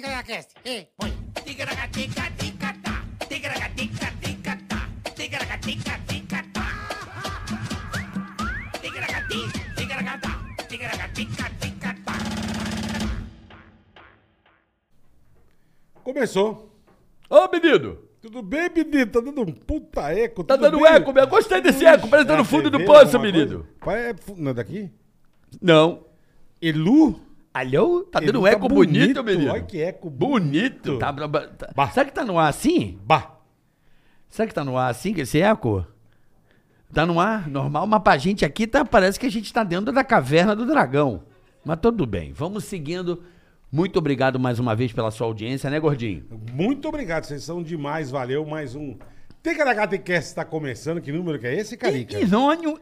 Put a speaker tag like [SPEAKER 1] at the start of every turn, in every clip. [SPEAKER 1] Ticaracast, e põe. Ticaracatica-ticatá, ticaracatica-ticatá, ticaracatica-ticatá. Ticaracati, ticaracatá, ticaracatica-ticatá.
[SPEAKER 2] Começou.
[SPEAKER 3] Ô, menino!
[SPEAKER 2] Tudo bem, menino? Tá dando um puta eco.
[SPEAKER 3] Tá
[SPEAKER 2] tudo
[SPEAKER 3] dando
[SPEAKER 2] bem?
[SPEAKER 3] eco, meu. Gostei desse eco. Parece que tá
[SPEAKER 2] É
[SPEAKER 3] no fundo do
[SPEAKER 2] TV,
[SPEAKER 3] poço,
[SPEAKER 2] alguma
[SPEAKER 3] menino.
[SPEAKER 2] coisa? Pai, é fu- não é daqui?
[SPEAKER 3] Não.
[SPEAKER 2] Elu?
[SPEAKER 3] Alô? Tá
[SPEAKER 2] Ele
[SPEAKER 3] dando um
[SPEAKER 2] tá
[SPEAKER 3] eco bonito, menino.
[SPEAKER 2] Olha que eco
[SPEAKER 3] Bonito. Tá, bra- bra- tá-
[SPEAKER 2] Bah.
[SPEAKER 3] Será que tá no ar assim?
[SPEAKER 2] Bah.
[SPEAKER 3] Será que tá no ar assim, esse eco? Tá no ar normal, mas pra gente aqui tá, parece que a gente tá dentro da caverna do dragão. Mas tudo bem, vamos seguindo. Muito obrigado mais uma vez pela sua audiência, né, gordinho?
[SPEAKER 2] Muito obrigado, vocês são demais. Valeu, mais um. Ticaracatecast está tá começando. Que número que é esse, Carica?
[SPEAKER 3] Isônio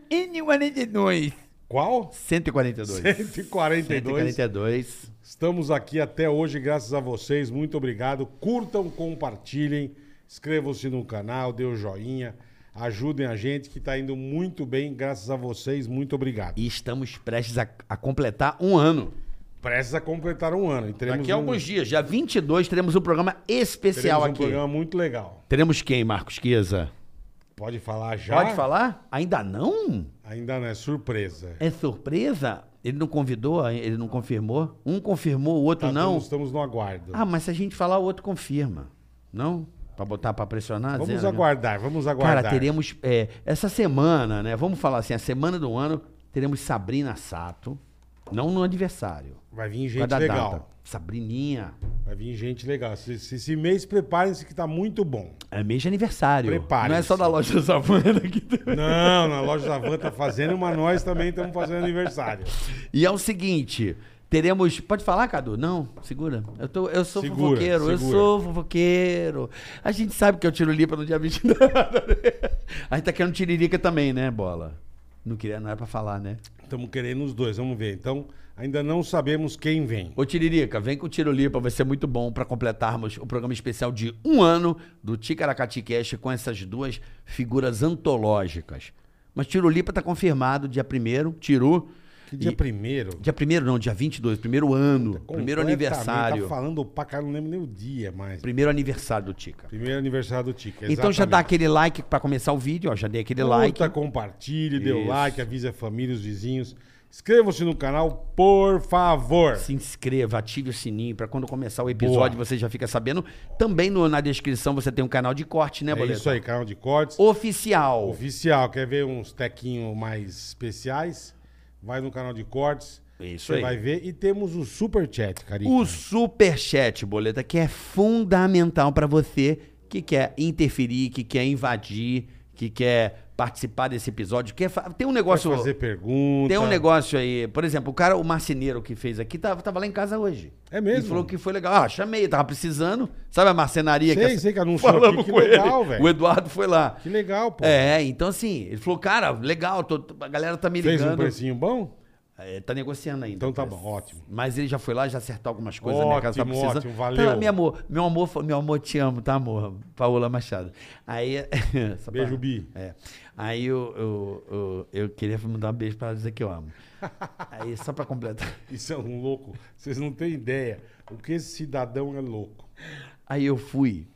[SPEAKER 3] N42.
[SPEAKER 2] Qual?
[SPEAKER 3] 142.
[SPEAKER 2] 142.
[SPEAKER 3] 142.
[SPEAKER 2] Estamos aqui até hoje, graças a vocês. Muito obrigado. Curtam, compartilhem, inscrevam-se no canal, dê o joinha, ajudem a gente que está indo muito bem, graças a vocês. Muito obrigado.
[SPEAKER 3] E estamos prestes a- a completar um ano.
[SPEAKER 2] Prestes a completar um ano. E teremos
[SPEAKER 3] Daqui a
[SPEAKER 2] um,
[SPEAKER 3] alguns dias, dia 22, teremos um programa especial
[SPEAKER 2] teremos um
[SPEAKER 3] aqui.
[SPEAKER 2] programa muito legal.
[SPEAKER 3] Teremos quem, Marcos Quiza?
[SPEAKER 2] Pode falar já?
[SPEAKER 3] Pode falar? Ainda não?
[SPEAKER 2] Ainda não é surpresa.
[SPEAKER 3] É surpresa? Ele não convidou, ele não confirmou? Um confirmou, o outro
[SPEAKER 2] Tá,
[SPEAKER 3] não?
[SPEAKER 2] Estamos, estamos no aguardo.
[SPEAKER 3] Ah, mas se a gente falar, o outro confirma. Não? Pra botar, pra pressionar?
[SPEAKER 2] vamos
[SPEAKER 3] zero, né?
[SPEAKER 2] aguardar, vamos aguardar.
[SPEAKER 3] Cara, teremos é, essa semana, né? Vamos falar assim, a semana do ano, teremos Sabrina Sato. Não no aniversário.
[SPEAKER 2] Vai vir
[SPEAKER 3] por causa
[SPEAKER 2] gente
[SPEAKER 3] da
[SPEAKER 2] legal.
[SPEAKER 3] data. Sabrininha.
[SPEAKER 2] Vai vir gente legal. Se, se esse mês, preparem-se que tá muito bom.
[SPEAKER 3] É mês de aniversário.
[SPEAKER 2] Prepare-se.
[SPEAKER 3] Não é só da loja da Savana que também.
[SPEAKER 2] Não, na loja da Van tá fazendo, mas nós também estamos fazendo aniversário.
[SPEAKER 3] E é o seguinte, teremos. Pode falar, Cadu? Não, segura. Eu, tô, eu sou
[SPEAKER 2] Segura,
[SPEAKER 3] fofoqueiro, eu
[SPEAKER 2] segura.
[SPEAKER 3] sou fofoqueiro. A gente sabe que eu tiro lipa no dia 29. A gente tá querendo tiririca também, né, bola? Não queria, não era pra falar, né?
[SPEAKER 2] Estamos querendo os dois, vamos ver. Então, ainda não sabemos quem vem.
[SPEAKER 3] Ô Tiririca, vem com o Tirolipa, vai ser muito bom pra completarmos o programa especial de um ano do Ticaracati Cast com essas duas figuras antológicas. Mas Tirolipa tá confirmado, dia 1 Tiru.
[SPEAKER 2] Que dia
[SPEAKER 3] E-
[SPEAKER 2] primeiro?
[SPEAKER 3] Dia 1 não, dia 22, primeiro ano, primeiro
[SPEAKER 2] Completamente,
[SPEAKER 3] aniversário.
[SPEAKER 2] Tá falando pra caralho, não lembro nem o dia mais.
[SPEAKER 3] Primeiro aniversário do Tica.
[SPEAKER 2] Primeiro aniversário do Tica.
[SPEAKER 3] Então já dá
[SPEAKER 2] exatamente.
[SPEAKER 3] aquele like pra começar o vídeo, ó. Já dei aquele like. né?
[SPEAKER 2] Curta, compartilhe, dê o
[SPEAKER 3] Isso.
[SPEAKER 2] like, avise a família, os vizinhos. Inscreva-se no canal, por favor.
[SPEAKER 3] Se inscreva, ative o sininho pra quando começar o episódio você já fica sabendo. Também no- na descrição você tem um canal de corte, né,
[SPEAKER 2] É
[SPEAKER 3] Boleto?
[SPEAKER 2] isso aí, canal de cortes.
[SPEAKER 3] Oficial.
[SPEAKER 2] Oficial, quer ver uns tequinhos mais especiais? Vai no canal de cortes.
[SPEAKER 3] Isso
[SPEAKER 2] Você
[SPEAKER 3] aí.
[SPEAKER 2] vai ver. E temos o super chat, Carica.
[SPEAKER 3] O superchat, Boleta, que é fundamental pra você que quer interferir, que quer invadir, que quer participar desse episódio. Quer fa- Tem um
[SPEAKER 2] Pode
[SPEAKER 3] negócio...
[SPEAKER 2] fazer pergunta.
[SPEAKER 3] Tem um negócio aí, por exemplo, o cara, o marceneiro que fez aqui, tava, tava lá em casa hoje.
[SPEAKER 2] É mesmo?
[SPEAKER 3] E falou que foi legal. Ah, chamei, tava precisando. Sabe a marcenaria
[SPEAKER 2] Sei,
[SPEAKER 3] que
[SPEAKER 2] sei que anunciou aqui, que legal, velho.
[SPEAKER 3] O Eduardo foi lá.
[SPEAKER 2] Que legal, pô.
[SPEAKER 3] É, então assim, ele falou, cara, legal, tô- tô- a galera tá me
[SPEAKER 2] Fez
[SPEAKER 3] ligando.
[SPEAKER 2] um precinho bom?
[SPEAKER 3] É, tá negociando ainda.
[SPEAKER 2] Então tá bom, ótimo.
[SPEAKER 3] Mas ele já foi lá, já acertou algumas coisas
[SPEAKER 2] Ótimo,
[SPEAKER 3] na casa, tá precisando.
[SPEAKER 2] ótimo, valeu.
[SPEAKER 3] Tá, meu amor, meu amor, fa- meu amor, te amo, tá, amor? Paola Machado. Aí. só pra-
[SPEAKER 2] Beijo, Bi.
[SPEAKER 3] É. Aí eu, eu, eu, eu queria mandar um beijo pra ela dizer que eu amo. Aí, só pra completar.
[SPEAKER 2] Isso é um louco. Vocês não têm ideia. O que esse cidadão é louco.
[SPEAKER 3] Aí eu fui.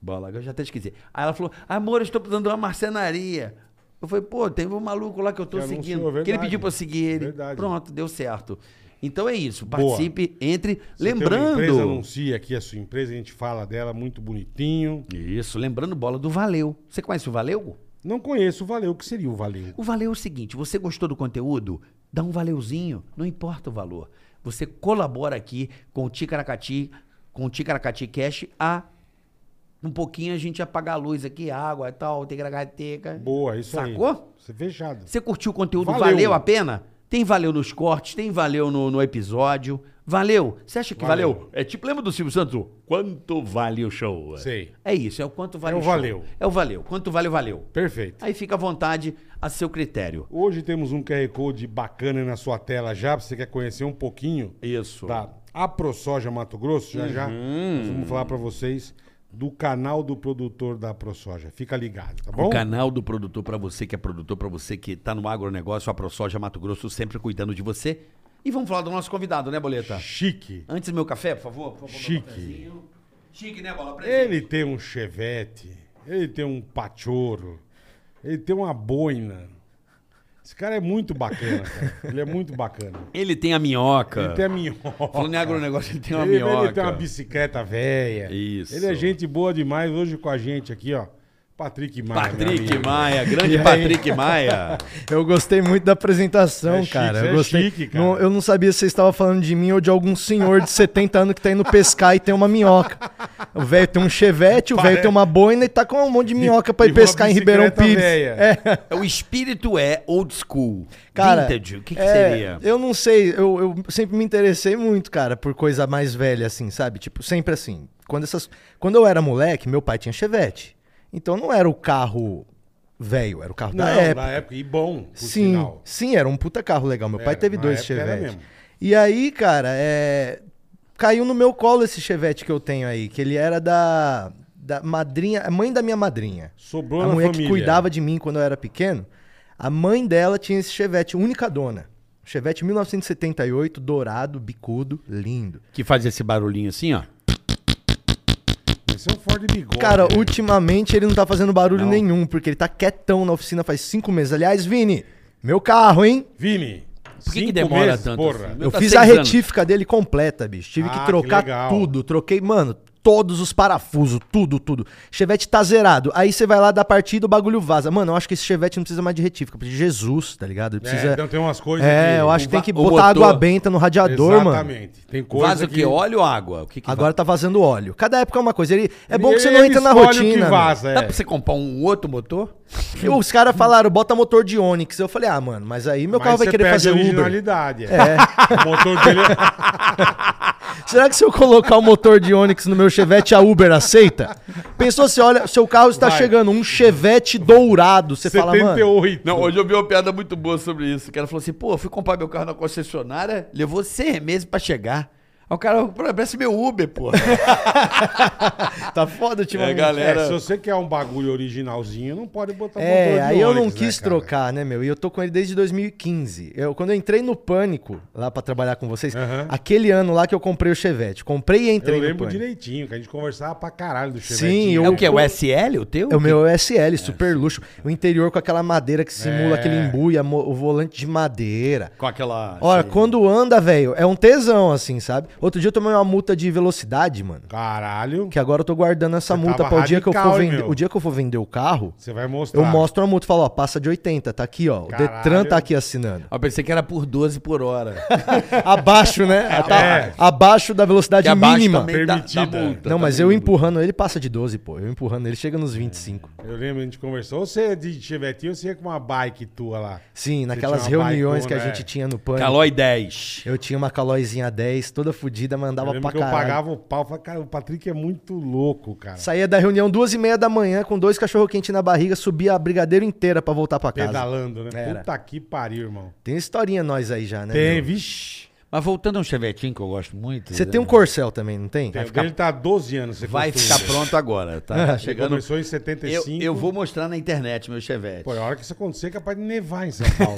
[SPEAKER 3] Bola, agora eu já até esqueci. Aí ela falou: amor, eu estou precisando de uma marcenaria. Eu falei, pô, tem um maluco lá que eu tô
[SPEAKER 2] Que anunciou,
[SPEAKER 3] seguindo.
[SPEAKER 2] verdade.
[SPEAKER 3] que ele pediu pra eu seguir ele.
[SPEAKER 2] Verdade.
[SPEAKER 3] Pronto, deu certo. Então é isso.
[SPEAKER 2] Boa.
[SPEAKER 3] Participe, entre.
[SPEAKER 2] Você Tem uma
[SPEAKER 3] lembrando.
[SPEAKER 2] empresa anuncia aqui a sua empresa, a gente fala dela, muito bonitinho.
[SPEAKER 3] Isso, lembrando bola do Valeu. Você conhece o Valeu?
[SPEAKER 2] Não conheço o Valeu. O que seria o Valeu?
[SPEAKER 3] O Valeu é o seguinte: você gostou do conteúdo? Dá um valeuzinho, não importa o valor. Você colabora aqui com o Ticaracati, com o Ticaracati Cash a um pouquinho a gente apagar a luz aqui, água e tal, Ticaracateca.
[SPEAKER 2] Boa, é isso aí.
[SPEAKER 3] Sacou?
[SPEAKER 2] Você fechado.
[SPEAKER 3] Você curtiu o conteúdo?
[SPEAKER 2] Valeu.
[SPEAKER 3] Valeu, a pena? Tem valeu nos cortes, tem valeu no, no episódio. Valeu? Você acha que valeu.
[SPEAKER 2] Valeu.
[SPEAKER 3] É tipo, lembra do Silvio Santos? o Quanto vale o show?
[SPEAKER 2] Sei.
[SPEAKER 3] É isso, é o quanto vale
[SPEAKER 2] É o
[SPEAKER 3] show.
[SPEAKER 2] valeu.
[SPEAKER 3] É o valeu. Quanto vale o valeu.
[SPEAKER 2] Perfeito.
[SPEAKER 3] Aí fica à vontade, a seu critério.
[SPEAKER 2] Hoje temos um QR Code bacana na sua tela já, pra você quer conhecer um pouquinho
[SPEAKER 3] Isso. Uhum.
[SPEAKER 2] da AproSoja Mato Grosso, já já nós vamos falar pra vocês do canal do produtor da AproSoja. Fica ligado, tá bom?
[SPEAKER 3] O canal do produtor pra você que é produtor, pra você que tá no agronegócio, a ProSoja Mato Grosso sempre cuidando de você. E vamos falar do nosso convidado, né, Boleta?
[SPEAKER 2] Chique.
[SPEAKER 3] Antes do meu café, por favor. Por favor meu
[SPEAKER 2] Chique.
[SPEAKER 3] cafezinho. Chique, né, Bola? Presente.
[SPEAKER 2] Ele tem um chevette, ele tem um pachorro, ele tem uma boina. Esse cara é muito bacana, cara. Ele é muito bacana.
[SPEAKER 3] Ele tem a minhoca.
[SPEAKER 2] Ele tem a minhoca.
[SPEAKER 3] Falando Tá. em agronegócio, ele tem uma
[SPEAKER 2] ele, ele
[SPEAKER 3] minhoca.
[SPEAKER 2] tem uma bicicleta velha.
[SPEAKER 3] Isso.
[SPEAKER 2] Ele é gente boa demais. Hoje com a gente aqui, ó. Patrick Maia. meu
[SPEAKER 3] Patrick
[SPEAKER 2] amigo.
[SPEAKER 3] Maia, grande Patrick Maia.
[SPEAKER 4] Eu gostei muito da apresentação,
[SPEAKER 2] É chique,
[SPEAKER 4] cara.
[SPEAKER 2] você é
[SPEAKER 4] eu gostei.
[SPEAKER 2] chique, cara.
[SPEAKER 4] Não- eu não sabia se vocês estavam falando de mim ou de algum senhor de 70 anos que tá indo pescar e tem uma minhoca. O velho tem um chevette, o velho tem uma boina e tá com um monte de minhoca pra
[SPEAKER 2] E
[SPEAKER 4] ir
[SPEAKER 2] uma
[SPEAKER 4] pescar em Ribeirão
[SPEAKER 2] bicicleta
[SPEAKER 4] Pires.
[SPEAKER 2] velha.
[SPEAKER 4] É,
[SPEAKER 3] O espírito é old school.
[SPEAKER 4] cara.
[SPEAKER 3] Vintage, o que, que
[SPEAKER 4] é,
[SPEAKER 3] seria?
[SPEAKER 4] Eu não sei, eu, eu sempre me interessei muito, cara, por coisa mais velha, assim, sabe? Tipo, sempre assim. Quando, essas... Quando eu era moleque, meu pai tinha chevette. Então não era o carro velho, era o carro
[SPEAKER 2] Não,
[SPEAKER 4] da época.
[SPEAKER 2] na época. E bom, por
[SPEAKER 4] É. Sim,
[SPEAKER 2] sinal.
[SPEAKER 4] sim, era um puta carro legal. Meu pai
[SPEAKER 2] Era,
[SPEAKER 4] teve
[SPEAKER 2] na
[SPEAKER 4] dois
[SPEAKER 2] época era
[SPEAKER 4] Chevette.
[SPEAKER 2] mesmo.
[SPEAKER 4] E aí, cara, é, caiu no meu colo esse Chevette que eu tenho aí, que ele era da, da madrinha, a mãe da minha madrinha.
[SPEAKER 2] Sobrou
[SPEAKER 4] a
[SPEAKER 2] na
[SPEAKER 4] mulher
[SPEAKER 2] família.
[SPEAKER 4] que cuidava de mim quando eu era pequeno. A mãe dela tinha esse Chevette, única dona. Chevette 1978, dourado, bicudo, lindo.
[SPEAKER 3] Que faz esse barulhinho assim, ó.
[SPEAKER 2] Esse é um Ford Bigode.
[SPEAKER 4] Cara,
[SPEAKER 2] né?
[SPEAKER 4] ultimamente ele não tá fazendo barulho
[SPEAKER 3] Não.
[SPEAKER 4] nenhum, porque ele tá quietão na oficina faz cinco meses. Aliás, Vini, meu carro, hein?
[SPEAKER 2] Vini.
[SPEAKER 3] Por que que
[SPEAKER 2] cinco
[SPEAKER 3] demora tanto
[SPEAKER 2] Porra.
[SPEAKER 3] assim?
[SPEAKER 4] Eu
[SPEAKER 3] Tá
[SPEAKER 4] fiz
[SPEAKER 3] seis
[SPEAKER 4] a
[SPEAKER 3] anos.
[SPEAKER 4] retífica dele completa, bicho. Tive
[SPEAKER 2] Ah, que
[SPEAKER 4] que trocar
[SPEAKER 2] legal.
[SPEAKER 4] tudo. Troquei, mano, todos os parafusos, tudo, tudo. Chevette tá zerado. Aí você vai lá dar partida, o bagulho vaza. Mano, eu acho que esse Chevette não precisa mais de retífica. Precisa de Jesus, tá ligado? Ele precisa.
[SPEAKER 2] então tem umas coisas
[SPEAKER 4] É,
[SPEAKER 2] que-
[SPEAKER 4] eu acho que tem
[SPEAKER 3] va-
[SPEAKER 4] que
[SPEAKER 3] o
[SPEAKER 4] botar
[SPEAKER 3] motor-
[SPEAKER 4] água benta no radiador, Tá mano.
[SPEAKER 2] Exatamente. Tem coisa
[SPEAKER 3] Vaza o
[SPEAKER 2] que...
[SPEAKER 3] quê? Óleo ou água? O que que
[SPEAKER 4] Agora tá vazando óleo. Cada época é uma coisa. Ele, é bom
[SPEAKER 2] Ele-
[SPEAKER 4] que você não
[SPEAKER 2] ele
[SPEAKER 4] entra na
[SPEAKER 2] escolhe o
[SPEAKER 4] rotina. Tá
[SPEAKER 2] que
[SPEAKER 4] mano.
[SPEAKER 2] vaza,
[SPEAKER 3] Dá
[SPEAKER 2] é.
[SPEAKER 3] pra você comprar um outro motor?
[SPEAKER 4] E Os caras falaram, bota motor de Onix. Eu falei, ah, mano, mas aí meu
[SPEAKER 2] Mas
[SPEAKER 4] carro vai
[SPEAKER 2] você
[SPEAKER 4] querer
[SPEAKER 2] perde
[SPEAKER 4] fazer
[SPEAKER 2] a
[SPEAKER 4] Uber.
[SPEAKER 2] originalidade. É. O motor dele é...
[SPEAKER 4] Será que se eu colocar o motor de Onix no meu Chevette, a Uber aceita? Pensou assim, olha, seu carro está
[SPEAKER 2] Vai.
[SPEAKER 4] chegando, um Chevette dourado. Você fala, mano...
[SPEAKER 2] 78.
[SPEAKER 3] Não, hoje eu vi uma piada muito boa sobre isso. O cara falou assim, pô, eu fui comprar meu carro na concessionária, levou seis meses pra chegar. Aí o cara, "Pô, parece meu Uber, pô.
[SPEAKER 2] um.
[SPEAKER 4] Tá foda
[SPEAKER 3] é,
[SPEAKER 4] ultimamente.
[SPEAKER 3] galera.
[SPEAKER 2] É, se você quer um bagulho originalzinho, não pode botar
[SPEAKER 4] É,
[SPEAKER 2] de
[SPEAKER 4] aí eu não
[SPEAKER 2] Onix, né,
[SPEAKER 4] quis
[SPEAKER 2] cara?
[SPEAKER 4] trocar, né, meu? E eu tô com ele desde 2015. Eu, quando eu entrei no Pânico, lá pra trabalhar com vocês,
[SPEAKER 2] Aham.
[SPEAKER 4] aquele ano lá que eu comprei o Chevette. Comprei e
[SPEAKER 2] Eu
[SPEAKER 4] entrei no
[SPEAKER 2] lembro
[SPEAKER 4] Pânico.
[SPEAKER 2] direitinho, que a gente conversava pra caralho do
[SPEAKER 4] Sim,
[SPEAKER 2] Chevetinho,
[SPEAKER 4] eu-
[SPEAKER 3] É
[SPEAKER 2] né?
[SPEAKER 3] o quê? O SL, o teu?
[SPEAKER 4] É o meu SL, super luxo. O interior com aquela madeira que simula
[SPEAKER 2] É.
[SPEAKER 4] aquele embuia, mo- o volante de madeira.
[SPEAKER 3] Com aquela...
[SPEAKER 2] Tá
[SPEAKER 4] Olha,
[SPEAKER 3] sei-
[SPEAKER 4] quando anda, velho, é um tesão, assim, sabe? Outro dia eu tomei uma multa de velocidade, mano.
[SPEAKER 2] Caralho.
[SPEAKER 4] Que agora eu tô guardando essa
[SPEAKER 2] Você
[SPEAKER 4] multa
[SPEAKER 2] tava
[SPEAKER 4] para o dia que eu
[SPEAKER 2] radical,
[SPEAKER 4] for
[SPEAKER 2] hein,
[SPEAKER 4] vender.
[SPEAKER 2] meu?
[SPEAKER 4] O dia que eu for vender o carro,
[SPEAKER 2] Você vai mostrar.
[SPEAKER 4] eu mostro a multa e falo, ó, passa de 80, tá aqui, ó.
[SPEAKER 2] Caralho.
[SPEAKER 4] O Detran tá aqui assinando.
[SPEAKER 3] Eu pensei que era por 12 por hora.
[SPEAKER 4] abaixo, né? Tá
[SPEAKER 2] É.
[SPEAKER 4] Abaixo da velocidade
[SPEAKER 3] Que abaixo
[SPEAKER 4] mínima.
[SPEAKER 3] também da- da
[SPEAKER 2] Permitida.
[SPEAKER 3] multa,
[SPEAKER 4] Não, mas
[SPEAKER 3] também.
[SPEAKER 4] eu empurrando ele passa de 12, pô. Eu empurrando ele chega nos 25.
[SPEAKER 2] Eu lembro, a gente conversou. Ou você é de Chevetinho ou você ia com uma bike tua lá?
[SPEAKER 4] Sim, naquelas
[SPEAKER 2] tinha uma
[SPEAKER 4] reuniões que
[SPEAKER 2] baitona,
[SPEAKER 4] a
[SPEAKER 2] é.
[SPEAKER 4] gente tinha no pânico.
[SPEAKER 3] Calói 10.
[SPEAKER 4] Eu tinha uma calóizinha 10, toda fodida,
[SPEAKER 2] Eu
[SPEAKER 4] mandava
[SPEAKER 2] lembro
[SPEAKER 4] pra
[SPEAKER 2] que eu
[SPEAKER 4] caralho.
[SPEAKER 2] pagava o pau. Eu Falava, cara, o Patrick é muito louco, cara.
[SPEAKER 4] Saía da reunião duas e meia da manhã com dois cachorro quente na barriga, subia a brigadeiro inteira pra voltar pra casa.
[SPEAKER 2] Pedalando, né?
[SPEAKER 4] Era.
[SPEAKER 2] Puta que pariu, irmão.
[SPEAKER 4] Tem historinha nós aí já, né?
[SPEAKER 2] Tem,
[SPEAKER 4] meu?
[SPEAKER 2] vixe.
[SPEAKER 3] Mas voltando a um chevetinho que eu gosto muito.
[SPEAKER 4] Você tem um
[SPEAKER 3] corpo.
[SPEAKER 4] corcel também, não tem?
[SPEAKER 2] Tem, Ele tá há 12 anos. Você
[SPEAKER 3] Vai
[SPEAKER 2] construiu.
[SPEAKER 3] ficar pronto agora, tá?
[SPEAKER 4] É,
[SPEAKER 3] Tá
[SPEAKER 2] Você
[SPEAKER 3] chegando.
[SPEAKER 2] começou em
[SPEAKER 3] Eu,
[SPEAKER 2] 75.
[SPEAKER 3] eu vou mostrar na internet meu chevette.
[SPEAKER 2] Pô, a hora que isso acontecer, é capaz de nevar em São Paulo.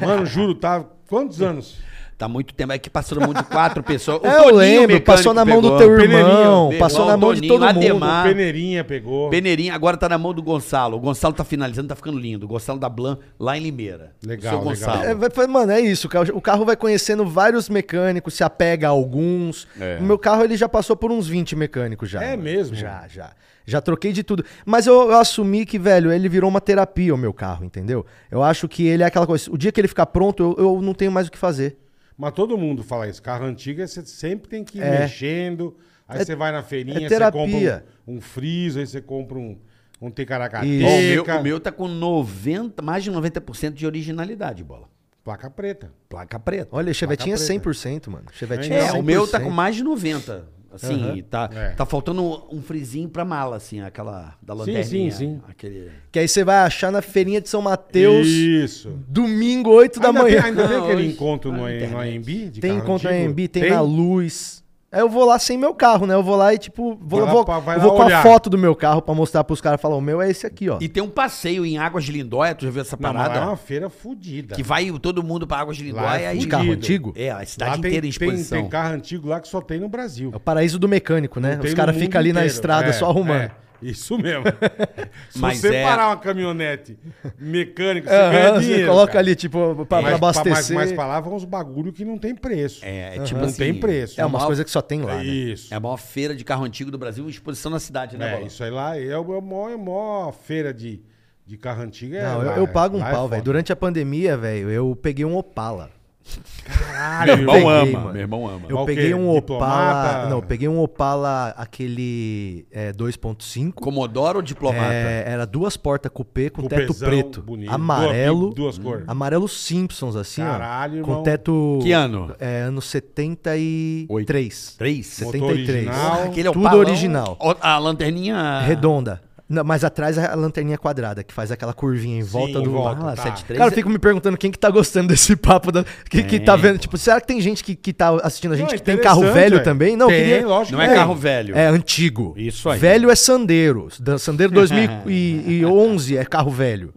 [SPEAKER 2] Mano, juro, tá. Quantos anos?
[SPEAKER 3] Tá muito tempo. É que passou na mão de quatro pessoas. O
[SPEAKER 4] É, eu
[SPEAKER 3] Toninho
[SPEAKER 4] lembro,
[SPEAKER 3] mecânico
[SPEAKER 4] passou na mão do
[SPEAKER 3] pegou.
[SPEAKER 4] teu
[SPEAKER 2] Peneirinho,
[SPEAKER 4] irmão,
[SPEAKER 3] pegou
[SPEAKER 4] passou na
[SPEAKER 3] o
[SPEAKER 4] mão de
[SPEAKER 3] Toninho,
[SPEAKER 4] todo mundo.
[SPEAKER 3] Ademar. Ah.
[SPEAKER 2] Peneirinha pegou.
[SPEAKER 3] Peneirinha, agora tá na mão do Gonçalo. O Gonçalo tá finalizando, tá ficando lindo. O Gonçalo da Blan, lá em Limeira.
[SPEAKER 2] Legal, legal.
[SPEAKER 3] Seu Gonçalo.
[SPEAKER 4] É, vai- vai- mano, é isso. o carro- O carro vai conhecendo vários mecânicos, se apega a alguns.
[SPEAKER 3] É.
[SPEAKER 4] O meu carro ele já passou por uns 20 mecânicos já.
[SPEAKER 2] É
[SPEAKER 4] mano.
[SPEAKER 2] mesmo?
[SPEAKER 4] Já, já. Já troquei de tudo. Mas eu, eu assumi que, velho, ele virou uma terapia o meu carro, entendeu? Eu acho que ele é aquela coisa. O dia que ele ficar pronto, eu, eu não tenho mais o que fazer.
[SPEAKER 2] Mas todo mundo fala isso. Carro antigo, é você sempre tem que ir
[SPEAKER 4] É.
[SPEAKER 2] mexendo. Aí
[SPEAKER 4] É-
[SPEAKER 2] você vai na feirinha,
[SPEAKER 4] é
[SPEAKER 2] você
[SPEAKER 4] terapia.
[SPEAKER 2] compra um, um friso, aí você compra um, um
[SPEAKER 3] Ó, o, meu,
[SPEAKER 2] ticaracateca.
[SPEAKER 3] o meu tá com 90, mais de 90% de originalidade, bola.
[SPEAKER 2] Placa preta.
[SPEAKER 3] Placa preta.
[SPEAKER 4] Olha, Chevetinha é
[SPEAKER 2] preta.
[SPEAKER 4] 100%, mano. Chevetinha
[SPEAKER 3] É, o meu tá com
[SPEAKER 4] 100%.
[SPEAKER 3] mais de 90. Assim,
[SPEAKER 2] Aham.
[SPEAKER 3] tá,
[SPEAKER 2] É.
[SPEAKER 3] tá faltando um frizinho pra mala, assim, aquela da lanterninha.
[SPEAKER 2] sim.
[SPEAKER 3] Aquele...
[SPEAKER 4] Que aí você vai achar na feirinha de São Mateus,
[SPEAKER 2] Isso.
[SPEAKER 4] domingo, 8 da
[SPEAKER 2] ainda
[SPEAKER 4] manhã.
[SPEAKER 2] Tem, ainda tem
[SPEAKER 3] Não,
[SPEAKER 2] aquele
[SPEAKER 3] hoje-
[SPEAKER 2] encontro no,
[SPEAKER 3] na
[SPEAKER 2] A- no
[SPEAKER 3] internet.
[SPEAKER 2] AMB? de
[SPEAKER 4] Tem
[SPEAKER 2] carro
[SPEAKER 4] encontro na
[SPEAKER 2] antigo?
[SPEAKER 4] AMB, tem, na luz. Aí eu vou lá sem meu carro, né? Eu vou lá e, tipo, vou,
[SPEAKER 2] Vai lá
[SPEAKER 4] vou-
[SPEAKER 2] pra- vai
[SPEAKER 4] eu
[SPEAKER 2] lá
[SPEAKER 4] vou com
[SPEAKER 2] olhar.
[SPEAKER 4] a foto do meu carro pra mostrar pros caras e falar: o meu é esse aqui, ó.
[SPEAKER 3] E tem um passeio em Águas de Lindóia, tu já viu essa
[SPEAKER 2] Não, mas lá
[SPEAKER 3] parada?
[SPEAKER 2] é uma feira fodida.
[SPEAKER 3] Que vai todo mundo pra Águas de
[SPEAKER 2] Lá é
[SPEAKER 3] Lindóia e...
[SPEAKER 2] fudido.
[SPEAKER 4] carro antigo?
[SPEAKER 3] É, a
[SPEAKER 2] Lá
[SPEAKER 3] cidade
[SPEAKER 2] tem-
[SPEAKER 3] inteira em
[SPEAKER 2] tem,
[SPEAKER 3] exposição.
[SPEAKER 2] tem carro antigo lá que só tem no Brasil.
[SPEAKER 4] É o paraíso do mecânico, né?
[SPEAKER 2] Não tem
[SPEAKER 4] Os
[SPEAKER 2] no
[SPEAKER 4] caras
[SPEAKER 2] mundo
[SPEAKER 4] ficam ali na
[SPEAKER 2] inteiro.
[SPEAKER 4] estrada
[SPEAKER 2] É,
[SPEAKER 4] só arrumando.
[SPEAKER 2] é, isso mesmo. Se
[SPEAKER 3] Mas
[SPEAKER 2] você
[SPEAKER 3] é-
[SPEAKER 2] parar uma caminhonete mecânica, você
[SPEAKER 4] Aham,
[SPEAKER 2] ganha
[SPEAKER 4] você
[SPEAKER 2] dinheiro.
[SPEAKER 4] coloca
[SPEAKER 2] cara.
[SPEAKER 4] ali, tipo, pra, pra
[SPEAKER 2] Mas pra-
[SPEAKER 4] abastecer.
[SPEAKER 2] Mas, mas pra lá vão uns bagulho que não tem preço.
[SPEAKER 3] É, é tipo
[SPEAKER 2] Não
[SPEAKER 3] assim,
[SPEAKER 2] tem preço.
[SPEAKER 4] é umas
[SPEAKER 3] uma-
[SPEAKER 4] coisas que só tem lá, né?
[SPEAKER 2] Isso.
[SPEAKER 3] É a maior feira de carro antigo do Brasil, em exposição na cidade, né,
[SPEAKER 2] É,
[SPEAKER 3] Bola?
[SPEAKER 2] isso aí lá é a maior, a maior feira de, de carro antigo. É
[SPEAKER 4] Não, eu,
[SPEAKER 2] lá,
[SPEAKER 4] eu pago um
[SPEAKER 2] lá é
[SPEAKER 4] pau,
[SPEAKER 2] foda.
[SPEAKER 4] velho. Durante a pandemia, velho, eu peguei um Opala.
[SPEAKER 2] Caralho,
[SPEAKER 4] irmão
[SPEAKER 2] irmão.
[SPEAKER 4] ama, meu
[SPEAKER 3] irmão ama.
[SPEAKER 4] Eu
[SPEAKER 2] Qual que
[SPEAKER 4] peguei
[SPEAKER 2] é?
[SPEAKER 4] um
[SPEAKER 2] Diplomata?
[SPEAKER 4] Opala. Não, eu peguei um Opala, aquele é, 2.5.
[SPEAKER 3] Comodoro ou diplomata?
[SPEAKER 4] É, era duas portas cupê com
[SPEAKER 2] Cupezão,
[SPEAKER 4] teto preto.
[SPEAKER 2] bonito.
[SPEAKER 4] Amarelo.
[SPEAKER 2] Duas- duas cores.
[SPEAKER 4] Amarelo Simpsons, assim,
[SPEAKER 2] Caralho,
[SPEAKER 4] ó. Com
[SPEAKER 2] irmão.
[SPEAKER 4] teto.
[SPEAKER 3] Que ano?
[SPEAKER 4] É, ano 73.
[SPEAKER 3] Oito. Três?
[SPEAKER 2] Motor
[SPEAKER 4] 73.
[SPEAKER 2] original.
[SPEAKER 4] Porra,
[SPEAKER 3] Aquele é o
[SPEAKER 4] Tudo
[SPEAKER 3] palão,
[SPEAKER 4] original.
[SPEAKER 3] o- A
[SPEAKER 2] Ah.
[SPEAKER 3] lanterninha...
[SPEAKER 4] Redonda. Não, mas atrás é a lanterninha quadrada, que faz aquela curvinha em volta
[SPEAKER 2] em
[SPEAKER 4] do.
[SPEAKER 2] volta.
[SPEAKER 3] Ah,
[SPEAKER 2] Tá.
[SPEAKER 3] 73.
[SPEAKER 4] Cara, eu fico me perguntando quem que tá gostando desse papo, da- que, que tá vendo. Tipo, será que tem gente que, que tá assistindo a gente
[SPEAKER 2] Não, é
[SPEAKER 4] que tem carro
[SPEAKER 2] interessante,
[SPEAKER 4] velho
[SPEAKER 2] velho.
[SPEAKER 4] também? Não,
[SPEAKER 2] Tem,
[SPEAKER 4] queria-
[SPEAKER 2] lógico
[SPEAKER 3] Não é carro velho.
[SPEAKER 4] É antigo.
[SPEAKER 3] Isso aí.
[SPEAKER 4] Velho é Sandeiro. Da- Sandeiro 2011 é carro velho.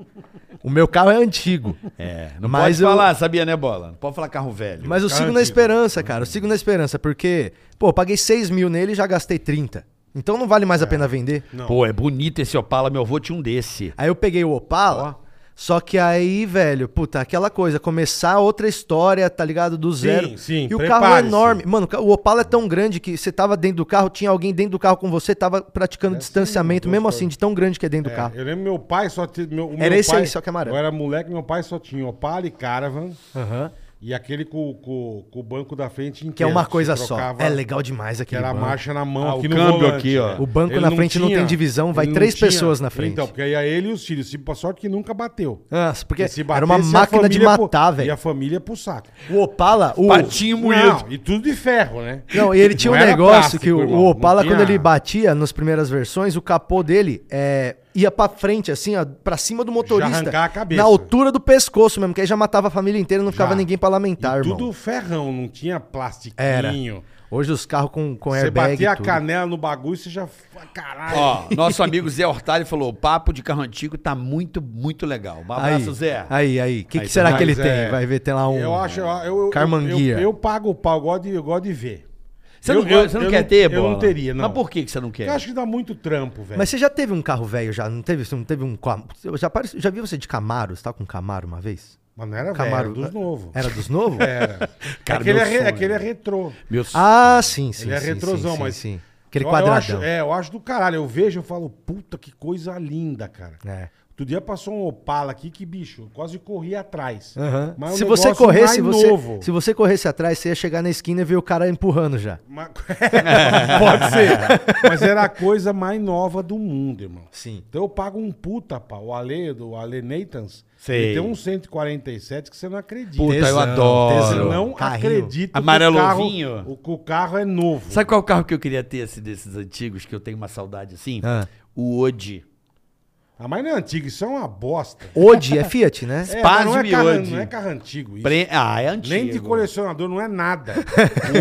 [SPEAKER 4] O meu carro é antigo.
[SPEAKER 3] É, não
[SPEAKER 4] Mas
[SPEAKER 3] pode
[SPEAKER 4] eu-
[SPEAKER 3] falar, sabia, né, Bola? Não pode falar carro velho.
[SPEAKER 4] Mas eu
[SPEAKER 2] Carro
[SPEAKER 4] sigo na
[SPEAKER 2] antigo.
[SPEAKER 4] esperança, cara. Eu sigo na esperança, porque, pô, eu paguei 6 mil nele e já gastei 30. Então não vale mais a pena vender.
[SPEAKER 2] Não.
[SPEAKER 3] Pô, é bonito esse Opala, meu avô tinha um desse.
[SPEAKER 4] Aí eu peguei o Opala. Só que aí, velho, puta, aquela coisa, começar outra história, tá ligado? Do zero.
[SPEAKER 2] sim,
[SPEAKER 4] E o carro é
[SPEAKER 2] prepare-se.
[SPEAKER 4] enorme. Mano, o Opala é tão grande que você tava dentro do carro, tinha alguém dentro do carro com você, tava praticando
[SPEAKER 2] É,
[SPEAKER 4] distanciamento, mesmo assim, de tão grande que é dentro do carro.
[SPEAKER 2] Eu lembro meu pai só tinha. Meu, o
[SPEAKER 4] Era
[SPEAKER 2] meu
[SPEAKER 4] esse
[SPEAKER 2] pai-
[SPEAKER 4] aí, só que é amarelo.
[SPEAKER 2] Eu era moleque, meu pai só tinha Opala e Caravan e aquele com, com- com o banco da frente inteiro.
[SPEAKER 4] Que é uma
[SPEAKER 2] se
[SPEAKER 4] coisa só.
[SPEAKER 2] trocava,
[SPEAKER 4] É legal demais
[SPEAKER 2] Que
[SPEAKER 4] aquele
[SPEAKER 2] era a
[SPEAKER 4] banco.
[SPEAKER 2] marcha na mão
[SPEAKER 3] Ah,
[SPEAKER 2] aqui
[SPEAKER 3] o
[SPEAKER 2] no
[SPEAKER 3] câmbio
[SPEAKER 2] volante,
[SPEAKER 3] aqui, ó.
[SPEAKER 2] né?
[SPEAKER 4] O banco na frente não tem divisão, vai
[SPEAKER 2] ele
[SPEAKER 4] três
[SPEAKER 2] tinha.
[SPEAKER 4] pessoas na frente.
[SPEAKER 2] Então, porque aí é ele e os filhos. Se, por sorte que nunca bateu.
[SPEAKER 4] Nossa, porque
[SPEAKER 2] E se
[SPEAKER 4] era uma
[SPEAKER 2] batesse, a
[SPEAKER 4] máquina de
[SPEAKER 2] família pro-
[SPEAKER 4] matar,
[SPEAKER 2] E
[SPEAKER 4] velho.
[SPEAKER 2] a família pro saco.
[SPEAKER 4] O Opala, o...
[SPEAKER 3] Patinho Ah, moído.
[SPEAKER 2] Não, e tudo de ferro, né?
[SPEAKER 4] Não, e ele tinha
[SPEAKER 2] Não
[SPEAKER 4] um
[SPEAKER 2] era
[SPEAKER 4] negócio
[SPEAKER 2] plástico,
[SPEAKER 4] que o,
[SPEAKER 2] irmão,
[SPEAKER 4] o
[SPEAKER 2] não
[SPEAKER 4] Opala,
[SPEAKER 2] tinha-
[SPEAKER 4] quando ele batia nas primeiras versões, o capô dele é, ia pra frente, assim, ó, pra cima do motorista.
[SPEAKER 2] arrancar a cabeça.
[SPEAKER 4] Na altura do pescoço mesmo, que aí já matava a família inteira e não ficava
[SPEAKER 2] Já.
[SPEAKER 4] ninguém pra lamentar,
[SPEAKER 2] E
[SPEAKER 4] tá, irmão.
[SPEAKER 2] tudo ferrão, não tinha
[SPEAKER 4] Era.
[SPEAKER 2] plastiquinho.
[SPEAKER 4] Hoje os carros com, com
[SPEAKER 2] Você
[SPEAKER 4] airbag
[SPEAKER 2] batia
[SPEAKER 4] e
[SPEAKER 2] a
[SPEAKER 4] tudo.
[SPEAKER 2] canela no bagulho, você já. fa- Caralho.
[SPEAKER 3] Ó, nosso amigo Zé Hortali falou: o papo de carro antigo tá muito, muito legal. Um
[SPEAKER 4] Aí,
[SPEAKER 3] abraço, Zé.
[SPEAKER 4] aí, aí. O que,
[SPEAKER 3] Aí,
[SPEAKER 4] que será que ele
[SPEAKER 2] mas
[SPEAKER 4] tem?
[SPEAKER 2] é-
[SPEAKER 4] Vai ver, tem lá um...
[SPEAKER 2] Eu acho. Eu, eu,
[SPEAKER 4] Carmanguia.
[SPEAKER 2] Eu, eu, eu pago o pau, eu gosto de, eu gosto de ver.
[SPEAKER 3] Você não,
[SPEAKER 2] Eu-
[SPEAKER 3] gosta-
[SPEAKER 2] eu-
[SPEAKER 3] você não
[SPEAKER 2] eu
[SPEAKER 3] quer
[SPEAKER 2] não-
[SPEAKER 3] ter,
[SPEAKER 2] eu
[SPEAKER 3] Bola?
[SPEAKER 2] não teria, não.
[SPEAKER 3] Mas por que, que você não quer?
[SPEAKER 2] Eu acho que dá muito trampo, velho.
[SPEAKER 4] Mas você já teve um carro velho já? Não teve, você não teve um... Cam- Eu Já, pare- já vi você de Camaro? Você tava com Camaro uma vez?
[SPEAKER 2] Mas não era
[SPEAKER 4] Camaro-
[SPEAKER 2] velho, era dos É. novos.
[SPEAKER 4] Era dos novos?
[SPEAKER 2] Era.
[SPEAKER 3] Cara,
[SPEAKER 2] aquele,
[SPEAKER 3] meu
[SPEAKER 2] é, re-
[SPEAKER 3] sonho.
[SPEAKER 2] aquele é retrô.
[SPEAKER 3] Meu s-
[SPEAKER 4] Ah, sim, sim.
[SPEAKER 2] Ele é
[SPEAKER 4] sim,
[SPEAKER 2] retrosão,
[SPEAKER 4] sim, sim,
[SPEAKER 2] mas-
[SPEAKER 4] Sim. Aquele
[SPEAKER 2] Eu- eu
[SPEAKER 4] quadradão.
[SPEAKER 2] acho- é, eu acho do caralho. Eu vejo, eu falo, puta, que coisa linda, cara.
[SPEAKER 4] É.
[SPEAKER 2] Outro dia passou um Opala aqui, que bicho, eu quase corri atrás.
[SPEAKER 4] Aham.
[SPEAKER 2] Mas é um
[SPEAKER 4] Se você
[SPEAKER 2] negócio
[SPEAKER 4] corresse,
[SPEAKER 2] mais
[SPEAKER 4] você,
[SPEAKER 2] novo.
[SPEAKER 4] se você corresse atrás, você ia chegar na esquina e ver o cara empurrando já.
[SPEAKER 2] Mas- Pode ser. Mas era a coisa mais nova do mundo, irmão.
[SPEAKER 4] Sim.
[SPEAKER 2] Então eu pago um puta, pá. O Ale, do Ale Nathans,
[SPEAKER 3] Sei.
[SPEAKER 2] ele tem um 147 que você não acredita.
[SPEAKER 3] Puta, eu
[SPEAKER 4] tesão,
[SPEAKER 2] Você
[SPEAKER 3] adoro.
[SPEAKER 4] tesão.
[SPEAKER 2] não
[SPEAKER 4] Carrinho.
[SPEAKER 2] acredita
[SPEAKER 3] Amarelo
[SPEAKER 2] que o carro,
[SPEAKER 3] ovinho.
[SPEAKER 2] o, que o carro é novo.
[SPEAKER 3] Sabe qual carro que eu queria ter esse, desses antigos, que eu tenho uma saudade assim?
[SPEAKER 4] Ah.
[SPEAKER 3] O Odi.
[SPEAKER 2] Ah, mas não é antigo, isso é uma bosta.
[SPEAKER 4] Odi é Fiat, né?
[SPEAKER 2] É, mas não, é
[SPEAKER 3] Pasme
[SPEAKER 2] carro,
[SPEAKER 3] hoje.
[SPEAKER 2] não é carro antigo isso.
[SPEAKER 3] Pre- Ah, é antigo.
[SPEAKER 2] Nem de colecionador, não é nada.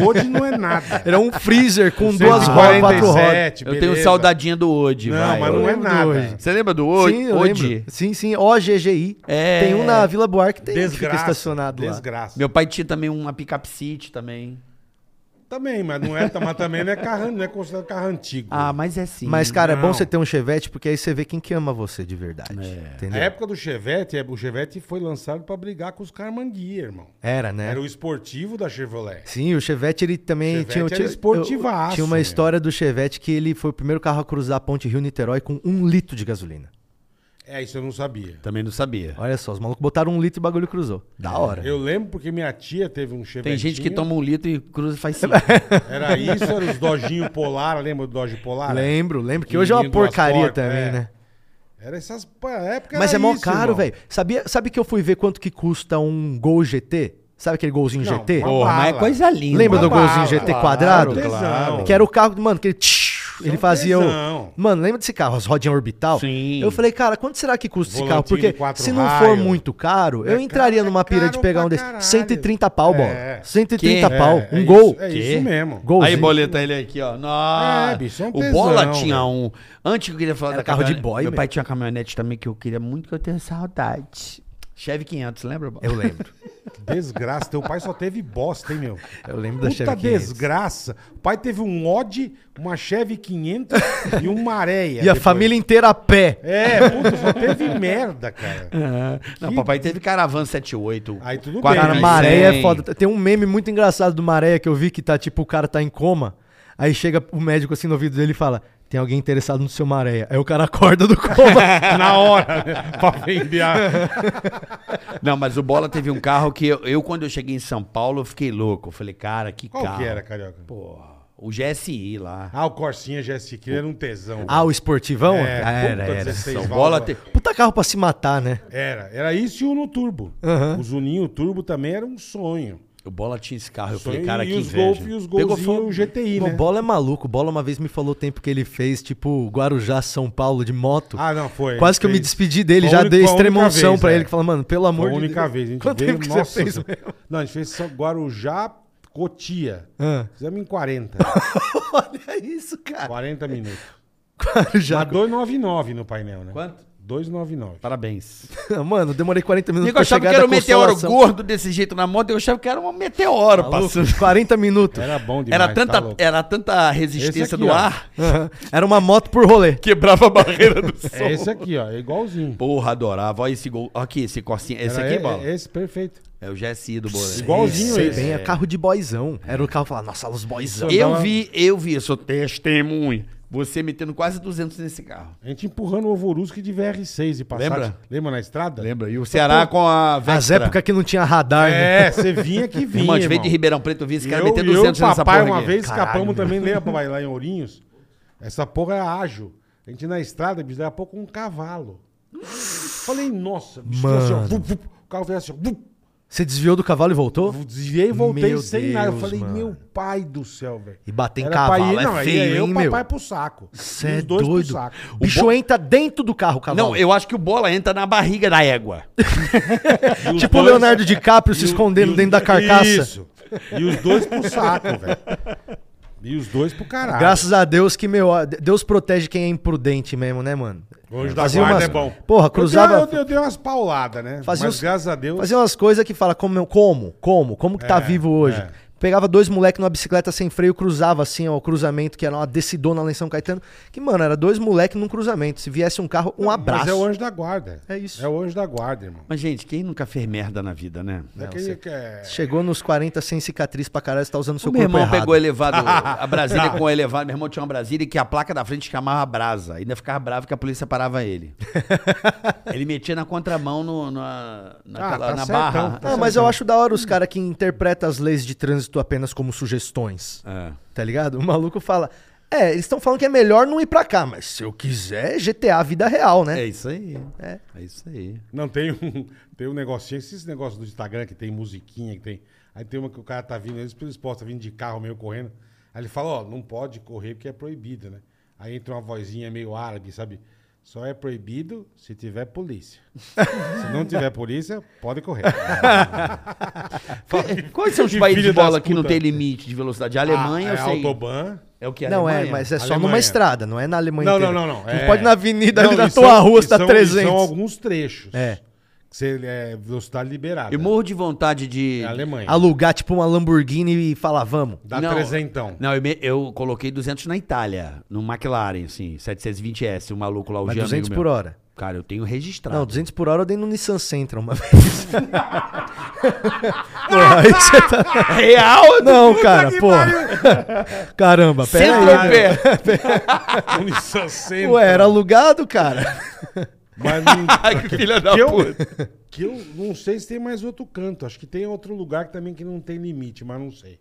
[SPEAKER 2] O Hoje não é nada.
[SPEAKER 4] Era um freezer com duas rodas, quatro rodas.
[SPEAKER 2] 147,
[SPEAKER 3] Eu tenho
[SPEAKER 2] beleza.
[SPEAKER 3] saudadinha do Odi,
[SPEAKER 2] Não,
[SPEAKER 3] vai.
[SPEAKER 2] mas não é
[SPEAKER 4] lembro do hoje.
[SPEAKER 2] nada.
[SPEAKER 3] Você lembra do Odi?
[SPEAKER 4] Sim, eu
[SPEAKER 3] Odi?
[SPEAKER 4] lembro. Sim, sim, OGGI.
[SPEAKER 3] É.
[SPEAKER 4] Tem um na Vila Buarque, tem um que fica
[SPEAKER 2] Desgraça.
[SPEAKER 4] estacionado lá.
[SPEAKER 2] desgraça.
[SPEAKER 3] Meu pai tinha também uma picape City também.
[SPEAKER 2] Também, mas não é, mas também não é carro, não é considerado carro antigo.
[SPEAKER 3] Ah, mas é sim.
[SPEAKER 4] Mas, cara, é bom
[SPEAKER 2] Não.
[SPEAKER 4] você ter um Chevette, porque aí você vê quem que ama você de verdade.
[SPEAKER 2] Na
[SPEAKER 4] Entendeu?
[SPEAKER 2] época do Chevette, é, o Chevette foi lançado pra brigar com os Carmanguia, irmão.
[SPEAKER 4] Era, né?
[SPEAKER 2] Era o esportivo da Chevrolet.
[SPEAKER 4] Sim, o Chevette ele também
[SPEAKER 2] Chevette
[SPEAKER 4] tinha,
[SPEAKER 2] era
[SPEAKER 4] tinha,
[SPEAKER 2] esportivaço,
[SPEAKER 4] tinha uma
[SPEAKER 2] meu.
[SPEAKER 4] história do Chevette que ele foi o primeiro carro a cruzar a ponte Rio-Niterói com um litro de gasolina.
[SPEAKER 2] É, isso eu não sabia.
[SPEAKER 4] Tá.
[SPEAKER 3] Também não sabia.
[SPEAKER 4] Olha só, os malucos botaram um litro e o bagulho cruzou. Da hora.
[SPEAKER 2] Eu lembro porque minha tia teve um Chevette.
[SPEAKER 3] Tem gente que toma um litro e cruza e faz cinco.
[SPEAKER 2] Era isso, era os Dojinho Polar, lembra do Dojinho Polar?
[SPEAKER 4] Lembro, lembro que hoje é uma
[SPEAKER 2] Lindo as
[SPEAKER 4] porcaria
[SPEAKER 2] portas,
[SPEAKER 4] também,
[SPEAKER 2] é.
[SPEAKER 4] né?
[SPEAKER 2] Era essas. pá, época
[SPEAKER 4] Mas é
[SPEAKER 2] era
[SPEAKER 4] mó
[SPEAKER 2] isso,
[SPEAKER 4] caro,
[SPEAKER 2] irmão.
[SPEAKER 4] velho. Sabia, sabe que eu fui ver quanto que custa um Gol GT? Sabe aquele golzinho
[SPEAKER 2] Não,
[SPEAKER 4] GT?
[SPEAKER 2] uma
[SPEAKER 3] Porra, mas é
[SPEAKER 2] bala.
[SPEAKER 3] coisa linda.
[SPEAKER 4] Lembra do
[SPEAKER 2] bala,
[SPEAKER 4] golzinho GT
[SPEAKER 2] claro,
[SPEAKER 4] quadrado?
[SPEAKER 2] tesão. é um
[SPEAKER 4] Que era o carro, do- mano, que ele. tsh, ele fazia
[SPEAKER 2] tesão.
[SPEAKER 4] o. Mano, lembra desse carro, as rodinhas orbital?
[SPEAKER 3] Sim.
[SPEAKER 4] Eu falei, cara, quanto será que custa
[SPEAKER 2] Volantinho
[SPEAKER 4] esse carro? Porque
[SPEAKER 2] de quatro
[SPEAKER 4] se não for
[SPEAKER 2] raios.
[SPEAKER 4] muito caro,
[SPEAKER 2] É
[SPEAKER 4] eu
[SPEAKER 2] caro,
[SPEAKER 4] entraria
[SPEAKER 2] é
[SPEAKER 4] numa pira de
[SPEAKER 2] caro
[SPEAKER 4] pegar
[SPEAKER 2] pra
[SPEAKER 4] um desses.
[SPEAKER 2] caralho.
[SPEAKER 4] 130 pau, bola.
[SPEAKER 2] É.
[SPEAKER 4] 130
[SPEAKER 2] É,
[SPEAKER 4] pau.
[SPEAKER 2] é
[SPEAKER 4] um
[SPEAKER 2] isso-
[SPEAKER 4] gol.
[SPEAKER 2] É
[SPEAKER 3] Que?
[SPEAKER 2] isso mesmo.
[SPEAKER 4] Gol.
[SPEAKER 3] Aí
[SPEAKER 4] golzinho.
[SPEAKER 3] boleta ele aqui, ó. Nossa.
[SPEAKER 2] É, bicho, é um
[SPEAKER 3] o
[SPEAKER 2] tesão,
[SPEAKER 3] Bola
[SPEAKER 2] velho.
[SPEAKER 3] tinha um. Antes que eu queria falar
[SPEAKER 4] Era
[SPEAKER 3] da
[SPEAKER 4] carro de
[SPEAKER 3] caminhonete.
[SPEAKER 4] boy
[SPEAKER 3] Meu pai
[SPEAKER 4] mesmo.
[SPEAKER 3] tinha uma caminhonete também que eu queria muito que eu tenha saudade. Chevy 500, lembra? Bola?
[SPEAKER 4] Eu lembro.
[SPEAKER 2] Desgraça. Teu pai só teve bosta, hein, meu?
[SPEAKER 4] Eu lembro da
[SPEAKER 2] Puta
[SPEAKER 4] Chevy 500.
[SPEAKER 2] desgraça. O pai teve um Odd, uma Chevy 500 e uma areia.
[SPEAKER 4] E a
[SPEAKER 2] depois.
[SPEAKER 4] família inteira a pé.
[SPEAKER 2] É, puta, só teve merda, cara.
[SPEAKER 3] Ah, Não,
[SPEAKER 2] Que-
[SPEAKER 3] papai teve Caravan 78.
[SPEAKER 2] Aí tudo
[SPEAKER 3] Quatro
[SPEAKER 2] bem,
[SPEAKER 4] Cara,
[SPEAKER 2] Sim.
[SPEAKER 4] maré é
[SPEAKER 3] cem.
[SPEAKER 4] foda. Tem um meme muito engraçado do maré que eu vi que tá tipo, o cara tá em coma. Aí chega o médico assim no ouvido dele e fala: Tem alguém interessado no seu maré. Aí o cara acorda do coma.
[SPEAKER 2] Na hora, né? pra vender a...
[SPEAKER 3] Não, mas o Bola teve um carro que eu, eu, quando eu cheguei em São Paulo, eu fiquei louco. Eu falei, cara, que
[SPEAKER 2] Qual
[SPEAKER 3] carro.
[SPEAKER 4] Tá.
[SPEAKER 2] que era, Carioca?
[SPEAKER 3] Porra, o GSI lá.
[SPEAKER 2] Ah, o Corsinha GSQ era um tesão.
[SPEAKER 4] ah, o esportivão?
[SPEAKER 2] É,
[SPEAKER 4] Ah, era,
[SPEAKER 2] puta,
[SPEAKER 4] era.
[SPEAKER 2] 16
[SPEAKER 3] São
[SPEAKER 2] válvulas.
[SPEAKER 3] Bola te...
[SPEAKER 4] Puta carro pra se matar, né?
[SPEAKER 2] Era, era isso e o no turbo.
[SPEAKER 4] Aham.
[SPEAKER 2] Os uninho o turbo também era um sonho.
[SPEAKER 3] O Bola tinha esse carro. Eu
[SPEAKER 2] Sonho
[SPEAKER 3] falei, cara,
[SPEAKER 2] e
[SPEAKER 3] que
[SPEAKER 2] os
[SPEAKER 3] inveja.
[SPEAKER 2] Golf e os
[SPEAKER 3] Pegou
[SPEAKER 2] golzinhos
[SPEAKER 3] fogo.
[SPEAKER 2] o GTI,
[SPEAKER 4] O
[SPEAKER 2] né?
[SPEAKER 4] Bola é maluco. O Bola uma vez me falou o tempo que ele fez, tipo, Guarujá, São Paulo, de moto.
[SPEAKER 2] Ah, não, foi.
[SPEAKER 4] Quase que eu me
[SPEAKER 2] Fez-
[SPEAKER 4] despedi dele,
[SPEAKER 2] Foi a
[SPEAKER 4] já
[SPEAKER 2] única-
[SPEAKER 4] dei
[SPEAKER 2] foi a
[SPEAKER 4] extrema
[SPEAKER 2] única
[SPEAKER 4] unção
[SPEAKER 2] vez,
[SPEAKER 4] pra
[SPEAKER 2] é.
[SPEAKER 4] ele, que fala, mano, pelo
[SPEAKER 2] Foi
[SPEAKER 4] amor
[SPEAKER 2] a
[SPEAKER 4] de
[SPEAKER 2] única
[SPEAKER 4] Deus.
[SPEAKER 2] vez. A gente
[SPEAKER 4] Quanto
[SPEAKER 2] veio,
[SPEAKER 4] tempo que
[SPEAKER 2] nossa,
[SPEAKER 4] você fez?
[SPEAKER 2] senhora. Não, a gente fez só Guarujá, Cotia.
[SPEAKER 4] Ah.
[SPEAKER 2] Fizemos em 40.
[SPEAKER 4] Olha isso, cara.
[SPEAKER 2] 40 minutos.
[SPEAKER 4] Guarujá.
[SPEAKER 2] Mas 299 no painel, né?
[SPEAKER 3] Quanto?
[SPEAKER 2] 299.
[SPEAKER 3] Tá Parabéns.
[SPEAKER 4] Mano, demorei 40 minutos
[SPEAKER 3] Nego, eu achava que
[SPEAKER 4] chegar
[SPEAKER 3] era um
[SPEAKER 4] da
[SPEAKER 3] meteoro
[SPEAKER 4] consolação.
[SPEAKER 3] gordo desse jeito na moto, eu achava que era um meteoro
[SPEAKER 4] Maluco,
[SPEAKER 3] passando.
[SPEAKER 4] 40 minutos.
[SPEAKER 2] Era bom demais.
[SPEAKER 3] Era
[SPEAKER 2] tá
[SPEAKER 3] tanta,
[SPEAKER 2] louco.
[SPEAKER 3] era tanta resistência
[SPEAKER 2] Esse aqui,
[SPEAKER 3] do
[SPEAKER 2] ó.
[SPEAKER 3] ar,
[SPEAKER 4] Aham. Era uma moto por rolê.
[SPEAKER 3] quebrava a barreira do som.
[SPEAKER 2] É esse aqui, ó. É igualzinho.
[SPEAKER 3] Porra, adorava. Olha esse gol. Aqui, esse corsinha. Esse
[SPEAKER 2] Era
[SPEAKER 3] aqui,
[SPEAKER 2] é-
[SPEAKER 3] bola.
[SPEAKER 2] é Esse, perfeito.
[SPEAKER 3] É o GSI do Bolé.
[SPEAKER 2] Igualzinho
[SPEAKER 4] Sei
[SPEAKER 2] esse.
[SPEAKER 4] bem, é carro de boyzão. Era o carro que falava, nossa, os boyzão.
[SPEAKER 3] Eu
[SPEAKER 2] Dava-
[SPEAKER 3] vi, eu vi, eu sou testemunha. Você metendo quase 200 nesse carro.
[SPEAKER 2] A gente empurrando o Ovorusque de VR6 e passagem.
[SPEAKER 3] Lembra?
[SPEAKER 2] Lembra na estrada?
[SPEAKER 3] Lembra? E o Ceará com a Vectra.
[SPEAKER 4] As épocas que não tinha radar, né?
[SPEAKER 2] É, você vinha que vinha.
[SPEAKER 3] Irmão, a gente veio de
[SPEAKER 2] irmão.
[SPEAKER 3] Ribeirão Preto, eu vi esse cara
[SPEAKER 2] eu,
[SPEAKER 3] meter
[SPEAKER 2] eu e
[SPEAKER 3] 200
[SPEAKER 2] o
[SPEAKER 3] nessa
[SPEAKER 2] papai
[SPEAKER 3] porra
[SPEAKER 2] uma
[SPEAKER 3] aqui.
[SPEAKER 2] vez
[SPEAKER 4] Caralho,
[SPEAKER 2] escapamos também, lembra, papai, lá em Ourinhos? Essa porra é ágil. A gente na estrada, bicho, daqui a pouco um cavalo. Falei, nossa, bicho,
[SPEAKER 4] Mano.
[SPEAKER 2] assim, ó, vup, vup. o carro fez assim, ó, vup,
[SPEAKER 4] Você desviou do cavalo e voltou?
[SPEAKER 2] vup, desviei e voltei
[SPEAKER 4] Meu
[SPEAKER 2] sem nada. Eu
[SPEAKER 4] Deus,
[SPEAKER 2] falei,
[SPEAKER 4] mano.
[SPEAKER 2] meu pai do céu, velho.
[SPEAKER 4] E bater em
[SPEAKER 2] Era pra
[SPEAKER 4] cavalo,
[SPEAKER 2] ir-
[SPEAKER 4] é
[SPEAKER 2] aí
[SPEAKER 4] feio,
[SPEAKER 2] eu,
[SPEAKER 4] hein, meu?
[SPEAKER 2] papai pro saco.
[SPEAKER 4] Você é
[SPEAKER 2] Os dois pro
[SPEAKER 4] doido.
[SPEAKER 2] saco.
[SPEAKER 4] O bicho entra dentro do carro, o cavalo.
[SPEAKER 3] Não, eu acho que o bola entra na barriga da égua.
[SPEAKER 2] E os
[SPEAKER 4] Tipo o
[SPEAKER 2] dois-
[SPEAKER 4] Leonardo DiCaprio
[SPEAKER 2] e
[SPEAKER 4] se
[SPEAKER 2] o- e
[SPEAKER 4] escondendo
[SPEAKER 2] os
[SPEAKER 4] dentro da
[SPEAKER 2] dois-
[SPEAKER 4] carcaça.
[SPEAKER 2] Isso. E os dois pro saco, velho. E os dois pro caralho.
[SPEAKER 4] Graças a Deus que, meu, ó, Deus protege quem é imprudente mesmo, né, mano?
[SPEAKER 2] Hoje da
[SPEAKER 4] Fazia
[SPEAKER 2] guarda
[SPEAKER 4] umas-
[SPEAKER 2] é bom.
[SPEAKER 4] Porra, cruzava-
[SPEAKER 2] Eu dei, eu dei umas pauladas, né?
[SPEAKER 4] Fazia
[SPEAKER 2] Mas
[SPEAKER 4] uns-
[SPEAKER 2] graças a Deus.
[SPEAKER 4] Fazia um umas coisas que fala, como, como, como, como que tá
[SPEAKER 2] É,
[SPEAKER 4] vivo hoje?
[SPEAKER 2] é.
[SPEAKER 4] Pegava dois moleques numa bicicleta sem freio, cruzava assim, ó, o cruzamento, que era uma descidona lá em São Caetano. Que, mano, era dois moleques num cruzamento. Se viesse um carro, um abraço.
[SPEAKER 2] Mas é o anjo da guarda.
[SPEAKER 4] É isso.
[SPEAKER 2] É o anjo da guarda, irmão.
[SPEAKER 3] Mas, gente, quem nunca fez merda na vida, né?
[SPEAKER 2] É aquele que é...
[SPEAKER 4] Chegou nos 40 sem cicatriz pra caralho, você tá usando seu
[SPEAKER 3] o meu
[SPEAKER 4] corpo
[SPEAKER 3] irmão
[SPEAKER 4] errado.
[SPEAKER 3] pegou elevado, a Brasília com o elevado. Meu irmão tinha uma Brasília que a placa da frente chamava Brasa. Ainda ficava bravo que a polícia parava ele. ele metia na contramão no, na, naquela-
[SPEAKER 2] tá
[SPEAKER 3] na
[SPEAKER 2] certão,
[SPEAKER 3] barra.
[SPEAKER 2] tá
[SPEAKER 4] Ah, mas eu acho da hora os caras que interpretam as leis de trânsito apenas como sugestões.
[SPEAKER 3] É.
[SPEAKER 4] Tá ligado? O maluco fala. É, eles estão falando que é melhor não ir pra cá, mas se eu quiser, GTA vida real, né?
[SPEAKER 3] É isso aí. É. isso aí.
[SPEAKER 2] Não, tem um, tem um negocinho, esses negócios do Instagram que tem musiquinha, que tem. Aí tem uma que o cara tá vindo, eles pelos postos, tá vindo de carro meio correndo. Aí ele fala, ó, não pode correr porque é proibido, né? Aí entra uma vozinha meio árabe, sabe? Só é proibido se tiver polícia. se não tiver polícia, pode correr.
[SPEAKER 3] Quais são os
[SPEAKER 2] Que
[SPEAKER 3] países de
[SPEAKER 2] filho das
[SPEAKER 3] bola que não
[SPEAKER 2] putas.
[SPEAKER 3] tem limite de velocidade? A Alemanha,
[SPEAKER 2] Ah,
[SPEAKER 3] eu
[SPEAKER 2] é
[SPEAKER 3] sei.
[SPEAKER 2] Autobahn.
[SPEAKER 3] É o que?
[SPEAKER 4] não, é,
[SPEAKER 3] Alemanha?
[SPEAKER 4] mas é só
[SPEAKER 2] Alemanha.
[SPEAKER 4] numa estrada, não é na Alemanha
[SPEAKER 2] Não, não,
[SPEAKER 4] inteira.
[SPEAKER 2] não, não.
[SPEAKER 4] Não
[SPEAKER 2] é-
[SPEAKER 4] pode na avenida ali
[SPEAKER 2] Não,
[SPEAKER 4] da
[SPEAKER 2] e
[SPEAKER 4] tua
[SPEAKER 2] são-
[SPEAKER 4] rua,
[SPEAKER 2] e
[SPEAKER 4] você tá
[SPEAKER 2] são- e
[SPEAKER 4] 300.
[SPEAKER 2] São alguns trechos.
[SPEAKER 4] É.
[SPEAKER 2] Que você é velocidade liberada.
[SPEAKER 3] Eu morro de vontade de.
[SPEAKER 2] É Alemanha.
[SPEAKER 4] Alugar tipo uma Lamborghini e falar, vamos.
[SPEAKER 2] Dá
[SPEAKER 3] Não,
[SPEAKER 2] trezentão.
[SPEAKER 3] Não, eu, me- eu coloquei 200 na Itália, no McLaren, assim, 720S, o maluco
[SPEAKER 2] é
[SPEAKER 3] lá, o
[SPEAKER 4] Mas
[SPEAKER 3] Jean,
[SPEAKER 4] 200
[SPEAKER 3] amigo
[SPEAKER 4] por
[SPEAKER 3] meu.
[SPEAKER 4] hora.
[SPEAKER 3] Cara, eu tenho registrado.
[SPEAKER 4] Não, 200 por hora eu dei no Nissan Sentra uma vez. Porra, aí você tá...
[SPEAKER 3] Real?
[SPEAKER 4] Não, cara, pô. Caramba, pera aí.
[SPEAKER 3] Centro pé.
[SPEAKER 2] Unissan Centro.
[SPEAKER 4] Ué, era alugado, cara.
[SPEAKER 2] Mas não-
[SPEAKER 3] Ai, que filha da
[SPEAKER 2] que, eu,
[SPEAKER 3] puta.
[SPEAKER 2] que eu não sei se tem mais outro canto. Acho que tem outro lugar que também que não tem limite, mas não sei.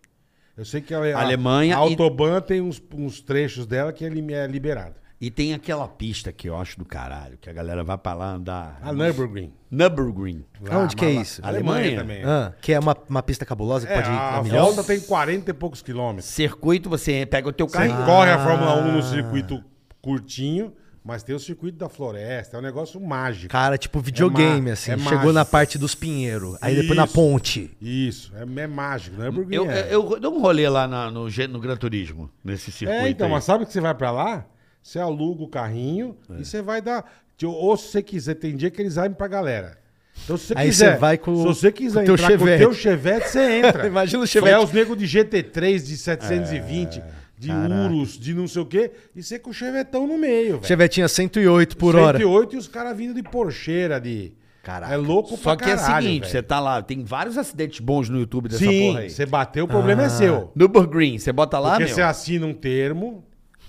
[SPEAKER 2] Eu sei que a, a-
[SPEAKER 3] Alemanha
[SPEAKER 2] a
[SPEAKER 3] e-
[SPEAKER 2] Autobahn tem uns, uns trechos dela que é, li- é liberado.
[SPEAKER 3] E tem aquela pista que eu acho do caralho, que a galera vai pra lá andar.
[SPEAKER 2] A Nürburgring.
[SPEAKER 3] Nürburgring.
[SPEAKER 2] Lá,
[SPEAKER 4] Aonde que é
[SPEAKER 2] Ah, lá-
[SPEAKER 4] isso?
[SPEAKER 2] Alemanha,
[SPEAKER 3] Alemanha.
[SPEAKER 2] também.
[SPEAKER 4] Ah, que é uma, uma pista cabulosa que
[SPEAKER 2] É,
[SPEAKER 4] pode ir
[SPEAKER 2] a
[SPEAKER 4] a milhão.
[SPEAKER 2] volta tem 40 e poucos quilômetros.
[SPEAKER 3] Circuito, você pega o teu
[SPEAKER 2] Você
[SPEAKER 3] carro. e-
[SPEAKER 2] corre a Fórmula 1
[SPEAKER 3] Ah.
[SPEAKER 2] no circuito curtinho, mas tem o circuito da floresta. É um negócio mágico.
[SPEAKER 4] Cara, tipo videogame,
[SPEAKER 2] ma-
[SPEAKER 4] assim.
[SPEAKER 2] é
[SPEAKER 4] Chegou na
[SPEAKER 2] massa.
[SPEAKER 4] parte dos pinheiros, aí depois na
[SPEAKER 2] Isso.
[SPEAKER 4] ponte.
[SPEAKER 2] Isso, é, é mágico. Nürburgring
[SPEAKER 3] Eu,
[SPEAKER 2] é.
[SPEAKER 3] eu, eu dou um rolê lá na- no, G- no Gran Turismo, nesse circuito.
[SPEAKER 2] É, então,
[SPEAKER 3] aí.
[SPEAKER 2] mas sabe que você vai pra lá? Você aluga o carrinho
[SPEAKER 3] É.
[SPEAKER 2] e você vai dar. Ou se você quiser, tem dia que eles abrem pra galera. Então, se você
[SPEAKER 4] Aí
[SPEAKER 2] quiser.
[SPEAKER 4] você vai com
[SPEAKER 2] se
[SPEAKER 4] o-
[SPEAKER 2] você quiser
[SPEAKER 4] com o teu
[SPEAKER 2] entrar com o
[SPEAKER 4] Chevette.
[SPEAKER 2] teu Chevette, você entra.
[SPEAKER 4] Imagina o
[SPEAKER 2] Só é
[SPEAKER 4] Chevette.
[SPEAKER 2] os negros de GT3, de 720, de Urus, de não sei o quê, e você com o Chevetão no meio, velho.
[SPEAKER 4] Chevetinha 108 por hora.
[SPEAKER 2] 108 e os caras vindo de porcheira de.
[SPEAKER 4] Caraca.
[SPEAKER 2] É louco
[SPEAKER 3] Só
[SPEAKER 2] pra
[SPEAKER 3] que
[SPEAKER 2] caralho.
[SPEAKER 3] é o seguinte, você
[SPEAKER 2] velho.
[SPEAKER 3] tá lá, tem vários acidentes bons no YouTube dessa porra
[SPEAKER 2] Sim,
[SPEAKER 3] aí.
[SPEAKER 2] você bateu, o problema é seu.
[SPEAKER 3] Nürburgring, você bota lá,
[SPEAKER 2] Porque
[SPEAKER 3] meu.
[SPEAKER 2] você assina um termo,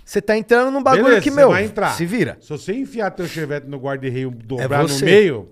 [SPEAKER 4] Você tá entrando num bagulho
[SPEAKER 2] Beleza,
[SPEAKER 4] que,
[SPEAKER 2] você
[SPEAKER 4] meu,
[SPEAKER 2] vai entrar.
[SPEAKER 4] se vira.
[SPEAKER 2] Se você enfiar teu chevette no guarda-reio,
[SPEAKER 3] É
[SPEAKER 2] dobrar no
[SPEAKER 4] você.
[SPEAKER 2] meio,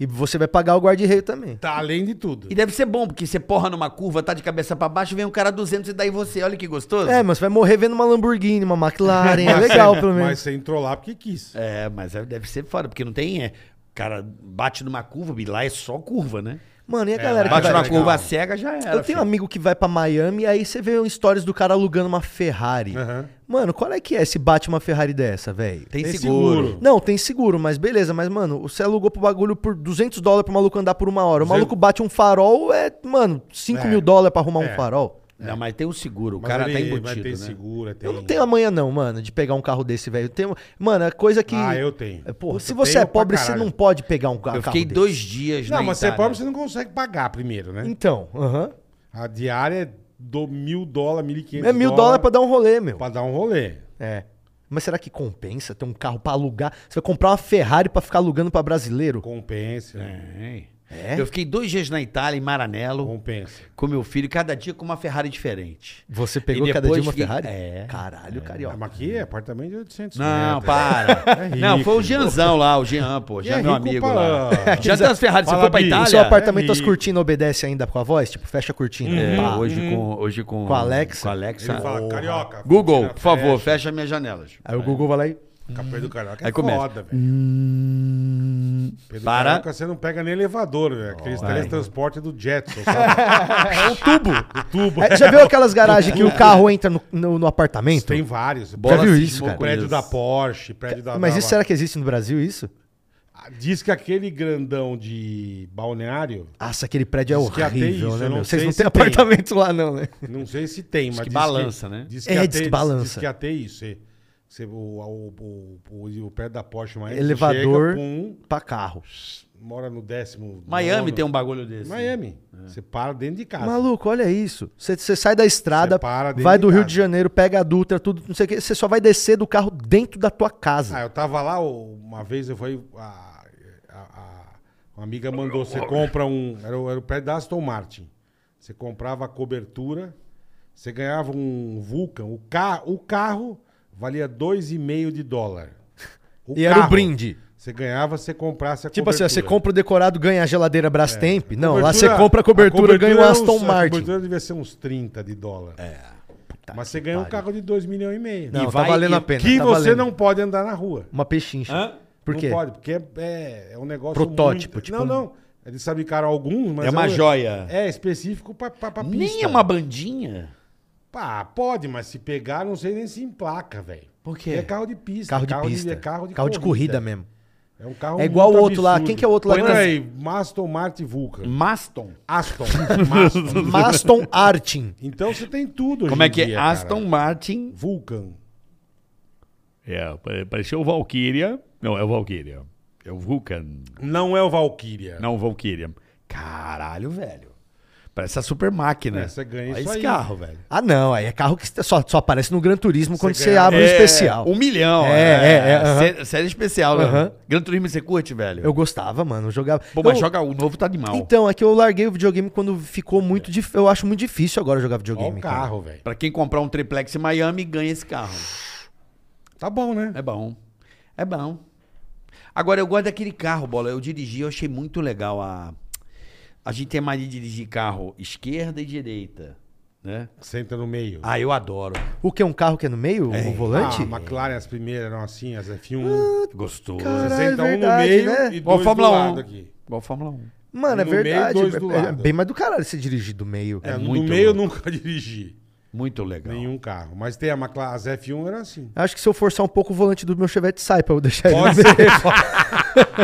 [SPEAKER 4] E você vai pagar o guarda-reio também.
[SPEAKER 2] tá além de tudo.
[SPEAKER 3] E deve ser bom, porque você porra numa curva, tá de cabeça pra baixo, vem um cara 200 e daí você, olha que gostoso.
[SPEAKER 4] É, mas você vai morrer vendo uma Lamborghini, uma McLaren. É legal, pelo
[SPEAKER 2] Mas
[SPEAKER 4] menos.
[SPEAKER 2] você entrou lá porque quis.
[SPEAKER 3] É, mas é- deve ser foda, porque não tem. É, o cara bate numa curva e lá é só curva, né?
[SPEAKER 4] Mano, e a
[SPEAKER 2] é,
[SPEAKER 4] galera
[SPEAKER 3] Bate
[SPEAKER 4] que
[SPEAKER 3] numa
[SPEAKER 4] vai...
[SPEAKER 3] curva cega já era.
[SPEAKER 4] Eu tenho um
[SPEAKER 3] filho.
[SPEAKER 4] amigo que vai pra Miami, aí você vê um stories do cara alugando uma Ferrari.
[SPEAKER 2] Aham.
[SPEAKER 4] Mano, qual é que é se bate uma Ferrari dessa, velho?
[SPEAKER 3] Tem
[SPEAKER 2] Tem
[SPEAKER 3] seguro.
[SPEAKER 2] seguro.
[SPEAKER 4] Não, tem seguro, mas beleza. Mas, mano, você alugou pro bagulho por 200 dólares pro maluco andar por uma hora. O maluco bate um farol, é, mano, 5
[SPEAKER 2] É.
[SPEAKER 4] mil dólares pra arrumar
[SPEAKER 2] É.
[SPEAKER 4] um farol.
[SPEAKER 3] Não, mas tem o seguro. O
[SPEAKER 2] Mas
[SPEAKER 3] cara
[SPEAKER 2] ele-
[SPEAKER 3] tá
[SPEAKER 2] mas
[SPEAKER 3] embutido,
[SPEAKER 2] tem
[SPEAKER 3] né?
[SPEAKER 2] segura, tem...
[SPEAKER 4] Eu não tenho amanhã, não, mano, de pegar um carro desse, velho. Eu tenho- Mano, é coisa que.
[SPEAKER 2] Ah, eu tenho.
[SPEAKER 4] É, porra,
[SPEAKER 2] Puta,
[SPEAKER 4] se você
[SPEAKER 2] tenho
[SPEAKER 4] é pobre,
[SPEAKER 2] pra
[SPEAKER 4] você
[SPEAKER 2] caralho.
[SPEAKER 4] não pode pegar um ca- carro.
[SPEAKER 3] Eu fiquei
[SPEAKER 4] desse.
[SPEAKER 3] dois dias
[SPEAKER 2] Não,
[SPEAKER 3] na
[SPEAKER 2] mas você é pobre, você não consegue pagar primeiro, né?
[SPEAKER 4] Então, aham.
[SPEAKER 2] A diária é do mil dólares, mil e quinhentos
[SPEAKER 4] É mil dólares pra dar um rolê, meu.
[SPEAKER 2] pra dar um rolê.
[SPEAKER 4] É. Mas será que compensa ter um carro pra alugar? Você vai comprar uma Ferrari pra ficar alugando pra brasileiro?
[SPEAKER 2] Compensa, né?
[SPEAKER 3] É.
[SPEAKER 4] É?
[SPEAKER 3] Eu fiquei dois dias na Itália, em Maranello,
[SPEAKER 2] compensa.
[SPEAKER 3] com meu filho, cada dia com uma Ferrari diferente.
[SPEAKER 4] Você
[SPEAKER 3] E
[SPEAKER 4] pegou cada dia
[SPEAKER 3] depois
[SPEAKER 4] uma
[SPEAKER 3] fiquei-
[SPEAKER 4] Ferrari?
[SPEAKER 3] É.
[SPEAKER 4] Caralho,
[SPEAKER 2] Ah,
[SPEAKER 4] carioca.
[SPEAKER 2] Mas aqui é apartamento de 800
[SPEAKER 3] Não,
[SPEAKER 2] metros.
[SPEAKER 3] para.
[SPEAKER 2] É rico.
[SPEAKER 3] não, foi o Jeanzão lá, o Jean, pô.
[SPEAKER 2] E é
[SPEAKER 3] Jean, meu
[SPEAKER 2] rico
[SPEAKER 3] amigo
[SPEAKER 2] pra-
[SPEAKER 3] lá.
[SPEAKER 2] Aqueles-
[SPEAKER 3] Já das Ferrari, você
[SPEAKER 2] Fala,
[SPEAKER 3] foi pra
[SPEAKER 2] Bi,
[SPEAKER 4] O
[SPEAKER 3] Itália?
[SPEAKER 4] seu apartamento, as
[SPEAKER 2] É, e-
[SPEAKER 4] cortinas obedecem ainda com a voz? Tipo, fecha a cortina.
[SPEAKER 3] É,
[SPEAKER 4] Pá.
[SPEAKER 3] hoje, com, hoje com...
[SPEAKER 4] Com a Alexa.
[SPEAKER 3] Com a Alexa.
[SPEAKER 2] Ele fala, carioca.
[SPEAKER 3] Google,
[SPEAKER 2] fecha,
[SPEAKER 3] por favor, fecha minhas janelas.
[SPEAKER 4] Aí o Google vai lá e.
[SPEAKER 2] Capê do Carioca é
[SPEAKER 3] Aí começa.
[SPEAKER 2] foda, velho. Pedro
[SPEAKER 3] Para.
[SPEAKER 2] Carioca, você não pega nem elevador, velho. Aqueles teletransporte do Jetson, sabe?
[SPEAKER 4] É um tubo.
[SPEAKER 2] do tubo.
[SPEAKER 4] É, já viu aquelas garagens que o carro entra no, no- no apartamento?
[SPEAKER 2] Tem vários.
[SPEAKER 4] Já viu isso,
[SPEAKER 3] cismou
[SPEAKER 4] cara?
[SPEAKER 3] com
[SPEAKER 2] prédio
[SPEAKER 3] isso.
[SPEAKER 2] da Porsche, prédio da...
[SPEAKER 4] Mas
[SPEAKER 2] da-
[SPEAKER 4] isso será que existe no Brasil, isso?
[SPEAKER 2] Diz que aquele grandão de balneário,
[SPEAKER 4] Nossa, aquele prédio é
[SPEAKER 2] Diz que até
[SPEAKER 4] horrível,
[SPEAKER 2] isso, eu
[SPEAKER 4] né,
[SPEAKER 2] não
[SPEAKER 4] meu? Vocês
[SPEAKER 2] sei
[SPEAKER 4] não
[SPEAKER 2] se
[SPEAKER 4] têm
[SPEAKER 2] tem.
[SPEAKER 4] apartamento lá, não, né?
[SPEAKER 2] não sei se tem, mas
[SPEAKER 3] que
[SPEAKER 2] diz
[SPEAKER 3] balança, né?
[SPEAKER 2] Diz
[SPEAKER 4] É, diz que
[SPEAKER 2] Diz
[SPEAKER 4] balança.
[SPEAKER 2] que até isso. Você, você- o, o, o, o, o prédio da Porsche, mas
[SPEAKER 4] Elevador.
[SPEAKER 2] chega com um,
[SPEAKER 4] Pra carro.
[SPEAKER 2] mora no décimo...
[SPEAKER 3] Miami
[SPEAKER 2] nono.
[SPEAKER 3] tem um bagulho desse.
[SPEAKER 2] Miami. Você para dentro de casa.
[SPEAKER 4] Maluco, olha isso. Você- Você sai da estrada,
[SPEAKER 2] Você para dentro
[SPEAKER 4] vai
[SPEAKER 2] de
[SPEAKER 4] do Rio
[SPEAKER 2] casa.
[SPEAKER 4] de Janeiro, pega a Dutra, tudo, não sei o quê. Você só vai descer do carro dentro da tua
[SPEAKER 2] Ah,
[SPEAKER 4] casa.
[SPEAKER 2] eu tava lá o- uma vez, eu fui. A, a- a- uma amiga mandou: você compra um. Era, o- era o prédio da Aston Martin. Você comprava a cobertura, você ganhava um Vulcan. O, ca, o carro valia 2,5 de dólar. O
[SPEAKER 4] e era o
[SPEAKER 2] carro.
[SPEAKER 4] brinde.
[SPEAKER 2] Você ganhava se comprasse a
[SPEAKER 4] Tipo
[SPEAKER 2] cobertura. É.
[SPEAKER 4] assim, você compra o decorado, ganha a geladeira Brastemp. Não, lá você
[SPEAKER 2] Cobertura-
[SPEAKER 4] compra a cobertura, ganha o
[SPEAKER 2] era
[SPEAKER 4] Aston
[SPEAKER 2] uns- A
[SPEAKER 4] Martin.
[SPEAKER 2] cobertura devia ser uns 30 de dólar. É. Mas você ganha um carro de 2 milhões e meio.
[SPEAKER 4] Não,
[SPEAKER 3] E
[SPEAKER 4] tá
[SPEAKER 3] vai-
[SPEAKER 4] valendo
[SPEAKER 3] e-
[SPEAKER 4] a pena.
[SPEAKER 2] que
[SPEAKER 4] tá
[SPEAKER 2] você
[SPEAKER 4] valendo.
[SPEAKER 2] não pode andar na rua.
[SPEAKER 4] Uma pechincha.
[SPEAKER 3] Hã?
[SPEAKER 4] Por quê?
[SPEAKER 2] Não pode, porque é- é, é um negócio.
[SPEAKER 4] Protótipo,
[SPEAKER 2] muito-
[SPEAKER 4] tipo
[SPEAKER 2] Não,
[SPEAKER 4] um-
[SPEAKER 2] não. Eles fabricaram alguns, mas.
[SPEAKER 3] É uma
[SPEAKER 2] um-
[SPEAKER 3] joia.
[SPEAKER 2] É específico pra, pra, pra
[SPEAKER 3] Nem
[SPEAKER 2] pista.
[SPEAKER 3] é uma bandinha.
[SPEAKER 2] Pá, pode, mas se pegar, não sei nem se emplaca, velho.
[SPEAKER 3] Por quê?
[SPEAKER 2] É carro de pista.
[SPEAKER 4] Carro de pista.
[SPEAKER 2] É carro de
[SPEAKER 4] corrida mesmo.
[SPEAKER 2] É um carro
[SPEAKER 4] É igual
[SPEAKER 2] muito
[SPEAKER 4] o outro lá.
[SPEAKER 2] absurdo.
[SPEAKER 4] Quem que é o outro lá
[SPEAKER 2] Põe
[SPEAKER 4] que tá-
[SPEAKER 2] aí, Aston Martin Vulcan.
[SPEAKER 3] Maston.
[SPEAKER 2] Aston. Aston.
[SPEAKER 4] Aston Artin.
[SPEAKER 2] então você tem tudo hoje
[SPEAKER 3] Como é
[SPEAKER 2] em
[SPEAKER 3] que é?
[SPEAKER 2] dia, cara.
[SPEAKER 3] Aston Martin.
[SPEAKER 2] Vulcan.
[SPEAKER 5] É, pare- pareceu o Valkyria. Não, é o Valkyria. É o Vulcan.
[SPEAKER 2] Não é o Valkyria.
[SPEAKER 5] Não, o Valkyria.
[SPEAKER 3] Caralho, velho. Parece a super máquina.
[SPEAKER 4] né?
[SPEAKER 2] É, você ganha
[SPEAKER 3] Olha
[SPEAKER 2] isso
[SPEAKER 3] esse
[SPEAKER 2] aí.
[SPEAKER 3] carro, velho.
[SPEAKER 4] Ah, não. Aí é carro que só, só aparece no Gran Turismo quando você
[SPEAKER 2] ganha-
[SPEAKER 4] abre o especial.
[SPEAKER 3] Um milhão.
[SPEAKER 4] É, é, é, aham.
[SPEAKER 3] Sé- Série especial, né?
[SPEAKER 4] Aham.
[SPEAKER 3] Gran Turismo você curte, velho?
[SPEAKER 4] Eu gostava, mano. Eu jogava.
[SPEAKER 3] Pô, mas
[SPEAKER 4] Eu-
[SPEAKER 3] joga o novo tá de mal.
[SPEAKER 4] Então, é que eu larguei o videogame quando ficou muito difícil. Eu acho muito difícil agora jogar
[SPEAKER 2] Olha
[SPEAKER 4] videogame.
[SPEAKER 2] É. o
[SPEAKER 4] cara.
[SPEAKER 2] carro, velho.
[SPEAKER 3] Pra quem comprar um triplex em Miami, ganha esse carro.
[SPEAKER 2] Tá bom, né?
[SPEAKER 3] É bom. É bom. Agora, eu gosto daquele carro, Bola. Eu dirigi, eu achei muito legal a... A gente tem mais de dirigir carro esquerda e direita, né?
[SPEAKER 2] Senta no meio.
[SPEAKER 3] Ah, eu adoro.
[SPEAKER 4] O que é um carro que é no meio? O volante?
[SPEAKER 2] Ah, McLaren, as primeiras, não assim, as F1.
[SPEAKER 3] Gostoso.
[SPEAKER 4] Cara,
[SPEAKER 2] Você
[SPEAKER 4] é
[SPEAKER 2] senta um no
[SPEAKER 4] verdade,
[SPEAKER 2] meio
[SPEAKER 4] né?
[SPEAKER 2] e
[SPEAKER 3] Ó,
[SPEAKER 2] dois do
[SPEAKER 3] Fórmula 1.
[SPEAKER 2] lado aqui.
[SPEAKER 3] Igual a Fórmula 1.
[SPEAKER 4] Mano, é
[SPEAKER 2] no meio,
[SPEAKER 4] verdade.
[SPEAKER 2] dois do
[SPEAKER 4] é- é
[SPEAKER 2] lado.
[SPEAKER 4] bem mais do caralho você dirigir do meio.
[SPEAKER 2] É, no
[SPEAKER 3] muito
[SPEAKER 2] meio eu
[SPEAKER 3] louco.
[SPEAKER 2] nunca dirigi
[SPEAKER 3] Muito legal.
[SPEAKER 2] nenhum carro. Mas tem a McLaren, as F1 era assim.
[SPEAKER 4] Acho que se eu forçar um pouco o volante do meu Chevette sai pra eu deixar ele. no
[SPEAKER 2] Pode
[SPEAKER 4] meio.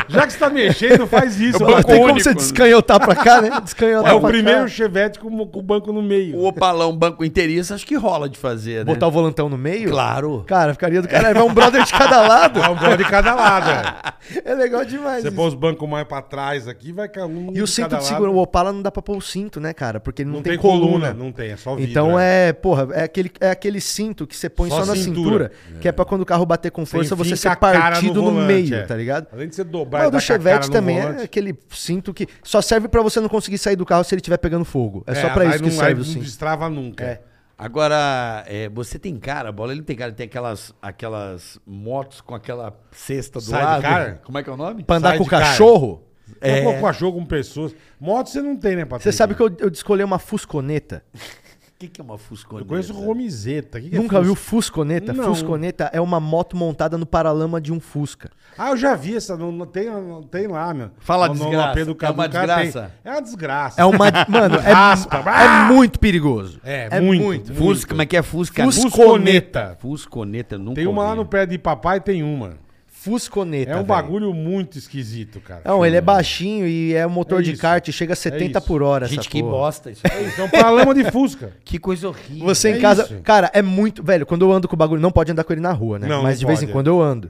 [SPEAKER 2] Já que você tá mexendo, faz isso.
[SPEAKER 5] Eu
[SPEAKER 2] ó.
[SPEAKER 5] banco
[SPEAKER 4] Tem como
[SPEAKER 5] único.
[SPEAKER 4] você descanhotar pra cá, né? Descanhotar
[SPEAKER 2] né? É o
[SPEAKER 4] pra
[SPEAKER 2] primeiro
[SPEAKER 4] cá.
[SPEAKER 2] Chevette com, o- com o banco no meio.
[SPEAKER 3] O opalão banco inteiriço, acho que rola de fazer, né?
[SPEAKER 4] Botar o volantão no meio?
[SPEAKER 3] Claro.
[SPEAKER 4] Cara, ficaria do caralho. Vai um brother de cada lado.
[SPEAKER 2] É um banco de cada lado. é.
[SPEAKER 4] É legal demais.
[SPEAKER 2] Você
[SPEAKER 4] isso.
[SPEAKER 2] põe os bancos mais pra trás aqui, vai cair um
[SPEAKER 4] E o
[SPEAKER 2] de
[SPEAKER 4] cinto
[SPEAKER 2] cada
[SPEAKER 4] de
[SPEAKER 2] lado.
[SPEAKER 4] segurança, o Opala não dá pra pôr o cinto, né, cara? Porque ele não,
[SPEAKER 2] Não
[SPEAKER 4] tem,
[SPEAKER 2] tem
[SPEAKER 4] coluna.
[SPEAKER 2] coluna, não tem, é só vidro,
[SPEAKER 4] Então
[SPEAKER 2] é.
[SPEAKER 4] é, porra, é aquele, é aquele cinto que você põe
[SPEAKER 2] Só
[SPEAKER 4] só, na
[SPEAKER 2] cintura.
[SPEAKER 4] cintura, que é pra quando o carro bater com força você
[SPEAKER 2] enfica a
[SPEAKER 4] ser
[SPEAKER 2] cara
[SPEAKER 4] partido no,
[SPEAKER 2] volante,
[SPEAKER 4] meio,
[SPEAKER 2] é.
[SPEAKER 4] tá ligado?
[SPEAKER 2] Além de você dobrar
[SPEAKER 4] Mas
[SPEAKER 2] e
[SPEAKER 4] o do
[SPEAKER 2] dar com a
[SPEAKER 4] Chevette
[SPEAKER 2] cara no
[SPEAKER 4] também é
[SPEAKER 2] volante.
[SPEAKER 4] aquele cinto que só serve pra você não conseguir sair do carro se ele estiver pegando fogo. É, só pra
[SPEAKER 2] aí
[SPEAKER 4] isso que
[SPEAKER 2] não, aí
[SPEAKER 4] serve o
[SPEAKER 2] Não
[SPEAKER 4] cinto.
[SPEAKER 2] destrava nunca.
[SPEAKER 4] É.
[SPEAKER 3] Agora, é, você tem cara, bola, ele não tem cara, ele tem aquelas, aquelas motos com aquela cesta do lado.
[SPEAKER 2] Sidecar?
[SPEAKER 3] Como é que é o nome?
[SPEAKER 4] Pra andar
[SPEAKER 2] Sai
[SPEAKER 4] com o
[SPEAKER 2] de cara.
[SPEAKER 4] cachorro,
[SPEAKER 2] É. Não com cachorro com pessoas. Moto você não tem, né, Patrick?
[SPEAKER 4] você sabe que eu, eu descolhei uma Fusconeta.
[SPEAKER 3] O que, que é uma fusconeta?
[SPEAKER 2] Eu conheço Romizeta. Que que é
[SPEAKER 4] Nunca
[SPEAKER 2] Fusca?
[SPEAKER 4] viu Fusconeta?
[SPEAKER 2] Não.
[SPEAKER 4] Fusconeta é uma moto montada no paralama de um Fusca.
[SPEAKER 2] Ah, eu já vi essa. Não, não- tem, não tem lá, meu.
[SPEAKER 3] Fala
[SPEAKER 2] No- no
[SPEAKER 3] desgraça.
[SPEAKER 2] AP do
[SPEAKER 3] É
[SPEAKER 2] Cadu,
[SPEAKER 3] uma
[SPEAKER 2] o cara tem.
[SPEAKER 3] desgraça?
[SPEAKER 2] É uma desgraça.
[SPEAKER 4] É uma. Mano, é,
[SPEAKER 2] Raspa.
[SPEAKER 4] é muito perigoso.
[SPEAKER 2] ah! É, muito, muito.
[SPEAKER 3] Fusca, como é que é Fusca?
[SPEAKER 2] Fusconeta.
[SPEAKER 3] Fusconeta, eu nunca
[SPEAKER 2] Tem uma lá
[SPEAKER 3] ouvi.
[SPEAKER 2] no pé de papai, tem uma.
[SPEAKER 4] Fusconeta.
[SPEAKER 2] É um
[SPEAKER 4] velho.
[SPEAKER 2] bagulho muito esquisito, cara.
[SPEAKER 4] Não, ele é baixinho e é um motor
[SPEAKER 2] É
[SPEAKER 4] de
[SPEAKER 2] isso.
[SPEAKER 4] kart, chega a 70
[SPEAKER 2] É isso.
[SPEAKER 4] por hora.
[SPEAKER 3] Gente,
[SPEAKER 4] essa
[SPEAKER 3] que
[SPEAKER 4] porra.
[SPEAKER 3] bosta isso.
[SPEAKER 2] Então, pra lama de Fusca.
[SPEAKER 3] que coisa horrível.
[SPEAKER 4] Você
[SPEAKER 2] É
[SPEAKER 4] em casa.
[SPEAKER 2] isso.
[SPEAKER 4] Cara, é muito. Velho, quando eu ando com o bagulho, não pode andar com ele na rua, né?
[SPEAKER 2] Não,
[SPEAKER 4] Mas
[SPEAKER 2] não
[SPEAKER 4] de vez em
[SPEAKER 2] pode. é.
[SPEAKER 4] quando eu ando.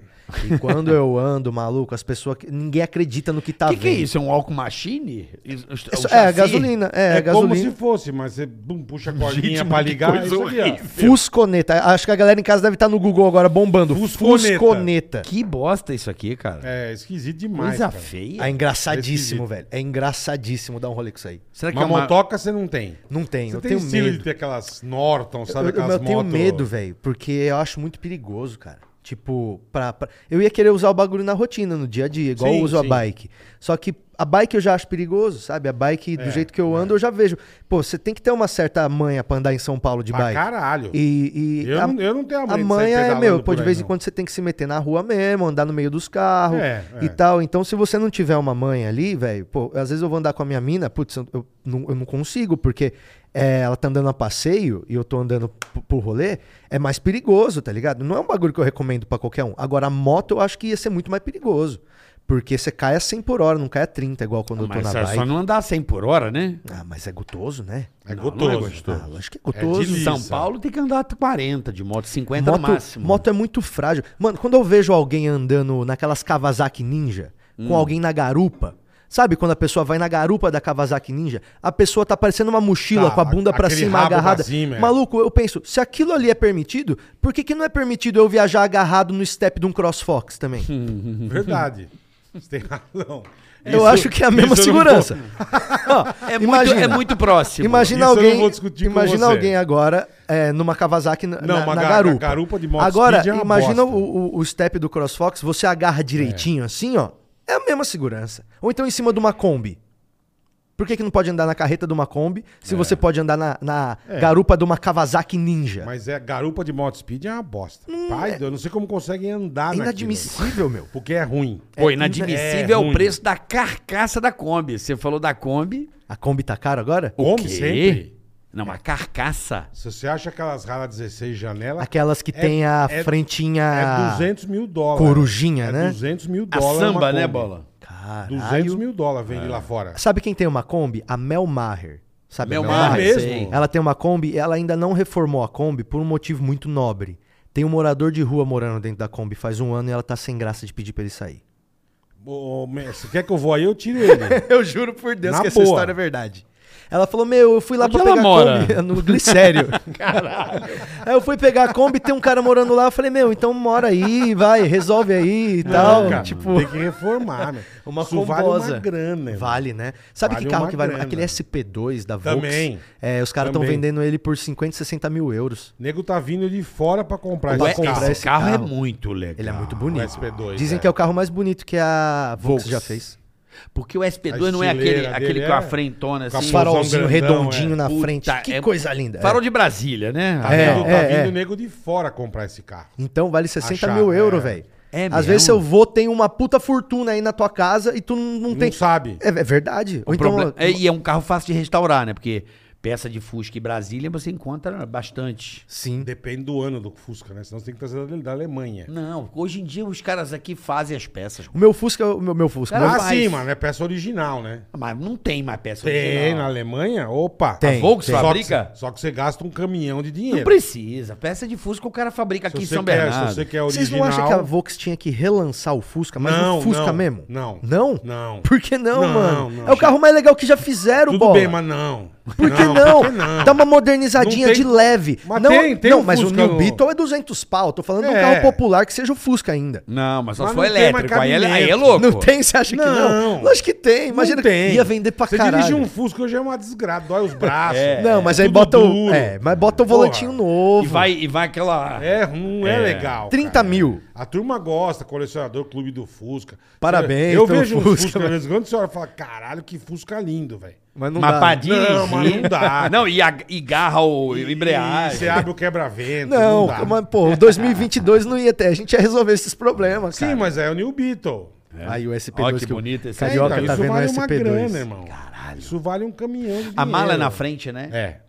[SPEAKER 4] E quando eu ando, maluco, as pessoas. Ninguém acredita no que tá
[SPEAKER 3] O que,
[SPEAKER 4] vendo.
[SPEAKER 3] que é isso? É um álcool machine? Isso- o
[SPEAKER 4] É, só- é,
[SPEAKER 3] chassi?
[SPEAKER 4] gasolina. É,
[SPEAKER 2] É, como se
[SPEAKER 4] gasolina.
[SPEAKER 2] fosse, mas você bum, puxa a cordinha
[SPEAKER 5] Gente,
[SPEAKER 2] pra
[SPEAKER 5] mas que
[SPEAKER 2] ligar.
[SPEAKER 5] coisa
[SPEAKER 2] Isso aqui, ó.
[SPEAKER 5] horrível.
[SPEAKER 4] Fusconeta. Acho que a galera em casa deve estar no Google agora bombando.
[SPEAKER 2] Fusconeta.
[SPEAKER 4] Fusconeta.
[SPEAKER 3] Que bosta isso aqui, cara.
[SPEAKER 2] É esquisito demais.
[SPEAKER 3] coisa
[SPEAKER 2] cara.
[SPEAKER 3] feia.
[SPEAKER 4] É engraçadíssimo,
[SPEAKER 2] Esquisito.
[SPEAKER 4] velho. É engraçadíssimo dar um rolê com isso aí.
[SPEAKER 3] Será que
[SPEAKER 2] Uma
[SPEAKER 3] é uma...
[SPEAKER 2] motoca você não tem.
[SPEAKER 4] Não tem,
[SPEAKER 2] Você
[SPEAKER 4] eu
[SPEAKER 2] tem
[SPEAKER 4] tenho
[SPEAKER 2] estilo
[SPEAKER 4] medo.
[SPEAKER 2] de ter aquelas Norton, sabe?
[SPEAKER 4] Eu- eu,
[SPEAKER 2] Aquelas
[SPEAKER 4] eu tenho
[SPEAKER 2] moto-
[SPEAKER 4] medo, velho, porque eu acho muito perigoso, cara. Tipo, pra, pra- eu ia querer usar o bagulho na rotina, no dia a dia, igual
[SPEAKER 2] Sim,
[SPEAKER 4] eu uso
[SPEAKER 2] sim.
[SPEAKER 4] a bike. Só que a bike eu já acho perigoso, sabe? A bike,
[SPEAKER 2] É,
[SPEAKER 4] do jeito que eu ando, eu já vejo. Pô, você tem que ter uma certa manha pra andar em São Paulo de
[SPEAKER 2] Pra
[SPEAKER 4] bike.
[SPEAKER 2] caralho.
[SPEAKER 4] E, e
[SPEAKER 2] Eu não- eu não tenho a manha de sair
[SPEAKER 4] manha é,
[SPEAKER 2] pedalando
[SPEAKER 4] meu,
[SPEAKER 2] por
[SPEAKER 4] pô, de
[SPEAKER 2] aí,
[SPEAKER 4] vez em
[SPEAKER 2] não.
[SPEAKER 4] quando você tem que se meter na rua mesmo, andar no meio dos carros
[SPEAKER 2] É, é.
[SPEAKER 4] e tal. Então, se você não tiver uma manha ali, velho, pô, às vezes eu vou andar com a minha mina, putz, eu, eu não, eu não consigo, porque é, ela tá andando a passeio e eu tô andando p- pro rolê, é mais perigoso, tá ligado? Não é um bagulho que eu recomendo pra qualquer um. Agora, a moto eu acho que ia ser muito mais perigoso. Porque você cai a 100 por hora, não cai a 30, igual
[SPEAKER 2] Ah,
[SPEAKER 4] quando eu
[SPEAKER 3] Mas
[SPEAKER 4] tô na
[SPEAKER 3] é
[SPEAKER 4] bike.
[SPEAKER 3] só não andar 100 por hora, né?
[SPEAKER 4] Ah, mas é gostoso, né?
[SPEAKER 2] É
[SPEAKER 3] Não, não é
[SPEAKER 2] gostoso.
[SPEAKER 3] gostoso.
[SPEAKER 4] Ah, eu acho que é gostoso.
[SPEAKER 2] de
[SPEAKER 3] Em São
[SPEAKER 2] Isso.
[SPEAKER 3] Paulo tem que andar 40 de moto, 50
[SPEAKER 4] moto,
[SPEAKER 3] no máximo.
[SPEAKER 4] moto é muito frágil. Mano, quando eu vejo alguém andando naquelas Kawasaki Ninja,
[SPEAKER 2] Hum.
[SPEAKER 4] com alguém na garupa, sabe quando a pessoa vai na garupa da Kawasaki Ninja, a pessoa tá parecendo uma mochila
[SPEAKER 2] Tá,
[SPEAKER 4] com a bunda
[SPEAKER 2] a-
[SPEAKER 4] pra
[SPEAKER 2] aquele
[SPEAKER 4] cima
[SPEAKER 2] rabo pra
[SPEAKER 4] agarrada.
[SPEAKER 2] cima, é.
[SPEAKER 4] Maluco, eu penso, se aquilo ali é permitido, por que, que não é permitido eu viajar agarrado no step de um CrossFox também?
[SPEAKER 2] Verdade. Você tem razão.
[SPEAKER 4] Eu
[SPEAKER 2] Isso-
[SPEAKER 4] acho que é a mesma
[SPEAKER 2] isso eu não
[SPEAKER 4] segurança.
[SPEAKER 2] vou-
[SPEAKER 4] Ó,
[SPEAKER 3] é, muito,
[SPEAKER 4] imagina.
[SPEAKER 3] é muito próximo.
[SPEAKER 4] Imagina
[SPEAKER 2] Tipo, Isso eu não
[SPEAKER 4] alguém,
[SPEAKER 2] vou discutir com
[SPEAKER 4] imagina
[SPEAKER 2] você.
[SPEAKER 4] alguém agora é, numa Kawasaki na,
[SPEAKER 2] Não,
[SPEAKER 4] na-
[SPEAKER 2] uma
[SPEAKER 4] na
[SPEAKER 2] ga-
[SPEAKER 4] garupa.
[SPEAKER 2] garupa de moto
[SPEAKER 4] agora,
[SPEAKER 2] speed é uma
[SPEAKER 4] imagina
[SPEAKER 2] bosta.
[SPEAKER 4] o, o- o step do CrossFox, você agarra direitinho assim, ó. É a mesma segurança. Ou então em cima de uma Kombi. Por que, que não pode andar na carreta de uma Kombi
[SPEAKER 2] É.
[SPEAKER 4] se você pode andar na, na garupa de uma Kawasaki Ninja?
[SPEAKER 2] Mas é garupa de moto speed é uma bosta. Pai, eu não sei como conseguem
[SPEAKER 4] é
[SPEAKER 2] andar naquilo.
[SPEAKER 4] inadmissível, meu.
[SPEAKER 2] Porque é ruim.
[SPEAKER 3] Pô, inadmissível
[SPEAKER 2] é
[SPEAKER 3] é,
[SPEAKER 2] ruim.
[SPEAKER 3] o preço da carcaça da Kombi. Você falou da Kombi.
[SPEAKER 4] A Kombi tá cara agora?
[SPEAKER 2] Como
[SPEAKER 3] quê?
[SPEAKER 2] sempre.
[SPEAKER 3] Não, a carcaça.
[SPEAKER 2] Se você acha aquelas rala 16 janela,
[SPEAKER 4] Aquelas que
[SPEAKER 2] É-
[SPEAKER 4] tem a
[SPEAKER 2] é- é
[SPEAKER 4] frentinha.
[SPEAKER 2] 200 mil dólares.
[SPEAKER 4] tá Corujinha,
[SPEAKER 2] é
[SPEAKER 4] né?
[SPEAKER 2] 200 mil
[SPEAKER 3] A
[SPEAKER 2] dólares.
[SPEAKER 3] samba,
[SPEAKER 2] uma
[SPEAKER 3] né,
[SPEAKER 2] Kombi.
[SPEAKER 3] Bola?
[SPEAKER 2] 200
[SPEAKER 4] Caralho. É.
[SPEAKER 2] mil dólares vende lá fora.
[SPEAKER 4] Sabe quem tem uma Kombi? A Mel Maher. Sabe a
[SPEAKER 3] Meu
[SPEAKER 4] Mel
[SPEAKER 2] Maher,
[SPEAKER 3] mar,
[SPEAKER 4] Maher?
[SPEAKER 2] mesmo?
[SPEAKER 3] sei.
[SPEAKER 4] Ela tem uma Kombi e ela ainda não reformou a Kombi por um motivo muito nobre. Tem um morador de rua morando dentro da Kombi faz um ano e ela tá sem graça de pedir pra ele sair.
[SPEAKER 2] Ô, me- Você quer que eu vou aí? Eu tiro ele.
[SPEAKER 4] Eu juro por Deus
[SPEAKER 2] Na
[SPEAKER 4] que essa
[SPEAKER 2] boa.
[SPEAKER 4] história é verdade. Ela falou, meu, eu fui lá
[SPEAKER 3] Onde
[SPEAKER 4] pra
[SPEAKER 3] ela
[SPEAKER 4] pegar
[SPEAKER 3] mora?
[SPEAKER 4] a Kombi É, no glicério. Aí eu fui pegar a Kombi, tem um cara morando lá, eu falei, meu, então mora aí, vai, resolve aí e tal.
[SPEAKER 2] Não, cara,
[SPEAKER 4] tipo,
[SPEAKER 2] Tem que reformar, né?
[SPEAKER 4] Uma
[SPEAKER 2] Isso vale uma
[SPEAKER 4] combosa.
[SPEAKER 2] grana. irmão.
[SPEAKER 4] Vale, né? Sabe
[SPEAKER 2] Vale
[SPEAKER 4] que carro
[SPEAKER 2] uma
[SPEAKER 4] que vale?
[SPEAKER 2] grana.
[SPEAKER 4] Aquele SP2 da Volks.
[SPEAKER 2] Também.
[SPEAKER 4] É, os caras estão
[SPEAKER 2] Também.
[SPEAKER 4] vendendo ele por 50, 60 mil euros.
[SPEAKER 2] O nego tá vindo de fora pra comprar
[SPEAKER 3] Ué,
[SPEAKER 2] tá esse carro.
[SPEAKER 4] comprar
[SPEAKER 3] esse carro, é
[SPEAKER 4] carro.
[SPEAKER 3] muito legal.
[SPEAKER 4] Ele é muito bonito.
[SPEAKER 2] SP2,
[SPEAKER 4] Dizem
[SPEAKER 2] é.
[SPEAKER 4] que é o carro mais bonito que a Volks,
[SPEAKER 3] Volks.
[SPEAKER 4] já fez.
[SPEAKER 3] Porque o SP2
[SPEAKER 2] A
[SPEAKER 3] não é aquele,
[SPEAKER 2] estileira
[SPEAKER 3] aquele
[SPEAKER 2] dele
[SPEAKER 3] com a
[SPEAKER 2] é-
[SPEAKER 3] frentona
[SPEAKER 2] com a
[SPEAKER 3] assim.
[SPEAKER 2] farol
[SPEAKER 4] Farolzinho
[SPEAKER 2] grandão,
[SPEAKER 4] redondinho
[SPEAKER 2] é.
[SPEAKER 4] na
[SPEAKER 3] Puta,
[SPEAKER 4] frente. Que
[SPEAKER 3] é-
[SPEAKER 4] coisa linda. é.
[SPEAKER 3] Farol de Brasília, né?
[SPEAKER 2] Tá
[SPEAKER 4] É,
[SPEAKER 2] vindo, tá
[SPEAKER 4] é,
[SPEAKER 2] vindo
[SPEAKER 4] é.
[SPEAKER 2] nego de fora comprar esse carro.
[SPEAKER 4] Então vale 60
[SPEAKER 2] Achar,
[SPEAKER 4] mil
[SPEAKER 2] né?
[SPEAKER 4] euros, velho.
[SPEAKER 3] É
[SPEAKER 4] Às
[SPEAKER 3] mesmo?
[SPEAKER 4] vezes seu vô tem uma puta fortuna aí na tua casa e tu não, não
[SPEAKER 2] Não
[SPEAKER 4] tem.
[SPEAKER 2] sabe.
[SPEAKER 4] É, é verdade. Ou
[SPEAKER 3] O
[SPEAKER 4] então.
[SPEAKER 3] problema- é, e é um carro fácil de restaurar, né? Porque peça de Fusca e Brasília você encontra bastante.
[SPEAKER 4] Sim.
[SPEAKER 2] Depende do ano do Fusca, né? Senão você tem que trazer da- da Alemanha.
[SPEAKER 3] Não, hoje em dia os caras aqui fazem as peças.
[SPEAKER 4] O meu Fusca, o meu, meu Fusca.
[SPEAKER 3] Cara,
[SPEAKER 4] meu-
[SPEAKER 2] Ah,
[SPEAKER 3] faz.
[SPEAKER 2] sim, mano. É peça original, né?
[SPEAKER 3] Mas não tem mais peça
[SPEAKER 2] Tem na
[SPEAKER 3] original.
[SPEAKER 2] Alemanha? Opa.
[SPEAKER 4] Tem.
[SPEAKER 3] A Volks
[SPEAKER 4] tem.
[SPEAKER 2] Só que,
[SPEAKER 3] fabrica?
[SPEAKER 2] só que você gasta um caminhão de dinheiro.
[SPEAKER 3] Não precisa. Peça de Fusca o cara fabrica
[SPEAKER 2] Se
[SPEAKER 3] aqui em
[SPEAKER 2] você
[SPEAKER 3] São
[SPEAKER 2] quer-
[SPEAKER 3] Bernardo.
[SPEAKER 2] Se você quer original...
[SPEAKER 4] Vocês não acham que a Vox tinha que relançar o Fusca, mas
[SPEAKER 2] Não,
[SPEAKER 4] o Fusca
[SPEAKER 2] não,
[SPEAKER 4] mesmo?
[SPEAKER 2] não.
[SPEAKER 4] Não?
[SPEAKER 2] Não.
[SPEAKER 4] Por que não,
[SPEAKER 2] Não,
[SPEAKER 4] mano?
[SPEAKER 2] não,
[SPEAKER 4] é o carro mais legal que já fizeram,
[SPEAKER 2] Tudo
[SPEAKER 4] bola.
[SPEAKER 2] bem, mas não.
[SPEAKER 4] Por que não?
[SPEAKER 2] por que não?
[SPEAKER 4] Dá uma modernizadinha
[SPEAKER 2] Não tem-
[SPEAKER 4] de leve.
[SPEAKER 2] Mas
[SPEAKER 4] não,
[SPEAKER 2] tem- tem
[SPEAKER 4] não
[SPEAKER 2] um
[SPEAKER 4] mas o
[SPEAKER 2] Fusca
[SPEAKER 4] New
[SPEAKER 2] no-
[SPEAKER 4] Beetle é 200 pau. Tô falando de um
[SPEAKER 2] É.
[SPEAKER 4] carro popular que seja o Fusca ainda.
[SPEAKER 3] Não, mas só
[SPEAKER 2] Mas
[SPEAKER 3] se
[SPEAKER 2] não
[SPEAKER 3] for
[SPEAKER 2] tem mais
[SPEAKER 3] elétrico. Aí é,
[SPEAKER 2] cabimento.
[SPEAKER 3] aí é louco.
[SPEAKER 4] Não tem, você acha que não?
[SPEAKER 2] Não.
[SPEAKER 4] Lógico que tem.
[SPEAKER 2] Não
[SPEAKER 4] Imagina,
[SPEAKER 2] tem.
[SPEAKER 4] ia vender pra
[SPEAKER 2] você
[SPEAKER 4] caralho. É.
[SPEAKER 2] dirigir um Fusca hoje é uma desgraça, dói os braços.
[SPEAKER 4] Não, mas aí
[SPEAKER 2] tudo
[SPEAKER 4] bota o.
[SPEAKER 2] duro.
[SPEAKER 4] É, mas bota o
[SPEAKER 2] Porra.
[SPEAKER 4] volantinho novo.
[SPEAKER 3] É, E vai, e vai aquela.
[SPEAKER 2] É, não é, legal.
[SPEAKER 4] 30
[SPEAKER 2] cara.
[SPEAKER 4] mil.
[SPEAKER 2] A turma gosta, colecionador, clube do Fusca.
[SPEAKER 4] Parabéns
[SPEAKER 2] Eu
[SPEAKER 4] pelo
[SPEAKER 2] vejo
[SPEAKER 4] Fusca, né?
[SPEAKER 2] um Fusca,
[SPEAKER 4] mas-
[SPEAKER 2] de vez em quando, a senhora fala, caralho, que Fusca lindo, velho.
[SPEAKER 4] Mas não
[SPEAKER 3] Mas
[SPEAKER 4] dá.
[SPEAKER 3] pra dirigir.
[SPEAKER 2] Não, mas não dá. é
[SPEAKER 3] Não, e, a- e garra o embreagem.
[SPEAKER 2] E Você abre o quebra-vento.
[SPEAKER 4] Não,
[SPEAKER 2] dá.
[SPEAKER 4] mas, pô, o 2022 não ia ter. A gente ia resolver esses problemas,
[SPEAKER 2] Sim,
[SPEAKER 4] cara.
[SPEAKER 2] mas é o New Beetle.
[SPEAKER 4] Aí o SP2.
[SPEAKER 3] Ó, que bonito esse
[SPEAKER 4] Carioca
[SPEAKER 2] Então,
[SPEAKER 4] tá
[SPEAKER 2] isso
[SPEAKER 4] vendo
[SPEAKER 2] vale
[SPEAKER 4] o
[SPEAKER 2] uma
[SPEAKER 4] SP2.
[SPEAKER 2] grana, irmão. Caralho. Isso vale um caminhão de dinheiro.
[SPEAKER 3] A mala é na frente, né?
[SPEAKER 2] É. um-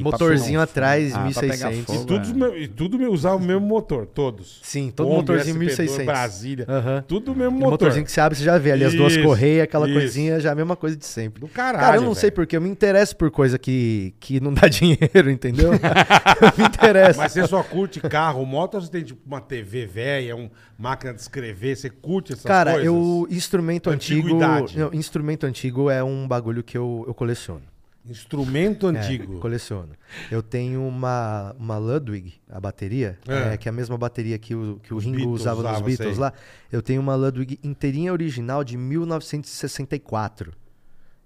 [SPEAKER 3] E
[SPEAKER 4] Motorzinho
[SPEAKER 3] pra-
[SPEAKER 4] atrás,
[SPEAKER 3] Ah, pra pegar
[SPEAKER 4] 1600.
[SPEAKER 3] fogo,
[SPEAKER 2] Todos, meu- e tudo meu- usava o mesmo motor, todos.
[SPEAKER 4] Sim, todo
[SPEAKER 2] Kombi,
[SPEAKER 4] motorzinho
[SPEAKER 2] SP2,
[SPEAKER 4] 1600.
[SPEAKER 2] Brasília.
[SPEAKER 4] Aham.
[SPEAKER 2] Tudo o mesmo
[SPEAKER 4] O
[SPEAKER 2] motor.
[SPEAKER 4] um motorzinho que você abre, você já vê ali as duas
[SPEAKER 2] Isso,
[SPEAKER 4] correias, aquela
[SPEAKER 2] isso.
[SPEAKER 4] coisinha, já é a mesma coisa de sempre.
[SPEAKER 2] Do caralho,
[SPEAKER 4] Cara, eu não sei
[SPEAKER 2] velho.
[SPEAKER 4] porque, eu me interesso por coisa que, que não dá dinheiro, entendeu? eu me interesso.
[SPEAKER 2] Mas você só curte carro, moto, ou você tem tipo uma TV velha, uma máquina de escrever, você curte essas
[SPEAKER 4] Cara,
[SPEAKER 2] coisas?
[SPEAKER 4] eu. Instrumento antigo.
[SPEAKER 2] Antiguidade.
[SPEAKER 4] Não, instrumento antigo é um bagulho que eu, eu coleciono.
[SPEAKER 2] Instrumento
[SPEAKER 4] É,
[SPEAKER 2] antigo.
[SPEAKER 4] coleciono. Eu tenho uma, uma Ludwig, a bateria,
[SPEAKER 2] É.
[SPEAKER 4] é, que é a mesma bateria que o, que o Ringo
[SPEAKER 2] Beatles
[SPEAKER 4] usava nos
[SPEAKER 2] usava,
[SPEAKER 4] Beatles
[SPEAKER 2] sei.
[SPEAKER 4] lá. Eu tenho uma Ludwig inteirinha original de 1964.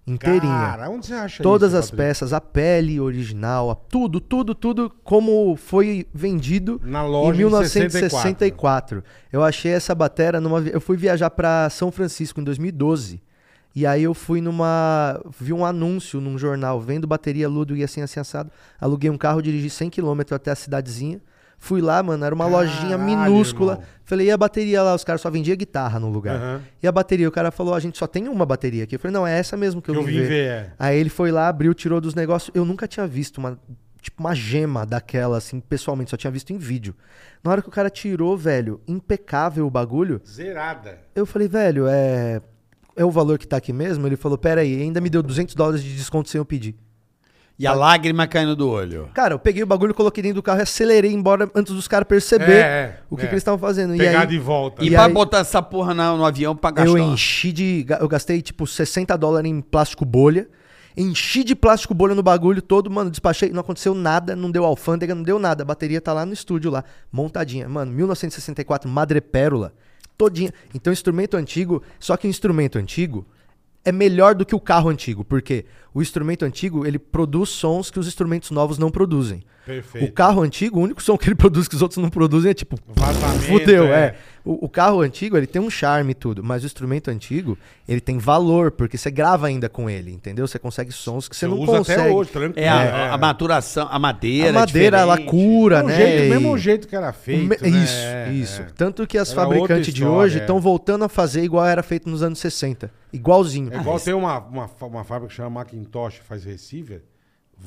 [SPEAKER 4] Inteirinha.
[SPEAKER 2] Cara, onde você acha
[SPEAKER 4] Todas
[SPEAKER 2] isso,
[SPEAKER 4] as
[SPEAKER 2] Patrick?
[SPEAKER 4] peças, a pele original, a- tudo, tudo, tudo como foi vendido
[SPEAKER 2] Na loja
[SPEAKER 4] em
[SPEAKER 2] em
[SPEAKER 4] 1964. Eu achei essa batera numa vi- eu fui viajar para São Francisco em 2012. E aí eu fui numa vi um anúncio num jornal vendo bateria Ludwig assim assim assado. Aluguei um carro, dirigi 100 km até a cidadezinha. Fui lá, mano, era uma
[SPEAKER 2] Caralho,
[SPEAKER 4] lojinha minúscula.
[SPEAKER 2] irmão.
[SPEAKER 4] Falei, e a bateria lá? Os caras só vendiam guitarra no lugar.
[SPEAKER 2] Aham.
[SPEAKER 4] E a bateria? O cara falou, a gente só tem uma bateria aqui. Eu falei, não, é essa mesmo que eu,
[SPEAKER 2] Que eu
[SPEAKER 4] vim
[SPEAKER 2] vim
[SPEAKER 4] ver.
[SPEAKER 2] ver, é.
[SPEAKER 4] Aí ele foi lá, abriu, tirou dos negócios. Eu nunca tinha visto uma, tipo, uma gema daquela, assim, pessoalmente. Só tinha visto em vídeo. Na hora que o cara tirou, velho, impecável o bagulho,
[SPEAKER 2] Zerada.
[SPEAKER 4] eu falei, velho, é... É o valor que tá aqui mesmo? Ele falou, pera aí, ainda me deu 200 dólares de desconto sem eu pedir.
[SPEAKER 3] E a lágrima caindo do olho.
[SPEAKER 4] Cara, eu peguei o bagulho, coloquei dentro do carro e acelerei embora antes dos caras perceber
[SPEAKER 2] É, é,
[SPEAKER 4] o que,
[SPEAKER 2] é.
[SPEAKER 4] que eles estavam fazendo. e
[SPEAKER 2] Pegar
[SPEAKER 4] aí,
[SPEAKER 2] de volta.
[SPEAKER 3] E,
[SPEAKER 4] E
[SPEAKER 3] pra
[SPEAKER 4] aí-
[SPEAKER 3] botar essa porra na- no avião pra gastar.
[SPEAKER 4] Eu enchi de. ga- Eu gastei tipo 60 dólares em plástico bolha. Enchi de plástico bolha no bagulho todo, mano. Despachei, não aconteceu nada, não deu alfândega, não deu nada. A bateria tá lá no estúdio, lá, montadinha. Mano, 1964, madrepérola, todinha. Então, instrumento antigo, só que o instrumento antigo é melhor do que o carro antigo, porque o instrumento antigo, ele produz sons que os instrumentos novos não produzem.
[SPEAKER 2] Perfeito.
[SPEAKER 4] O carro antigo, o único som que ele produz que os outros não produzem é tipo.
[SPEAKER 2] Vazamento,
[SPEAKER 4] Fudeu,
[SPEAKER 2] é.
[SPEAKER 4] é. O, o carro antigo, ele tem um charme e tudo, mas o instrumento antigo, ele tem valor, porque você grava ainda com ele, entendeu? Você consegue sons que você não
[SPEAKER 2] usa
[SPEAKER 4] consegue.
[SPEAKER 2] até hoje, tranquilo.
[SPEAKER 3] É, a,
[SPEAKER 2] É.
[SPEAKER 3] a maturação, a madeira. é
[SPEAKER 4] a madeira, ela cura,
[SPEAKER 2] É um
[SPEAKER 4] né?
[SPEAKER 2] jeito,
[SPEAKER 4] E-
[SPEAKER 2] o mesmo jeito que era
[SPEAKER 4] o
[SPEAKER 2] feito,
[SPEAKER 4] me-
[SPEAKER 2] né?
[SPEAKER 4] Isso,
[SPEAKER 2] É,
[SPEAKER 4] isso.
[SPEAKER 2] é.
[SPEAKER 4] Tanto que as
[SPEAKER 2] Era outra
[SPEAKER 4] fabricantes de
[SPEAKER 2] história,
[SPEAKER 4] hoje
[SPEAKER 2] é.
[SPEAKER 4] estão voltando a fazer igual era feito nos anos 60. Igualzinho.
[SPEAKER 2] É igual tem uma, uma, fa- uma fábrica que chama Macintosh, faz receiver,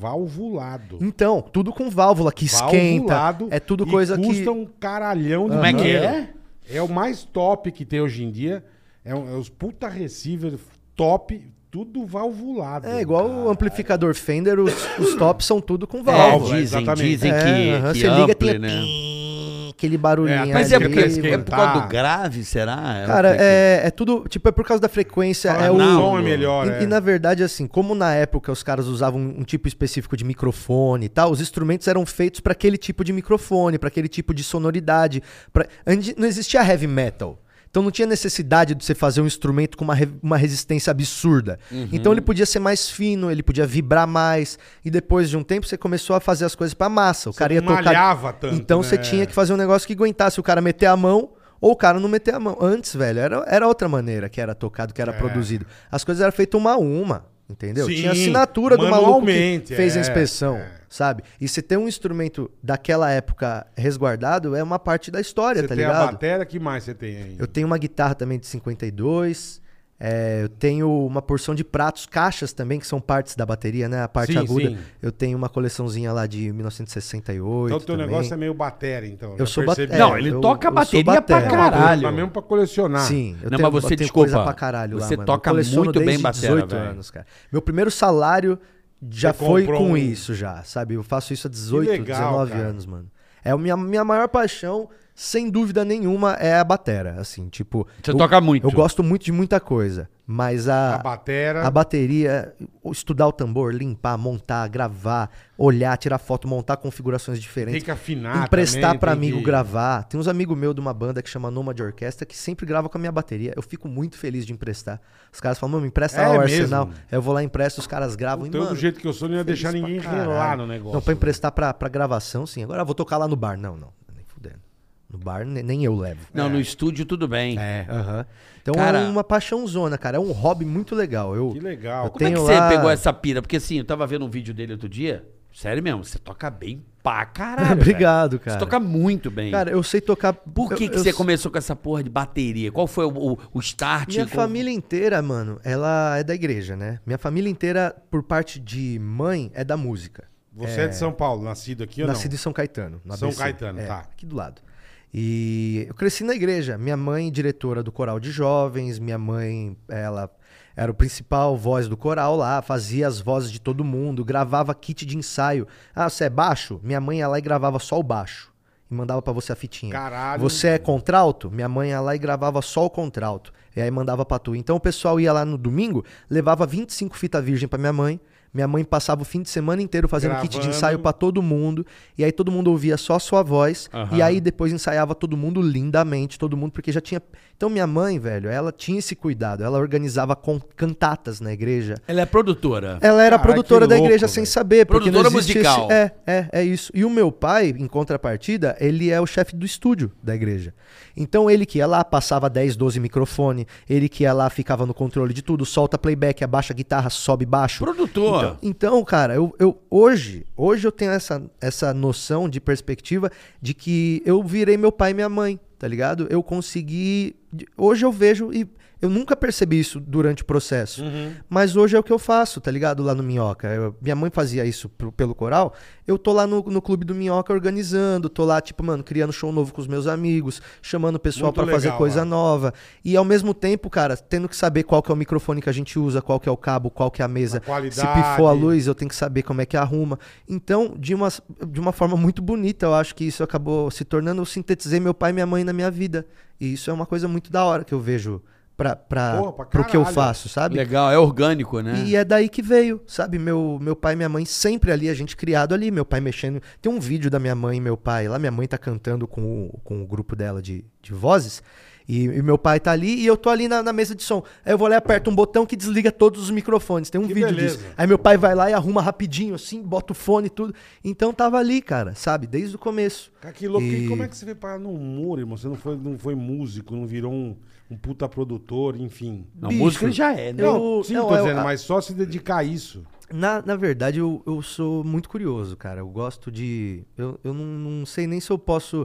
[SPEAKER 2] valvulado.
[SPEAKER 4] Então, tudo com válvula que esquenta.
[SPEAKER 2] Valvulado
[SPEAKER 4] É tudo
[SPEAKER 2] e
[SPEAKER 4] coisa
[SPEAKER 2] custa
[SPEAKER 4] que.
[SPEAKER 2] um caralhão de
[SPEAKER 3] Como é que
[SPEAKER 2] dinheiro.
[SPEAKER 3] é?
[SPEAKER 2] É o mais top que tem hoje em dia. É, um- é os puta receiver top, tudo valvulado.
[SPEAKER 4] É igual o amplificador Fender, os, os tops são tudo com
[SPEAKER 3] É,
[SPEAKER 4] válvula.
[SPEAKER 3] dizem,
[SPEAKER 2] exatamente.
[SPEAKER 3] dizem que,
[SPEAKER 4] É, aham,
[SPEAKER 3] que né?
[SPEAKER 4] você liga
[SPEAKER 3] ampli,
[SPEAKER 4] tem aquele barulhinho.
[SPEAKER 2] É,
[SPEAKER 3] Mas
[SPEAKER 2] a
[SPEAKER 3] é
[SPEAKER 4] ali.
[SPEAKER 3] porque
[SPEAKER 2] esquentar.
[SPEAKER 3] é por causa do grave, será?
[SPEAKER 4] um Cara,
[SPEAKER 3] porque-
[SPEAKER 4] é, é tudo. Tipo, é por causa da frequência.
[SPEAKER 2] Ah,
[SPEAKER 4] é o,
[SPEAKER 2] o som é melhor.
[SPEAKER 4] e,
[SPEAKER 2] é.
[SPEAKER 4] e, na verdade, assim, como na época os caras usavam um tipo específico de microfone e tal, os instrumentos eram feitos pra aquele tipo de microfone, pra aquele tipo de sonoridade. pra- Ande- Não existia heavy metal. Então não tinha necessidade de você fazer um instrumento com uma, re- uma resistência absurda.
[SPEAKER 2] Uhum.
[SPEAKER 4] Então ele podia ser mais fino, ele podia vibrar mais. E depois de um tempo você começou a fazer as coisas pra massa. O cara
[SPEAKER 2] não
[SPEAKER 4] ia tocar.
[SPEAKER 2] malhava tanto,
[SPEAKER 4] então
[SPEAKER 2] né?
[SPEAKER 4] você tinha que fazer um negócio que aguentasse o cara meter a mão Ou o cara não meter a mão. Antes, velho, era, era outra maneira que era tocado, que era produzido. As coisas eram feitas uma a uma, entendeu?
[SPEAKER 2] É. Sim,
[SPEAKER 4] Tinha a assinatura do maluco
[SPEAKER 2] manualmente,
[SPEAKER 4] que fez
[SPEAKER 2] é,
[SPEAKER 4] a inspeção,
[SPEAKER 2] é.
[SPEAKER 4] sabe? E se tem um instrumento daquela época resguardado, é uma parte da história,
[SPEAKER 2] Você
[SPEAKER 4] tá
[SPEAKER 2] tem a
[SPEAKER 4] ligado?
[SPEAKER 2] bateria, que mais você tem aí?
[SPEAKER 4] Eu tenho uma guitarra também de 52. é, eu tenho uma porção de pratos, caixas também, que são partes da bateria, né? A parte
[SPEAKER 2] Sim,
[SPEAKER 4] aguda.
[SPEAKER 2] sim.
[SPEAKER 4] Eu tenho uma coleçãozinha lá de 1968.
[SPEAKER 2] Então o teu
[SPEAKER 4] também.
[SPEAKER 2] negócio é meio bateria, então.
[SPEAKER 4] Eu sou
[SPEAKER 2] bateria.
[SPEAKER 4] bateria.
[SPEAKER 3] Não, ele
[SPEAKER 4] eu-
[SPEAKER 3] toca
[SPEAKER 4] eu sou
[SPEAKER 3] bateria pra
[SPEAKER 4] batera.
[SPEAKER 3] caralho.
[SPEAKER 2] é Mas mesmo pra colecionar.
[SPEAKER 4] Sim, eu
[SPEAKER 3] Não,
[SPEAKER 4] tenho,
[SPEAKER 3] mas você,
[SPEAKER 4] eu tenho
[SPEAKER 3] desculpa,
[SPEAKER 4] coisa pra caralho lá,
[SPEAKER 3] você
[SPEAKER 4] mano. Eu
[SPEAKER 3] toca
[SPEAKER 4] coleciono
[SPEAKER 3] muito bem
[SPEAKER 4] desde
[SPEAKER 3] batera,
[SPEAKER 4] 18
[SPEAKER 3] velho.
[SPEAKER 4] anos, cara. Meu primeiro salário já
[SPEAKER 2] Você
[SPEAKER 4] foi
[SPEAKER 2] comprou
[SPEAKER 4] com
[SPEAKER 2] um-
[SPEAKER 4] isso já, sabe? Eu faço isso há 18,
[SPEAKER 2] Que legal,
[SPEAKER 4] 19
[SPEAKER 2] cara.
[SPEAKER 4] anos, mano. É a minha, minha maior paixão, sem dúvida nenhuma, é a batera, assim, tipo...
[SPEAKER 3] Você toca muito.
[SPEAKER 4] Eu gosto muito de muita coisa, mas
[SPEAKER 2] A
[SPEAKER 4] a...
[SPEAKER 2] bateria.
[SPEAKER 4] A bateria, estudar o tambor, limpar, montar, gravar, olhar, tirar foto, montar configurações diferentes.
[SPEAKER 2] Tem que afinar
[SPEAKER 4] Emprestar
[SPEAKER 2] também,
[SPEAKER 4] pra
[SPEAKER 2] tem
[SPEAKER 4] amigo
[SPEAKER 2] que-
[SPEAKER 4] gravar. Tem uns amigos meus de uma banda que chama Noma de Orquestra que sempre grava com a minha bateria. Eu fico muito feliz de emprestar. Os caras falam, mano, me empresta lá
[SPEAKER 2] É
[SPEAKER 4] o arsenal.
[SPEAKER 2] mesmo?
[SPEAKER 4] Eu vou lá e empresto, os caras gravam.
[SPEAKER 2] Então,
[SPEAKER 4] e, mano,
[SPEAKER 2] do jeito que eu sou, não ia
[SPEAKER 4] feliz
[SPEAKER 2] deixar
[SPEAKER 4] pra
[SPEAKER 2] ninguém
[SPEAKER 4] caralho.
[SPEAKER 2] relar no negócio. né?
[SPEAKER 4] Não, pra emprestar pra, pra gravação, sim. Agora eu vou tocar lá no bar. Não, não. Nem fudendo. No bar, ne- nem eu levo.
[SPEAKER 3] Não, no estúdio tudo bem.
[SPEAKER 4] É, aham. Então
[SPEAKER 3] Cara-
[SPEAKER 4] é uma paixãozona, cara. É um hobby muito legal. Eu,
[SPEAKER 2] Que legal.
[SPEAKER 4] Eu
[SPEAKER 3] Como é que
[SPEAKER 4] tenho
[SPEAKER 3] você
[SPEAKER 4] lá-
[SPEAKER 3] pegou essa pira? Porque assim, eu tava vendo um vídeo dele outro dia. Sério mesmo, você toca bem pra caralho. velho.
[SPEAKER 4] Obrigado,
[SPEAKER 3] Você
[SPEAKER 4] cara.
[SPEAKER 3] toca muito bem.
[SPEAKER 4] Cara, eu sei tocar.
[SPEAKER 3] Por que,
[SPEAKER 4] eu-
[SPEAKER 3] que
[SPEAKER 4] eu
[SPEAKER 3] você
[SPEAKER 4] sei-
[SPEAKER 3] começou com essa porra de bateria? Qual foi o, o- o start?
[SPEAKER 4] Minha
[SPEAKER 3] Qual-
[SPEAKER 4] família inteira, mano, ela é da igreja, né? Minha família inteira, por parte de mãe, é da música.
[SPEAKER 2] Você é... de São Paulo, nascido aqui ou
[SPEAKER 4] Nascido
[SPEAKER 2] não?
[SPEAKER 4] em São Caetano. no
[SPEAKER 2] São
[SPEAKER 4] ABC.
[SPEAKER 2] Caetano,
[SPEAKER 4] É,
[SPEAKER 2] tá.
[SPEAKER 4] Aqui do lado. E eu cresci na igreja. Minha mãe, diretora do coral de jovens, minha mãe, ela era o principal voz do coral lá, fazia as vozes de todo mundo, gravava kit de ensaio. Ah, você é baixo? Minha mãe ia lá e gravava só o baixo. E mandava pra você a fitinha.
[SPEAKER 2] Caralho.
[SPEAKER 4] Você é contralto? Minha mãe ia lá e gravava só o contralto. E aí mandava pra tu. Então o pessoal ia lá no domingo, levava 25 fita virgem pra minha mãe. Minha mãe passava o fim de semana inteiro fazendo kit de
[SPEAKER 2] Gravando.
[SPEAKER 4] ensaio pra todo mundo. E aí todo mundo ouvia só a sua voz.
[SPEAKER 3] Aham.
[SPEAKER 4] E aí depois ensaiava todo mundo lindamente, todo mundo, porque já tinha. Então minha mãe, velho, ela tinha esse cuidado. Ela organizava con- cantatas na igreja.
[SPEAKER 3] Ela é produtora.
[SPEAKER 4] Ela era
[SPEAKER 2] Caralho,
[SPEAKER 4] produtora
[SPEAKER 2] que
[SPEAKER 4] da
[SPEAKER 2] louco,
[SPEAKER 4] igreja sem
[SPEAKER 2] velho.
[SPEAKER 4] saber. Porque não
[SPEAKER 3] Produtora
[SPEAKER 4] existe
[SPEAKER 3] musical.
[SPEAKER 4] esse- é, é, é isso. E o meu pai, em contrapartida, ele é o chefe do estúdio da igreja. Então ele que ia lá, passava 10, 12 microfone, ele que ia lá, ficava no controle de tudo, solta playback, abaixa a guitarra, sobe baixo. Então,
[SPEAKER 3] Produtor.
[SPEAKER 4] então, cara, eu, eu hoje, hoje eu tenho essa, essa noção de perspectiva de que eu virei meu pai e minha mãe, tá ligado? Eu consegui. de- Hoje eu vejo e eu nunca percebi isso durante o processo.
[SPEAKER 2] Uhum.
[SPEAKER 4] Mas hoje é o que eu faço, tá ligado? Lá no Minhoca. Eu- minha mãe fazia isso pro- pelo coral. Eu tô lá no, no clube do Minhoca organizando, tô lá, tipo, mano, criando show novo com os meus amigos, chamando o pessoal
[SPEAKER 2] Muito
[SPEAKER 4] pra fazer
[SPEAKER 2] legal,
[SPEAKER 4] coisa
[SPEAKER 2] mano.
[SPEAKER 4] nova. E ao mesmo tempo, cara, tendo que saber qual que é o microfone que a gente usa, qual que é o cabo, qual que é a mesa.
[SPEAKER 2] A qualidade.
[SPEAKER 4] Se pifou a luz, eu tenho que saber como é que arruma. Então, de uma, de uma forma muito bonita, eu acho que isso acabou se tornando. Eu sintetizei meu pai e minha mãe na minha vida. E isso é uma coisa muito da hora que eu vejo pra, pra,
[SPEAKER 2] Porra, pra
[SPEAKER 4] pro que eu
[SPEAKER 2] caralho.
[SPEAKER 4] faço, sabe?
[SPEAKER 3] Legal, é orgânico, né?
[SPEAKER 4] E é daí que veio, sabe? Meu, meu pai e minha mãe sempre ali, a gente criado ali, meu pai mexendo. Tem um vídeo da minha mãe e meu pai lá, minha mãe tá cantando com o, com o grupo dela de, de vozes. E, e meu pai tá ali e eu tô ali na, na mesa de som. Aí eu vou lá e aperto um botão que desliga todos os microfones. Tem um
[SPEAKER 2] Que
[SPEAKER 4] vídeo
[SPEAKER 2] beleza.
[SPEAKER 4] disso. Aí meu pai vai lá e arruma rapidinho, assim, bota o fone e tudo. Então tava ali, cara, sabe? Desde o começo.
[SPEAKER 2] Cara, que louco. E
[SPEAKER 4] E-
[SPEAKER 2] Como é que você veio parar no humor, irmão? Você não foi, não foi músico, não virou um, um puta produtor, enfim.
[SPEAKER 3] Não,
[SPEAKER 4] bicho,
[SPEAKER 3] música ele já é, né?
[SPEAKER 4] eu-
[SPEAKER 2] não, sim,
[SPEAKER 4] não,
[SPEAKER 2] tô
[SPEAKER 4] eu-
[SPEAKER 2] dizendo,
[SPEAKER 4] a-
[SPEAKER 2] mas só se dedicar a isso.
[SPEAKER 4] Na, na verdade, eu, eu sou muito curioso, cara. Eu gosto de. Eu, eu não, não sei nem se eu posso.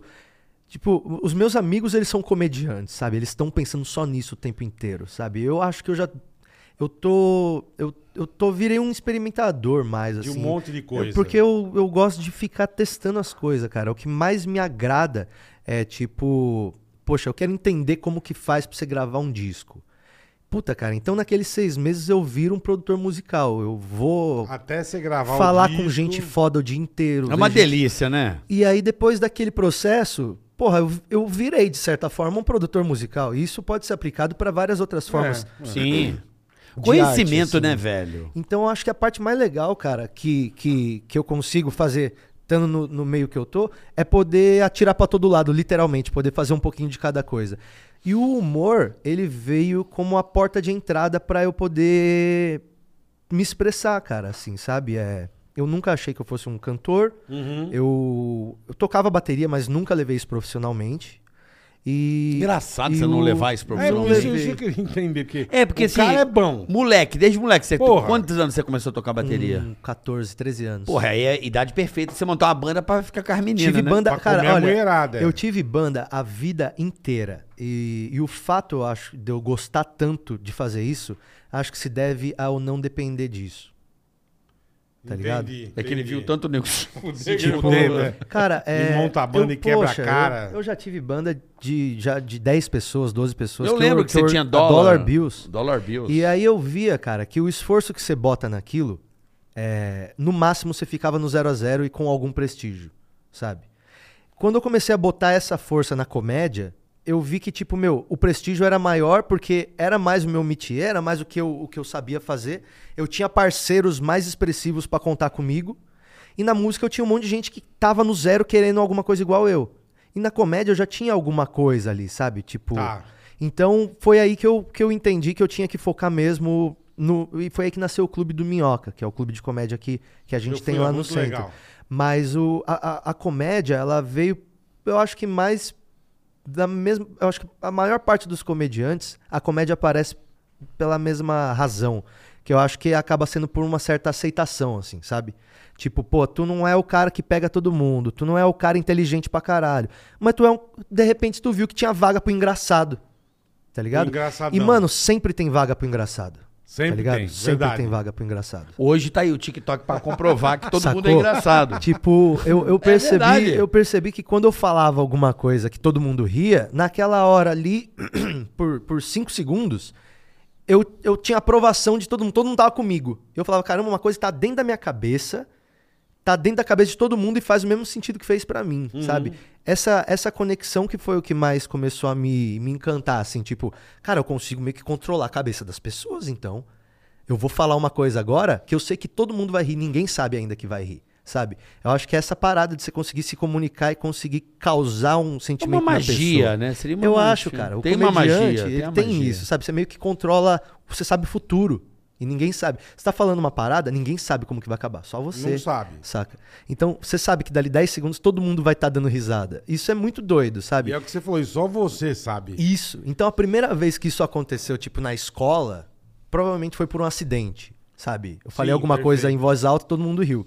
[SPEAKER 4] Tipo, os meus amigos, eles são comediantes, sabe? Eles estão pensando só nisso o tempo inteiro, sabe? Eu acho que eu já. Eu tô. Eu, eu tô. Virei um experimentador mais,
[SPEAKER 2] De
[SPEAKER 4] assim.
[SPEAKER 2] um monte de coisa.
[SPEAKER 4] Eu- Porque eu, eu gosto de ficar testando as coisas, cara. O que mais me agrada é tipo, poxa, eu quero entender como que faz pra você gravar um disco. Puta, cara, então naqueles seis meses eu viro um produtor musical. Eu vou
[SPEAKER 2] Até você Ah, gravar
[SPEAKER 4] falar
[SPEAKER 2] o disco,
[SPEAKER 4] com gente foda o dia inteiro.
[SPEAKER 3] É uma
[SPEAKER 4] ver gente
[SPEAKER 3] delícia, né?
[SPEAKER 4] e aí, depois daquele processo, porra, eu, eu virei, de certa forma, um produtor musical. E isso pode ser aplicado para várias outras
[SPEAKER 2] É.
[SPEAKER 4] formas.
[SPEAKER 3] Sim.
[SPEAKER 4] É. De
[SPEAKER 3] Conhecimento,
[SPEAKER 4] arte, assim.
[SPEAKER 3] né, velho?
[SPEAKER 4] Então, eu acho que a parte mais legal, cara, que, que, que eu consigo fazer, estando no, no meio que eu tô, é poder atirar para todo lado, literalmente, poder fazer um pouquinho de cada coisa. E o humor, ele veio como a porta de entrada para eu poder me expressar, cara, assim, sabe? É, eu nunca achei que eu fosse um
[SPEAKER 3] Uhum.
[SPEAKER 4] Uhum. cantor. Eu, eu tocava bateria, mas nunca levei isso profissionalmente. E.
[SPEAKER 3] Engraçado
[SPEAKER 4] e
[SPEAKER 3] você não
[SPEAKER 4] o-
[SPEAKER 3] levar isso pro
[SPEAKER 2] É,
[SPEAKER 4] não
[SPEAKER 3] profissional.
[SPEAKER 2] isso,
[SPEAKER 4] levei.
[SPEAKER 2] isso eu queria entender. Que
[SPEAKER 3] É, porque
[SPEAKER 2] o
[SPEAKER 3] assim.
[SPEAKER 2] cara é bom.
[SPEAKER 3] Moleque, desde moleque, você
[SPEAKER 2] Porra.
[SPEAKER 3] quantos anos você começou a tocar bateria?
[SPEAKER 4] Com 14, 13 anos.
[SPEAKER 3] Porra, aí é a idade perfeita de você montar uma banda pra ficar com as meninas.
[SPEAKER 4] Tive
[SPEAKER 3] né?
[SPEAKER 4] banda,
[SPEAKER 2] Pra comer a
[SPEAKER 4] cara,
[SPEAKER 2] mulherada,
[SPEAKER 4] olha,
[SPEAKER 2] é.
[SPEAKER 4] eu tive banda a vida inteira. E, e o fato, eu acho, de eu gostar tanto de fazer isso, acho que se deve ao não depender disso. Tá ligado?
[SPEAKER 3] É que ele viu tanto nego.
[SPEAKER 2] Fudeu,
[SPEAKER 3] Tipo,
[SPEAKER 2] né?
[SPEAKER 4] Cara, é.
[SPEAKER 2] E monta a banda e quebra a
[SPEAKER 4] poxa,
[SPEAKER 2] cara.
[SPEAKER 4] Eu, eu já tive banda de, já, de 10 pessoas, 12 pessoas.
[SPEAKER 3] Eu lembro que você
[SPEAKER 4] eu-
[SPEAKER 3] tinha
[SPEAKER 4] a
[SPEAKER 3] dólar.
[SPEAKER 4] bills.
[SPEAKER 3] Dollar Bills.
[SPEAKER 4] E aí eu via, cara, que o esforço que você bota naquilo, é, no máximo você ficava no 0 a 0 e com algum prestígio, sabe? Quando eu comecei a botar essa força na comédia, eu vi que, tipo, meu, o prestígio era maior porque era mais o meu métier, era mais o que eu, o que eu sabia fazer. Eu tinha parceiros mais expressivos pra contar comigo. E na música eu tinha um monte de gente que tava no zero querendo alguma coisa igual eu. E na comédia eu já tinha alguma coisa ali, sabe? Tipo.
[SPEAKER 2] Tá.
[SPEAKER 4] Então foi aí que eu, que eu entendi que eu tinha que focar mesmo no. E foi aí que nasceu o Clube do Minhoca, que é o clube de comédia que, que a
[SPEAKER 2] Eu
[SPEAKER 4] gente
[SPEAKER 2] fui
[SPEAKER 4] tem
[SPEAKER 2] lá,
[SPEAKER 4] lá no
[SPEAKER 2] muito
[SPEAKER 4] centro.
[SPEAKER 2] legal.
[SPEAKER 4] Mas o, a, a, a comédia, ela veio, eu acho que mais da mesma. Eu acho que a maior parte dos comediantes, a comédia aparece pela mesma razão. Que eu acho que acaba sendo por uma certa aceitação, assim, sabe? Tipo, pô, tu não é o cara que pega todo mundo, tu não é o cara inteligente pra caralho. Mas tu é um. De repente tu viu que tinha vaga pro engraçado. Tá ligado?
[SPEAKER 2] engraçadão.
[SPEAKER 4] E, mano, sempre tem vaga pro engraçado.
[SPEAKER 2] Sempre
[SPEAKER 4] tá ligado?
[SPEAKER 2] tem,
[SPEAKER 4] sempre
[SPEAKER 2] verdade.
[SPEAKER 4] tem vaga pro engraçado.
[SPEAKER 3] Hoje tá aí o TikTok pra comprovar que todo mundo é
[SPEAKER 4] é- Sacou?
[SPEAKER 3] engraçado. É
[SPEAKER 4] Tipo, eu, eu, percebi,
[SPEAKER 3] verdade.
[SPEAKER 4] eu percebi que quando eu falava alguma coisa que todo mundo ria, naquela hora ali, por, por cinco segundos, eu, eu tinha aprovação de todo mundo, todo mundo tava comigo. Eu falava, caramba, uma coisa que tá dentro da minha cabeça, tá dentro da cabeça de todo mundo e faz o mesmo sentido que fez pra mim,
[SPEAKER 3] Uhum.
[SPEAKER 4] sabe? Essa, essa conexão que foi o que mais começou a me, me encantar, assim, tipo, cara, eu consigo meio que controlar a cabeça das pessoas, então. Eu vou falar uma coisa agora que eu sei que todo mundo vai rir, ninguém sabe ainda que vai rir, sabe? Eu acho que é essa parada de você conseguir se comunicar e conseguir causar um
[SPEAKER 3] É
[SPEAKER 4] sentimento
[SPEAKER 3] uma
[SPEAKER 4] na pessoa.
[SPEAKER 3] magia, né? Seria uma
[SPEAKER 4] eu
[SPEAKER 3] magia.
[SPEAKER 4] acho, cara. O
[SPEAKER 3] tem uma
[SPEAKER 4] comediante,
[SPEAKER 3] magia.
[SPEAKER 4] ele
[SPEAKER 3] a
[SPEAKER 4] tem
[SPEAKER 3] magia.
[SPEAKER 4] isso, sabe? Você meio que controla, você sabe o futuro. E ninguém sabe. Você tá falando uma parada, ninguém sabe como que vai acabar. Só você.
[SPEAKER 2] Não sabe.
[SPEAKER 4] Saca? Então, você sabe que dali 10 segundos todo mundo vai estar dando risada. Isso é muito doido, sabe?
[SPEAKER 2] E é o que você falou, e só você sabe.
[SPEAKER 4] Isso. Então a primeira vez que isso aconteceu, tipo, na escola, provavelmente foi por um acidente, sabe? Eu falei
[SPEAKER 2] Sim,
[SPEAKER 4] alguma coisa
[SPEAKER 2] perfeito.
[SPEAKER 4] em voz alta, todo mundo riu.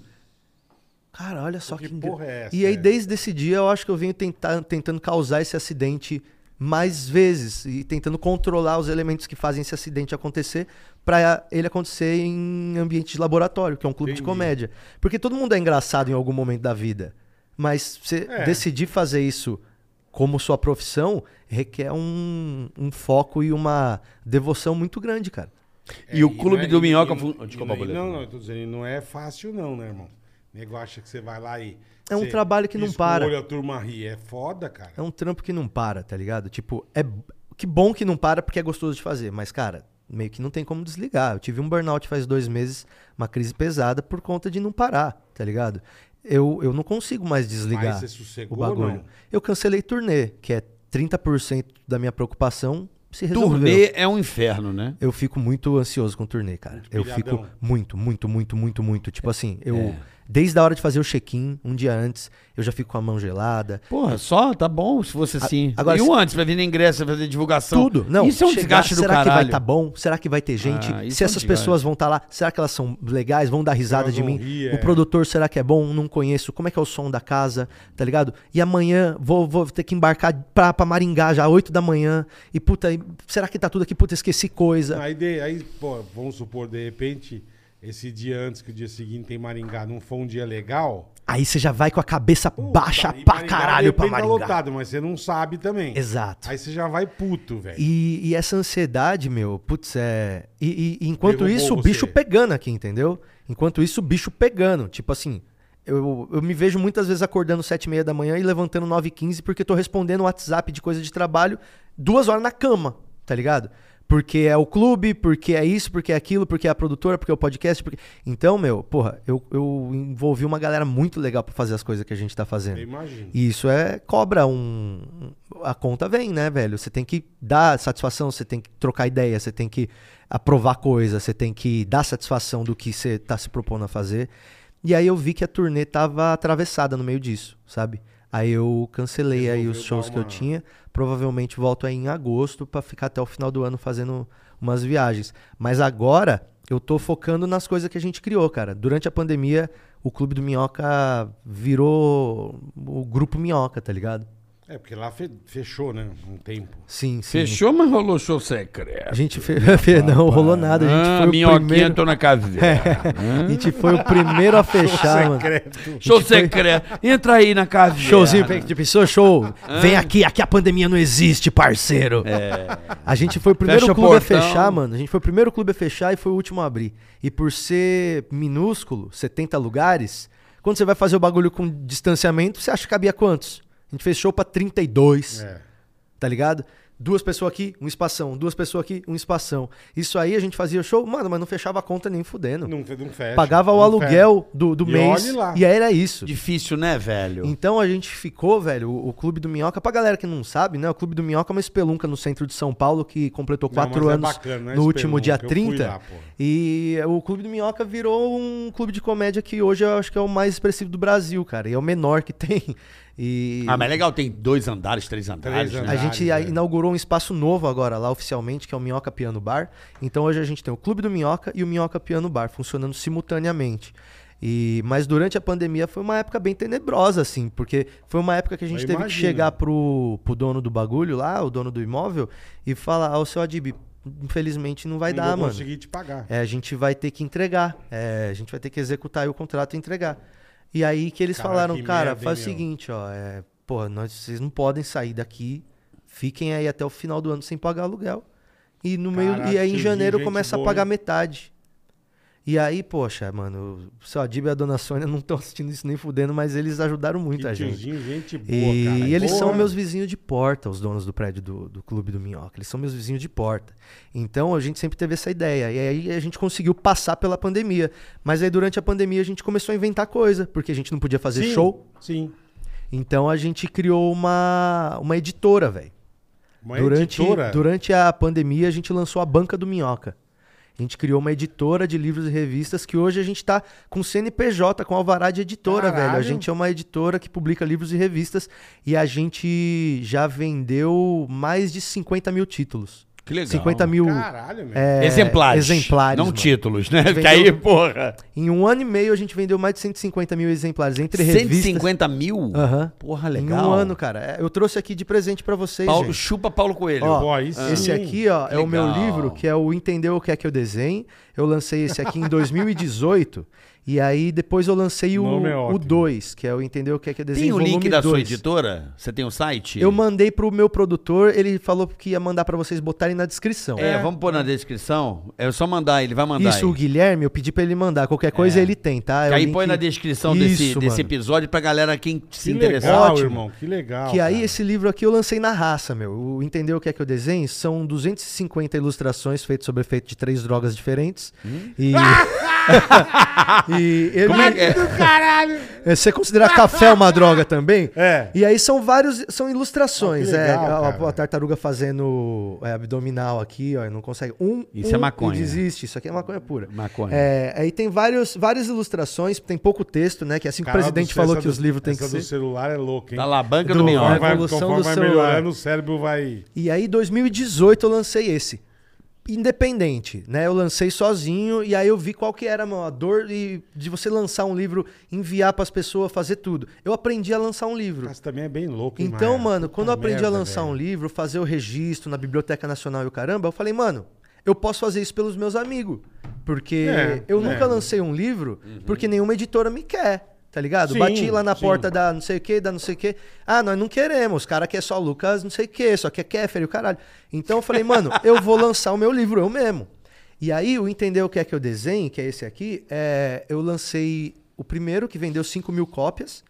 [SPEAKER 4] Cara, olha só
[SPEAKER 2] Que
[SPEAKER 4] que,
[SPEAKER 2] porra é essa,
[SPEAKER 4] E aí
[SPEAKER 2] é?
[SPEAKER 4] desde esse dia eu acho que eu venho tentar, tentando causar esse acidente mais vezes e tentando controlar os elementos que fazem esse acidente acontecer pra ele acontecer em ambiente de laboratório, que é um clube de
[SPEAKER 2] Entendi.
[SPEAKER 4] comédia. Porque todo mundo é engraçado em algum momento da vida, mas você
[SPEAKER 2] É.
[SPEAKER 4] decidir fazer isso como sua profissão requer um, um foco e uma devoção muito grande, cara.
[SPEAKER 3] E o clube
[SPEAKER 2] não é-
[SPEAKER 3] do Minhoca
[SPEAKER 2] e-
[SPEAKER 3] fun-
[SPEAKER 2] e-
[SPEAKER 3] Desculpa,
[SPEAKER 2] e-
[SPEAKER 3] Boleto.
[SPEAKER 2] Não, não, eu tô dizendo, e não é fácil não, né, irmão? O nego acha que você vai lá e...
[SPEAKER 4] É um
[SPEAKER 2] você
[SPEAKER 4] trabalho que não
[SPEAKER 2] pisca o
[SPEAKER 4] para.
[SPEAKER 2] olho, a turma ri. É foda, cara.
[SPEAKER 4] É um trampo que não para, tá ligado? Tipo, é que bom que não para porque é gostoso de fazer, mas cara, meio que não tem como desligar. Eu tive um burnout faz dois meses, uma crise pesada por conta de não parar, tá ligado? Eu, eu não consigo mais desligar
[SPEAKER 2] Mas você sossegou
[SPEAKER 4] o bagulho.
[SPEAKER 2] não?
[SPEAKER 4] Eu cancelei turnê, que é 30% da minha preocupação se resolveu.
[SPEAKER 3] Turnê é um inferno, né?
[SPEAKER 4] Eu fico muito ansioso com o turnê, cara. Eu
[SPEAKER 2] pilhadão.
[SPEAKER 4] fico muito, muito, muito, muito, muito. Tipo assim, eu. Desde a hora de fazer o check-in, um dia antes, eu já fico com a mão gelada.
[SPEAKER 3] Porra, só tá bom se fosse assim.
[SPEAKER 4] agora
[SPEAKER 3] e
[SPEAKER 4] se-
[SPEAKER 3] o antes, pra vir na ingresso, pra fazer divulgação.
[SPEAKER 4] Tudo. Não,
[SPEAKER 3] Isso é um
[SPEAKER 4] chegar,
[SPEAKER 3] desgaste do
[SPEAKER 4] será
[SPEAKER 3] caralho.
[SPEAKER 4] que vai tá estar bom? Será que vai ter gente?
[SPEAKER 3] Ah, isso
[SPEAKER 4] Se
[SPEAKER 3] é um
[SPEAKER 4] essas
[SPEAKER 3] desgaste.
[SPEAKER 4] pessoas vão estar lá, será que elas são legais? Vão dar risada
[SPEAKER 2] Elas
[SPEAKER 4] de
[SPEAKER 2] vão
[SPEAKER 4] mim?
[SPEAKER 2] rir, é.
[SPEAKER 4] O produtor, será que é bom? Não conheço. Como é que é o som da casa? Tá ligado? E amanhã vou, vou ter que embarcar pra, pra Maringá já, 8 da manhã. E puta, e será que tá tudo aqui? Puta, esqueci coisa.
[SPEAKER 2] Aí, de- aí, pô, vamos supor, de repente, esse dia antes que o dia seguinte tem Maringá não foi um dia legal...
[SPEAKER 4] Aí você já vai com a cabeça
[SPEAKER 2] puta,
[SPEAKER 4] baixa
[SPEAKER 2] e
[SPEAKER 4] pra
[SPEAKER 2] Maringá,
[SPEAKER 4] caralho pra
[SPEAKER 2] De repente tá
[SPEAKER 4] Maringá.
[SPEAKER 2] lotado, mas você não sabe também.
[SPEAKER 4] Exato.
[SPEAKER 2] Aí você já vai puto, velho.
[SPEAKER 4] E, e essa ansiedade, meu, putz, é. E, e- e enquanto
[SPEAKER 2] Derrubou
[SPEAKER 4] isso, o
[SPEAKER 2] você.
[SPEAKER 4] bicho pegando aqui, entendeu? Enquanto isso, o bicho pegando. Tipo assim, eu, eu me vejo muitas vezes acordando sete e meia da manhã e levantando nove e quinze porque tô respondendo WhatsApp de coisa de trabalho duas horas na cama, tá ligado? Porque é o clube, porque é isso, porque é aquilo, porque é a produtora, porque é o podcast. Porque... Então, meu, porra, eu, eu envolvi uma galera muito legal pra fazer as coisas que a gente tá fazendo.
[SPEAKER 2] Eu imagino.
[SPEAKER 4] E isso é cobra um. A conta vem, né, velho? Você tem que dar satisfação, você tem que trocar ideia, você tem que aprovar coisa, você tem que dar satisfação do que você tá se propondo a fazer. E aí eu vi que a turnê tava atravessada no meio disso, sabe? Aí eu cancelei aí os
[SPEAKER 2] Resolveu
[SPEAKER 4] shows
[SPEAKER 2] dar
[SPEAKER 4] que eu
[SPEAKER 2] uma-
[SPEAKER 4] tinha. Provavelmente volto aí em agosto pra ficar até o final do ano fazendo umas viagens. Mas agora eu tô focando nas coisas que a gente criou, cara. Durante a pandemia, o Clube do Minhoca virou o grupo Minhoca, tá ligado?
[SPEAKER 2] É, porque lá fe- fechou, né? Um tempo.
[SPEAKER 4] Sim, sim.
[SPEAKER 3] Fechou, mas rolou show
[SPEAKER 4] A
[SPEAKER 3] secreto.
[SPEAKER 4] gente fe... não rolou nada, a gente
[SPEAKER 3] Ah,
[SPEAKER 4] foi o
[SPEAKER 3] minhoquinha,
[SPEAKER 4] primeiro. É,
[SPEAKER 3] tô na caverna.
[SPEAKER 4] A gente foi o primeiro a
[SPEAKER 3] é
[SPEAKER 4] fechar, mano.
[SPEAKER 3] Show secreto. Entra aí na caverna.
[SPEAKER 4] Showzinho pra equipe, show, show.
[SPEAKER 2] Ah.
[SPEAKER 4] Vem aqui, aqui a pandemia não existe, parceiro.
[SPEAKER 2] É.
[SPEAKER 4] A gente foi o primeiro
[SPEAKER 3] Fecha o
[SPEAKER 4] clube a
[SPEAKER 3] portão.
[SPEAKER 4] fechar, mano. A gente foi o primeiro clube a fechar e foi o último a abrir. E por ser minúsculo, 70 lugares, quando você vai fazer o bagulho com distanciamento, você acha que cabia quantos? A gente fez show pra 32,
[SPEAKER 2] É.
[SPEAKER 4] tá ligado? Duas pessoas aqui, um espação. Duas pessoas aqui, um espação. Isso aí a gente fazia show, mano, mas não fechava a conta nem fudendo.
[SPEAKER 2] Não, fe- não fecha.
[SPEAKER 4] Pagava o
[SPEAKER 2] Não
[SPEAKER 4] aluguel do, do
[SPEAKER 2] E
[SPEAKER 4] mês.
[SPEAKER 2] olhe lá.
[SPEAKER 4] E aí era isso.
[SPEAKER 3] Difícil, né, velho?
[SPEAKER 4] Então a gente ficou, velho, o, o Clube do Minhoca, pra galera que não sabe, né? O Clube do Minhoca é uma espelunca no centro de São Paulo que completou
[SPEAKER 2] Não,
[SPEAKER 4] quatro
[SPEAKER 2] mas é
[SPEAKER 4] anos
[SPEAKER 2] bacana, não é
[SPEAKER 4] no último dia
[SPEAKER 2] espelunca, eu fui
[SPEAKER 4] 30.
[SPEAKER 2] lá, pô.
[SPEAKER 4] e o Clube do Minhoca virou um clube de comédia que hoje eu acho que é o mais expressivo do Brasil, cara. E é o menor que tem. E
[SPEAKER 3] Ah, mas legal, tem dois andares, três andares.
[SPEAKER 2] Três
[SPEAKER 3] né?
[SPEAKER 4] a
[SPEAKER 2] andares.
[SPEAKER 4] gente
[SPEAKER 2] né?
[SPEAKER 4] aí inaugurou um espaço novo agora lá oficialmente, que é o Minhoca Piano Bar. Então hoje a gente tem o Clube do Minhoca e o Minhoca Piano Bar funcionando simultaneamente. E, mas durante a pandemia foi uma época bem tenebrosa, assim, porque foi uma época que a gente
[SPEAKER 2] Eu
[SPEAKER 4] teve que
[SPEAKER 2] imagino.
[SPEAKER 4] chegar pro, pro dono do bagulho lá, o dono do imóvel, e falar, ao seu Adib, infelizmente não vai
[SPEAKER 2] Não
[SPEAKER 4] dar,
[SPEAKER 2] vou
[SPEAKER 4] mano.
[SPEAKER 2] conseguir te pagar.
[SPEAKER 4] É, a gente vai ter que entregar. É, a gente vai ter que executar aí o contrato e entregar. E aí que eles
[SPEAKER 2] Cara,
[SPEAKER 4] falaram,
[SPEAKER 2] que
[SPEAKER 4] cara,
[SPEAKER 2] merda, hein,
[SPEAKER 4] faz o
[SPEAKER 2] meu?"
[SPEAKER 4] seguinte, ó. É, porra, nós, vocês não podem sair daqui. Fiquem aí até o final do ano sem pagar aluguel. E no meio. E
[SPEAKER 2] Caraca,
[SPEAKER 4] aí em
[SPEAKER 2] que
[SPEAKER 4] janeiro
[SPEAKER 2] gente
[SPEAKER 4] começa
[SPEAKER 2] boa,
[SPEAKER 4] a pagar
[SPEAKER 2] hein?
[SPEAKER 4] metade. E aí, poxa, mano, o seu Adib e a dona Sônia não estão assistindo isso nem fudendo, mas eles ajudaram muito
[SPEAKER 2] Que
[SPEAKER 4] a gente.
[SPEAKER 2] tiozinho, gente boa,
[SPEAKER 4] E
[SPEAKER 2] cara.
[SPEAKER 4] eles
[SPEAKER 2] Boa.
[SPEAKER 4] são meus vizinhos de porta, os donos do prédio do, do Clube do Minhoca. Eles são meus vizinhos de porta. Então a gente sempre teve essa ideia. E aí a gente conseguiu passar pela pandemia. Mas aí durante a pandemia a gente começou a inventar coisa, porque a gente não podia fazer
[SPEAKER 2] Sim,
[SPEAKER 4] show.
[SPEAKER 2] Sim.
[SPEAKER 4] Então a gente criou uma, uma editora, velho.
[SPEAKER 2] Uma
[SPEAKER 4] Durante,
[SPEAKER 2] editora.
[SPEAKER 4] durante a pandemia a gente lançou a Banca do Minhoca. A gente criou uma editora de livros e revistas que hoje a gente tá com CNPJ, com alvará de editora,
[SPEAKER 2] Caralho.
[SPEAKER 4] velho. A gente é uma editora que publica livros e revistas e a gente já vendeu mais de 50 mil títulos.
[SPEAKER 3] Que legal.
[SPEAKER 4] 50 mil
[SPEAKER 2] Caralho, meu.
[SPEAKER 4] é,
[SPEAKER 3] exemplares.
[SPEAKER 4] exemplares.
[SPEAKER 3] Não
[SPEAKER 4] mano.
[SPEAKER 3] títulos, né?
[SPEAKER 4] Vendeu-
[SPEAKER 3] Porque aí, porra.
[SPEAKER 4] Em um ano e meio a gente vendeu mais de 150 mil exemplares entre revistas.
[SPEAKER 3] 150 mil?
[SPEAKER 4] Aham.
[SPEAKER 3] Porra,
[SPEAKER 4] Em
[SPEAKER 3] legal.
[SPEAKER 4] um ano, cara. É, Eu trouxe aqui de presente pra vocês,
[SPEAKER 3] Paulo,
[SPEAKER 4] gente.
[SPEAKER 3] chupa Paulo Coelho.
[SPEAKER 4] Ó,
[SPEAKER 2] Pô, aí sim,
[SPEAKER 4] Esse
[SPEAKER 2] hein?
[SPEAKER 4] aqui, ó, é o meu
[SPEAKER 3] Legal.
[SPEAKER 4] livro, que é o Entendeu o que é que eu desenho. Eu lancei esse aqui em 2018. e aí depois eu lancei o
[SPEAKER 2] Nome é
[SPEAKER 4] o
[SPEAKER 2] ótimo.
[SPEAKER 4] 2, que é o Entender o que é que eu
[SPEAKER 3] tem
[SPEAKER 4] desenho.
[SPEAKER 3] o link
[SPEAKER 4] volume
[SPEAKER 3] da sua
[SPEAKER 4] 2.
[SPEAKER 3] editora? Você tem o site?
[SPEAKER 4] Eu mandei pro meu produtor, ele falou que ia mandar pra vocês botarem na descrição.
[SPEAKER 3] É, vamos pôr na descrição. É só mandar, ele vai mandar.
[SPEAKER 4] Isso, o
[SPEAKER 3] aí.
[SPEAKER 4] Guilherme, eu pedi pra ele mandar. Qualquer coisa ele tem, tá? É
[SPEAKER 3] Que
[SPEAKER 4] o
[SPEAKER 3] aí
[SPEAKER 4] link-
[SPEAKER 3] põe na descrição desse,
[SPEAKER 4] Isso,
[SPEAKER 3] desse
[SPEAKER 4] mano.
[SPEAKER 3] episódio pra galera quem se
[SPEAKER 2] Que
[SPEAKER 3] interessar.
[SPEAKER 2] legal,
[SPEAKER 4] Ótimo.
[SPEAKER 2] irmão. Que legal.
[SPEAKER 4] Que aí
[SPEAKER 2] cara.
[SPEAKER 4] esse livro aqui eu lancei na raça, meu. O Entendeu o que é que eu desenho? São 250 ilustrações feitas sobre efeito de três drogas diferentes.
[SPEAKER 2] Hum.
[SPEAKER 4] E. e ele...
[SPEAKER 3] Como é que é?
[SPEAKER 4] É, Você considera café uma droga também?
[SPEAKER 2] É.
[SPEAKER 4] E aí são vários, são ilustrações.
[SPEAKER 2] Ah, que legal,
[SPEAKER 4] é, a- a,
[SPEAKER 2] cara.
[SPEAKER 4] a tartaruga fazendo é, abdominal aqui, ó, e não consegue. Um,
[SPEAKER 3] Isso é
[SPEAKER 4] um,
[SPEAKER 3] maconha.
[SPEAKER 2] né?
[SPEAKER 4] E desiste, isso aqui é maconha pura.
[SPEAKER 3] Maconha.
[SPEAKER 4] É, aí tem vários, várias ilustrações, tem pouco texto, né? Que assim que o
[SPEAKER 2] Cara,
[SPEAKER 4] presidente
[SPEAKER 2] do-
[SPEAKER 4] falou
[SPEAKER 2] essa
[SPEAKER 4] que os
[SPEAKER 2] do-
[SPEAKER 4] livros têm que
[SPEAKER 2] essa
[SPEAKER 4] ser.
[SPEAKER 2] do celular é louco, hein?
[SPEAKER 3] Tá lá, banca do,
[SPEAKER 4] Do-
[SPEAKER 3] Minhoca.
[SPEAKER 2] Conforme vai,
[SPEAKER 4] Evolução
[SPEAKER 2] conforme
[SPEAKER 4] do
[SPEAKER 2] vai
[SPEAKER 4] celular.
[SPEAKER 2] melhorando, o cérebro vai...
[SPEAKER 4] E aí, em 2018, eu lancei esse. Independente, né? Eu lancei sozinho e aí eu vi qual que era mano, a dor de, de você lançar um livro, enviar pras pessoas, fazer tudo. Eu aprendi a lançar um livro.
[SPEAKER 2] Mas também é bem louco, hein,
[SPEAKER 4] Então,
[SPEAKER 2] Maia?
[SPEAKER 4] mano, quando eu
[SPEAKER 2] Puta
[SPEAKER 4] aprendi
[SPEAKER 2] merda,
[SPEAKER 4] a lançar
[SPEAKER 2] velho.
[SPEAKER 4] um livro, fazer o registro na Biblioteca Nacional e o caramba, eu falei, mano, eu posso fazer isso pelos meus amigos. Porque
[SPEAKER 2] É,
[SPEAKER 4] eu
[SPEAKER 2] é.
[SPEAKER 4] nunca lancei um livro porque nenhuma editora me quer. Tá ligado?
[SPEAKER 2] Sim,
[SPEAKER 4] Bati lá na
[SPEAKER 2] sim.
[SPEAKER 4] porta da não sei o que, da não sei o que. Ah, nós não queremos. Os caras querem só Lucas, não sei o que, só quer Kéfer e o caralho. Então eu falei, mano, eu vou lançar o meu livro eu mesmo. E aí, o Entender o que é que eu desenho, que é esse aqui, é, eu lancei o primeiro, que vendeu 5 mil cópias.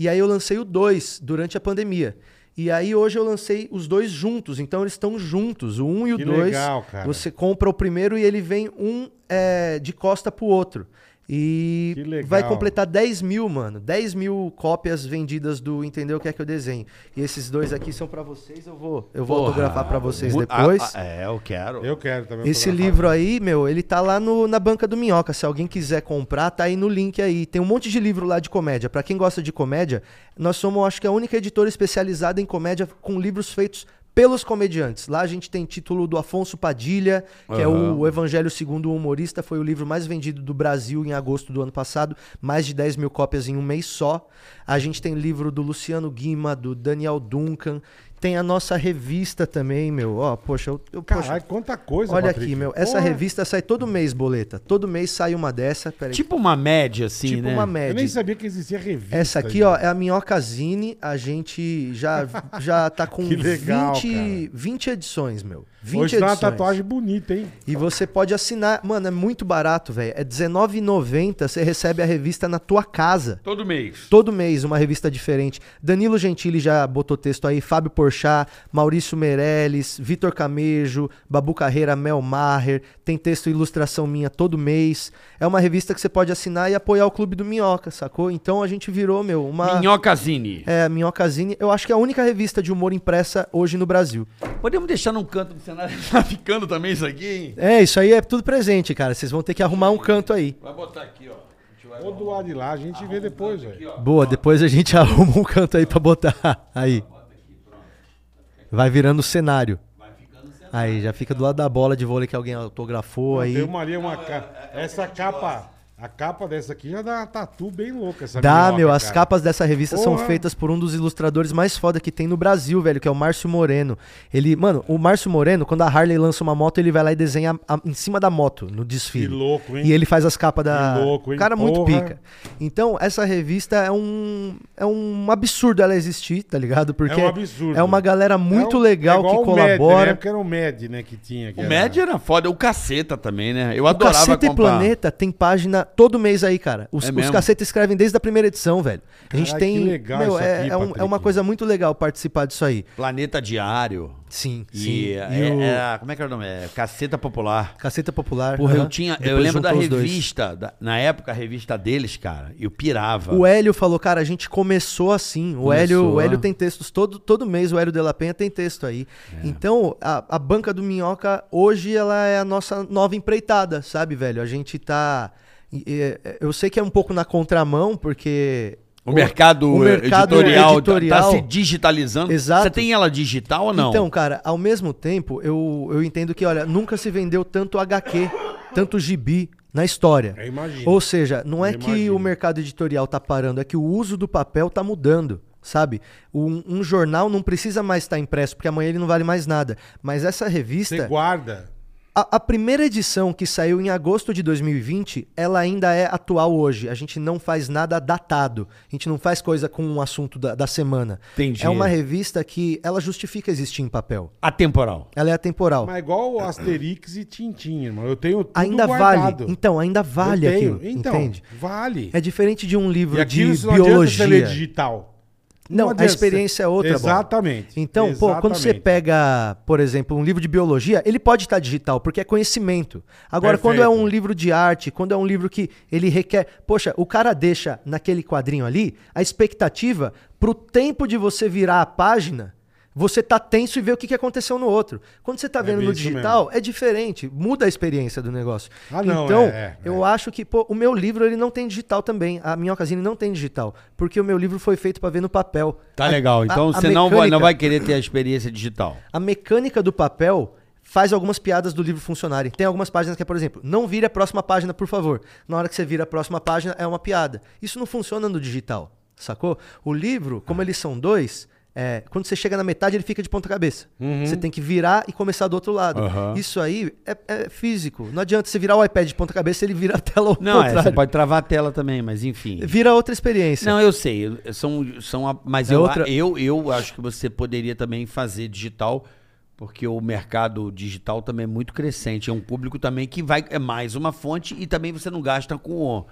[SPEAKER 4] E aí eu lancei o 2 durante a pandemia. E aí hoje eu lancei os dois juntos, então eles estão juntos, o 1 um e o
[SPEAKER 2] Que
[SPEAKER 4] 2.
[SPEAKER 2] legal, cara.
[SPEAKER 4] Você compra o primeiro e ele vem um é, de costa pro outro. E
[SPEAKER 2] Que legal.
[SPEAKER 4] vai completar 10 mil, mano. 10 mil cópias vendidas do Entendeu o que é que eu desenho. E esses dois aqui são pra vocês, eu vou, eu vou
[SPEAKER 3] Porra.
[SPEAKER 4] autografar pra vocês
[SPEAKER 3] Mu-
[SPEAKER 4] depois.
[SPEAKER 3] Ah, ah, é, eu quero.
[SPEAKER 2] Eu quero também. é um
[SPEAKER 4] Esse
[SPEAKER 2] autografar.
[SPEAKER 4] livro aí, meu, ele tá lá no- na banca do Minhoca. Se alguém quiser comprar, tá aí no link aí. Tem um monte de livro lá de comédia. Pra quem gosta de comédia, nós somos, acho que, a única editora especializada em comédia com livros feitos pelos comediantes. Lá a gente tem título do Afonso Padilha, que é o, o Evangelho segundo o Humorista. Foi o livro mais vendido do Brasil em agosto do ano passado. Mais de 10 mil cópias em um mês só. A gente tem livro do Luciano Guima, do Daniel Duncan. Tem a nossa revista também, meu. Ó, poxa, eu, eu poxa,
[SPEAKER 2] Caralho, quanta coisa,
[SPEAKER 4] Olha
[SPEAKER 2] é, Patrick.
[SPEAKER 4] aqui, meu. Essa
[SPEAKER 2] Porra,
[SPEAKER 4] revista sai todo mês, boleta. Todo mês sai uma dessa. Peraí.
[SPEAKER 3] Tipo uma média, assim,
[SPEAKER 4] Tipo
[SPEAKER 3] né?
[SPEAKER 4] uma
[SPEAKER 2] Eu
[SPEAKER 4] média.
[SPEAKER 2] nem sabia que existia revista.
[SPEAKER 4] Essa aqui,
[SPEAKER 2] gente.
[SPEAKER 4] ó, é a Minhocazine. A gente já, já tá com
[SPEAKER 2] Que legal,
[SPEAKER 4] 20, 20 edições, meu. 20
[SPEAKER 2] Hoje tá uma
[SPEAKER 4] edições.
[SPEAKER 2] tatuagem bonita, hein?
[SPEAKER 4] E você pode assinar. Mano, é muito barato, velho. É R$19,90. Você recebe a revista na tua casa.
[SPEAKER 3] Todo mês.
[SPEAKER 4] Todo mês uma revista diferente. Danilo Gentili já botou texto aí, Fábio Porchat, Maurício Meirelles, Vitor Camejo, Babu Carreira, Mel Maher. Tem texto e ilustração minha todo mês. É uma revista que você pode assinar e apoiar o Clube do Minhoca, sacou? Então a gente virou, meu, uma...
[SPEAKER 3] Minhocazine.
[SPEAKER 4] É, Minhocazine. Eu acho que é a única revista de humor impressa hoje no Brasil.
[SPEAKER 3] Podemos deixar num canto do cenário. Tá ficando também isso aqui, hein?
[SPEAKER 4] É, isso aí é tudo presente, cara. Vocês vão ter que arrumar um canto aí.
[SPEAKER 3] Vai botar aqui, ó.
[SPEAKER 2] Vou do lado de lá, a gente vê depois, velho.
[SPEAKER 4] Boa, depois a gente arruma um canto aí pra botar. Aí. Vai virando o cenário. Aí, já fica do lado da bola de vôlei que alguém autografou
[SPEAKER 2] Tem
[SPEAKER 4] aí.
[SPEAKER 2] uma ali, uma ca... Essa capa, a capa dessa aqui já dá uma tatu bem louca. Essa
[SPEAKER 4] Dá,
[SPEAKER 2] minhoca,
[SPEAKER 4] meu, as
[SPEAKER 2] cara.
[SPEAKER 4] capas dessa revista são
[SPEAKER 2] Porra.
[SPEAKER 4] feitas por um dos ilustradores mais foda que tem no Brasil, velho, que é o Márcio Moreno. Ele, mano, o Márcio Moreno, quando a Harley lança uma moto, ele vai lá e desenha a- em cima da moto, no desfile.
[SPEAKER 2] Que louco, hein?
[SPEAKER 4] E ele faz as capas da.
[SPEAKER 2] Que louco, hein?
[SPEAKER 4] Cara, muito
[SPEAKER 2] Porra.
[SPEAKER 4] pica. Então, essa revista é um. É um absurdo ela existir, tá ligado? Porque
[SPEAKER 2] um absurdo.
[SPEAKER 4] é uma galera muito
[SPEAKER 2] É um-
[SPEAKER 4] legal
[SPEAKER 2] é igual
[SPEAKER 4] que
[SPEAKER 2] o Med, né? Na
[SPEAKER 4] colabora.
[SPEAKER 2] época era o Med, né, que tinha. que
[SPEAKER 3] O
[SPEAKER 2] era-
[SPEAKER 3] média era foda. O caceta também, né? Eu
[SPEAKER 4] O
[SPEAKER 3] adorava
[SPEAKER 4] Caceta e
[SPEAKER 3] comprar.
[SPEAKER 4] Planeta tem página todo mês aí, cara. Os,
[SPEAKER 3] É
[SPEAKER 4] os
[SPEAKER 3] mesmo?
[SPEAKER 4] Caceta escrevem desde a primeira edição, velho. A gente
[SPEAKER 2] Caralho,
[SPEAKER 4] tem.
[SPEAKER 2] que legal isso
[SPEAKER 4] é,
[SPEAKER 2] aqui,
[SPEAKER 4] é um- é
[SPEAKER 2] Patrick.
[SPEAKER 4] uma coisa muito legal participar disso aí.
[SPEAKER 3] Planeta Diário.
[SPEAKER 4] Sim, sim.
[SPEAKER 3] E, é-
[SPEAKER 4] o
[SPEAKER 3] era- como é que era o nome? É, Caceta Popular.
[SPEAKER 4] Caceta Popular.
[SPEAKER 3] Porra, eu
[SPEAKER 4] aham.
[SPEAKER 3] tinha. eu
[SPEAKER 4] Depois
[SPEAKER 3] lembro da
[SPEAKER 4] juntou os dois.
[SPEAKER 3] revista. da- na época, a revista deles, cara. Eu pirava.
[SPEAKER 4] O Hélio falou, cara, a gente começou assim. O,
[SPEAKER 3] Começou,
[SPEAKER 4] Hélio, o
[SPEAKER 3] né?
[SPEAKER 4] Hélio tem textos todo, todo mês, o Hélio de la Penha tem texto aí.
[SPEAKER 3] É.
[SPEAKER 4] Então, a, a banca do Minhoca, hoje, ela é a nossa nova empreitada, sabe, velho? A gente tá. e- e- Eu sei que é um pouco na contramão, porque.
[SPEAKER 3] O mercado,
[SPEAKER 4] o mercado
[SPEAKER 3] editorial, tá-
[SPEAKER 4] editorial-
[SPEAKER 3] tá, se digitalizando.
[SPEAKER 4] Exato.
[SPEAKER 3] Você tem ela digital ou não?
[SPEAKER 4] Então, cara, ao mesmo tempo, eu, eu entendo que, olha, nunca se vendeu tanto HQ, tanto gibi na história.
[SPEAKER 2] Eu imagino.
[SPEAKER 4] Ou seja, não é
[SPEAKER 2] Eu
[SPEAKER 4] que
[SPEAKER 2] imagino.
[SPEAKER 4] o mercado editorial tá parando, é que o uso do papel tá mudando. Sabe? Um, um jornal não precisa mais estar impresso, porque amanhã ele não vale mais nada. Mas essa revista.
[SPEAKER 2] Você guarda.
[SPEAKER 4] A, a primeira edição que saiu em agosto de 2020, ela ainda é atual hoje. A gente não faz nada datado. A gente não faz coisa com um assunto da, da semana.
[SPEAKER 3] Entendi.
[SPEAKER 4] É uma revista que ela justifica existir em papel.
[SPEAKER 3] Atemporal.
[SPEAKER 4] Ela é atemporal.
[SPEAKER 2] Mas igual o Asterix e Tintin, irmão. Eu tenho tudo
[SPEAKER 4] ainda
[SPEAKER 2] guardado.
[SPEAKER 4] vale. Então, ainda vale
[SPEAKER 2] eu tenho.
[SPEAKER 4] aquilo.
[SPEAKER 2] Então,
[SPEAKER 4] entende?
[SPEAKER 2] vale.
[SPEAKER 4] É diferente de um livro
[SPEAKER 2] e
[SPEAKER 4] de
[SPEAKER 2] aquilo você não adianta você ler
[SPEAKER 4] biologia.
[SPEAKER 2] digital.
[SPEAKER 4] Não, a
[SPEAKER 2] adianta.
[SPEAKER 4] experiência é outra. Bola.
[SPEAKER 2] Exatamente.
[SPEAKER 4] Então, pô, quando você
[SPEAKER 2] Exatamente.
[SPEAKER 4] pega, por exemplo, um livro de biologia, ele pode estar digital, porque é conhecimento. Agora,
[SPEAKER 2] Perfeito.
[SPEAKER 4] quando é um livro de arte, quando é um livro que ele requer. Poxa, o cara deixa naquele quadrinho ali a expectativa pro tempo de você virar a página. Você tá tenso e vê o que que aconteceu no outro. Quando você tá vendo
[SPEAKER 2] bem
[SPEAKER 4] no
[SPEAKER 2] isso
[SPEAKER 4] digital, é diferente, muda a experiência do negócio.
[SPEAKER 2] Ah, não,
[SPEAKER 4] então,
[SPEAKER 2] é, é,
[SPEAKER 4] eu acho que pô, o meu livro ele não tem digital também. A minha ocasião não tem digital, porque o meu livro foi feito para ver no papel.
[SPEAKER 3] Tá
[SPEAKER 4] A-
[SPEAKER 3] legal.
[SPEAKER 4] a-
[SPEAKER 3] Então
[SPEAKER 4] a
[SPEAKER 3] você não, vai, não
[SPEAKER 4] mecânica-
[SPEAKER 3] vai querer ter a experiência digital.
[SPEAKER 4] a mecânica do papel faz algumas piadas do livro funcionarem. Tem algumas páginas que é, por exemplo, não vire a próxima página, por favor. Na hora que você vira a próxima página, é uma piada. Isso não funciona no digital, sacou? O livro, como eles são dois, é, quando você chega na metade, ele fica de ponta cabeça. Você tem que virar e começar do outro lado.
[SPEAKER 3] Uhum. Aham.
[SPEAKER 4] Isso aí é, é físico. Não adianta você virar o iPad de ponta cabeça, ele vira a tela ao
[SPEAKER 3] Não, é,
[SPEAKER 4] contrário.
[SPEAKER 3] você pode travar a tela também, mas enfim.
[SPEAKER 4] Vira outra experiência.
[SPEAKER 3] Não, eu sei. eu- São, são a- mas
[SPEAKER 4] É
[SPEAKER 3] eu,
[SPEAKER 4] outra-
[SPEAKER 3] eu, eu acho que você poderia também fazer digital, porque o mercado digital também é muito crescente. É um público também que vai. É mais uma fonte e também você não gasta com,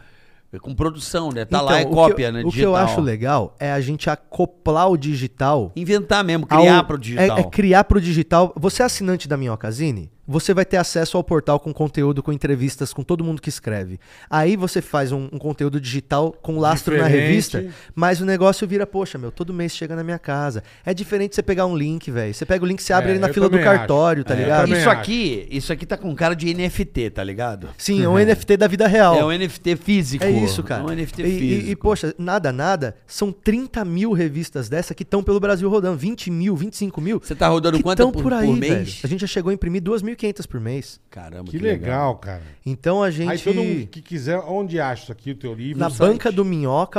[SPEAKER 3] com produção, né? Tá lá, é
[SPEAKER 4] Então, o que
[SPEAKER 3] cópia,
[SPEAKER 4] eu-
[SPEAKER 3] né?
[SPEAKER 4] O que eu acho legal é a gente acoplar o digital
[SPEAKER 3] Inventar mesmo, criar
[SPEAKER 4] ao-
[SPEAKER 3] pro digital.
[SPEAKER 4] É, é criar pro digital. Você é assinante da Minhocazine? Você vai ter acesso ao portal com conteúdo, com entrevistas, com todo mundo que escreve. Aí você faz um, um conteúdo digital com lastro na
[SPEAKER 2] Diferente.
[SPEAKER 4] revista, mas o negócio vira, poxa, meu, todo mês chega na minha casa. É diferente você pegar um link, velho. Você pega o link, você abre
[SPEAKER 2] É,
[SPEAKER 4] ele na
[SPEAKER 2] eu
[SPEAKER 4] fila do
[SPEAKER 2] também acho.
[SPEAKER 4] cartório, tá
[SPEAKER 2] É, eu
[SPEAKER 4] ligado?
[SPEAKER 2] também
[SPEAKER 3] Isso
[SPEAKER 2] acho.
[SPEAKER 3] aqui, isso aqui tá com cara de NFT, tá ligado?
[SPEAKER 4] Sim, é um NFT da vida real.
[SPEAKER 3] É um NFT físico.
[SPEAKER 4] É isso, cara.
[SPEAKER 3] É um NFT
[SPEAKER 4] E- e,
[SPEAKER 3] físico.
[SPEAKER 4] E, poxa, nada, nada, são 30 mil revistas dessa que estão pelo Brasil rodando. 20 mil, 25 mil.
[SPEAKER 3] Você tá rodando
[SPEAKER 4] que
[SPEAKER 3] quanto
[SPEAKER 4] tão
[SPEAKER 3] por-
[SPEAKER 4] por aí,
[SPEAKER 3] por mês?
[SPEAKER 4] velho. A gente já chegou a imprimir 2.500 por mês.
[SPEAKER 3] Caramba,
[SPEAKER 2] Que legal, cara.
[SPEAKER 4] Então a gente...
[SPEAKER 2] Aí todo mundo que quiser, onde acha isso aqui, o teu livro?
[SPEAKER 4] na
[SPEAKER 2] Site?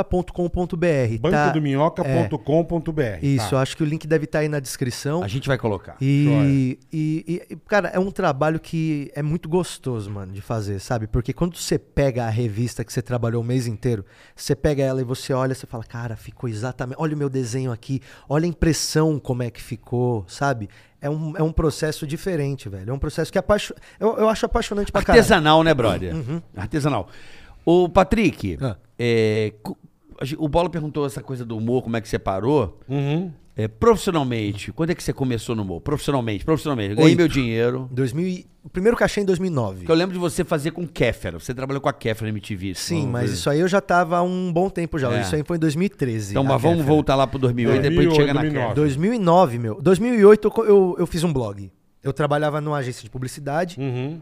[SPEAKER 4] bancadominhoca.com.br. tá?
[SPEAKER 2] bancadominhoca.com.br.
[SPEAKER 4] Isso,
[SPEAKER 2] tá.
[SPEAKER 4] acho que o link deve estar aí na descrição.
[SPEAKER 3] A gente vai colocar.
[SPEAKER 4] E, e- e, cara, é um trabalho que é muito gostoso, mano, de fazer, sabe? Porque quando você pega a revista que você trabalhou o mês inteiro, você pega ela e você olha, você fala, cara, ficou exatamente. Olha o meu desenho aqui, olha a impressão como é que ficou, sabe? É um, é um processo diferente, velho. É um processo que apaixo... eu, eu acho apaixonante pra caralho. Uhum.
[SPEAKER 3] Artesanal, né, brother? Artesanal. O Patrick,
[SPEAKER 4] Ah.
[SPEAKER 3] é, cu- a gen- o Bola perguntou essa coisa do humor, como é que você parou.
[SPEAKER 2] Uhum.
[SPEAKER 3] É, profissionalmente, quando é que você começou no humor? Profissionalmente, profissionalmente. Eu ganhei
[SPEAKER 4] Oito.
[SPEAKER 3] meu dinheiro.
[SPEAKER 4] 2000 e- O primeiro cachê em 2009.
[SPEAKER 3] Que eu lembro de você fazer com Kéfera. Você trabalhou com a Kéfera na MTV.
[SPEAKER 4] Sim,
[SPEAKER 3] não
[SPEAKER 4] mas
[SPEAKER 3] foi?
[SPEAKER 4] isso aí eu já tava há um bom tempo já.
[SPEAKER 3] É.
[SPEAKER 4] Isso aí foi em 2013.
[SPEAKER 3] assim. Então,
[SPEAKER 4] é a
[SPEAKER 3] mas vamos
[SPEAKER 4] Kéfera. É,
[SPEAKER 3] voltar lá pro 2008, depois a gente chega na
[SPEAKER 2] 2008,
[SPEAKER 3] Kéfera.
[SPEAKER 4] 2009, meu. 2008 eu, co- eu, eu fiz um blog. Eu trabalhava numa agência de publicidade
[SPEAKER 2] Uhum.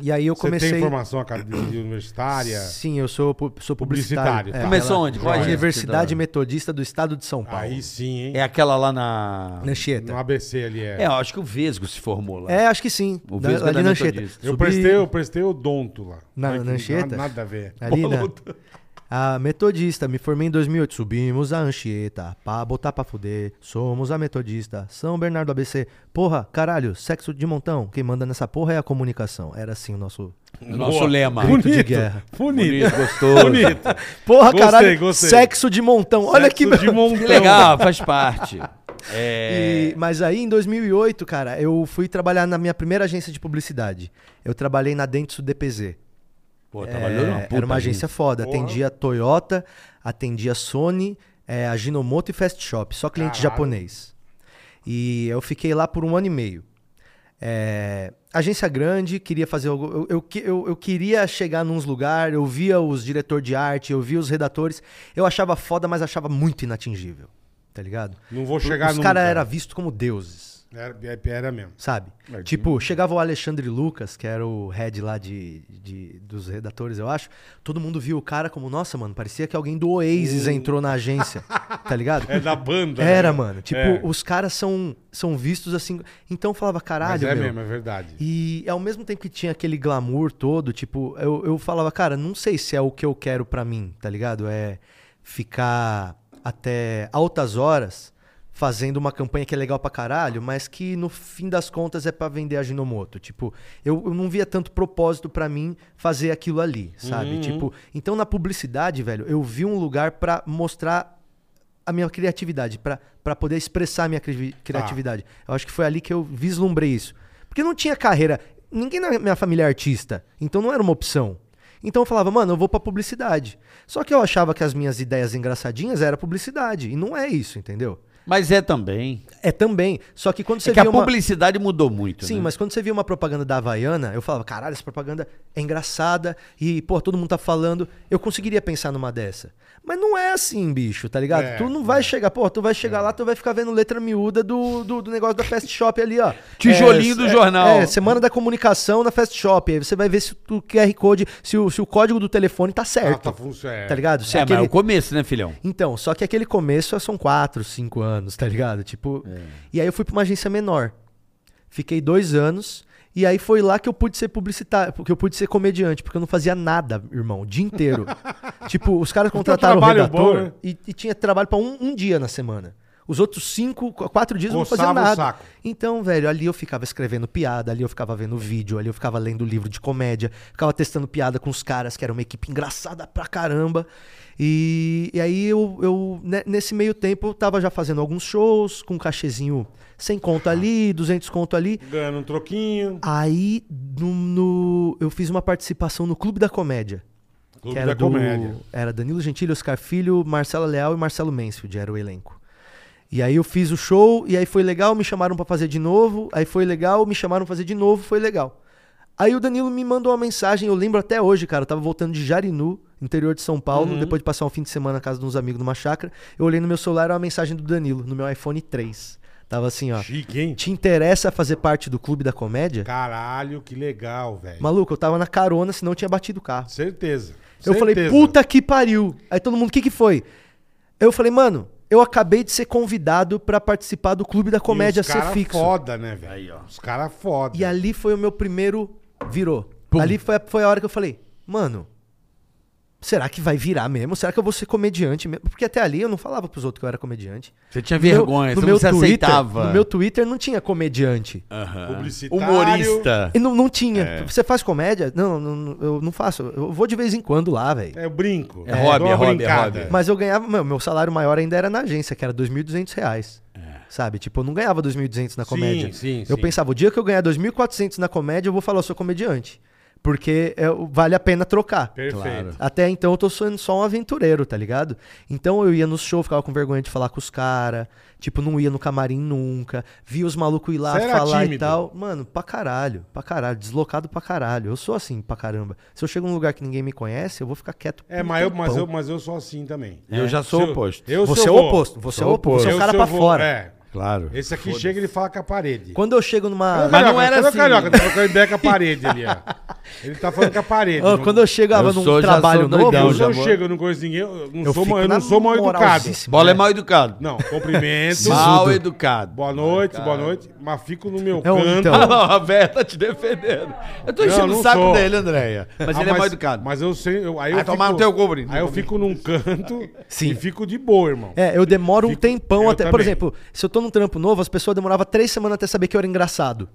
[SPEAKER 4] e aí eu comecei.
[SPEAKER 2] Você tem formação acadêmica universitária?
[SPEAKER 4] Sim, eu sou, pu- sou publicitário.
[SPEAKER 2] Publicitário,
[SPEAKER 4] É,
[SPEAKER 2] tá.
[SPEAKER 3] Começou
[SPEAKER 4] pela
[SPEAKER 3] onde? Qual agência?
[SPEAKER 4] Universidade Metodista do Estado de São Paulo.
[SPEAKER 2] Aí sim, hein?
[SPEAKER 3] É aquela lá na...
[SPEAKER 2] No
[SPEAKER 4] Nanchieta.
[SPEAKER 2] ABC ali é.
[SPEAKER 3] É, eu acho que o Vesgo se formou lá.
[SPEAKER 4] É, acho que sim.
[SPEAKER 3] O
[SPEAKER 4] Da,
[SPEAKER 3] Vesgo é
[SPEAKER 4] ali
[SPEAKER 3] da
[SPEAKER 4] na Anchieta.
[SPEAKER 3] Metodista.
[SPEAKER 2] Eu
[SPEAKER 4] Subi
[SPEAKER 2] prestei, eu prestei o donto lá.
[SPEAKER 4] Na-
[SPEAKER 2] Olha que
[SPEAKER 4] na Anchieta?
[SPEAKER 2] Nada a ver.
[SPEAKER 4] Ali, né? A Metodista, me formei em 2008. Subimos a Anchieta pra botar pra fuder. Somos a Metodista. São Bernardo ABC. Porra, caralho, sexo de montão. Quem manda nessa porra é a comunicação. Era assim o nosso.
[SPEAKER 3] O nosso lema.
[SPEAKER 4] Bonito.
[SPEAKER 2] Bonito.
[SPEAKER 4] de guerra.
[SPEAKER 2] Bonito.
[SPEAKER 3] Bonito, gostoso.
[SPEAKER 2] Bonito.
[SPEAKER 4] Porra,
[SPEAKER 2] Gostei,
[SPEAKER 4] caralho,
[SPEAKER 2] gostei.
[SPEAKER 4] sexo de montão. Olha que.
[SPEAKER 2] Sexo de montão.
[SPEAKER 3] Que Então, legal, faz parte. É...
[SPEAKER 4] E- mas aí, em 2008, cara, eu fui trabalhar na minha primeira agência de publicidade. Eu trabalhei na Dentsu DPZ.
[SPEAKER 3] Pô,
[SPEAKER 4] É, era uma agência foda.
[SPEAKER 2] Porra.
[SPEAKER 4] Atendia Toyota, atendia Sony, é, a Ginomoto e Fast Shop. Só cliente
[SPEAKER 2] Caralho.
[SPEAKER 4] japonês. E eu fiquei lá por um ano e meio. É, agência grande, queria fazer algo. Eu, eu, que- eu, eu queria chegar num lugar, eu via os diretor de arte, eu via os redatores. Eu achava foda, mas achava muito inatingível. Tá ligado?
[SPEAKER 2] Não vou chegar
[SPEAKER 4] Os
[SPEAKER 2] nunca.
[SPEAKER 4] caras eram vistos como deuses
[SPEAKER 2] Era, era mesmo.
[SPEAKER 4] sabe?
[SPEAKER 2] Mas
[SPEAKER 4] tipo, chegava o Alexandre Lucas, que era o head lá de, de- dos redatores, eu acho. Todo mundo viu o cara como, nossa, mano, parecia que alguém do Oasis entrou na agência, tá ligado?
[SPEAKER 2] Hum. É da banda.
[SPEAKER 4] Era,
[SPEAKER 2] né?
[SPEAKER 4] mano. Tipo,
[SPEAKER 2] É.
[SPEAKER 4] os caras são, são vistos assim. Então eu falava,
[SPEAKER 2] Mas
[SPEAKER 4] caralho,
[SPEAKER 2] é
[SPEAKER 4] meu.
[SPEAKER 2] mesmo, é verdade.
[SPEAKER 4] E ao mesmo tempo que tinha aquele glamour todo, tipo, eu, eu falava, cara, não sei se é o que eu quero pra mim, tá ligado? É ficar até altas horas fazendo uma campanha que é legal pra caralho, mas que no fim das contas é pra vender a Ginomoto. Tipo, eu, eu não via tanto propósito pra mim fazer aquilo ali, sabe? Tipo, então na publicidade, velho, eu vi um lugar pra mostrar a minha criatividade, pra pra poder expressar a minha crivi- criatividade. Eu acho que foi ali que eu vislumbrei isso. Porque eu não tinha carreira, ninguém na minha família é artista, então não era uma opção. Então eu falava, mano, eu vou pra publicidade. Só que eu achava que as minhas ideias engraçadinhas era publicidade, e não é isso, entendeu?
[SPEAKER 3] Mas é também.
[SPEAKER 4] É também, só que quando você
[SPEAKER 3] é que a
[SPEAKER 4] via uma...
[SPEAKER 3] publicidade mudou muito,
[SPEAKER 4] Sim,
[SPEAKER 3] né?
[SPEAKER 4] mas quando você via uma propaganda da Havaiana, eu falava, caralho, essa propaganda é engraçada e, pô, todo mundo tá falando. Eu conseguiria pensar numa dessa. Mas não é assim, bicho, tá ligado?
[SPEAKER 2] É,
[SPEAKER 4] tu não vai chegar, pô, tu vai
[SPEAKER 3] É.
[SPEAKER 4] chegar lá, tu vai ficar vendo letra miúda do, do, do negócio da Fast Shop ali, ó.
[SPEAKER 3] Tijolinho do jornal.
[SPEAKER 4] É, Semana da Comunicação na Fast Shop. Aí você vai ver se o QR Code, se o, se o código do telefone tá
[SPEAKER 2] Ah,
[SPEAKER 4] certo.
[SPEAKER 2] tá funcionando.
[SPEAKER 4] Tá ligado? Se
[SPEAKER 3] É,
[SPEAKER 4] aquele-
[SPEAKER 3] mas é o começo, né, filhão?
[SPEAKER 4] então, só que aquele começo são 4, 5 anos, tá ligado? Tipo.
[SPEAKER 2] É.
[SPEAKER 4] E aí eu fui pra uma agência menor. Fiquei dois anos. E aí foi lá que eu pude ser publicitário, porque eu pude ser comediante, porque eu não fazia nada, irmão, o dia inteiro. tipo, os caras contrataram o
[SPEAKER 2] trabalho
[SPEAKER 4] redator
[SPEAKER 2] bom, né?
[SPEAKER 4] e, e tinha trabalho pra um, um dia na semana. Os outros cinco, qu- quatro dias eu não fazia
[SPEAKER 2] Coçava o
[SPEAKER 4] nada.
[SPEAKER 2] saco.
[SPEAKER 4] Então, velho, ali eu ficava escrevendo piada, ali eu ficava vendo vídeo, ali eu ficava lendo livro de comédia, ficava testando piada com os caras, que era uma equipe engraçada pra caramba. E, e aí eu, eu, ne- nesse meio tempo, eu tava já fazendo alguns shows, com um cachezinho 100 conto ali, 200 conto ali.
[SPEAKER 2] Ganhando um troquinho.
[SPEAKER 4] Ah, Aí no, no- eu fiz uma participação no Clube da Comédia.
[SPEAKER 2] Clube
[SPEAKER 4] que era
[SPEAKER 2] da
[SPEAKER 4] do,
[SPEAKER 2] comédia.
[SPEAKER 4] Era Danilo Gentili, Oscar Filho, Marcela Leal e Marcelo Mansfield, era o elenco. E aí eu fiz o show, e aí foi legal, me chamaram pra fazer de novo, aí foi legal, me chamaram pra fazer de novo, foi legal. Aí o Danilo me mandou uma mensagem, eu lembro até hoje, cara, eu tava voltando de Jarinu, interior de São Paulo,
[SPEAKER 2] Uhum.
[SPEAKER 4] depois de passar um fim de semana na casa de uns amigos numa chácara, eu olhei no meu celular, era uma mensagem do Danilo, no meu iPhone 3. Tava assim, ó,
[SPEAKER 2] Chique, hein?
[SPEAKER 4] te interessa fazer parte do Clube da Comédia?
[SPEAKER 2] Caralho, que legal, velho.
[SPEAKER 4] Maluco, eu tava na carona, senão eu tinha batido o carro.
[SPEAKER 2] Certeza.
[SPEAKER 4] Eu falei,
[SPEAKER 2] Certeza.
[SPEAKER 4] puta que pariu. Aí todo mundo, o que que foi? Eu falei, mano, eu acabei de ser convidado pra participar do Clube da
[SPEAKER 2] E
[SPEAKER 4] Comédia
[SPEAKER 2] os
[SPEAKER 4] Ser
[SPEAKER 2] cara
[SPEAKER 4] Fixo.
[SPEAKER 2] foda, né, velho? Os caras foda.
[SPEAKER 4] E ali foi o meu primeiro virou. Ali foi, a- foi a hora que eu falei, mano, será que vai virar mesmo? Será que eu vou ser comediante mesmo? Porque até ali eu não falava pros outros que eu era comediante.
[SPEAKER 3] Você tinha
[SPEAKER 4] No meu-
[SPEAKER 3] vergonha,
[SPEAKER 4] no
[SPEAKER 3] você
[SPEAKER 4] meu
[SPEAKER 3] não se
[SPEAKER 4] Twitter-
[SPEAKER 3] aceitava.
[SPEAKER 4] No meu Twitter não tinha comediante.
[SPEAKER 2] Publicitário.
[SPEAKER 3] Humorista.
[SPEAKER 4] E não, não tinha.
[SPEAKER 3] É.
[SPEAKER 4] Você faz comédia? Não, não, não, eu não faço. Eu vou de vez em quando lá, velho.
[SPEAKER 2] É o brinco.
[SPEAKER 3] É hobby,
[SPEAKER 2] dou uma
[SPEAKER 3] é hobby, é
[SPEAKER 2] brincada.
[SPEAKER 3] hobby.
[SPEAKER 4] Mas eu ganhava, meu, meu salário maior ainda era na agência, que era R$ 2.200 reais. Sabe? Tipo, eu não ganhava 2.200 na comédia.
[SPEAKER 2] É. sim,
[SPEAKER 4] eu
[SPEAKER 2] sim.
[SPEAKER 4] pensava, o dia que eu ganhar 2.400 na comédia, eu vou falar, eu sou comediante. Porque é, o- vale a pena trocar.
[SPEAKER 2] Perfeito.
[SPEAKER 4] Até então eu tô sendo só um aventureiro, tá ligado? Então eu ia no show, ficava com vergonha de falar com os caras. Tipo, não ia no camarim nunca. Via os malucos ir lá
[SPEAKER 2] Você era
[SPEAKER 4] falar e
[SPEAKER 2] tímido?
[SPEAKER 4] tal. Mano, pra caralho, pra caralho. Deslocado pra caralho. Eu sou assim pra caramba. Se eu chego num lugar que ninguém me conhece, eu vou ficar quieto.
[SPEAKER 2] É,
[SPEAKER 4] um
[SPEAKER 2] mas eu, mas,
[SPEAKER 4] tempão. É.
[SPEAKER 2] eu, mas eu sou assim também.
[SPEAKER 3] Eu já sou
[SPEAKER 2] Se
[SPEAKER 3] o oposto.
[SPEAKER 2] Eu,
[SPEAKER 4] Você
[SPEAKER 2] se
[SPEAKER 4] é
[SPEAKER 2] eu
[SPEAKER 4] o
[SPEAKER 2] vou-
[SPEAKER 4] oposto, você é o
[SPEAKER 2] Sou
[SPEAKER 4] oposto, você é o
[SPEAKER 2] Eu,
[SPEAKER 4] cara
[SPEAKER 2] se eu
[SPEAKER 4] pra
[SPEAKER 2] vou-
[SPEAKER 4] fora.
[SPEAKER 2] É.
[SPEAKER 3] Claro.
[SPEAKER 2] Esse aqui chega e ele fala com a parede.
[SPEAKER 4] Quando eu chego numa.
[SPEAKER 3] Mas não era
[SPEAKER 2] cadê o
[SPEAKER 3] assim.
[SPEAKER 2] Carioca, tá trocando ideia com a parede ali, ó. Ele tá falando com a parede.
[SPEAKER 4] Ah,
[SPEAKER 2] não-
[SPEAKER 4] quando eu chegava
[SPEAKER 3] Eu
[SPEAKER 4] num
[SPEAKER 3] sou- já
[SPEAKER 4] trabalho
[SPEAKER 3] sou
[SPEAKER 4] novo,
[SPEAKER 3] doidão,
[SPEAKER 2] eu,
[SPEAKER 4] eu
[SPEAKER 2] se
[SPEAKER 3] já
[SPEAKER 2] eu
[SPEAKER 3] vou-
[SPEAKER 2] chego, eu não conheço ninguém, eu não sou,
[SPEAKER 4] fico
[SPEAKER 2] mal- eu
[SPEAKER 4] na
[SPEAKER 2] não sou mal educado.
[SPEAKER 4] moralzíssima. né?
[SPEAKER 3] Bola é mal educado.
[SPEAKER 2] Não, cumprimento.
[SPEAKER 3] Mal educado.
[SPEAKER 2] Boa noite, boa noite. Mas fico no meu
[SPEAKER 4] Não,
[SPEAKER 2] canto.
[SPEAKER 4] então.
[SPEAKER 3] Ah, não, a véia tá te defendendo. Eu tô enchendo
[SPEAKER 2] não
[SPEAKER 3] o saco
[SPEAKER 2] sou.
[SPEAKER 3] dele, Andréia. Mas
[SPEAKER 2] Ah,
[SPEAKER 3] ele é mal educado.
[SPEAKER 2] Mas eu sei. Eu, aí eu
[SPEAKER 3] Vai tomar
[SPEAKER 2] fico-
[SPEAKER 3] no teu cobre.
[SPEAKER 2] Aí eu fico num canto
[SPEAKER 4] Sim.
[SPEAKER 2] e fico de boa, irmão.
[SPEAKER 4] É, eu demoro um
[SPEAKER 2] Fico-
[SPEAKER 4] tempão
[SPEAKER 2] eu
[SPEAKER 4] até. Por
[SPEAKER 2] também.
[SPEAKER 4] exemplo, se eu tô num trampo novo, as pessoas demoravam três semanas até saber que eu era engraçado.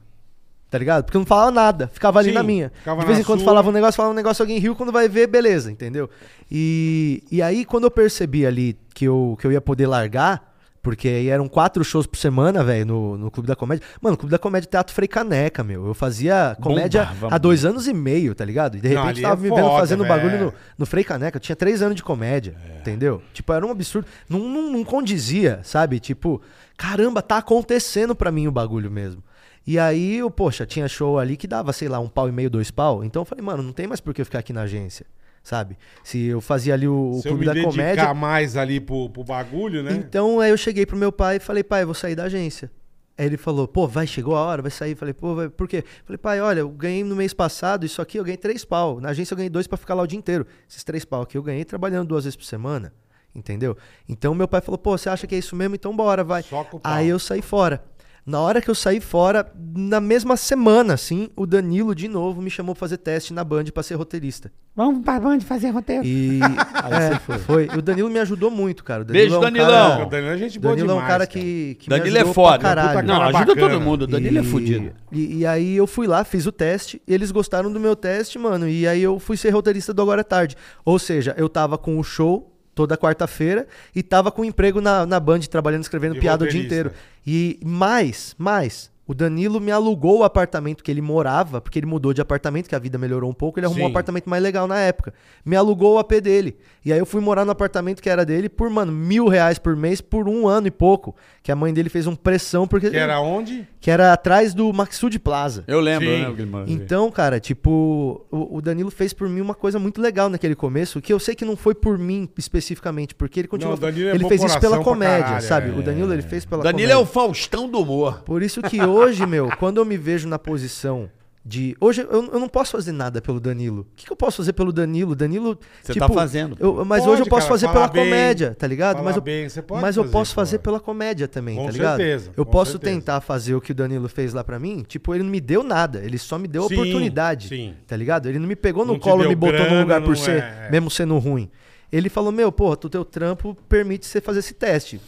[SPEAKER 4] Tá ligado? Porque eu não falava nada, ficava ali
[SPEAKER 2] Sim,
[SPEAKER 4] na minha.
[SPEAKER 2] ficava
[SPEAKER 4] de vez
[SPEAKER 2] na
[SPEAKER 4] em quando
[SPEAKER 2] sua.
[SPEAKER 4] falava um negócio, falava um negócio, alguém riu, quando vai ver, beleza, entendeu? E, e aí, quando eu percebi ali que eu, que eu ia poder largar, porque aí eram quatro shows por semana, velho, no, no Clube da Comédia. Mano, o Clube da Comédia é Teatro Frei Caneca, meu. Eu fazia comédia
[SPEAKER 3] Bombava
[SPEAKER 4] há dois anos e meio, tá ligado? E de
[SPEAKER 2] Não,
[SPEAKER 4] repente
[SPEAKER 2] ali
[SPEAKER 4] tava
[SPEAKER 2] é
[SPEAKER 4] me vendo
[SPEAKER 2] foda,
[SPEAKER 4] fazendo
[SPEAKER 2] velho.
[SPEAKER 4] bagulho no, no Frei Caneca, eu tinha três anos de comédia,
[SPEAKER 2] É.
[SPEAKER 4] entendeu? Tipo, era um absurdo. Não, não, não condizia, sabe? Tipo, caramba, tá acontecendo pra mim o bagulho mesmo. E aí, eu, poxa, tinha show ali que dava, sei lá, um pau e meio, dois pau. Então eu falei, mano, não tem mais por que eu ficar aqui na agência, sabe? Se eu fazia ali o, o
[SPEAKER 2] se eu
[SPEAKER 4] clube
[SPEAKER 2] me
[SPEAKER 4] da
[SPEAKER 2] dedicar
[SPEAKER 4] comédia.
[SPEAKER 2] mais ali pro, pro bagulho, né?
[SPEAKER 4] Então aí eu cheguei pro meu pai e falei, pai, eu vou sair da agência. Aí ele falou, pô, vai, chegou a hora, vai sair. Falei, pô, vai, por quê? Falei, pai, olha, eu ganhei no mês passado isso aqui, eu ganhei três pau. Na agência eu ganhei dois pra ficar lá o dia inteiro. Esses três pau aqui eu ganhei trabalhando duas vezes por semana, entendeu? Então meu pai falou, pô, você acha que é isso mesmo? Então bora, vai.
[SPEAKER 2] Soca o pau.
[SPEAKER 4] Aí eu saí fora. Na hora que eu saí fora, na mesma semana, assim, o Danilo de novo me chamou pra fazer teste na Band pra ser roteirista.
[SPEAKER 3] Vamos pra onde fazer roteiro.
[SPEAKER 4] E é, foi. E o Danilo me ajudou muito, cara. O
[SPEAKER 3] Beijo,
[SPEAKER 4] Danilo é um
[SPEAKER 3] Danilão.
[SPEAKER 4] cara-
[SPEAKER 2] O Danilo é gente boa
[SPEAKER 4] Danilo é um
[SPEAKER 2] demais,
[SPEAKER 4] cara,
[SPEAKER 2] cara.
[SPEAKER 4] que, que me
[SPEAKER 3] Danilo é
[SPEAKER 4] ajudou
[SPEAKER 3] foda.
[SPEAKER 4] pra caralho.
[SPEAKER 3] Não,
[SPEAKER 2] Cara
[SPEAKER 3] ajuda
[SPEAKER 2] bacana.
[SPEAKER 3] todo mundo. Danilo é
[SPEAKER 4] E-
[SPEAKER 3] fudido.
[SPEAKER 4] E, e aí eu fui lá, fiz o teste, eles gostaram do meu teste, mano, e aí eu fui ser roteirista do Agora é Tarde. Ou seja, eu tava com o show toda quarta-feira e tava com emprego na, na Band, trabalhando, escrevendo
[SPEAKER 2] De
[SPEAKER 4] piada o dia
[SPEAKER 2] roteirista.
[SPEAKER 4] inteiro. E mais, mais... O Danilo me alugou o apartamento que ele morava, porque ele mudou de apartamento, que a vida melhorou um pouco, ele arrumou um
[SPEAKER 2] Sim.
[SPEAKER 4] apartamento mais legal na época. Me alugou o AP dele. E aí eu fui morar no apartamento que era dele por, mano, mil reais por mês por um ano e pouco. Que a mãe dele fez um pressão porque
[SPEAKER 2] Que era onde?
[SPEAKER 4] que era atrás do Maxud Plaza.
[SPEAKER 3] Eu lembro,
[SPEAKER 2] Sim.
[SPEAKER 3] né, Guilherme?
[SPEAKER 4] Então, cara, tipo, o, o Danilo fez por mim uma coisa muito legal naquele começo, que eu sei que não foi por mim especificamente, porque ele continua.
[SPEAKER 2] Não, o Danilo é
[SPEAKER 4] ele
[SPEAKER 2] bom
[SPEAKER 4] fez isso
[SPEAKER 2] coração
[SPEAKER 4] pela
[SPEAKER 2] pra
[SPEAKER 4] comédia,
[SPEAKER 2] caralho,
[SPEAKER 4] sabe?
[SPEAKER 2] é.
[SPEAKER 4] O Danilo ele fez pela
[SPEAKER 3] Danilo
[SPEAKER 4] comédia.
[SPEAKER 3] é o Faustão do humor.
[SPEAKER 4] Por isso que hoje, meu, quando eu me vejo na posição de. Hoje eu, eu não posso fazer nada pelo Danilo. O que, que eu posso fazer pelo Danilo? Danilo. tipo,
[SPEAKER 3] Você tá fazendo, pô.
[SPEAKER 4] eu- mas
[SPEAKER 2] Pode,
[SPEAKER 4] hoje eu posso
[SPEAKER 2] cara,
[SPEAKER 4] fazer
[SPEAKER 2] falar
[SPEAKER 4] pela
[SPEAKER 2] bem,
[SPEAKER 4] comédia, tá ligado?
[SPEAKER 2] falar
[SPEAKER 4] Mas eu,
[SPEAKER 2] bem, você pode
[SPEAKER 4] mas eu
[SPEAKER 2] fazer,
[SPEAKER 4] posso
[SPEAKER 2] pô.
[SPEAKER 4] fazer pela comédia também,
[SPEAKER 2] Com
[SPEAKER 4] tá ligado?
[SPEAKER 2] certeza,
[SPEAKER 4] eu
[SPEAKER 2] com
[SPEAKER 4] posso
[SPEAKER 2] certeza.
[SPEAKER 4] tentar fazer o que o Danilo fez lá pra mim. Tipo, ele não me deu nada. Ele só me deu a
[SPEAKER 2] Sim,
[SPEAKER 4] oportunidade.
[SPEAKER 2] sim.
[SPEAKER 4] Tá ligado? Ele não me pegou no
[SPEAKER 2] Não te
[SPEAKER 4] colo e
[SPEAKER 2] deu
[SPEAKER 4] me botou
[SPEAKER 2] grana,
[SPEAKER 4] no lugar
[SPEAKER 2] não
[SPEAKER 4] por ser,
[SPEAKER 2] é.
[SPEAKER 4] mesmo sendo ruim. Ele falou: Meu, porra, tu teu trampo permite você fazer esse teste.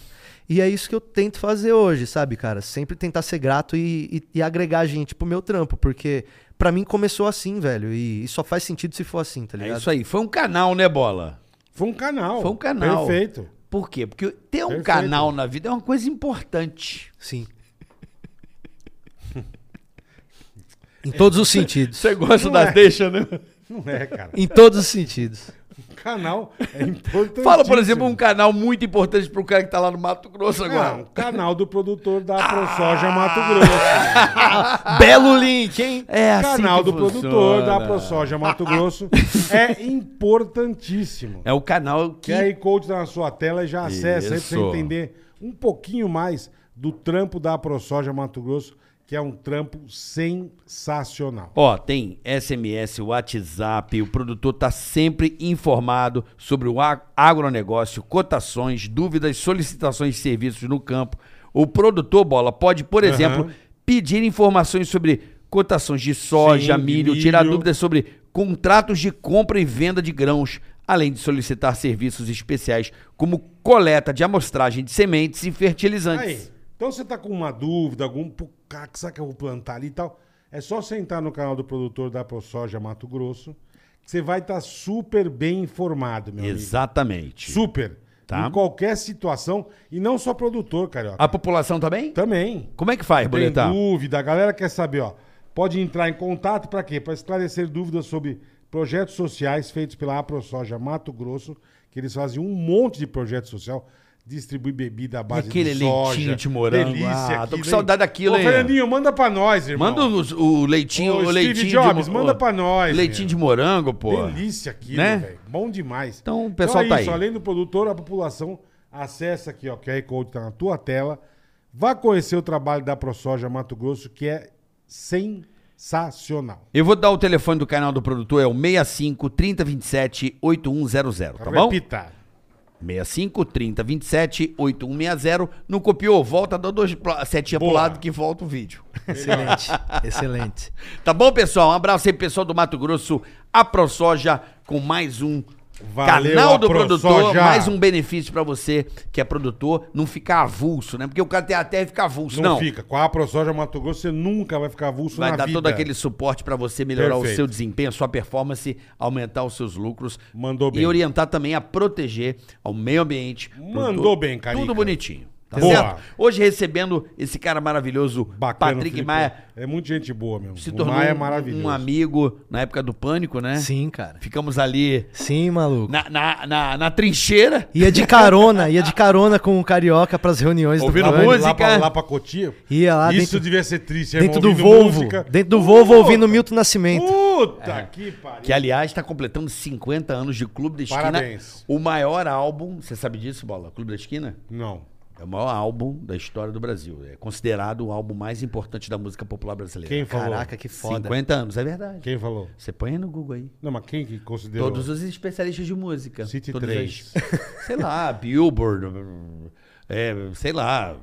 [SPEAKER 4] E é isso que eu tento fazer hoje, sabe, cara? Sempre tentar ser grato e, e, e agregar gente pro meu trampo, porque pra mim começou assim, velho. E, e só faz sentido se for assim, tá
[SPEAKER 3] É
[SPEAKER 4] ligado?
[SPEAKER 3] isso aí. Foi um canal, né, Bola?
[SPEAKER 2] Foi um canal.
[SPEAKER 3] Foi um canal.
[SPEAKER 2] Perfeito.
[SPEAKER 3] Por quê? Porque ter um
[SPEAKER 2] Perfeito.
[SPEAKER 3] canal na vida é uma coisa importante.
[SPEAKER 4] Sim. em todos os sentidos.
[SPEAKER 3] Você gosta
[SPEAKER 2] da
[SPEAKER 3] da deixa, né?
[SPEAKER 2] é. Não é, cara.
[SPEAKER 4] Em todos os sentidos.
[SPEAKER 2] canal é importante.
[SPEAKER 3] Fala, por exemplo, um canal muito importante pro cara que tá lá no Mato Grosso agora. Ah!
[SPEAKER 2] Não, o canal do produtor da ProSoja Mato Grosso.
[SPEAKER 4] Belo link, hein?
[SPEAKER 3] É assim
[SPEAKER 2] canal do
[SPEAKER 3] que funciona.
[SPEAKER 2] produtor da ProSoja Mato Grosso é importantíssimo.
[SPEAKER 3] É o canal que...
[SPEAKER 2] Que aí coach tá na sua tela e já acessa aí pra você
[SPEAKER 3] Isso.
[SPEAKER 2] entender um pouquinho mais do trampo da ProSoja Mato Grosso, que é um trampo sensacional.
[SPEAKER 3] Ó, tem SMS, WhatsApp, o produtor tá sempre informado sobre o ag- agronegócio, cotações, dúvidas, solicitações de serviços no campo. O produtor, Bola, pode, por exemplo, pedir informações sobre cotações de soja,
[SPEAKER 2] Sim, de
[SPEAKER 3] milho, tirar
[SPEAKER 2] milho.
[SPEAKER 3] dúvidas sobre contratos de compra e venda de grãos, além de solicitar serviços especiais como coleta de amostragem de sementes e
[SPEAKER 2] Aí,
[SPEAKER 3] fertilizantes.
[SPEAKER 2] então você tá com uma dúvida, algum pô, cara, que será que eu vou plantar ali e tal? É só sentar no canal do produtor da ProSoja Mato Grosso, que você vai estar super bem informado, meu amigo.
[SPEAKER 3] Exatamente.
[SPEAKER 2] Super.
[SPEAKER 3] Tá.
[SPEAKER 2] Em qualquer situação, e não só produtor, carioca.
[SPEAKER 3] A população também?
[SPEAKER 2] Também.
[SPEAKER 3] Como é que faz,
[SPEAKER 2] Tá. Tem
[SPEAKER 3] Boletar?
[SPEAKER 2] dúvida, a galera quer saber, ó. Pode entrar em contato para quê? Para esclarecer dúvidas sobre projetos sociais feitos pela AproSoja Mato Grosso, que eles fazem um monte de projeto social, distribui bebida à base
[SPEAKER 3] aquele
[SPEAKER 2] de soja.
[SPEAKER 3] leitinho de morango? Ah, tô com
[SPEAKER 2] aquilo, hein?
[SPEAKER 3] saudade daquilo,
[SPEAKER 2] Ô,
[SPEAKER 3] hein?
[SPEAKER 2] Fernandinho, manda para nós, irmão.
[SPEAKER 3] Manda os- o, leitinho,
[SPEAKER 2] Ô,
[SPEAKER 3] o
[SPEAKER 2] Steve
[SPEAKER 3] leitinho
[SPEAKER 2] Jobs,
[SPEAKER 3] mo-
[SPEAKER 2] manda pra nós, meu.
[SPEAKER 3] Leitinho de morango, pô.
[SPEAKER 2] Delícia aquilo,
[SPEAKER 3] Né?
[SPEAKER 2] velho. Bom demais. é
[SPEAKER 3] Então, o pessoal tá aí.
[SPEAKER 2] Além do produtor, a população acessa aqui, ó, QR Code tá na tua tela. Vá conhecer o trabalho da ProSoja Mato Grosso, que é sensacional.
[SPEAKER 3] Eu vou dar o telefone do canal do produtor, é o 65 3027 8100, tá bom?
[SPEAKER 2] Repita.
[SPEAKER 3] 65 3027 8160. Não copiou? Volta, dá dois pla- setinha pro
[SPEAKER 2] Boa.
[SPEAKER 3] lado que volta o vídeo.
[SPEAKER 4] Excelente, excelente.
[SPEAKER 3] Tá bom, pessoal? Um abraço aí, pessoal do Mato Grosso, a ProSoja, com mais um
[SPEAKER 2] Valeu,
[SPEAKER 3] canal do
[SPEAKER 2] a ProSoja.
[SPEAKER 3] produtor, mais um benefício pra você que é produtor, não ficar avulso, né? Porque o cara tem a terra e fica avulso.
[SPEAKER 2] Não,
[SPEAKER 3] Não,
[SPEAKER 2] fica. Com a ProSoja Mato Grosso, você nunca vai ficar avulso
[SPEAKER 3] vai
[SPEAKER 2] na
[SPEAKER 3] dar
[SPEAKER 2] vida.
[SPEAKER 3] todo aquele suporte pra você melhorar o
[SPEAKER 2] Perfeito.
[SPEAKER 3] seu desempenho, a sua performance, aumentar os seus lucros.
[SPEAKER 2] Mandou
[SPEAKER 3] E
[SPEAKER 2] bem.
[SPEAKER 3] orientar também a proteger ao meio ambiente.
[SPEAKER 2] Mandou bem, Carica.
[SPEAKER 3] Tudo bonitinho. Tá
[SPEAKER 2] Boa.
[SPEAKER 3] certo? Hoje recebendo esse cara maravilhoso,
[SPEAKER 2] Bacana,
[SPEAKER 3] Patrick
[SPEAKER 2] Felipe.
[SPEAKER 3] Maia,
[SPEAKER 2] É muito gente boa, meu.
[SPEAKER 3] se
[SPEAKER 2] O
[SPEAKER 3] tornou
[SPEAKER 2] Maia é
[SPEAKER 3] um-
[SPEAKER 2] maravilhoso.
[SPEAKER 3] um amigo na época do pânico, né?
[SPEAKER 4] Sim, cara.
[SPEAKER 3] Ficamos ali
[SPEAKER 4] Sim, maluco.
[SPEAKER 3] na, na, na, na trincheira.
[SPEAKER 4] Ia de carona, ia de carona com o Carioca pras reuniões
[SPEAKER 3] Ouvindo
[SPEAKER 4] Pânico.
[SPEAKER 3] música.
[SPEAKER 2] Lá pra, lá pra Cotia.
[SPEAKER 4] Ia lá
[SPEAKER 2] Isso
[SPEAKER 4] dentro-
[SPEAKER 2] devia ser triste.
[SPEAKER 4] Dentro
[SPEAKER 2] irmão,
[SPEAKER 4] do
[SPEAKER 2] ouvindo
[SPEAKER 4] Volvo.
[SPEAKER 2] música.
[SPEAKER 4] Dentro do Volvo ouvindo
[SPEAKER 2] Puta,
[SPEAKER 4] Milton Nascimento.
[SPEAKER 2] Puta que pariu.
[SPEAKER 3] Que, aliás, está completando 50 anos de Clube da Esquina.
[SPEAKER 2] Parabéns.
[SPEAKER 3] O maior álbum, você sabe disso, Bola? Clube da Esquina?
[SPEAKER 2] Não.
[SPEAKER 3] É o maior álbum da história do Brasil. É considerado o álbum mais importante da música popular brasileira.
[SPEAKER 2] Quem falou?
[SPEAKER 4] É, Caraca, que foda.
[SPEAKER 3] 50 anos, é verdade.
[SPEAKER 2] Quem falou?
[SPEAKER 3] Você põe aí no Google aí.
[SPEAKER 2] Não, mas quem que considerou?
[SPEAKER 3] Todos os especialistas de música.
[SPEAKER 2] Cite
[SPEAKER 3] todos
[SPEAKER 2] três.
[SPEAKER 3] as- sei lá, Billboard, é, sei lá,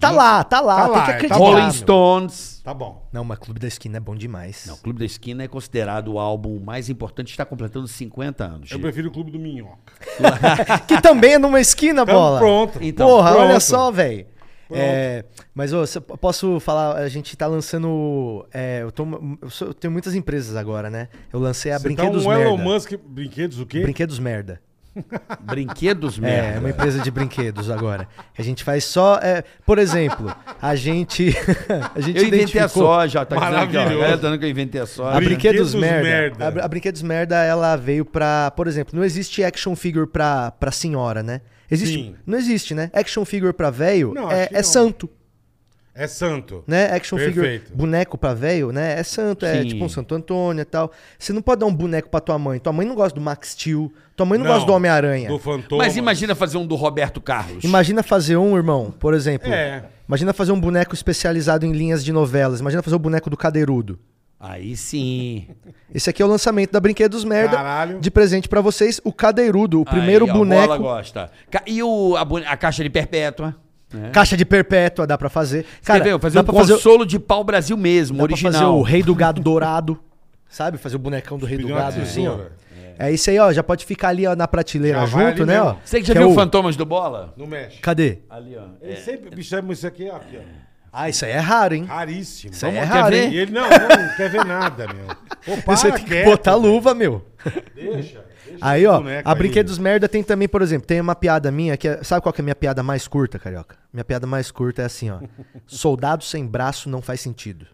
[SPEAKER 4] Tá lá, tá lá,
[SPEAKER 2] Tá
[SPEAKER 4] tem
[SPEAKER 2] lá,
[SPEAKER 4] que
[SPEAKER 2] é, tá
[SPEAKER 4] acreditar.
[SPEAKER 2] lá.
[SPEAKER 3] Rolling
[SPEAKER 4] meu.
[SPEAKER 3] Stones.
[SPEAKER 2] Tá bom.
[SPEAKER 4] Não, mas Clube da Esquina é bom demais.
[SPEAKER 3] Não, Clube da Esquina é considerado o álbum mais importante, está completando 50 anos.
[SPEAKER 2] Eu prefiro o Clube do Minhoca.
[SPEAKER 4] Que também é numa esquina,
[SPEAKER 2] Então,
[SPEAKER 4] Tá bola.
[SPEAKER 2] pronto.
[SPEAKER 3] Então,
[SPEAKER 4] Porra,
[SPEAKER 2] pronto.
[SPEAKER 4] olha só, velho. É, mas ô, se eu posso falar, a gente tá lançando. é, eu, tô- eu sou- eu tenho muitas empresas agora, né? Eu lancei a
[SPEAKER 2] Você tá
[SPEAKER 4] Brinquedos
[SPEAKER 2] um
[SPEAKER 4] Merda.
[SPEAKER 2] Elon Musk... Brinquedos o quê?
[SPEAKER 4] Brinquedos Merda.
[SPEAKER 3] Brinquedos
[SPEAKER 4] É,
[SPEAKER 3] merda.
[SPEAKER 4] é uma empresa de brinquedos agora. A gente faz só. é, por exemplo, a gente. a gente
[SPEAKER 3] Eu inventei a
[SPEAKER 4] identificou-
[SPEAKER 3] soja, tá dizendo aqui, ó.
[SPEAKER 2] Maravilhoso.
[SPEAKER 3] A galera tá dizendo que eu inventei a
[SPEAKER 4] A
[SPEAKER 3] soja.
[SPEAKER 4] Brinquedos,
[SPEAKER 2] Brinquedos
[SPEAKER 4] Merda.
[SPEAKER 2] Merda.
[SPEAKER 4] A, Br- a Brinquedos Merda, ela veio pra. Por exemplo, não existe action figure pra, pra senhora, né? Existe.
[SPEAKER 2] Sim.
[SPEAKER 4] Não existe, né? Action figure pra velho
[SPEAKER 2] Não,
[SPEAKER 4] é,
[SPEAKER 2] acho que
[SPEAKER 4] é
[SPEAKER 2] não.
[SPEAKER 4] santo,
[SPEAKER 2] É santo.
[SPEAKER 4] né? Action
[SPEAKER 2] Perfeito.
[SPEAKER 4] figure. Boneco pra velho, né? É santo, é
[SPEAKER 3] Sim.
[SPEAKER 4] tipo um Santo Antônio e tal. Você não pode dar um boneco pra tua mãe. Tua mãe não gosta do Max Steel. Tua mãe não, gosta do Homem-Aranha.
[SPEAKER 2] Do Fantoma.
[SPEAKER 3] Mas imagina fazer um do Roberto Carlos.
[SPEAKER 4] Imagina fazer um, irmão, por exemplo.
[SPEAKER 2] É.
[SPEAKER 4] Imagina fazer um boneco especializado em linhas de novelas. Imagina fazer o boneco do Cadeirudo.
[SPEAKER 3] Aí sim.
[SPEAKER 4] Esse aqui é o lançamento da Brinquedos Merda.
[SPEAKER 2] Caralho.
[SPEAKER 4] De presente pra vocês, o Cadeirudo, o primeiro
[SPEAKER 3] Aí, ó, Bola
[SPEAKER 4] boneco.
[SPEAKER 3] gosta. Ca- E o, a, bone- a caixa de perpétua? Né?
[SPEAKER 4] Caixa de perpétua dá pra fazer. Cara,
[SPEAKER 3] Você vê, fazer
[SPEAKER 4] dá
[SPEAKER 3] um
[SPEAKER 4] pra fazer, dá
[SPEAKER 3] consolo de pau Brasil mesmo,
[SPEAKER 4] pra
[SPEAKER 3] original.
[SPEAKER 4] fazer o Rei do Gado Dourado. Sabe? Fazer o bonecão do Rei do
[SPEAKER 2] Pedir uma
[SPEAKER 4] Gado, assim, ó.
[SPEAKER 2] tesoura.
[SPEAKER 4] É isso aí, ó. Já pode ficar ali ó, na prateleira
[SPEAKER 2] Já vai
[SPEAKER 4] junto,
[SPEAKER 2] ali
[SPEAKER 4] né, ó.
[SPEAKER 2] mesmo.
[SPEAKER 3] Você que já
[SPEAKER 4] Que é
[SPEAKER 3] viu
[SPEAKER 4] o-
[SPEAKER 3] Fantomas do Bola?
[SPEAKER 2] Não mexe.
[SPEAKER 4] Cadê?
[SPEAKER 3] Ali, ó.
[SPEAKER 2] Ele sempre... Bicho, é- isso aqui, ó. aqui, ó.
[SPEAKER 4] Ah, isso aí é raro, hein?
[SPEAKER 2] Raríssimo.
[SPEAKER 4] Isso aí é
[SPEAKER 3] Vamos-
[SPEAKER 4] raro,
[SPEAKER 3] quer
[SPEAKER 4] hein?
[SPEAKER 3] ver?
[SPEAKER 2] E ele não, não, não quer ver nada, meu. Pô, para,
[SPEAKER 4] Você tem que
[SPEAKER 2] quieto,
[SPEAKER 4] botar Ah. luva, meu.
[SPEAKER 2] Deixa. deixa
[SPEAKER 4] Aí,
[SPEAKER 2] esse
[SPEAKER 4] ó,
[SPEAKER 2] boneco
[SPEAKER 4] a
[SPEAKER 2] aí.
[SPEAKER 4] Brinquedos Merda tem também, por exemplo, tem uma piada minha que é, Sabe qual que é a minha piada mais curta, carioca? Minha piada mais curta é assim, ó. Soldado sem braço não faz sentido.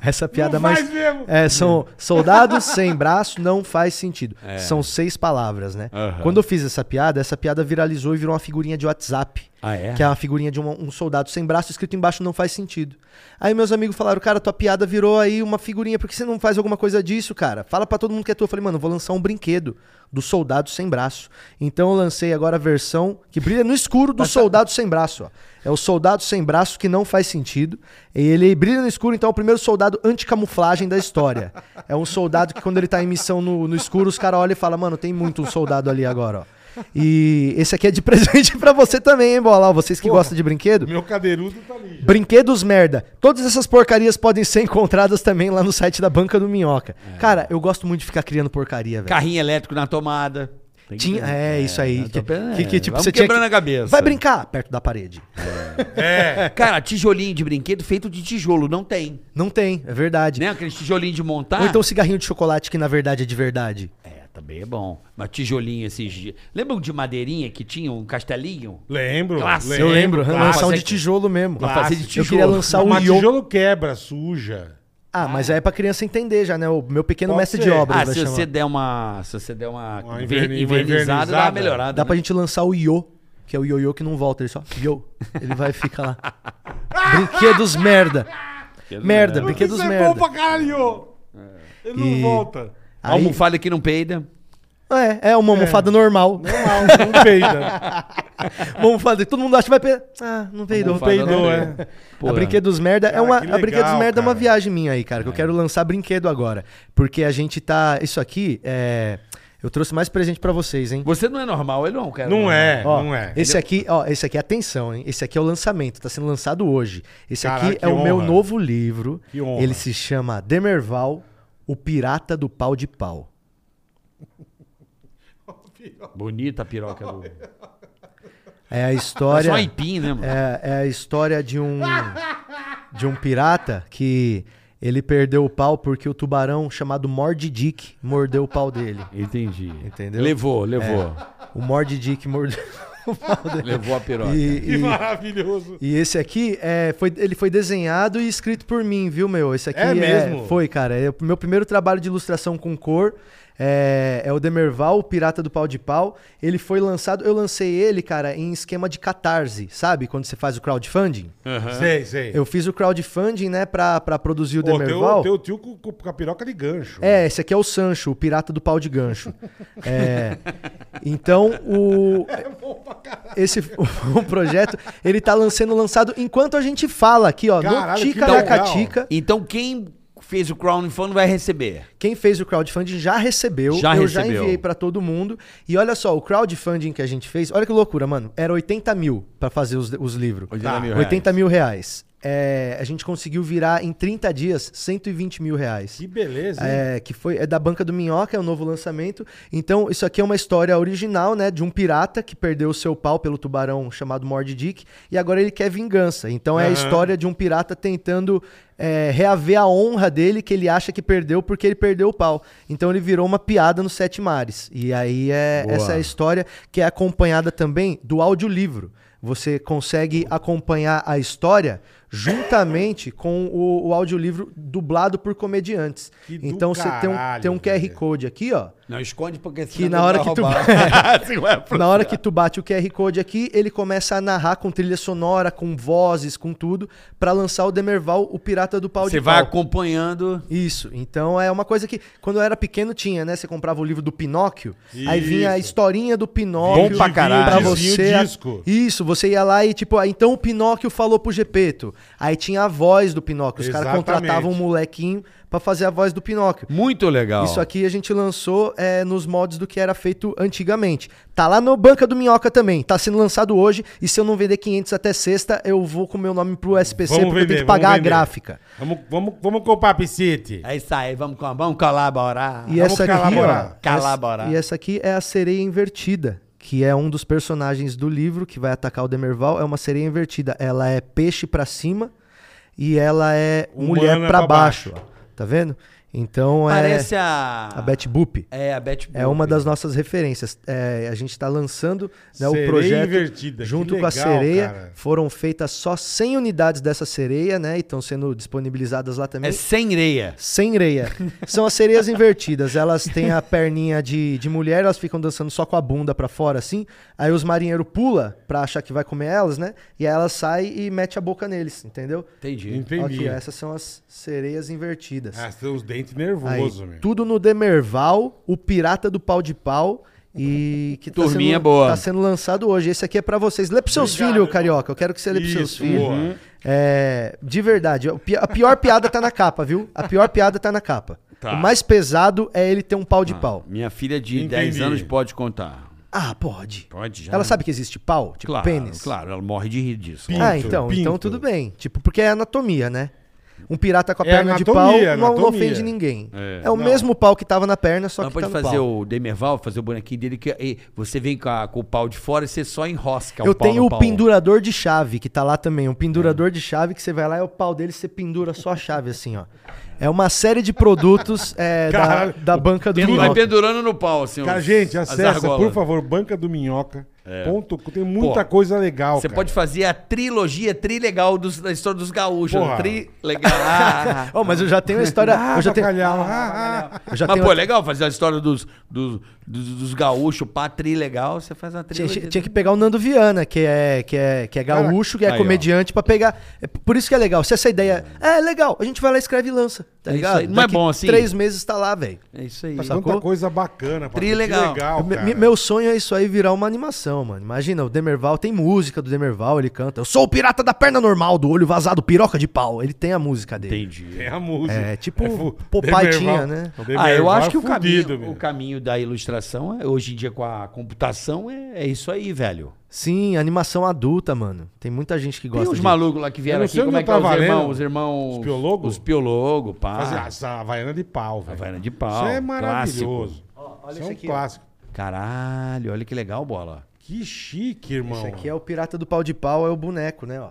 [SPEAKER 4] Essa piada
[SPEAKER 2] faz
[SPEAKER 4] mais.
[SPEAKER 2] mesmo.
[SPEAKER 4] É, são soldados sem braço não faz sentido.
[SPEAKER 2] É.
[SPEAKER 4] São seis palavras, né?
[SPEAKER 3] Aham.
[SPEAKER 4] Quando eu fiz essa piada, essa piada viralizou e virou uma figurinha de WhatsApp.
[SPEAKER 3] Ah, é?
[SPEAKER 4] Que é uma figurinha de uma- um soldado sem braço escrito embaixo não faz sentido. Aí meus amigos falaram, cara, tua piada virou aí uma figurinha, por que você não faz alguma coisa disso, cara? Fala pra todo mundo que é tua. Eu falei, mano, eu vou lançar um brinquedo do soldado sem braço. Então eu lancei agora a versão que brilha no escuro do
[SPEAKER 3] tá-
[SPEAKER 4] soldado sem braço, ó. É o soldado sem braço que não faz sentido. Ele brilha no escuro, então é o primeiro soldado anticamuflagem da história. É um soldado que quando ele tá em missão no, no escuro, os caras olham e falam, mano, tem muito um soldado ali agora, ó. E esse aqui é de presente pra você também, hein, Bola? Ó, Vocês que gostam de brinquedo.
[SPEAKER 2] Meu cadeirudo tá ali. já.
[SPEAKER 4] Brinquedos merda. Todas essas porcarias podem ser encontradas também lá no site da Banca do Minhoca.
[SPEAKER 3] É.
[SPEAKER 4] Cara, eu gosto muito de ficar criando porcaria, velho.
[SPEAKER 3] Carrinho elétrico na tomada. Tem que
[SPEAKER 4] Tinha,
[SPEAKER 3] ter.
[SPEAKER 4] é, isso aí.
[SPEAKER 3] eu
[SPEAKER 4] Que,
[SPEAKER 3] tô pensando,
[SPEAKER 4] que- que, tipo,
[SPEAKER 3] vamos
[SPEAKER 4] você tinha
[SPEAKER 3] quebrando
[SPEAKER 4] que-
[SPEAKER 3] a cabeça. É.
[SPEAKER 4] Vai brincar perto da parede.
[SPEAKER 2] É.
[SPEAKER 3] Cara, tijolinho de brinquedo feito de tijolo, não tem.
[SPEAKER 4] Não tem, é verdade.
[SPEAKER 3] Né? Aqueles tijolinhos de montar.
[SPEAKER 4] Ou então cigarrinho de chocolate que na verdade é de verdade.
[SPEAKER 3] É, também é bom. Mas tijolinho esses dias. Lembram de madeirinha que tinha um castelinho?
[SPEAKER 2] Lembro.
[SPEAKER 3] Clássico.
[SPEAKER 4] Eu lembro,
[SPEAKER 2] clássico.
[SPEAKER 4] lançar um
[SPEAKER 3] mas é
[SPEAKER 4] de
[SPEAKER 3] que-
[SPEAKER 4] tijolo mesmo.
[SPEAKER 3] Mas fazer Tá, de
[SPEAKER 4] Eu
[SPEAKER 3] tijolo.
[SPEAKER 4] queria lançar um o
[SPEAKER 2] Mas
[SPEAKER 4] Yo.
[SPEAKER 2] tijolo quebra, suja.
[SPEAKER 4] Ah, mas aí é pra criança entender já, né? O meu pequeno
[SPEAKER 2] Pode
[SPEAKER 4] mestre
[SPEAKER 2] ser.
[SPEAKER 4] de obras.
[SPEAKER 3] Ah,
[SPEAKER 4] vai
[SPEAKER 3] se
[SPEAKER 4] chamar.
[SPEAKER 3] você der uma. Se você der uma,
[SPEAKER 2] Uma
[SPEAKER 3] ver-
[SPEAKER 2] inverni- uma
[SPEAKER 3] invernizada, dá uma
[SPEAKER 2] invernizada.
[SPEAKER 3] melhorada.
[SPEAKER 4] Dá
[SPEAKER 3] né?
[SPEAKER 4] pra gente lançar o Yo, que é o Yo-Yo que não volta, ele só Yo. Ele vai ficar lá. Brinquedos merda. Merda,
[SPEAKER 3] né?
[SPEAKER 4] brinquedos
[SPEAKER 2] Isso é bom
[SPEAKER 4] merda.
[SPEAKER 2] pra caralho. Ele não
[SPEAKER 4] E-
[SPEAKER 2] volta.
[SPEAKER 4] Aí-
[SPEAKER 3] Almofada que não peida.
[SPEAKER 4] É, é uma almofada normal.
[SPEAKER 2] Normal, não peida.
[SPEAKER 4] Uma almofada que todo mundo acha que vai peidar. Ah, não peidou.
[SPEAKER 3] Almofada
[SPEAKER 4] peidou.
[SPEAKER 2] Peidou,
[SPEAKER 3] não
[SPEAKER 2] é.
[SPEAKER 3] peida.
[SPEAKER 4] a
[SPEAKER 3] Porra.
[SPEAKER 4] Brinquedos Merda é
[SPEAKER 2] Cara,
[SPEAKER 4] uma,
[SPEAKER 2] que
[SPEAKER 4] a Brinquedos
[SPEAKER 2] legal,
[SPEAKER 4] Merda é uma
[SPEAKER 2] cara.
[SPEAKER 4] viagem minha aí, cara, que eu quero lançar brinquedo agora. Porque a gente tá. Isso aqui é. Eu trouxe mais presente pra vocês, hein?
[SPEAKER 3] Você não é normal, ele não é um cara.
[SPEAKER 2] Não
[SPEAKER 3] normal.
[SPEAKER 2] é,
[SPEAKER 4] Ó,
[SPEAKER 2] não é.
[SPEAKER 4] Esse aqui, ó, esse aqui, atenção, hein? Esse aqui é o lançamento, tá sendo lançado hoje. Esse
[SPEAKER 2] Caraca,
[SPEAKER 4] aqui
[SPEAKER 2] que
[SPEAKER 4] é o meu
[SPEAKER 2] honra.
[SPEAKER 4] novo livro.
[SPEAKER 2] Que honra.
[SPEAKER 4] Ele se chama Demerval, o pirata do pau de pau.
[SPEAKER 3] Bonita a piroca do. É
[SPEAKER 4] É a história.
[SPEAKER 3] só aipim, né, mano?
[SPEAKER 4] É, é a história de um de um pirata que ele perdeu o pau porque o tubarão chamado Mord Dick mordeu o pau dele.
[SPEAKER 3] Entendi.
[SPEAKER 4] Entendeu? É,
[SPEAKER 3] Levou, levou.
[SPEAKER 4] O Mord Dick mordeu o pau dele.
[SPEAKER 3] Levou a piroca.
[SPEAKER 4] E,
[SPEAKER 2] Que
[SPEAKER 4] e-
[SPEAKER 2] maravilhoso.
[SPEAKER 4] e esse aqui é, foi, ele foi desenhado e escrito por mim, viu, meu? Esse aqui
[SPEAKER 2] É mesmo?
[SPEAKER 4] foi, cara. É o meu primeiro trabalho de ilustração com cor. É, é o Demerval, o Pirata do Pau de Pau. Ele foi lançado, eu lancei ele, cara, em esquema de catarse, sabe? Quando você faz o crowdfunding.
[SPEAKER 2] É. Sei, sei.
[SPEAKER 4] Eu fiz o crowdfunding, né, pra, pra produzir o
[SPEAKER 2] Ô,
[SPEAKER 4] Demerval.
[SPEAKER 2] teu, teu tio com, com- com a piroca de gancho.
[SPEAKER 4] É, esse aqui é o Sancho, o pirata do pau de gancho. É, então, o, esse o projeto, ele tá lan- sendo lançado enquanto a gente fala aqui, ó, no
[SPEAKER 2] Caralho, que
[SPEAKER 4] Tica
[SPEAKER 2] legal.
[SPEAKER 4] da Catica.
[SPEAKER 3] Então quem fez o crowdfunding vai receber.
[SPEAKER 4] Quem fez o crowdfunding já recebeu.
[SPEAKER 3] Já
[SPEAKER 4] eu já
[SPEAKER 3] recebeu.
[SPEAKER 4] enviei pra todo mundo. E olha só, o crowdfunding que a gente fez, olha que loucura, mano. Era 80 mil pra fazer os, os livros.
[SPEAKER 3] 80 mil reais.
[SPEAKER 4] 80 mil reais. É, a gente conseguiu virar em 30 dias 120 mil reais.
[SPEAKER 2] Que beleza, hein?
[SPEAKER 4] É, que foi é da Banca do Minhoca, é o novo lançamento. Então, isso aqui é uma história original, né? De um pirata que perdeu o seu pau pelo tubarão chamado Mord Dick e agora ele quer vingança. Então, é a história de um pirata tentando é, reaver a honra dele que ele acha que perdeu porque ele perdeu o pau. Então, ele virou uma piada nos Sete Mares. E aí, é essa é a história que é acompanhada também do audiolivro. Você consegue acompanhar a história juntamente com o, o audiolivro dublado por comediantes.
[SPEAKER 2] Que do
[SPEAKER 4] então você tem um,
[SPEAKER 2] caralho,
[SPEAKER 4] tem um QR
[SPEAKER 2] velho.
[SPEAKER 4] Code aqui, ó.
[SPEAKER 3] Não esconde porque senão
[SPEAKER 4] Que na hora que tu.
[SPEAKER 3] Ah,
[SPEAKER 5] Assim, ué,
[SPEAKER 4] Na hora que tu bate o QR Code aqui, ele começa a narrar com trilha sonora, com vozes, com tudo, pra lançar o Demerval, o Pirata do Pau
[SPEAKER 3] Você
[SPEAKER 4] de
[SPEAKER 3] vai
[SPEAKER 4] Pau.
[SPEAKER 3] acompanhando.
[SPEAKER 4] Isso. Então é uma coisa que quando eu era pequeno tinha, né? Você comprava o livro do Pinóquio, aí vinha a
[SPEAKER 2] Isso.
[SPEAKER 4] historinha do Pinóquio.
[SPEAKER 3] Bom pra caralho.
[SPEAKER 4] Pra
[SPEAKER 2] Vinha o
[SPEAKER 4] você.
[SPEAKER 2] disco.
[SPEAKER 4] Isso, você ia lá e tipo, ah, então o Pinóquio falou pro Gepeto. Aí tinha a voz do Pinóquio. Os caras
[SPEAKER 2] Exatamente.
[SPEAKER 4] contratavam um molequinho pra fazer a voz do Pinóquio.
[SPEAKER 3] Muito legal.
[SPEAKER 4] Isso aqui a gente lançou é, nos mods do que era feito antigamente. Tá lá no Banca do Minhoca também. Tá sendo lançado hoje. E se eu não vender 500 até sexta, eu vou com o meu nome pro SPC, porque
[SPEAKER 2] Vamos
[SPEAKER 4] eu
[SPEAKER 2] vender,
[SPEAKER 4] tenho que pagar
[SPEAKER 2] vamos
[SPEAKER 4] a
[SPEAKER 2] vender.
[SPEAKER 4] gráfica.
[SPEAKER 2] Vamos, vamos, vamos comprar a piscite.
[SPEAKER 3] É isso aí, vamos, com- vamos
[SPEAKER 4] E
[SPEAKER 2] Ah,
[SPEAKER 3] colaborar.
[SPEAKER 4] é
[SPEAKER 2] Vamos
[SPEAKER 4] essa aqui,
[SPEAKER 2] colaborar.
[SPEAKER 4] ó,
[SPEAKER 3] Colaborar.
[SPEAKER 4] essa- E essa aqui é a sereia invertida, que é um dos personagens do livro que vai atacar o Demerval. É uma sereia invertida. Ela é peixe pra cima e ela é
[SPEAKER 2] Humana
[SPEAKER 4] mulher pra
[SPEAKER 2] pra
[SPEAKER 4] baixo.
[SPEAKER 2] baixo.
[SPEAKER 4] ó. Tá vendo? Então é
[SPEAKER 3] Parece a.
[SPEAKER 4] a Bet Boop.
[SPEAKER 3] É, a Bet
[SPEAKER 4] É uma das nossas referências. É, a gente está lançando né,
[SPEAKER 2] Sereia
[SPEAKER 4] o projeto
[SPEAKER 2] invertida, que
[SPEAKER 4] junto com
[SPEAKER 2] legal,
[SPEAKER 4] a sereia.
[SPEAKER 2] cara.
[SPEAKER 4] Foram feitas só 100 unidades dessa sereia, né? E estão sendo disponibilizadas lá também.
[SPEAKER 3] É sem areia.
[SPEAKER 4] Sem areia. São as sereias invertidas. Elas têm a perninha de, de mulher, elas ficam dançando só com a bunda pra fora, assim. Aí os marinheiros pula pra achar que vai comer elas, né? E aí ela sai e mete a boca neles, entendeu?
[SPEAKER 3] Entendi.
[SPEAKER 2] Entendi.
[SPEAKER 4] Aqui, essas são as sereias invertidas.
[SPEAKER 2] Ah, você tem uns dentes
[SPEAKER 4] Aí,
[SPEAKER 2] nervosos, meu.
[SPEAKER 4] tudo no Demerval, o Pirata do Pau de Pau. E que tá
[SPEAKER 3] Turminha
[SPEAKER 4] sendo,
[SPEAKER 3] boa.
[SPEAKER 4] tá sendo lançado hoje. Esse aqui é pra vocês. Lê pros seus
[SPEAKER 2] Obrigado,
[SPEAKER 4] filhos,
[SPEAKER 2] irmão.
[SPEAKER 4] Carioca. Eu quero que você lê pros seus
[SPEAKER 2] Isso,
[SPEAKER 4] filhos.
[SPEAKER 2] boa.
[SPEAKER 4] É, de verdade. o pi- A pior piada tá na capa, viu? A pior piada tá na capa.
[SPEAKER 5] Tá.
[SPEAKER 4] O mais pesado é ele ter um pau de pau.
[SPEAKER 3] Minha filha de
[SPEAKER 2] Entendi.
[SPEAKER 3] 10 anos pode contar.
[SPEAKER 4] Ah, pode.
[SPEAKER 3] Pode já.
[SPEAKER 4] Ela sabe que existe pau? Tipo
[SPEAKER 3] Claro,
[SPEAKER 4] pênis?
[SPEAKER 3] claro, ela morre de rir disso.
[SPEAKER 2] Pi-
[SPEAKER 4] Ah,
[SPEAKER 2] Pinto,
[SPEAKER 4] então, então
[SPEAKER 2] pinto.
[SPEAKER 4] tudo bem. Tipo, porque é anatomia, né? Um pirata com a
[SPEAKER 2] É
[SPEAKER 4] perna de
[SPEAKER 2] anatomia,
[SPEAKER 4] pau não- não
[SPEAKER 2] anatomia.
[SPEAKER 4] ofende ninguém.
[SPEAKER 3] É.
[SPEAKER 4] É, o mesmo pau que tava na perna, só
[SPEAKER 3] Ela
[SPEAKER 4] que
[SPEAKER 3] pode
[SPEAKER 4] tá no
[SPEAKER 3] fazer
[SPEAKER 4] pau.
[SPEAKER 3] o Demerval, fazer o bonequinho dele, que e, você vem com, a- com o pau de fora e você só enrosca
[SPEAKER 4] Eu
[SPEAKER 3] o é um pau
[SPEAKER 4] tenho
[SPEAKER 3] no
[SPEAKER 4] o
[SPEAKER 3] pau.
[SPEAKER 4] pendurador de chave, que tá lá também. Um pendurador de chave que você vai lá, é o pau dele, você pendura só a chave, assim, ó. É uma série de produtos é, da,
[SPEAKER 2] Caralho,
[SPEAKER 4] da banca do
[SPEAKER 2] um
[SPEAKER 3] Ele vai
[SPEAKER 4] Minhoca.
[SPEAKER 3] pendurando no pau, assim.
[SPEAKER 2] Cara,
[SPEAKER 3] os-
[SPEAKER 2] gente,
[SPEAKER 3] as
[SPEAKER 2] acessa,
[SPEAKER 3] argolas. É.
[SPEAKER 2] por favor, banca do minhoca. Ponto, tem muita
[SPEAKER 3] Pô,
[SPEAKER 2] coisa legal,
[SPEAKER 3] Você
[SPEAKER 2] cara.
[SPEAKER 3] pode fazer a trilogia trilegal dos, da história dos gaúchos.
[SPEAKER 2] Porra.
[SPEAKER 3] Tri legal. Ah,
[SPEAKER 4] Ó, mas eu já tenho a história.
[SPEAKER 2] Ah,
[SPEAKER 4] eu já tenho,
[SPEAKER 2] bacalhau, ah, ah.
[SPEAKER 4] eu já
[SPEAKER 3] Mas,
[SPEAKER 4] tenho
[SPEAKER 3] pô, é legal fazer a história dos, dos, dos, dos gaúchos, pá, tri legal, você faz uma
[SPEAKER 4] Tinha,
[SPEAKER 3] trilogia.
[SPEAKER 4] tinha que pegar o Nando Viana, que é, que é, que é gaúcho, que é
[SPEAKER 3] Aí, ó.
[SPEAKER 4] comediante, pra pegar. É por isso que é legal. Se essa ideia. É, legal, a gente vai lá e escreve e lança, tá
[SPEAKER 3] É isso
[SPEAKER 4] ligado?
[SPEAKER 3] aí. Não é
[SPEAKER 4] Daqui
[SPEAKER 3] bom assim?
[SPEAKER 4] Três meses tá lá, velho.
[SPEAKER 3] É isso aí.
[SPEAKER 2] Quanta
[SPEAKER 4] sacou?
[SPEAKER 2] coisa bacana. Patrick,
[SPEAKER 3] Tri legal.
[SPEAKER 2] Que legal,
[SPEAKER 4] Me-
[SPEAKER 2] cara.
[SPEAKER 4] me- Meu sonho é isso aí virar uma animação, mano. Imagina, o Demerval tem música do Demerval, ele canta. Eu sou o pirata da perna normal, do olho vazado, piroca de pau. Ele tem a música dele.
[SPEAKER 3] Entendi.
[SPEAKER 2] É a música.
[SPEAKER 4] É, tipo
[SPEAKER 2] fu-
[SPEAKER 4] Popeye
[SPEAKER 2] Demerval-
[SPEAKER 4] tinha, né?
[SPEAKER 2] O Demerval
[SPEAKER 3] Ah, eu acho
[SPEAKER 2] é
[SPEAKER 3] que o
[SPEAKER 2] fudido,
[SPEAKER 3] caminho,
[SPEAKER 2] meu.
[SPEAKER 3] o caminho da ilustração, é- hoje em dia com a computação, é, é isso aí, velho.
[SPEAKER 4] Sim, animação adulta, mano. Tem muita gente que
[SPEAKER 3] Tem
[SPEAKER 4] gosta
[SPEAKER 3] os
[SPEAKER 4] de...
[SPEAKER 3] malucos lá que
[SPEAKER 2] Eu
[SPEAKER 3] vieram
[SPEAKER 2] não
[SPEAKER 3] aqui,
[SPEAKER 2] sei onde
[SPEAKER 3] como é
[SPEAKER 2] eu
[SPEAKER 3] que é os
[SPEAKER 2] tava lendo.
[SPEAKER 3] irmãos? Os irmãos...
[SPEAKER 2] Os piologo?
[SPEAKER 3] Os piologo,
[SPEAKER 2] Fazer
[SPEAKER 3] pá.
[SPEAKER 2] essa Havaiana de pau, velho.
[SPEAKER 3] Ah. Havaiana de pau,
[SPEAKER 2] Isso é maravilhoso. Isso é um clássico.
[SPEAKER 3] Caralho, olha que legal, bola.
[SPEAKER 2] Que chique, irmão.
[SPEAKER 4] Esse aqui é o pirata do pau de pau, é o boneco, né, ó.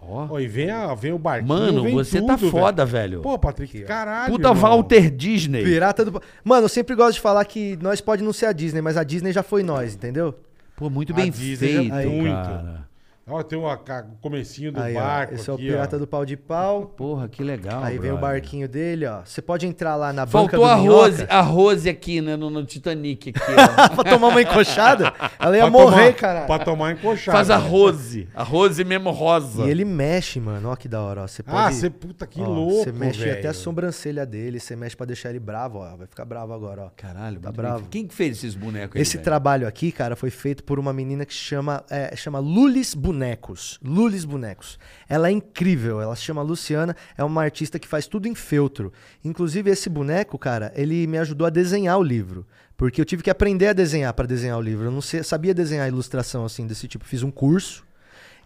[SPEAKER 3] Ó.
[SPEAKER 2] Ó, e vem, a, vem o barquinho,
[SPEAKER 3] Mano,
[SPEAKER 2] vem
[SPEAKER 3] você
[SPEAKER 2] tudo,
[SPEAKER 3] tá foda, velho.
[SPEAKER 2] Pô, Patrick, caralho,
[SPEAKER 3] Puta
[SPEAKER 2] irmão.
[SPEAKER 3] Walter Disney.
[SPEAKER 4] Pirata do. Mano, eu sempre gosto de falar que nós pode não ser a Disney, mas a Disney já foi nós, entendeu?
[SPEAKER 3] Pô, muito
[SPEAKER 2] A
[SPEAKER 3] bem
[SPEAKER 2] Disney já
[SPEAKER 3] feito,
[SPEAKER 2] tem muito.
[SPEAKER 3] cara.
[SPEAKER 2] Ó, tem o aca- o comecinho do
[SPEAKER 4] Aí, ó,
[SPEAKER 2] barco
[SPEAKER 4] esse é o
[SPEAKER 2] aqui,
[SPEAKER 4] pirata
[SPEAKER 2] ó. Ah,
[SPEAKER 4] do pau de pau.
[SPEAKER 3] Porra, que legal,
[SPEAKER 4] aí vem o
[SPEAKER 3] brother.
[SPEAKER 4] barquinho dele, ó. Você pode entrar lá na
[SPEAKER 3] Faltou a
[SPEAKER 4] banca do
[SPEAKER 3] Rose,
[SPEAKER 4] Minhoca
[SPEAKER 3] a Rose aqui, né, no, no Titanic. Aqui, ó.
[SPEAKER 4] pra tomar uma encoxada. Ela ia
[SPEAKER 2] Pra
[SPEAKER 4] morrer,
[SPEAKER 2] tomar-
[SPEAKER 4] caralho.
[SPEAKER 2] Pra tomar encoxada. né?
[SPEAKER 3] Faz a Rose. A Rose mesmo rosa.
[SPEAKER 4] E ele mexe, mano. Ó que da hora, ó. Você pode.
[SPEAKER 2] Ah, você puta que
[SPEAKER 4] ó,
[SPEAKER 2] louco,
[SPEAKER 4] Você mexe
[SPEAKER 2] velho.
[SPEAKER 4] até a sobrancelha dele, você mexe pra deixar ele bravo, ó. Vai ficar bravo agora, ó.
[SPEAKER 3] Caralho,
[SPEAKER 4] tá
[SPEAKER 3] muito
[SPEAKER 4] bravo.
[SPEAKER 3] bem. Quem que fez esses bonecos aí,
[SPEAKER 4] Esse
[SPEAKER 3] velho?
[SPEAKER 4] trabalho aqui, cara, foi feito por uma menina que chama, é, chama Lulis Bonecos. Lulis Bonecos. Ela é incrível, ela se chama Luciana, é uma artista que faz tudo em feltro. Inclusive, esse boneco, cara, ele me ajudou a desenhar o livro. Porque eu tive que aprender a desenhar para desenhar o livro. Eu não sei- sabia desenhar ilustração assim desse tipo. Fiz um curso.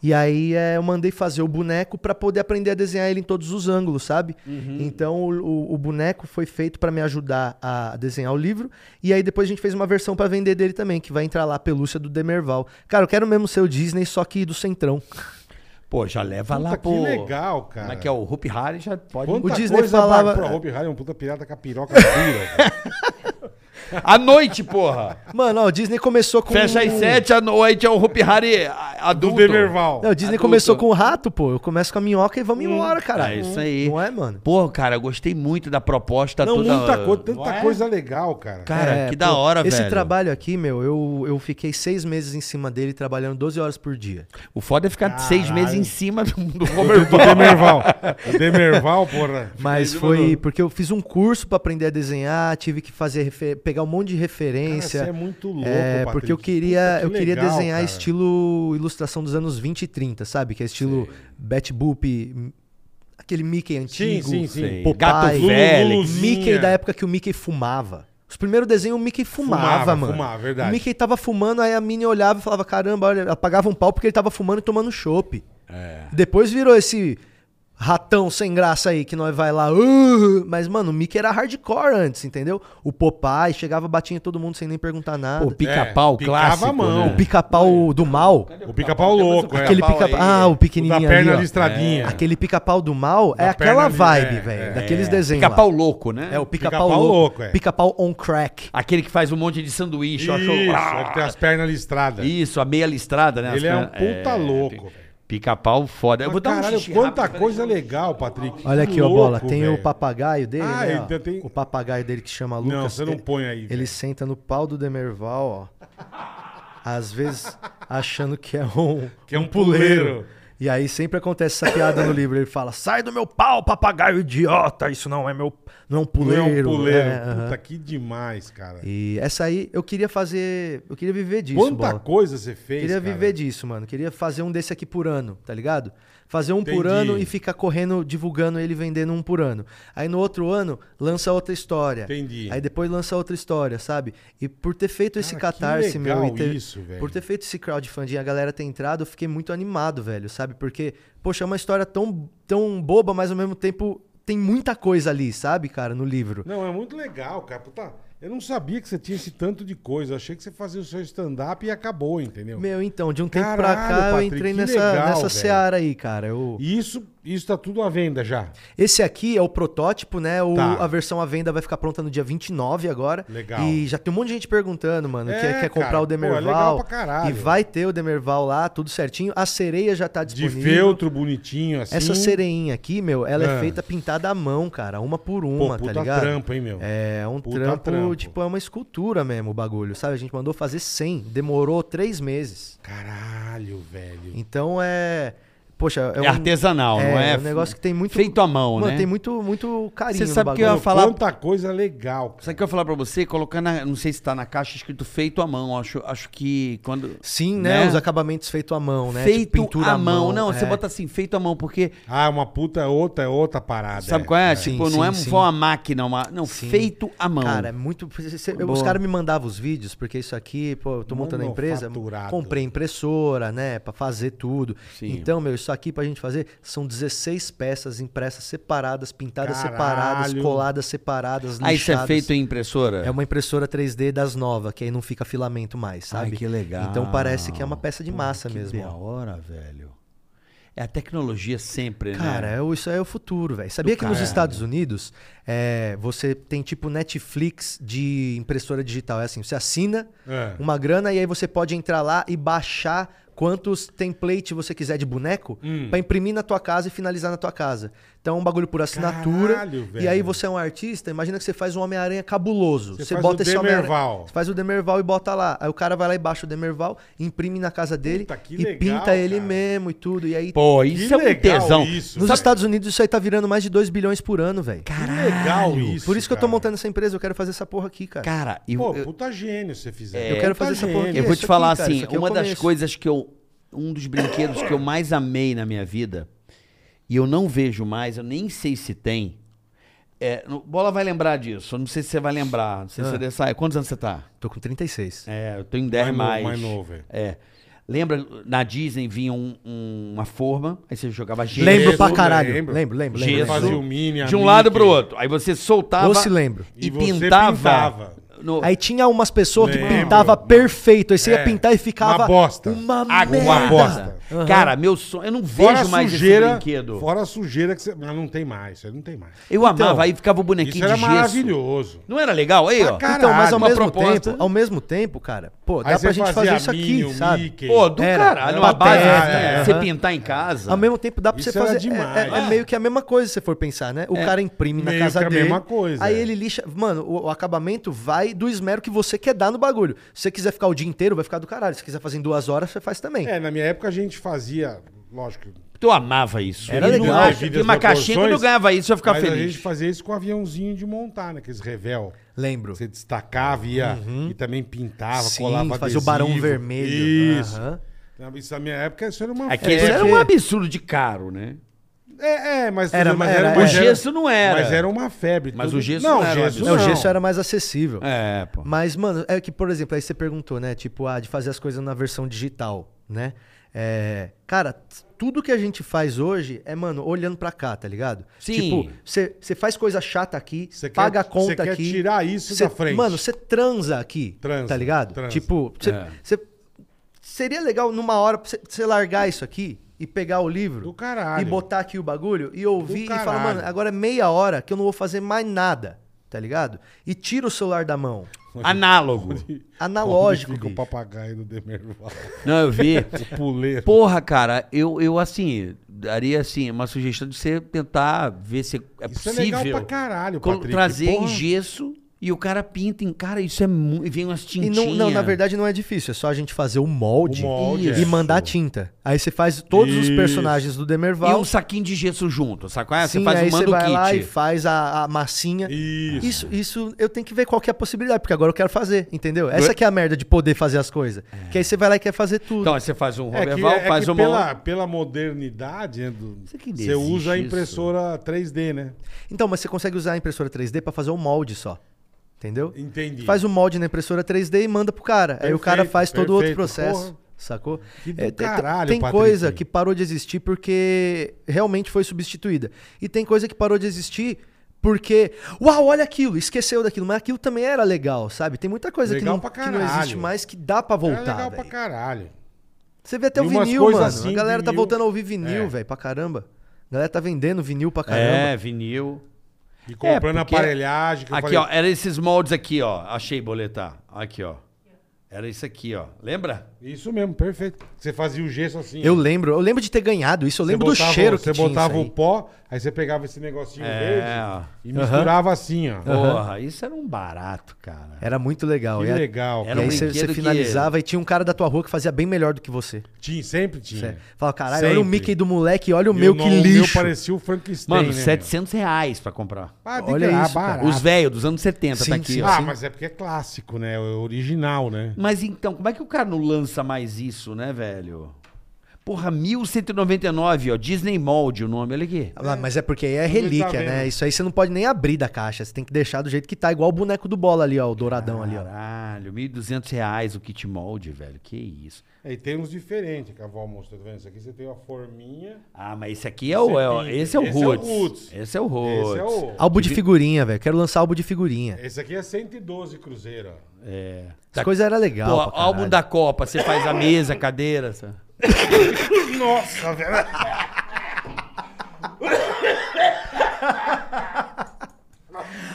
[SPEAKER 4] E aí é, eu mandei fazer o boneco pra poder aprender a desenhar ele em todos os ângulos, sabe?
[SPEAKER 3] Uhum.
[SPEAKER 4] Então o, o- o boneco foi feito pra me ajudar a desenhar o livro. E aí depois a gente fez uma versão pra vender dele também, que vai entrar lá a pelúcia do Demerval. Cara, eu quero mesmo ser o Disney, só que do Centrão.
[SPEAKER 3] Pô, já leva
[SPEAKER 2] Puta,
[SPEAKER 3] lá,
[SPEAKER 2] que
[SPEAKER 3] pô.
[SPEAKER 2] legal, cara.
[SPEAKER 3] Como é que é o Hope Harry? Já pode.
[SPEAKER 2] Quanta
[SPEAKER 4] O Disney
[SPEAKER 2] coisa
[SPEAKER 4] falava-
[SPEAKER 2] Pro Hope Harry é um puta pirata com a piroca dura. velho.
[SPEAKER 3] À noite, porra.
[SPEAKER 4] Mano, ó, o Disney começou com. um
[SPEAKER 3] Fecha às sete à noite, é o Hope Harry a-
[SPEAKER 2] Do
[SPEAKER 3] adulto.
[SPEAKER 2] Demerval.
[SPEAKER 4] Não, o Disney
[SPEAKER 3] Adulto.
[SPEAKER 4] começou com o rato, pô. Eu começo com a minhoca e vamos embora, cara.
[SPEAKER 3] É isso aí.
[SPEAKER 4] Não é, mano?
[SPEAKER 3] Pô, cara, eu gostei muito da proposta
[SPEAKER 2] Não,
[SPEAKER 3] toda.
[SPEAKER 2] muita coisa, tanta
[SPEAKER 3] Não é?
[SPEAKER 2] coisa legal, cara.
[SPEAKER 3] Cara,
[SPEAKER 4] É,
[SPEAKER 3] que da
[SPEAKER 4] pô,
[SPEAKER 3] hora,
[SPEAKER 4] esse
[SPEAKER 3] velho.
[SPEAKER 4] Esse trabalho aqui, meu, eu, eu fiquei seis meses em cima dele, trabalhando 12 horas por dia.
[SPEAKER 3] O foda é ficar
[SPEAKER 2] Caralho.
[SPEAKER 3] seis meses em cima do, do
[SPEAKER 2] Do
[SPEAKER 3] Homer
[SPEAKER 2] Demerval. O Demerval, porra.
[SPEAKER 4] Mas foi porque eu fiz um curso pra aprender a desenhar, tive que fazer refe- pegar um monte de referência.
[SPEAKER 2] Cara, você é muito louco,
[SPEAKER 4] É,
[SPEAKER 2] Patrick.
[SPEAKER 4] porque eu queria,
[SPEAKER 2] Puta, que
[SPEAKER 4] eu queria
[SPEAKER 2] legal,
[SPEAKER 4] desenhar
[SPEAKER 2] cara.
[SPEAKER 4] estilo ilustração dos anos 20 e 30, sabe? Que é estilo Bat Boop, m- aquele Mickey antigo,
[SPEAKER 2] sim, sim.
[SPEAKER 4] Popeye,
[SPEAKER 3] Gato
[SPEAKER 2] Lulu,
[SPEAKER 3] velho.
[SPEAKER 2] Luluzinha.
[SPEAKER 4] Mickey da época que o Mickey fumava. Os primeiros desenhos o Mickey fumava,
[SPEAKER 2] Fumava,
[SPEAKER 4] mano.
[SPEAKER 2] fumava, verdade.
[SPEAKER 4] O Mickey tava fumando, aí a Minnie olhava e falava: caramba, olha, apagava um pau porque ele tava fumando e tomando chopp. Depois virou esse ratão sem graça aí, que nós vai lá. "Uh", mas, mano, o Mickey era hardcore antes, entendeu? O Popeye chegava, batia em todo mundo sem nem perguntar nada.
[SPEAKER 3] Pô, pica-pau
[SPEAKER 2] É, picava a
[SPEAKER 3] clássico.
[SPEAKER 2] mão.
[SPEAKER 3] né?
[SPEAKER 4] O pica-pau do mal.
[SPEAKER 2] O pica-pau louco, é.
[SPEAKER 4] Aquele pica
[SPEAKER 3] aí,
[SPEAKER 4] Ah, o
[SPEAKER 2] O da
[SPEAKER 4] pequenininho
[SPEAKER 2] perna
[SPEAKER 4] ali, ó. É.
[SPEAKER 2] listradinha.
[SPEAKER 4] Aquele pica-pau do mal é
[SPEAKER 2] Da
[SPEAKER 4] aquela
[SPEAKER 2] perna ali,
[SPEAKER 4] vibe,
[SPEAKER 2] é,
[SPEAKER 4] velho.
[SPEAKER 2] é.
[SPEAKER 4] daqueles desenhos. lá.
[SPEAKER 3] Pica-pau louco, né?
[SPEAKER 4] É o pica-pau
[SPEAKER 2] Pica-pau
[SPEAKER 4] louco.
[SPEAKER 2] louco, é.
[SPEAKER 4] Pica-pau on crack.
[SPEAKER 3] Aquele que faz um monte de sanduíche.
[SPEAKER 2] Isso,
[SPEAKER 3] ó, show.
[SPEAKER 2] é que tem as pernas listradas.
[SPEAKER 3] Isso, a meia listrada, né? As
[SPEAKER 2] Ele é um
[SPEAKER 3] pernas-
[SPEAKER 2] puta louco, velho.
[SPEAKER 3] Pica-pau foda. Eu
[SPEAKER 2] Mas
[SPEAKER 3] vou dar
[SPEAKER 2] caralho,
[SPEAKER 3] um xixi
[SPEAKER 2] quanta
[SPEAKER 3] rápido,
[SPEAKER 2] coisa legal,
[SPEAKER 3] um
[SPEAKER 2] Patrick. Que
[SPEAKER 4] Olha aqui, ó,
[SPEAKER 2] louco,
[SPEAKER 4] bola. Tem
[SPEAKER 2] velho.
[SPEAKER 4] o papagaio dele,
[SPEAKER 2] Ah,
[SPEAKER 4] né,
[SPEAKER 2] ele
[SPEAKER 4] ó.
[SPEAKER 2] tem-
[SPEAKER 4] O papagaio dele que chama Lucas.
[SPEAKER 2] Não, você não
[SPEAKER 4] ele,
[SPEAKER 2] põe aí,
[SPEAKER 4] Ele
[SPEAKER 2] velho.
[SPEAKER 4] senta no pau do Demerval, ó. Às vezes achando que é um,
[SPEAKER 2] Que é um puleiro.
[SPEAKER 4] E aí sempre acontece essa piada no livro. Ele fala: sai do meu pau, papagaio idiota! Isso não é meu. Não é um
[SPEAKER 2] Não é um
[SPEAKER 4] puleiro.
[SPEAKER 2] puleiro.
[SPEAKER 4] é, aham.
[SPEAKER 2] Puta, que demais, cara.
[SPEAKER 4] E essa aí eu queria fazer. Eu queria viver disso,
[SPEAKER 2] Quanta
[SPEAKER 4] bola.
[SPEAKER 2] coisa você fez,
[SPEAKER 4] Queria
[SPEAKER 2] cara.
[SPEAKER 4] viver disso, mano. Queria fazer um desse aqui por ano, tá ligado? Fazer um por
[SPEAKER 2] Entendi.
[SPEAKER 4] ano e ficar correndo, divulgando ele, vendendo um por ano. Aí no outro ano, lança outra história.
[SPEAKER 2] Entendi.
[SPEAKER 4] Aí depois lança outra história, sabe? E por ter feito esse
[SPEAKER 2] Cara, que
[SPEAKER 4] catarse, meu.
[SPEAKER 2] legal
[SPEAKER 4] e ter-
[SPEAKER 2] isso, velho.
[SPEAKER 4] Por ter feito esse crowdfunding e a galera ter entrado, eu fiquei muito animado, velho, sabe? Porque, poxa, é uma história tão, tão boba, mas ao mesmo tempo tem muita coisa ali, sabe, cara, no livro.
[SPEAKER 2] Não, é muito legal, cara. Puta, eu não sabia que você tinha esse tanto de coisa. Eu achei que você fazia o seu stand-up e acabou, entendeu?
[SPEAKER 4] Meu, então, de um tempo pra
[SPEAKER 2] Caralho,
[SPEAKER 4] cá eu
[SPEAKER 2] Patrick,
[SPEAKER 4] entrei
[SPEAKER 2] que
[SPEAKER 4] nessa,
[SPEAKER 2] legal,
[SPEAKER 4] nessa
[SPEAKER 2] velho.
[SPEAKER 4] seara aí, cara. Eu...
[SPEAKER 2] E isso, isso tá tudo à venda já.
[SPEAKER 4] Esse aqui é o protótipo, né? O,
[SPEAKER 2] Tá.
[SPEAKER 4] A versão à venda vai ficar pronta no dia 29 agora.
[SPEAKER 2] Legal.
[SPEAKER 4] E já tem um monte de gente perguntando, mano,
[SPEAKER 2] É,
[SPEAKER 4] quer, quer comprar
[SPEAKER 2] cara.
[SPEAKER 4] o
[SPEAKER 2] Pô, é legal
[SPEAKER 4] Demerval.
[SPEAKER 2] pra caralho.
[SPEAKER 4] E vai ter o Demerval lá, tudo certinho. A sereia já tá
[SPEAKER 2] De
[SPEAKER 4] disponível.
[SPEAKER 2] feltro bonitinho, assim.
[SPEAKER 4] Essa sereinha aqui, meu, ela é,
[SPEAKER 2] Ah.
[SPEAKER 4] feita pintada à mão, cara, uma por
[SPEAKER 2] Pô,
[SPEAKER 4] uma,
[SPEAKER 2] puta
[SPEAKER 4] tá ligado?
[SPEAKER 2] trampo, hein, meu?
[SPEAKER 4] É um
[SPEAKER 2] Puta
[SPEAKER 4] trampo,
[SPEAKER 2] trampo.
[SPEAKER 4] tipo, é uma escultura mesmo o bagulho, sabe? A gente mandou fazer 100, demorou três meses.
[SPEAKER 2] Caralho, velho.
[SPEAKER 4] Então é. Poxa,
[SPEAKER 3] É artesanal, não é?
[SPEAKER 4] um negócio que tem muito.
[SPEAKER 3] Feito à mão,
[SPEAKER 4] Mano,
[SPEAKER 3] né?
[SPEAKER 4] tem muito, muito carinho
[SPEAKER 3] Você sabe
[SPEAKER 4] no
[SPEAKER 3] que é eu ia
[SPEAKER 4] bagulho.
[SPEAKER 3] falar-
[SPEAKER 2] Quanta coisa legal, cara.
[SPEAKER 3] Sabe o que eu ia falar pra você? Colocar na. Não sei se tá na caixa escrito feito à mão. Acho, acho que quando.
[SPEAKER 4] Sim, né?
[SPEAKER 3] Né?
[SPEAKER 4] Os acabamentos feito à mão, né?
[SPEAKER 3] Feito
[SPEAKER 4] Tipo, pintura
[SPEAKER 3] à mão. Não, você
[SPEAKER 4] é.
[SPEAKER 3] bota assim, feito à mão, porque.
[SPEAKER 2] Ah, uma puta é outra, é outra parada.
[SPEAKER 3] Sabe qual é?
[SPEAKER 4] Sim,
[SPEAKER 3] tipo, não
[SPEAKER 4] sim,
[SPEAKER 3] é
[SPEAKER 4] sim.
[SPEAKER 3] só uma máquina, uma. Não, feito à mão.
[SPEAKER 4] Cara, é muito. cê- cê-
[SPEAKER 3] Boa.
[SPEAKER 4] os caras me mandavam os vídeos, porque isso aqui, pô, eu tô montando a empresa.
[SPEAKER 2] Manufaturado.
[SPEAKER 4] Comprei impressora, né? Pra fazer tudo. Então, meu, isso aqui pra gente fazer são 16 peças impressas separadas, pintadas
[SPEAKER 2] Caralho.
[SPEAKER 4] separadas, coladas separadas, lixadas.
[SPEAKER 3] Aí isso é feito em impressora?
[SPEAKER 4] É uma impressora 3D das novas, que aí não fica filamento mais, sabe?
[SPEAKER 3] Ai, que legal.
[SPEAKER 4] Então parece que é uma peça de massa
[SPEAKER 3] que
[SPEAKER 4] mesmo.
[SPEAKER 3] da
[SPEAKER 4] ó.
[SPEAKER 3] hora, velho. É a tecnologia sempre,
[SPEAKER 4] Cara,
[SPEAKER 3] né?
[SPEAKER 4] é o- isso aí é o futuro, velho. Sabia que nos
[SPEAKER 3] caralho.
[SPEAKER 4] Estados
[SPEAKER 2] né?
[SPEAKER 4] Unidos é, você tem tipo Netflix de impressora digital? É assim, você assina
[SPEAKER 2] É.
[SPEAKER 4] uma grana e aí você pode entrar lá e baixar quantos templates você quiser de boneco
[SPEAKER 2] Hum.
[SPEAKER 4] pra imprimir na tua casa e finalizar na tua casa. Então é um bagulho por assinatura.
[SPEAKER 2] Caralho,
[SPEAKER 4] e aí
[SPEAKER 2] velho.
[SPEAKER 4] você é um artista, imagina que você faz um Homem-Aranha cabuloso.
[SPEAKER 2] Você
[SPEAKER 4] Você,
[SPEAKER 2] faz
[SPEAKER 4] bota
[SPEAKER 2] o
[SPEAKER 4] esse Homem-Aranha-
[SPEAKER 2] Demerval.
[SPEAKER 4] você faz o Demerval e bota lá. Aí o cara vai lá e baixa o Demerval, imprime na casa dele
[SPEAKER 2] Puta, que
[SPEAKER 4] e
[SPEAKER 2] legal,
[SPEAKER 4] pinta ele
[SPEAKER 2] cara.
[SPEAKER 4] mesmo e tudo. E aí
[SPEAKER 3] Pô, isso
[SPEAKER 2] Que
[SPEAKER 3] é um
[SPEAKER 2] legal
[SPEAKER 3] tesão.
[SPEAKER 2] isso,
[SPEAKER 4] nos
[SPEAKER 2] velho.
[SPEAKER 4] Estados Unidos isso aí tá virando mais de 2 bilhões por ano, velho.
[SPEAKER 2] Que legal isso.
[SPEAKER 4] Por isso que eu tô
[SPEAKER 2] cara.
[SPEAKER 4] montando essa empresa, eu quero fazer essa porra aqui, cara.
[SPEAKER 3] Cara, eu,
[SPEAKER 2] Pô,
[SPEAKER 3] eu-
[SPEAKER 2] puta gênio você fizer.
[SPEAKER 4] Eu quero fazer essa porra
[SPEAKER 3] eu
[SPEAKER 4] é
[SPEAKER 3] vou
[SPEAKER 4] isso
[SPEAKER 3] te falar
[SPEAKER 4] aqui, cara,
[SPEAKER 3] assim,
[SPEAKER 4] isso aqui é o
[SPEAKER 3] uma das
[SPEAKER 4] começo.
[SPEAKER 3] coisas que eu... Um dos brinquedos que eu mais amei na minha vida, e eu não vejo mais, eu nem sei se tem... é, no- Bola vai lembrar disso, eu não sei se você vai lembrar. Não sei se
[SPEAKER 4] Ah.
[SPEAKER 3] você sai. Quantos anos você tá?
[SPEAKER 4] Tô com 36.
[SPEAKER 3] É, eu tô em 10
[SPEAKER 2] Mais novo, mais
[SPEAKER 3] mais.
[SPEAKER 2] novo, é.
[SPEAKER 3] É. Lembra, na Disney vinha um- um- uma forma, aí você jogava gesso.
[SPEAKER 4] Lembro pra
[SPEAKER 2] Gesso,
[SPEAKER 4] caralho.
[SPEAKER 2] lembro.
[SPEAKER 4] Lembro, lembro, lembro.
[SPEAKER 3] Gesso.
[SPEAKER 4] lembro.
[SPEAKER 2] Fazia o mini, a
[SPEAKER 3] de um
[SPEAKER 2] Mickey.
[SPEAKER 3] lado pro outro. Aí você soltava.
[SPEAKER 4] Ou se lembro.
[SPEAKER 3] E,
[SPEAKER 2] E você
[SPEAKER 3] pintava.
[SPEAKER 2] pintava.
[SPEAKER 3] no-
[SPEAKER 4] Aí tinha umas pessoas que
[SPEAKER 2] Lembro.
[SPEAKER 4] pintava perfeito, aí você ia
[SPEAKER 2] É.
[SPEAKER 4] pintar e ficava Então,
[SPEAKER 2] Uma bosta.
[SPEAKER 4] Uma
[SPEAKER 2] Água,
[SPEAKER 4] merda.
[SPEAKER 2] uma bosta.
[SPEAKER 4] Aham.
[SPEAKER 3] Cara, meu sonho. Eu não
[SPEAKER 2] Fora
[SPEAKER 3] vejo
[SPEAKER 2] a
[SPEAKER 3] mais
[SPEAKER 2] sujeira,
[SPEAKER 3] esse brinquedo.
[SPEAKER 2] Fora a sujeira que você... Mas não tem mais, isso aí não tem mais.
[SPEAKER 3] Eu amava, aí ficava o bonequinho
[SPEAKER 2] Então, Isso era
[SPEAKER 3] de gesso.
[SPEAKER 2] maravilhoso.
[SPEAKER 3] Não era legal? Aí,
[SPEAKER 2] Ah,
[SPEAKER 3] ó.
[SPEAKER 2] cara,
[SPEAKER 4] Então, mas ao
[SPEAKER 2] Uma
[SPEAKER 4] mesmo
[SPEAKER 3] proposta.
[SPEAKER 4] tempo, ao mesmo tempo, cara, pô, dá
[SPEAKER 2] Aí
[SPEAKER 4] pra
[SPEAKER 2] você
[SPEAKER 4] gente
[SPEAKER 2] fazia
[SPEAKER 4] fazer isso
[SPEAKER 2] a Minnie,
[SPEAKER 4] aqui,
[SPEAKER 2] o
[SPEAKER 4] sabe?
[SPEAKER 2] Mickey.
[SPEAKER 3] Pô, do
[SPEAKER 4] Era,
[SPEAKER 3] caralho.
[SPEAKER 4] era
[SPEAKER 3] Uma base,
[SPEAKER 4] pateta,
[SPEAKER 3] né?
[SPEAKER 4] é,
[SPEAKER 3] Você
[SPEAKER 4] aham.
[SPEAKER 3] pintar em casa.
[SPEAKER 4] Ao mesmo tempo dá pra
[SPEAKER 2] Isso
[SPEAKER 4] você
[SPEAKER 2] era
[SPEAKER 4] fazer. é-
[SPEAKER 2] demais. É,
[SPEAKER 4] É, é meio que a mesma coisa, se você for pensar, né? O cara imprime na
[SPEAKER 2] Meio
[SPEAKER 4] casa
[SPEAKER 2] que a
[SPEAKER 4] dele.
[SPEAKER 2] mesma coisa,
[SPEAKER 4] Aí
[SPEAKER 2] é.
[SPEAKER 4] ele lixa. Mano, o, o acabamento vai do esmero que você quer dar no bagulho. Se você quiser ficar o dia inteiro, vai ficar do caralho. Se quiser fazer em duas horas, você faz também.
[SPEAKER 2] É, na minha época a gente fazia, lógico,
[SPEAKER 3] Eu amava isso.
[SPEAKER 4] Era
[SPEAKER 3] E não
[SPEAKER 4] Tá legal.
[SPEAKER 3] acho
[SPEAKER 2] Devido
[SPEAKER 3] que
[SPEAKER 2] às
[SPEAKER 3] uma caixinha quando eu
[SPEAKER 2] proporções,
[SPEAKER 3] ganhava isso, eu ia ficar
[SPEAKER 2] mas a
[SPEAKER 3] feliz.
[SPEAKER 2] gente fazia isso com aviãozinho de montar, né? Aqueles revel.
[SPEAKER 4] Lembro.
[SPEAKER 2] Você destacava ia, e também pintava,
[SPEAKER 4] Sim,
[SPEAKER 2] colava
[SPEAKER 4] fazia o barão
[SPEAKER 2] adesivo.
[SPEAKER 4] vermelho.
[SPEAKER 2] Isso.
[SPEAKER 4] Aham.
[SPEAKER 2] Isso na minha época isso era uma
[SPEAKER 3] Aquele
[SPEAKER 4] É,
[SPEAKER 3] era
[SPEAKER 4] porque-
[SPEAKER 3] um absurdo de caro, né?
[SPEAKER 2] É, é, mas
[SPEAKER 4] Era-
[SPEAKER 2] mas
[SPEAKER 4] era-
[SPEAKER 2] uma-
[SPEAKER 4] o
[SPEAKER 3] gesso não era.
[SPEAKER 2] Mas era uma febre.
[SPEAKER 3] Mas
[SPEAKER 2] tudo-
[SPEAKER 3] o gesso
[SPEAKER 2] não,
[SPEAKER 3] não era um
[SPEAKER 2] gesso
[SPEAKER 4] É, o
[SPEAKER 2] não.
[SPEAKER 4] gesso era mais acessível.
[SPEAKER 3] É, pô.
[SPEAKER 4] Mas, mano, é que, por exemplo, aí você perguntou, né? Tipo, ah, de fazer as coisas na versão digital, né? É, cara, t- tudo que a gente faz hoje é, mano, olhando pra cá, tá ligado?
[SPEAKER 3] Sim.
[SPEAKER 4] Tipo, você faz coisa chata aqui,
[SPEAKER 2] Cê quer-
[SPEAKER 4] paga a
[SPEAKER 2] cê
[SPEAKER 4] conta
[SPEAKER 2] quer
[SPEAKER 4] aqui.
[SPEAKER 2] tirar isso
[SPEAKER 4] cê-
[SPEAKER 2] da frente.
[SPEAKER 4] Mano, você transa aqui,
[SPEAKER 2] Transa,
[SPEAKER 4] tá ligado?
[SPEAKER 2] transa.
[SPEAKER 4] Tipo, cê-
[SPEAKER 3] É.
[SPEAKER 4] cê- seria legal numa hora você largar isso aqui e pegar o livro
[SPEAKER 2] Do caralho.
[SPEAKER 4] e botar aqui o bagulho e ouvir e falar,
[SPEAKER 2] caralho.
[SPEAKER 4] mano, agora é meia hora que eu não vou fazer mais nada, tá ligado? E tira o celular da mão.
[SPEAKER 3] Análogo.
[SPEAKER 4] Analógico,
[SPEAKER 2] Onde fica o
[SPEAKER 4] bicho.
[SPEAKER 2] papagaio do Demerval.
[SPEAKER 3] Não, eu vi.
[SPEAKER 2] O puleiro.
[SPEAKER 3] Porra, cara, eu, eu assim, daria assim, uma sugestão de você tentar ver se é
[SPEAKER 2] Isso é
[SPEAKER 3] possível.
[SPEAKER 2] legal pra caralho,
[SPEAKER 3] colo-
[SPEAKER 2] Patrick,
[SPEAKER 3] Trazer em
[SPEAKER 2] porra.
[SPEAKER 3] gesso e o cara pinta em cara, isso é muito. E vem umas
[SPEAKER 4] E
[SPEAKER 3] tintinhas.
[SPEAKER 4] não, não, na verdade não é difícil, é só a gente fazer o molde,
[SPEAKER 2] O molde,
[SPEAKER 4] e
[SPEAKER 2] isso.
[SPEAKER 4] mandar a tinta. Aí você faz todos
[SPEAKER 2] Isso.
[SPEAKER 4] os personagens do
[SPEAKER 3] E
[SPEAKER 4] Demerval.
[SPEAKER 3] um saquinho de gesso junto, sabe? qual é? Você
[SPEAKER 4] Sim,
[SPEAKER 3] faz
[SPEAKER 4] aí
[SPEAKER 3] um mando
[SPEAKER 4] vai lá e
[SPEAKER 3] kit.
[SPEAKER 4] faz a, a massinha.
[SPEAKER 2] Isso.
[SPEAKER 4] Isso, isso eu tenho que ver qual que é a possibilidade, porque agora eu quero fazer, entendeu? Essa que é a merda de poder fazer as coisas. Que aí você vai lá e quer fazer tudo.
[SPEAKER 3] É. Então, aí você faz um
[SPEAKER 2] É que,
[SPEAKER 3] Roberval,
[SPEAKER 2] é que
[SPEAKER 3] faz uma.
[SPEAKER 2] pela, pela modernidade, né, do-
[SPEAKER 3] Isso aqui
[SPEAKER 2] você
[SPEAKER 3] existe
[SPEAKER 2] usa a
[SPEAKER 3] isso.
[SPEAKER 2] impressora 3D, né?
[SPEAKER 4] Então, mas você consegue usar a impressora 3D pra fazer o molde só. Entendeu?
[SPEAKER 2] Entendi.
[SPEAKER 4] Faz o molde na impressora 3D e manda pro cara. Aí o cara
[SPEAKER 2] Perfeito,
[SPEAKER 4] faz todo o outro
[SPEAKER 2] perfeito.
[SPEAKER 4] processo.
[SPEAKER 2] Porra.
[SPEAKER 4] Sacou?
[SPEAKER 2] Que do
[SPEAKER 4] É, tem-
[SPEAKER 2] caralho,
[SPEAKER 4] tem
[SPEAKER 2] Patrick.
[SPEAKER 4] coisa que parou de existir porque realmente foi substituída. E tem coisa que parou de existir porque. Uau, olha aquilo, esqueceu daquilo. Mas aquilo também era legal, sabe? Tem muita coisa que
[SPEAKER 2] Legal
[SPEAKER 4] não,
[SPEAKER 2] pra
[SPEAKER 4] que não existe
[SPEAKER 2] caralho.
[SPEAKER 4] mais que dá pra
[SPEAKER 2] É
[SPEAKER 4] voltar.
[SPEAKER 2] legal pra
[SPEAKER 4] velho.
[SPEAKER 2] caralho.
[SPEAKER 4] Você vê até
[SPEAKER 2] E
[SPEAKER 4] o
[SPEAKER 2] umas
[SPEAKER 4] vinil,
[SPEAKER 2] coisas
[SPEAKER 4] mano.
[SPEAKER 2] assim,
[SPEAKER 4] a galera tá
[SPEAKER 2] vinil-
[SPEAKER 4] voltando a ouvir vinil,
[SPEAKER 2] É.
[SPEAKER 4] velho, pra caramba. A galera tá vendendo vinil pra caramba.
[SPEAKER 3] É, vinil.
[SPEAKER 2] E comprando
[SPEAKER 3] É, porque-
[SPEAKER 2] aparelhagem. Que eu
[SPEAKER 3] Aqui,
[SPEAKER 2] falei,
[SPEAKER 3] ó, era esses moldes aqui, ó. Achei, boletar. Aqui, ó. Era isso aqui, ó. Lembra?
[SPEAKER 2] Isso mesmo, perfeito. Você fazia o gesso assim.
[SPEAKER 4] Eu
[SPEAKER 2] ó.
[SPEAKER 4] lembro, eu lembro de ter ganhado isso, eu
[SPEAKER 2] Você
[SPEAKER 4] lembro
[SPEAKER 2] botava-
[SPEAKER 4] do cheiro que
[SPEAKER 2] Você
[SPEAKER 4] tinha
[SPEAKER 2] botava
[SPEAKER 4] isso
[SPEAKER 2] o
[SPEAKER 4] aí.
[SPEAKER 2] pó, aí você pegava esse negocinho
[SPEAKER 3] É, ó.
[SPEAKER 2] verde e
[SPEAKER 3] Aham.
[SPEAKER 2] misturava assim, ó. Oh,
[SPEAKER 3] Porra, isso era um barato, cara.
[SPEAKER 4] Era muito legal.
[SPEAKER 2] Que
[SPEAKER 4] e a-
[SPEAKER 2] legal.
[SPEAKER 4] E
[SPEAKER 3] Era
[SPEAKER 2] cara.
[SPEAKER 4] aí
[SPEAKER 3] um
[SPEAKER 4] você,
[SPEAKER 3] brinquedo
[SPEAKER 4] você
[SPEAKER 3] que-
[SPEAKER 4] finalizava e tinha um cara da tua rua que fazia bem melhor do que você.
[SPEAKER 2] Tinha, sempre tinha.
[SPEAKER 4] Você fala, caralho, olha o
[SPEAKER 2] Sempre.
[SPEAKER 4] Mickey do moleque, olha o
[SPEAKER 2] E
[SPEAKER 4] meu,
[SPEAKER 2] no-
[SPEAKER 4] que
[SPEAKER 2] O meu
[SPEAKER 4] lixo.
[SPEAKER 2] parecia o Frankenstein,
[SPEAKER 3] Mano,
[SPEAKER 2] né?
[SPEAKER 3] 700 reais pra comprar.
[SPEAKER 2] meu? Ah, tem
[SPEAKER 4] Olha
[SPEAKER 2] que ah,
[SPEAKER 4] isso, cara.
[SPEAKER 2] barato.
[SPEAKER 3] Os velhos dos anos 70
[SPEAKER 4] Sim,
[SPEAKER 3] tá aqui,
[SPEAKER 4] sim.
[SPEAKER 3] ó.
[SPEAKER 2] Ah, mas é porque é clássico, né? É original, né?
[SPEAKER 3] Mas então, como é que o cara não lança mais isso, né, velho? Porra, 1199, ó. Disney Mold o nome, olha aqui.
[SPEAKER 4] Ah, Mas é porque aí é
[SPEAKER 2] Ninguém tá
[SPEAKER 4] relíquia, né?
[SPEAKER 2] vendo.
[SPEAKER 4] Isso aí você não pode nem abrir da caixa. Você tem que deixar do jeito que tá, igual o boneco do bola ali, ó, o douradão ali, ó.
[SPEAKER 3] Caralho, 1.200 reais o kit molde, velho. Que isso.
[SPEAKER 2] É, E tem uns diferentes que a avó mostrou, tá vendo? Isso aqui você tem uma forminha.
[SPEAKER 3] Ah, mas esse aqui é o... É, o- esse é o
[SPEAKER 2] Esse é o
[SPEAKER 3] Roots.
[SPEAKER 2] Roots.
[SPEAKER 3] Esse é o Roots.
[SPEAKER 2] Esse é o...
[SPEAKER 4] Álbum de figurinha, velho. Quero lançar álbum de figurinha.
[SPEAKER 2] Esse aqui é 112 cruzeiro, ó.
[SPEAKER 4] Essa coisa era
[SPEAKER 3] Pô,
[SPEAKER 4] legal. pra
[SPEAKER 3] álbum
[SPEAKER 4] caralho.
[SPEAKER 3] da Copa, você faz a mesa, a cadeira. sabe?
[SPEAKER 2] Nossa, velho.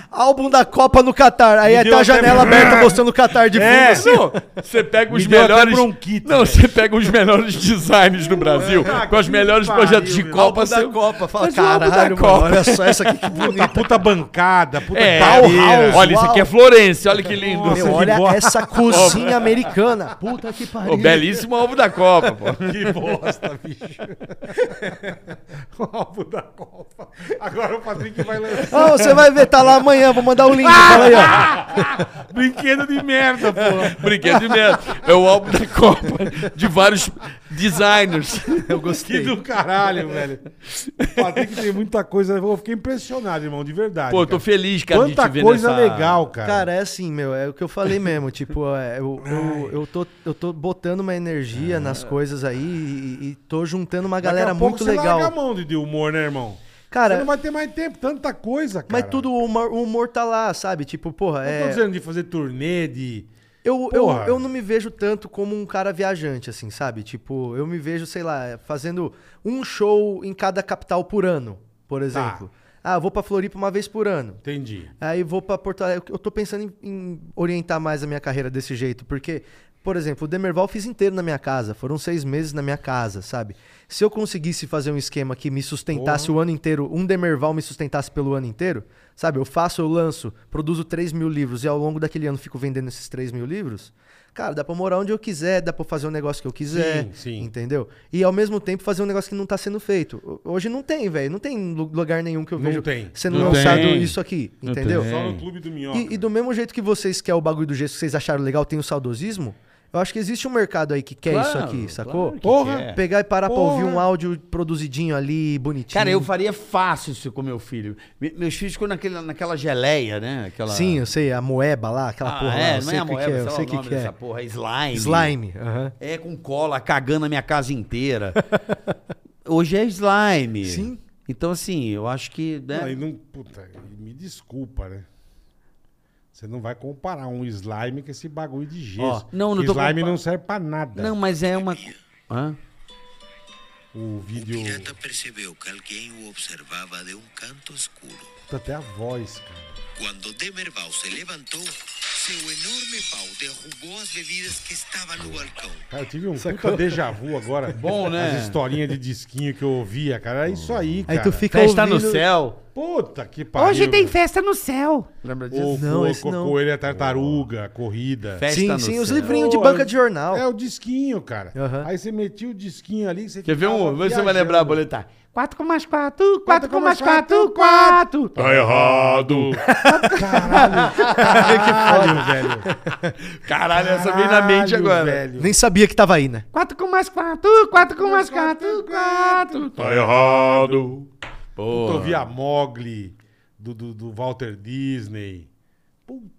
[SPEAKER 4] Álbum da Copa no Catar. Aí
[SPEAKER 2] Me deu
[SPEAKER 4] tá a
[SPEAKER 2] até-
[SPEAKER 4] janela aberta mostrando o Catar de fundo.
[SPEAKER 5] É.
[SPEAKER 4] assim.
[SPEAKER 5] Não, você pega os
[SPEAKER 2] Me deu até
[SPEAKER 5] melhores.
[SPEAKER 2] bronquite,
[SPEAKER 5] não,
[SPEAKER 2] velho.
[SPEAKER 5] você pega os melhores designs do Brasil,
[SPEAKER 3] é.
[SPEAKER 2] Ah,
[SPEAKER 5] com os
[SPEAKER 2] que
[SPEAKER 5] melhores
[SPEAKER 2] pariu,
[SPEAKER 5] projetos de
[SPEAKER 2] meu.
[SPEAKER 5] Copa.
[SPEAKER 4] Álbum da
[SPEAKER 5] você-
[SPEAKER 4] Copa. Fala,
[SPEAKER 5] Mas o álbum da
[SPEAKER 4] caralho, mano,
[SPEAKER 5] Copa.
[SPEAKER 4] olha só essa aqui que bonita.
[SPEAKER 2] Puta, puta bancada, puta
[SPEAKER 5] É,
[SPEAKER 3] né?
[SPEAKER 2] cadeira.
[SPEAKER 5] olha, isso aqui é Florença, olha que lindo.
[SPEAKER 2] Nossa,
[SPEAKER 4] Meu,
[SPEAKER 2] que
[SPEAKER 4] olha
[SPEAKER 2] bosta.
[SPEAKER 4] essa cozinha americana. Puta que pariu.
[SPEAKER 5] Ô, belíssimo alvo da Copa, pô.
[SPEAKER 2] Que bosta, bicho. o álbum da Copa. Agora o Patrick vai lançar.
[SPEAKER 4] Ó, você vai ver, tá lá amanhã, vou mandar o link. Fala aí,
[SPEAKER 2] Ah!
[SPEAKER 4] ó.
[SPEAKER 2] Brinquedo de merda, pô.
[SPEAKER 5] Brinquedo mesmo. É o álbum da Copa de vários designers.
[SPEAKER 4] Eu
[SPEAKER 2] Que
[SPEAKER 4] gostei.
[SPEAKER 2] do caralho, velho. O Patrick tem muita coisa. Eu fiquei impressionado, irmão, de verdade.
[SPEAKER 5] Pô, eu tô
[SPEAKER 2] cara.
[SPEAKER 5] feliz, cara,
[SPEAKER 2] Quanta
[SPEAKER 5] de te ver
[SPEAKER 2] coisa
[SPEAKER 5] nessa...
[SPEAKER 2] legal, cara.
[SPEAKER 4] Cara, é assim, meu, é o que eu falei mesmo. Tipo, é, eu, eu, eu tô, eu tô botando uma energia nas coisas aí e, e tô juntando uma
[SPEAKER 2] Daqui a
[SPEAKER 4] galera
[SPEAKER 2] pouco
[SPEAKER 4] muito
[SPEAKER 2] você larga a
[SPEAKER 4] legal.
[SPEAKER 2] mão de, de humor, né, irmão? você
[SPEAKER 4] Cara,
[SPEAKER 2] não vai ter mais tempo, tanta coisa, cara.
[SPEAKER 4] mas tudo o humor, o humor tá lá, sabe? Tipo, porra,
[SPEAKER 2] Não tô
[SPEAKER 4] é.
[SPEAKER 2] dizendo de fazer turnê, de...
[SPEAKER 4] Eu, eu,
[SPEAKER 2] Porra.
[SPEAKER 4] eu não me vejo tanto como um cara viajante, assim, sabe? Tipo, eu me vejo, sei lá, fazendo um show em cada capital por ano,
[SPEAKER 2] Tá.
[SPEAKER 4] por exemplo. Ah, eu vou pra Floripa uma vez por ano.
[SPEAKER 2] Entendi.
[SPEAKER 4] Aí vou pra Porto Alegre. Eu tô pensando em, em orientar mais a minha carreira desse jeito, porque, por exemplo, o Demerval eu fiz inteiro na minha casa. Foram seis meses na minha casa, sabe? Se eu conseguisse fazer um esquema que me sustentasse o ano inteiro, um Demerval me sustentasse pelo ano inteiro, sabe? Eu faço, eu lanço, produzo 3 mil livros e ao longo daquele ano fico vendendo esses 3 mil livros. Cara, dá pra morar onde eu quiser, dá pra fazer o negócio que eu quiser.
[SPEAKER 2] Sim, sim.
[SPEAKER 4] Entendeu? E ao mesmo tempo fazer um negócio que não tá sendo feito. Ho- Hoje não tem, velho. Não tem lu- lugar nenhum que eu
[SPEAKER 2] Não
[SPEAKER 4] vejo
[SPEAKER 2] tem.
[SPEAKER 4] sendo
[SPEAKER 2] Não
[SPEAKER 4] lançado
[SPEAKER 2] tem.
[SPEAKER 4] isso aqui. Entendeu?
[SPEAKER 2] Só no Clube do Minhoca.
[SPEAKER 4] E, e do mesmo jeito que vocês querem o bagulho do gesso que vocês acharam legal, tem o saudosismo. Eu acho que existe um mercado aí que quer isso
[SPEAKER 3] Claro,
[SPEAKER 4] aqui, sacou?
[SPEAKER 3] claro que
[SPEAKER 2] Porra!
[SPEAKER 3] quer.
[SPEAKER 4] Pegar e parar
[SPEAKER 2] Porra.
[SPEAKER 4] pra ouvir um áudio produzidinho ali, bonitinho.
[SPEAKER 3] Cara, eu faria fácil isso com meu filho. Me- Meus filhos ficam naquele, naquela geleia, né? Aquela...
[SPEAKER 4] Sim, eu sei, a moeba lá, aquela
[SPEAKER 3] ah,
[SPEAKER 4] porra lá,
[SPEAKER 3] é,
[SPEAKER 4] eu
[SPEAKER 3] não
[SPEAKER 4] sei
[SPEAKER 3] é
[SPEAKER 4] o que,
[SPEAKER 3] amoeba,
[SPEAKER 4] que é, eu
[SPEAKER 3] sei lá
[SPEAKER 4] sei
[SPEAKER 3] o
[SPEAKER 4] o que,
[SPEAKER 3] nome
[SPEAKER 4] que é.
[SPEAKER 3] dessa porra, é slime.
[SPEAKER 4] Slime. aham.
[SPEAKER 3] É com cola, cagando a minha casa inteira. Hoje é slime.
[SPEAKER 4] Sim.
[SPEAKER 3] Então, assim, eu acho que. né?
[SPEAKER 2] Não, e não- puta, e me desculpa, né? Você não vai comparar um slime com esse bagulho de gesso.
[SPEAKER 3] Ó, não, não tô
[SPEAKER 2] slime
[SPEAKER 3] compa-
[SPEAKER 2] não serve pra nada.
[SPEAKER 3] Não, mas é uma. Hã?
[SPEAKER 2] O vídeo.
[SPEAKER 6] O pirata percebeu que alguém o observava de um canto escuro.
[SPEAKER 2] Puta, até a voz, cara.
[SPEAKER 6] Quando Demerval se levantou, seu enorme pau derrubou as bebidas que estavam no balcão.
[SPEAKER 2] Cara, eu tive um puta déjà vu agora.
[SPEAKER 3] Bom, né?
[SPEAKER 2] As historinhas de disquinho que eu ouvia, cara. É isso aí,
[SPEAKER 4] Aí
[SPEAKER 2] cara.
[SPEAKER 4] tu fica
[SPEAKER 3] Festa no
[SPEAKER 4] ouvindo-
[SPEAKER 3] céu.
[SPEAKER 2] Puta que pariu. cara.
[SPEAKER 3] festa no céu. Lembra
[SPEAKER 2] O,
[SPEAKER 3] disso?
[SPEAKER 4] Não,
[SPEAKER 2] co-
[SPEAKER 4] esse
[SPEAKER 2] co-
[SPEAKER 4] não.
[SPEAKER 2] coelho é tartaruga, corrida.
[SPEAKER 3] Festa
[SPEAKER 4] Sim,
[SPEAKER 3] no
[SPEAKER 4] sim,
[SPEAKER 3] céu.
[SPEAKER 4] os livrinhos de
[SPEAKER 2] Pô,
[SPEAKER 4] banca de jornal.
[SPEAKER 2] É o disquinho, cara.
[SPEAKER 4] Aham.
[SPEAKER 2] Aí você metia o disquinho ali. Você
[SPEAKER 3] Quer ver um?
[SPEAKER 4] Tá,
[SPEAKER 2] ficava
[SPEAKER 3] Você vai lembrar a
[SPEAKER 2] viajando.
[SPEAKER 3] boleta. 4 com mais 4, 4 com mais
[SPEAKER 2] quatro,
[SPEAKER 3] 4, 4.
[SPEAKER 5] Tá errado.
[SPEAKER 2] Caralho, velho.
[SPEAKER 3] Caralho, essa veio na mente
[SPEAKER 2] Caralho,
[SPEAKER 3] agora.
[SPEAKER 2] velho.
[SPEAKER 4] Nem sabia que tava aí, né?
[SPEAKER 3] 4 com mais 4, 4 com mais 4, 4.
[SPEAKER 5] Tá errado.
[SPEAKER 2] Puta, Então, eu via Mogli do, do, do Walter Disney. Puta,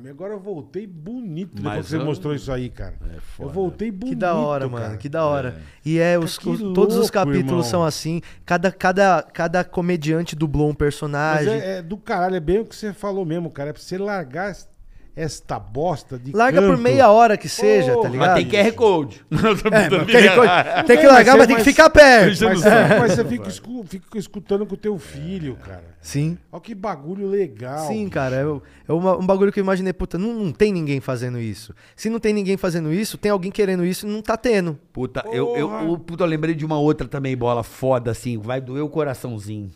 [SPEAKER 2] meu, agora eu voltei bonito depois
[SPEAKER 3] Mas
[SPEAKER 2] que você
[SPEAKER 3] eu- É
[SPEAKER 2] mostrou isso aí, cara. eu voltei bonito.
[SPEAKER 4] Que da hora,
[SPEAKER 2] Um cara.
[SPEAKER 4] mano, que da hora. E é, os,
[SPEAKER 2] que
[SPEAKER 4] os- todos os
[SPEAKER 2] louco,
[SPEAKER 4] capítulos
[SPEAKER 2] irmão.
[SPEAKER 4] são assim. Cada, cada, cada comediante dublou um
[SPEAKER 2] Mas
[SPEAKER 4] personagem.
[SPEAKER 2] é, é do caralho, é bem o que você falou mesmo, cara. É pra você largar es- esta bosta de
[SPEAKER 4] Larga por
[SPEAKER 2] canto.
[SPEAKER 4] meia hora que seja, tá
[SPEAKER 2] Porra.
[SPEAKER 3] Mas
[SPEAKER 4] ligado? É,
[SPEAKER 3] tem QR Code. Não, tô brincando.
[SPEAKER 4] Tem que- tem que
[SPEAKER 2] Mas
[SPEAKER 4] largar, mas
[SPEAKER 2] é
[SPEAKER 4] tem que
[SPEAKER 2] mais-
[SPEAKER 4] ficar perto.
[SPEAKER 2] Mas, mas você fica, escu- fica escutando com o teu filho,
[SPEAKER 3] É.
[SPEAKER 2] cara.
[SPEAKER 4] Sim.
[SPEAKER 2] Olha que bagulho legal.
[SPEAKER 4] Sim, cara, é, o- é uma- um bagulho que eu imaginei, puta, não, não tem ninguém fazendo isso. Se não tem ninguém fazendo isso, tem alguém querendo isso e não tá tendo.
[SPEAKER 3] Puta, eu, eu,
[SPEAKER 2] Porra.
[SPEAKER 3] eu- puta, eu lembrei de uma outra também, bola foda, assim, vai doer o coraçãozinho.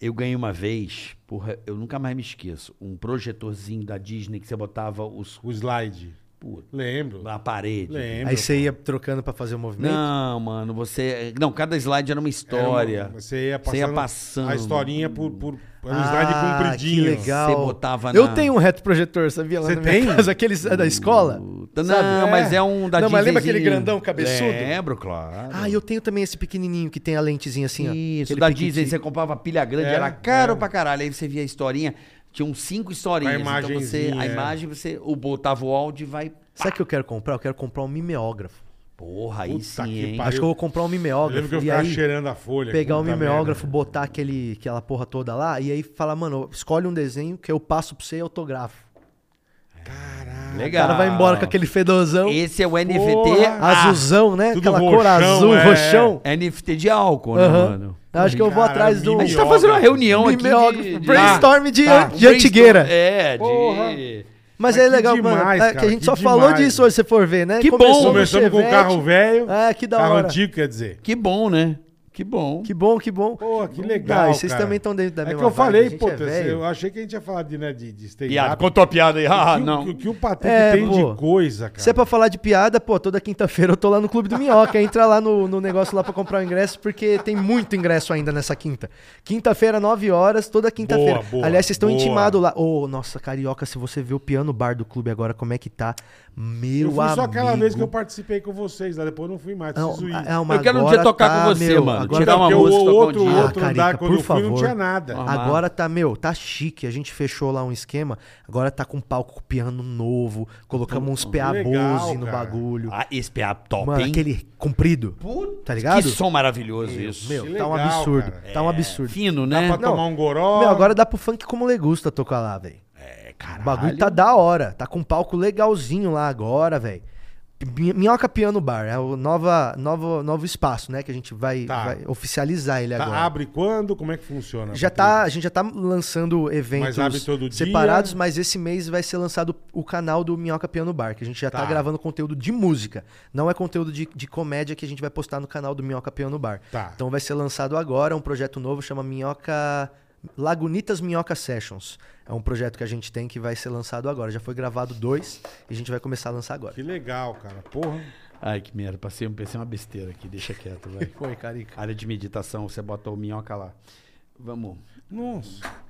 [SPEAKER 3] Eu ganhei uma vez, porra, eu nunca mais me esqueço, um projetorzinho da Disney que você botava os...
[SPEAKER 2] O slide.
[SPEAKER 3] Puta,
[SPEAKER 2] Lembro.
[SPEAKER 3] na parede.
[SPEAKER 2] Lembro.
[SPEAKER 4] Aí você ia trocando pra fazer o movimento.
[SPEAKER 3] Não, mano, você... Não, cada slide era uma
[SPEAKER 2] Era uma-
[SPEAKER 3] história.
[SPEAKER 2] Você ia passando,
[SPEAKER 3] Você ia passando.
[SPEAKER 2] a historinha por, por era um slide
[SPEAKER 4] Ah,
[SPEAKER 2] compridinho.
[SPEAKER 4] Que legal.
[SPEAKER 3] Você botava
[SPEAKER 4] Eu
[SPEAKER 3] na-
[SPEAKER 4] tenho um reto projetor, sabia? Lá
[SPEAKER 2] Você
[SPEAKER 4] na minha
[SPEAKER 2] tem?
[SPEAKER 4] Casa, aqueles é da escola.
[SPEAKER 3] Puta, Não,
[SPEAKER 4] sabe?
[SPEAKER 3] mas é um da
[SPEAKER 4] Não, mas lembra
[SPEAKER 3] Disneyzinho. É.
[SPEAKER 4] aquele grandão cabeçudo?
[SPEAKER 3] Lembro, claro.
[SPEAKER 4] Ah, eu tenho também esse pequenininho que tem a lentezinha assim, ó.
[SPEAKER 3] Isso,
[SPEAKER 4] Aquele
[SPEAKER 3] da
[SPEAKER 4] piquitinho.
[SPEAKER 3] Disney, você comprava pilha grande,
[SPEAKER 2] É,
[SPEAKER 3] era caro
[SPEAKER 2] é.
[SPEAKER 3] pra caralho. Aí você via a historinha, tinham cinco historinhas.
[SPEAKER 2] A
[SPEAKER 3] então você,
[SPEAKER 2] imagenzinha,
[SPEAKER 3] a
[SPEAKER 2] é.
[SPEAKER 3] imagem, você ou botava o áudio e vai.
[SPEAKER 4] Sabe o que eu quero comprar? Eu quero comprar um mimeógrafo.
[SPEAKER 3] Porra, aí
[SPEAKER 2] Puta
[SPEAKER 3] sim,
[SPEAKER 2] que
[SPEAKER 3] hein?
[SPEAKER 2] pariu.
[SPEAKER 4] Acho que eu vou comprar um
[SPEAKER 2] Ah, Eu lembro
[SPEAKER 4] mimeógrafo
[SPEAKER 2] que eu
[SPEAKER 4] e
[SPEAKER 2] ficava
[SPEAKER 4] aí
[SPEAKER 2] cheirando a folha.
[SPEAKER 4] pegar um
[SPEAKER 2] puta
[SPEAKER 4] mimeógrafo,
[SPEAKER 2] merda.
[SPEAKER 4] botar aquele, aquela porra toda lá e aí falar, mano, escolhe um desenho que eu passo pra você e autografo. O
[SPEAKER 3] Legal.
[SPEAKER 4] cara vai embora com aquele fedozão,
[SPEAKER 3] Esse é o NFT.
[SPEAKER 2] Porra.
[SPEAKER 3] ah,
[SPEAKER 4] azulzão, né?
[SPEAKER 2] Tudo
[SPEAKER 4] Aquela cor
[SPEAKER 2] roxão,
[SPEAKER 4] azul,
[SPEAKER 2] é,
[SPEAKER 4] roxão.
[SPEAKER 3] É NFT de álcool, né,
[SPEAKER 4] Aham.
[SPEAKER 3] mano?
[SPEAKER 4] Acho que eu vou
[SPEAKER 2] Cara,
[SPEAKER 4] atrás do...
[SPEAKER 3] A gente tá fazendo uma reunião aqui.
[SPEAKER 4] Mimeógrafo.
[SPEAKER 3] de- de-
[SPEAKER 4] Brainstorm de,
[SPEAKER 3] Ah,
[SPEAKER 4] de antigueira.
[SPEAKER 3] brainstorm- É, de.
[SPEAKER 4] Mas
[SPEAKER 2] Mas
[SPEAKER 4] é
[SPEAKER 2] que
[SPEAKER 4] legal, mano.
[SPEAKER 2] demais,
[SPEAKER 4] é
[SPEAKER 2] cara,
[SPEAKER 4] que a gente
[SPEAKER 2] que
[SPEAKER 4] só falou
[SPEAKER 2] demais.
[SPEAKER 4] disso hoje, se for ver, né?
[SPEAKER 3] Que bom.
[SPEAKER 4] Começou no
[SPEAKER 2] Começamos com o
[SPEAKER 4] Chevette.
[SPEAKER 2] carro velho.
[SPEAKER 4] Ah, que da
[SPEAKER 2] carro
[SPEAKER 4] hora.
[SPEAKER 2] antigo, quer dizer.
[SPEAKER 3] Que bom, né? Que bom.
[SPEAKER 4] Que bom, que bom.
[SPEAKER 2] Pô, que legal.
[SPEAKER 4] e vocês
[SPEAKER 2] cara.
[SPEAKER 4] também estão dentro da
[SPEAKER 2] É
[SPEAKER 4] mesma
[SPEAKER 2] que eu
[SPEAKER 4] vibe, a
[SPEAKER 2] falei,
[SPEAKER 4] gente
[SPEAKER 2] pô,
[SPEAKER 4] é velho.
[SPEAKER 2] eu achei que a gente ia falar de, né, de, de stand-up.
[SPEAKER 5] Piada, contou a piada aí.
[SPEAKER 2] O
[SPEAKER 5] Ah,
[SPEAKER 2] que o-
[SPEAKER 5] não.
[SPEAKER 2] O que o Patrick
[SPEAKER 4] É,
[SPEAKER 2] tem
[SPEAKER 4] pô.
[SPEAKER 2] de coisa, cara.
[SPEAKER 4] Se é pra falar de piada, pô, toda quinta-feira eu tô lá no Clube do Minhoca. Entra lá no, no negócio lá pra comprar o ingresso, porque tem muito ingresso ainda nessa quinta. Quinta-feira, 9 horas, toda quinta-feira.
[SPEAKER 2] Boa, boa,
[SPEAKER 4] Aliás, vocês estão
[SPEAKER 2] boa.
[SPEAKER 4] intimados lá. Ô, nossa, carioca, se você vê o piano bar do clube agora, como é que tá? Meu
[SPEAKER 2] eu
[SPEAKER 4] amigo.
[SPEAKER 2] fui só aquela vez que eu participei com vocês, lá depois eu não fui mais, preciso ir.
[SPEAKER 4] Ah, ah, mas
[SPEAKER 3] Eu quero um
[SPEAKER 4] agora
[SPEAKER 3] dia tocar
[SPEAKER 4] tá,
[SPEAKER 3] com você,
[SPEAKER 4] meu,
[SPEAKER 3] mano.
[SPEAKER 4] agora
[SPEAKER 3] Tirar
[SPEAKER 4] tá
[SPEAKER 3] uma
[SPEAKER 2] Porque o
[SPEAKER 3] música tocar um
[SPEAKER 2] outro-
[SPEAKER 3] dia.
[SPEAKER 2] outro- andar, quando
[SPEAKER 4] Ah, por
[SPEAKER 2] eu fui, não
[SPEAKER 4] favor.
[SPEAKER 2] tinha nada.
[SPEAKER 3] Arrumar.
[SPEAKER 4] Agora tá, meu, tá chique. A gente fechou lá um esquema. Agora tá com palco com piano novo. Colocamos uns PA
[SPEAKER 2] legal,
[SPEAKER 4] 12 no
[SPEAKER 2] cara.
[SPEAKER 4] bagulho.
[SPEAKER 3] Ah, esse PA top,
[SPEAKER 4] Mano,
[SPEAKER 3] hein?
[SPEAKER 4] aquele comprido.
[SPEAKER 3] Puta,
[SPEAKER 4] Tá ligado?
[SPEAKER 3] Que som maravilhoso isso.
[SPEAKER 4] Meu,
[SPEAKER 2] Que
[SPEAKER 4] tá um
[SPEAKER 2] legal,
[SPEAKER 4] absurdo.
[SPEAKER 2] cara.
[SPEAKER 3] É.
[SPEAKER 4] Tá um absurdo.
[SPEAKER 3] Fino,
[SPEAKER 2] Dá
[SPEAKER 3] né?
[SPEAKER 2] pra
[SPEAKER 4] Não.
[SPEAKER 2] tomar um goró.
[SPEAKER 4] Meu, agora dá pro funk como legusta tocar lá, velho.
[SPEAKER 3] É,
[SPEAKER 4] O
[SPEAKER 3] caralho.
[SPEAKER 4] bagulho tá da hora. Tá com um palco legalzinho lá agora, velho. Mi- Minhoca Piano Bar, é o nova, novo, novo espaço, né? Que a gente vai,
[SPEAKER 2] Tá.
[SPEAKER 4] vai oficializar ele
[SPEAKER 2] Tá,
[SPEAKER 4] agora.
[SPEAKER 2] abre quando? Como é que funciona?
[SPEAKER 4] Já
[SPEAKER 2] Patrick?
[SPEAKER 4] tá, a gente já tá lançando eventos
[SPEAKER 2] Mas abre todo dia?
[SPEAKER 4] separados, mas esse mês vai ser lançado o canal do Minhoca Piano Bar, que a gente já tá,
[SPEAKER 2] Tá.
[SPEAKER 4] gravando conteúdo de música. Não é conteúdo de, de comédia que a gente vai postar no canal do Minhoca Piano Bar.
[SPEAKER 2] Tá.
[SPEAKER 4] Então vai ser lançado agora um projeto novo, chama Minhoca... Lagunitas Minhoca Sessions. É um projeto que a gente tem que vai ser lançado agora. Já foi gravado dois e a gente vai começar a lançar agora.
[SPEAKER 2] Que legal, cara. Porra.
[SPEAKER 3] Ai, que merda. Passei, pensei uma besteira aqui. Deixa quieto, velho.
[SPEAKER 4] Foi, Carica.
[SPEAKER 3] Área de meditação, você bota o minhoca lá. Vamos.
[SPEAKER 2] Nossa.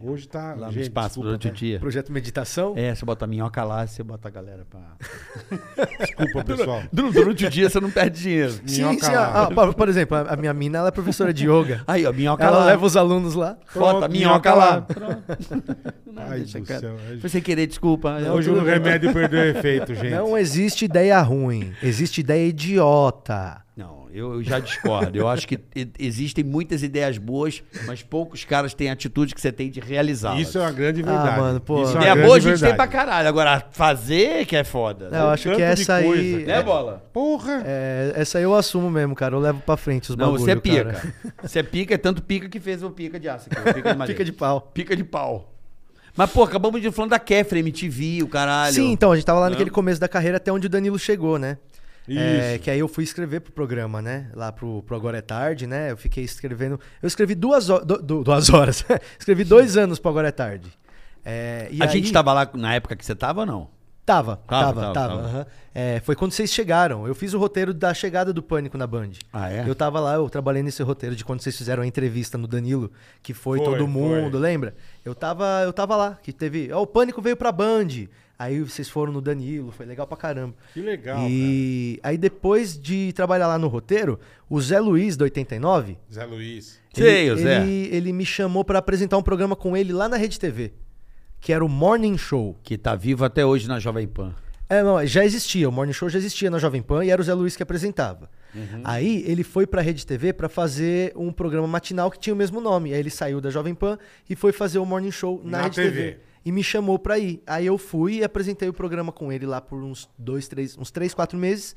[SPEAKER 2] Hoje tá.
[SPEAKER 3] É. Lá no
[SPEAKER 2] gente,
[SPEAKER 3] espaço
[SPEAKER 2] desculpa,
[SPEAKER 4] né?
[SPEAKER 2] tá?
[SPEAKER 3] durante o dia.
[SPEAKER 4] Projeto Meditação?
[SPEAKER 3] É, você bota a minhoca lá, você bota a galera pra.
[SPEAKER 2] Desculpa, pessoal.
[SPEAKER 3] Dur- Durante o dia você não perde dinheiro.
[SPEAKER 4] Sim,
[SPEAKER 2] Minhoca
[SPEAKER 4] sim.
[SPEAKER 2] lá.
[SPEAKER 4] ah, ah, por- por exemplo, a a minha mina ela é professora de yoga.
[SPEAKER 3] Aí, ó, minhoca
[SPEAKER 4] Ela
[SPEAKER 3] lá.
[SPEAKER 4] leva os alunos lá.
[SPEAKER 3] Bota a
[SPEAKER 2] Pronto,
[SPEAKER 3] minhoca
[SPEAKER 2] minhoca
[SPEAKER 3] lá.
[SPEAKER 2] lá.
[SPEAKER 3] Pronto. Não,
[SPEAKER 2] Ai,
[SPEAKER 3] deixa,
[SPEAKER 2] do
[SPEAKER 3] cara.
[SPEAKER 2] céu.
[SPEAKER 3] Foi sem é querer, desculpa.
[SPEAKER 2] Hoje o remédio perdeu o efeito, gente.
[SPEAKER 4] Não existe ideia ruim, existe ideia idiota.
[SPEAKER 3] Não, eu, eu já discordo. Eu acho que e- existem muitas ideias boas, mas poucos caras têm a atitude que você tem de realizá-las.
[SPEAKER 2] Isso é uma grande verdade.
[SPEAKER 4] mano, pô.
[SPEAKER 2] Isso é uma
[SPEAKER 3] Ideia
[SPEAKER 2] grande
[SPEAKER 3] boa a gente
[SPEAKER 2] verdade.
[SPEAKER 3] Ah, tem pra caralho. Agora, fazer que é foda.
[SPEAKER 4] Não, é eu acho
[SPEAKER 2] um tanto
[SPEAKER 4] que
[SPEAKER 2] de
[SPEAKER 4] essa aí.
[SPEAKER 2] coisa,
[SPEAKER 3] Né, bola?
[SPEAKER 2] Porra!
[SPEAKER 4] é, essa aí eu assumo mesmo, cara. Eu levo pra frente os
[SPEAKER 3] Não,
[SPEAKER 4] bagulho,
[SPEAKER 3] você é pica.
[SPEAKER 4] cara.
[SPEAKER 3] Você é pica, é tanto pica que fez o pica de aço. aqui, o Pica de, madeira.
[SPEAKER 4] Fica de pau.
[SPEAKER 3] Pica de pau. Mas, pô, acabamos de falando da Kefra, MTV, o caralho.
[SPEAKER 4] Sim, então, a gente tava lá naquele começo da carreira até onde o Danilo chegou, né? É,
[SPEAKER 2] Isso.
[SPEAKER 4] que aí eu fui escrever pro programa, né? Lá pro, pro Agora é Tarde, né? Eu fiquei escrevendo. Eu escrevi duas, ho- du- du- duas horas. escrevi dois anos pro Agora é Tarde. É, e
[SPEAKER 3] a
[SPEAKER 4] aí-
[SPEAKER 3] gente tava lá na época que você tava ou não?
[SPEAKER 4] Tava,
[SPEAKER 3] Tava,
[SPEAKER 4] tava,
[SPEAKER 3] tava,
[SPEAKER 4] tava.
[SPEAKER 3] tava.
[SPEAKER 4] aham. É, foi quando vocês chegaram. Eu fiz o roteiro da chegada do Pânico na Band.
[SPEAKER 3] Ah, é?
[SPEAKER 4] Eu tava lá, eu trabalhei nesse roteiro de quando vocês fizeram a entrevista no Danilo, que foi,
[SPEAKER 2] Foi,
[SPEAKER 4] todo mundo,
[SPEAKER 2] foi.
[SPEAKER 4] lembra? Eu tava, eu tava lá, que teve. Ó, o Pânico veio pra Band. Aí vocês foram no Danilo, foi legal pra caramba.
[SPEAKER 2] Que legal,
[SPEAKER 4] E aí depois de trabalhar lá no roteiro, o Zé Luiz, do 89,
[SPEAKER 3] É.
[SPEAKER 2] Zé Luiz.
[SPEAKER 3] Sei, o
[SPEAKER 4] ele,
[SPEAKER 3] Zé.
[SPEAKER 4] ele, ele me chamou pra apresentar um programa com ele lá na Rede TV, que era o Morning Show.
[SPEAKER 3] Que tá vivo até hoje na Jovem Pan.
[SPEAKER 4] É, não, já existia, o Morning Show já existia na Jovem Pan e era o Zé Luiz que apresentava. Aí ele foi pra Rede TV pra fazer um programa matinal que tinha o mesmo nome. Aí ele saiu da Jovem Pan e foi fazer o Morning Show na,
[SPEAKER 2] Na
[SPEAKER 4] Rede TV.
[SPEAKER 2] TV.
[SPEAKER 4] E me chamou pra ir. Aí eu fui e apresentei o programa com ele lá por uns dois, três, uns três, quatro meses.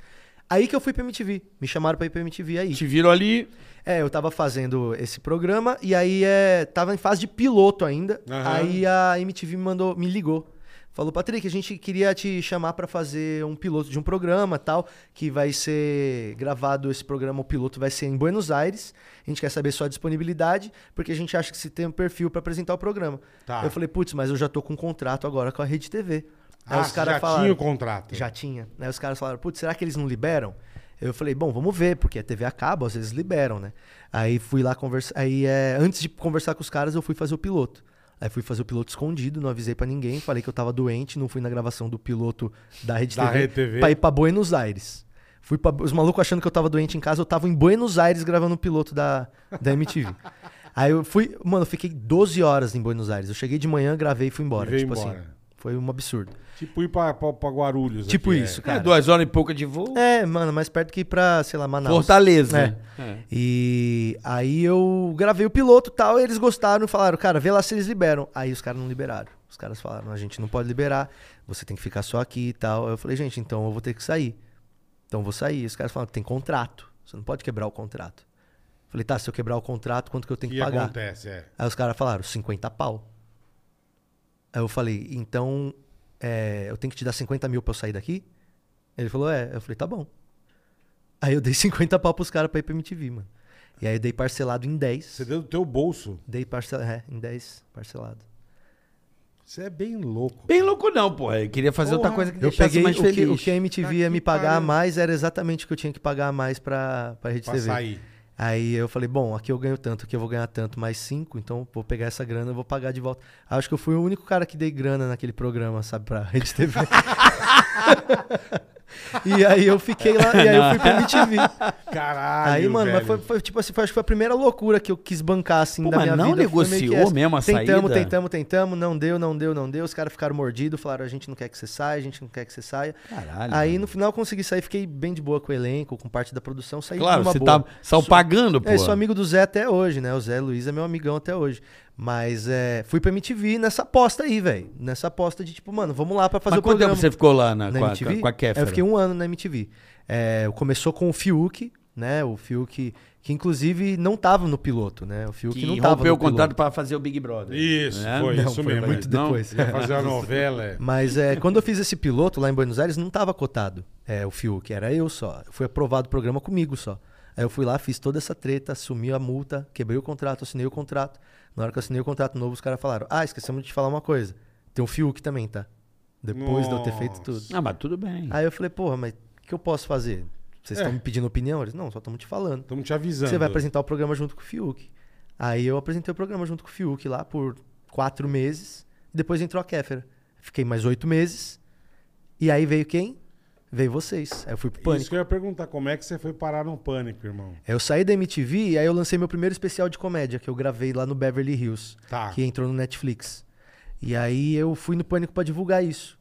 [SPEAKER 4] Aí que eu fui pra MTV. Me chamaram pra ir pra MTV aí.
[SPEAKER 5] Te viram ali.
[SPEAKER 4] É, eu tava fazendo esse programa e aí é, tava em fase de piloto ainda.
[SPEAKER 2] Aham.
[SPEAKER 4] Aí a MTV me mandou, me ligou. Falou, Patrick, a gente queria te chamar pra fazer um piloto de um programa tal, que vai ser gravado esse programa, o piloto vai ser em Buenos Aires. A gente quer saber só a disponibilidade, porque a gente acha que você tem um perfil pra apresentar o programa.
[SPEAKER 2] Tá.
[SPEAKER 4] Eu falei, putz, mas eu já tô com um contrato agora com a Rede TV. Aí
[SPEAKER 2] Ah,
[SPEAKER 4] os caras
[SPEAKER 2] já
[SPEAKER 4] falaram,
[SPEAKER 2] tinha o contrato.
[SPEAKER 4] já tinha. Aí os caras falaram, putz, será que eles não liberam? Eu falei, bom, vamos ver, porque a TV acaba, às vezes liberam, né? Aí fui lá conversar. Aí, é, antes de conversar com os caras, eu fui fazer o piloto. Aí fui fazer o piloto escondido, não avisei pra ninguém, falei que eu tava doente, não fui na gravação do piloto da Rede
[SPEAKER 2] Da
[SPEAKER 4] TV,
[SPEAKER 2] Rede TV.
[SPEAKER 4] pra ir pra Buenos Aires. Fui pra, os malucos achando que eu tava doente em casa, eu tava em Buenos Aires gravando o piloto da, da MTV. Aí eu fui, mano, eu fiquei 12 horas em Buenos Aires. Eu cheguei de manhã, gravei e fui embora.
[SPEAKER 2] E veio
[SPEAKER 4] Tipo assim,
[SPEAKER 2] embora.
[SPEAKER 4] foi um absurdo.
[SPEAKER 2] Tipo ir pra, pra, pra Guarulhos.
[SPEAKER 4] Tipo
[SPEAKER 2] aqui,
[SPEAKER 4] isso,
[SPEAKER 2] É.
[SPEAKER 4] cara.
[SPEAKER 3] É, duas horas e pouca de voo.
[SPEAKER 4] É, mano, mais perto que ir pra, sei lá, Manaus.
[SPEAKER 3] Fortaleza.
[SPEAKER 4] É. E aí eu gravei o piloto e tal, e eles gostaram e falaram, cara, vê lá se eles liberam. Aí os caras não liberaram. Os caras falaram, a gente não pode liberar, você tem que ficar só aqui e tal. Aí eu falei, gente, então eu vou ter que sair. Então eu vou sair. E os caras falaram, tem contrato, você não pode quebrar o contrato. Eu falei, tá, se eu quebrar o contrato, quanto que eu tenho
[SPEAKER 2] Que
[SPEAKER 4] que, pagar?
[SPEAKER 2] acontece, é.
[SPEAKER 4] Aí os caras falaram, 50 pau. Aí eu falei, então é, eu tenho que te dar 50 mil pra eu sair daqui? Ele falou, é. Eu falei, tá bom. Aí eu dei 50 pau pros caras pra ir pra MTV, mano. E aí eu dei parcelado em 10.
[SPEAKER 2] Você deu do teu bolso.
[SPEAKER 4] Dei parcelado, é, em 10, parcelado.
[SPEAKER 2] Você é bem louco.
[SPEAKER 3] Bem louco não, pô. Eu queria fazer outra
[SPEAKER 2] Porra.
[SPEAKER 3] coisa que
[SPEAKER 4] Eu
[SPEAKER 3] deixasse
[SPEAKER 4] peguei
[SPEAKER 3] mais
[SPEAKER 4] o que,
[SPEAKER 3] feliz.
[SPEAKER 4] o que é a MTV
[SPEAKER 2] Tá
[SPEAKER 4] ia
[SPEAKER 2] que
[SPEAKER 4] me pagar a
[SPEAKER 2] pariu.
[SPEAKER 4] mais, era exatamente o que eu tinha que pagar a mais pra, pra Rede
[SPEAKER 2] Pra
[SPEAKER 4] TV.
[SPEAKER 2] sair.
[SPEAKER 4] Aí eu falei, bom, aqui eu ganho tanto, aqui eu vou ganhar tanto, mais cinco, então vou pegar essa grana, eu vou pagar de volta. Acho que eu fui o único cara que dei grana naquele programa, sabe, pra Rede TV. e aí eu fiquei lá, e aí eu fui pra MTV.
[SPEAKER 2] Caralho,
[SPEAKER 4] Aí, mano, mas foi,
[SPEAKER 2] velho.
[SPEAKER 4] foi, tipo assim, foi, acho que foi a primeira loucura que eu quis bancar, assim,
[SPEAKER 3] Pô,
[SPEAKER 4] da
[SPEAKER 3] mas
[SPEAKER 4] minha
[SPEAKER 3] não
[SPEAKER 4] vida. Foi meio que
[SPEAKER 3] negociou
[SPEAKER 4] essa.
[SPEAKER 3] mesmo a
[SPEAKER 4] Tentamos,
[SPEAKER 3] saída?
[SPEAKER 4] tentamos, tentamos, não deu, não deu, não deu. Os caras ficaram mordidos, falaram, a gente não quer que você saia, a gente não quer que você saia.
[SPEAKER 3] Caralho,
[SPEAKER 4] Aí,
[SPEAKER 3] mano.
[SPEAKER 4] no final, eu consegui sair, fiquei bem de boa com o elenco, com parte da produção, saí
[SPEAKER 3] Claro,
[SPEAKER 4] numa
[SPEAKER 3] você
[SPEAKER 4] boa.
[SPEAKER 3] tá só pagando, pô.
[SPEAKER 4] É, sou amigo do Zé até hoje, né? O Zé Luiz é meu amigão até hoje. Mas é, fui pra MTV nessa aposta aí, velho. Nessa aposta de tipo, mano, vamos lá pra fazer
[SPEAKER 3] Mas
[SPEAKER 4] o
[SPEAKER 3] quanto
[SPEAKER 4] programa.
[SPEAKER 3] tempo você ficou lá na,
[SPEAKER 4] na
[SPEAKER 3] com, a,
[SPEAKER 4] MTV?
[SPEAKER 3] com a Kéfera?
[SPEAKER 4] Eu fiquei um ano na MTV. É, começou com o Fiuk, né? O Fiuk, que inclusive não tava no piloto, né? O Fiuk
[SPEAKER 3] que
[SPEAKER 4] não tava
[SPEAKER 3] rompeu
[SPEAKER 4] no
[SPEAKER 3] o
[SPEAKER 4] piloto.
[SPEAKER 3] contrato pra fazer o Big Brother.
[SPEAKER 2] Isso,
[SPEAKER 3] né?
[SPEAKER 2] foi
[SPEAKER 4] Não,
[SPEAKER 2] isso
[SPEAKER 4] foi
[SPEAKER 2] mesmo.
[SPEAKER 4] muito
[SPEAKER 2] é.
[SPEAKER 3] Não?
[SPEAKER 4] depois.
[SPEAKER 2] Ia fazer a novela, é.
[SPEAKER 4] Mas é, quando eu fiz esse piloto lá em Buenos Aires, não tava cotado é, o Fiuk, era eu só. Foi aprovado o programa comigo só. Aí eu fui lá, fiz toda essa treta, assumi a multa, quebrei o contrato, assinei o contrato. Na hora que eu assinei o contrato novo, os caras falaram: Ah, esquecemos de te falar uma coisa. Tem o Fiuk também, tá? Depois de eu ter feito tudo.
[SPEAKER 3] Ah, mas tudo bem.
[SPEAKER 4] Aí eu falei: Porra, mas o que eu posso fazer? Vocês estão me pedindo opinião? Eles: Não, só estamos te falando.
[SPEAKER 2] Estamos te avisando. né?"
[SPEAKER 4] Você vai apresentar o programa junto com o Fiuk. Aí eu apresentei o programa junto com o Fiuk lá por quatro meses. Depois entrou a Kéfera. Fiquei mais oito meses. E aí veio quem? Veio vocês. Aí eu fui pro Pânico.
[SPEAKER 2] Isso que eu ia perguntar, como é que você foi parar no pânico, irmão?
[SPEAKER 4] É, Eu saí da MTV e aí eu lancei meu primeiro especial de comédia, que eu gravei lá no Beverly Hills,
[SPEAKER 2] Tá.
[SPEAKER 4] que entrou no Netflix. E aí eu fui no Pânico pra divulgar isso.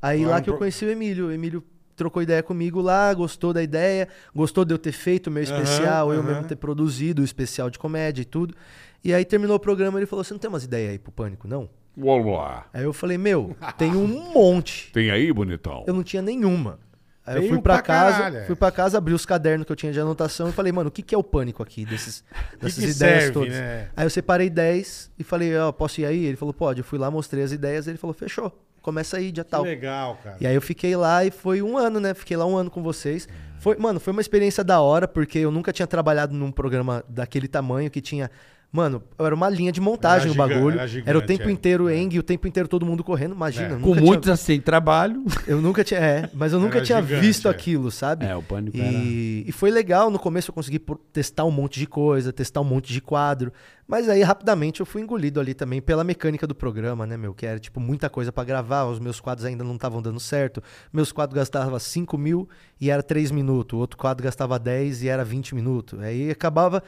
[SPEAKER 4] Aí
[SPEAKER 2] Lá
[SPEAKER 4] lá
[SPEAKER 2] no
[SPEAKER 4] que eu
[SPEAKER 2] pro-
[SPEAKER 4] conheci o Emílio. O Emílio trocou ideia comigo lá, gostou da ideia, gostou de eu ter feito o meu
[SPEAKER 2] Aham,
[SPEAKER 4] especial, eu
[SPEAKER 2] aham.
[SPEAKER 4] mesmo ter produzido o especial de comédia e tudo. E aí terminou o programa, ele falou: Você não tem umas ideias aí pro Pânico, não?
[SPEAKER 5] Olá.
[SPEAKER 4] Aí eu falei: Meu, tem um monte.
[SPEAKER 5] Tem aí, bonitão?
[SPEAKER 4] Eu não tinha nenhuma. Aí
[SPEAKER 2] Tem
[SPEAKER 4] eu fui
[SPEAKER 2] um
[SPEAKER 4] pra
[SPEAKER 2] pra
[SPEAKER 4] casa,
[SPEAKER 2] caralho, é.
[SPEAKER 4] fui para casa, abri os cadernos que eu tinha de anotação e falei, mano, o que, que é o pânico aqui desses, dessas
[SPEAKER 2] que
[SPEAKER 4] ideias
[SPEAKER 2] serve,
[SPEAKER 4] todas?
[SPEAKER 2] né?
[SPEAKER 4] Aí eu separei 10 e falei, ó, posso ir aí? Ele falou, pode. Eu fui lá, mostrei as ideias, ele falou, fechou, começa aí, dia
[SPEAKER 2] Que
[SPEAKER 4] tal.
[SPEAKER 2] legal, cara.
[SPEAKER 4] E aí eu fiquei lá e foi um ano, né? Fiquei lá um ano com vocês. Foi, mano, foi uma experiência da hora, porque eu nunca tinha trabalhado num programa daquele tamanho que tinha. Mano, era uma linha de montagem
[SPEAKER 2] Era
[SPEAKER 4] o
[SPEAKER 2] giga-
[SPEAKER 4] bagulho.
[SPEAKER 2] era
[SPEAKER 4] Era,
[SPEAKER 2] gigante,
[SPEAKER 4] o tempo
[SPEAKER 2] é.
[SPEAKER 4] inteiro Eng, o tempo inteiro todo mundo correndo, imagina.
[SPEAKER 2] É.
[SPEAKER 4] eu
[SPEAKER 3] Com
[SPEAKER 4] nunca
[SPEAKER 3] muitos
[SPEAKER 4] tinha-
[SPEAKER 3] assim, trabalho.
[SPEAKER 4] eu nunca tinha. É, mas eu nunca
[SPEAKER 2] Era
[SPEAKER 4] tinha
[SPEAKER 2] gigante,
[SPEAKER 4] visto
[SPEAKER 2] é.
[SPEAKER 4] aquilo, sabe?
[SPEAKER 3] É, o Pânico
[SPEAKER 4] e,
[SPEAKER 3] era-
[SPEAKER 4] e foi legal. No começo eu consegui por- testar um monte de coisa, testar um monte de quadro. Mas aí rapidamente eu fui engolido ali também pela mecânica do programa, né, meu? Que era tipo muita coisa pra gravar. Os meus quadros ainda não estavam dando certo. Meus quadros gastavam 5 mil e era 3 minutos. O outro quadro gastava 10 e era 20 minutos. Aí acabava.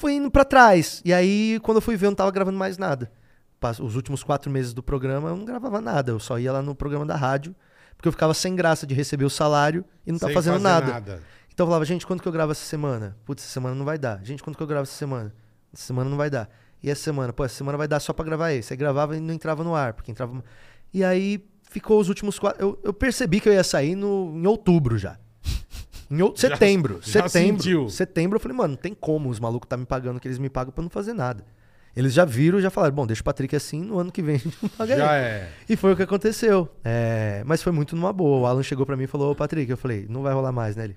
[SPEAKER 4] Fui indo pra trás. E aí, quando eu fui ver, eu não tava gravando mais nada. Pass- Os últimos quatro meses do programa, eu não gravava nada. Eu só ia lá no programa da rádio. Porque eu ficava sem graça de receber o salário e não tá
[SPEAKER 2] Sem
[SPEAKER 4] fazendo
[SPEAKER 2] fazer
[SPEAKER 4] nada. Então eu falava, gente, quando que eu gravo essa semana? Putz, essa semana não vai dar. Gente, quando que eu gravo essa semana? Essa semana não vai dar. E essa semana? Pô, essa semana vai dar só pra gravar esse. Aí gravava e não entrava no ar, porque entrava... E aí ficou os últimos quatro... Eu, eu percebi que eu ia sair no, em outubro já. Em out- setembro.
[SPEAKER 2] já
[SPEAKER 4] setembro.
[SPEAKER 2] sentiu.
[SPEAKER 4] Setembro eu falei, mano, não tem como os malucos tá me pagando o que eles me pagam pra eu não fazer nada. Eles já viram, já falaram, bom, deixa o Patrick assim, no ano que vem a gente não paga
[SPEAKER 2] Já
[SPEAKER 4] ele.
[SPEAKER 2] é.
[SPEAKER 4] E foi o que aconteceu. É, mas foi muito numa boa. O Alan chegou pra mim e falou, ô Patrick, eu falei, não vai rolar mais, né? Ele.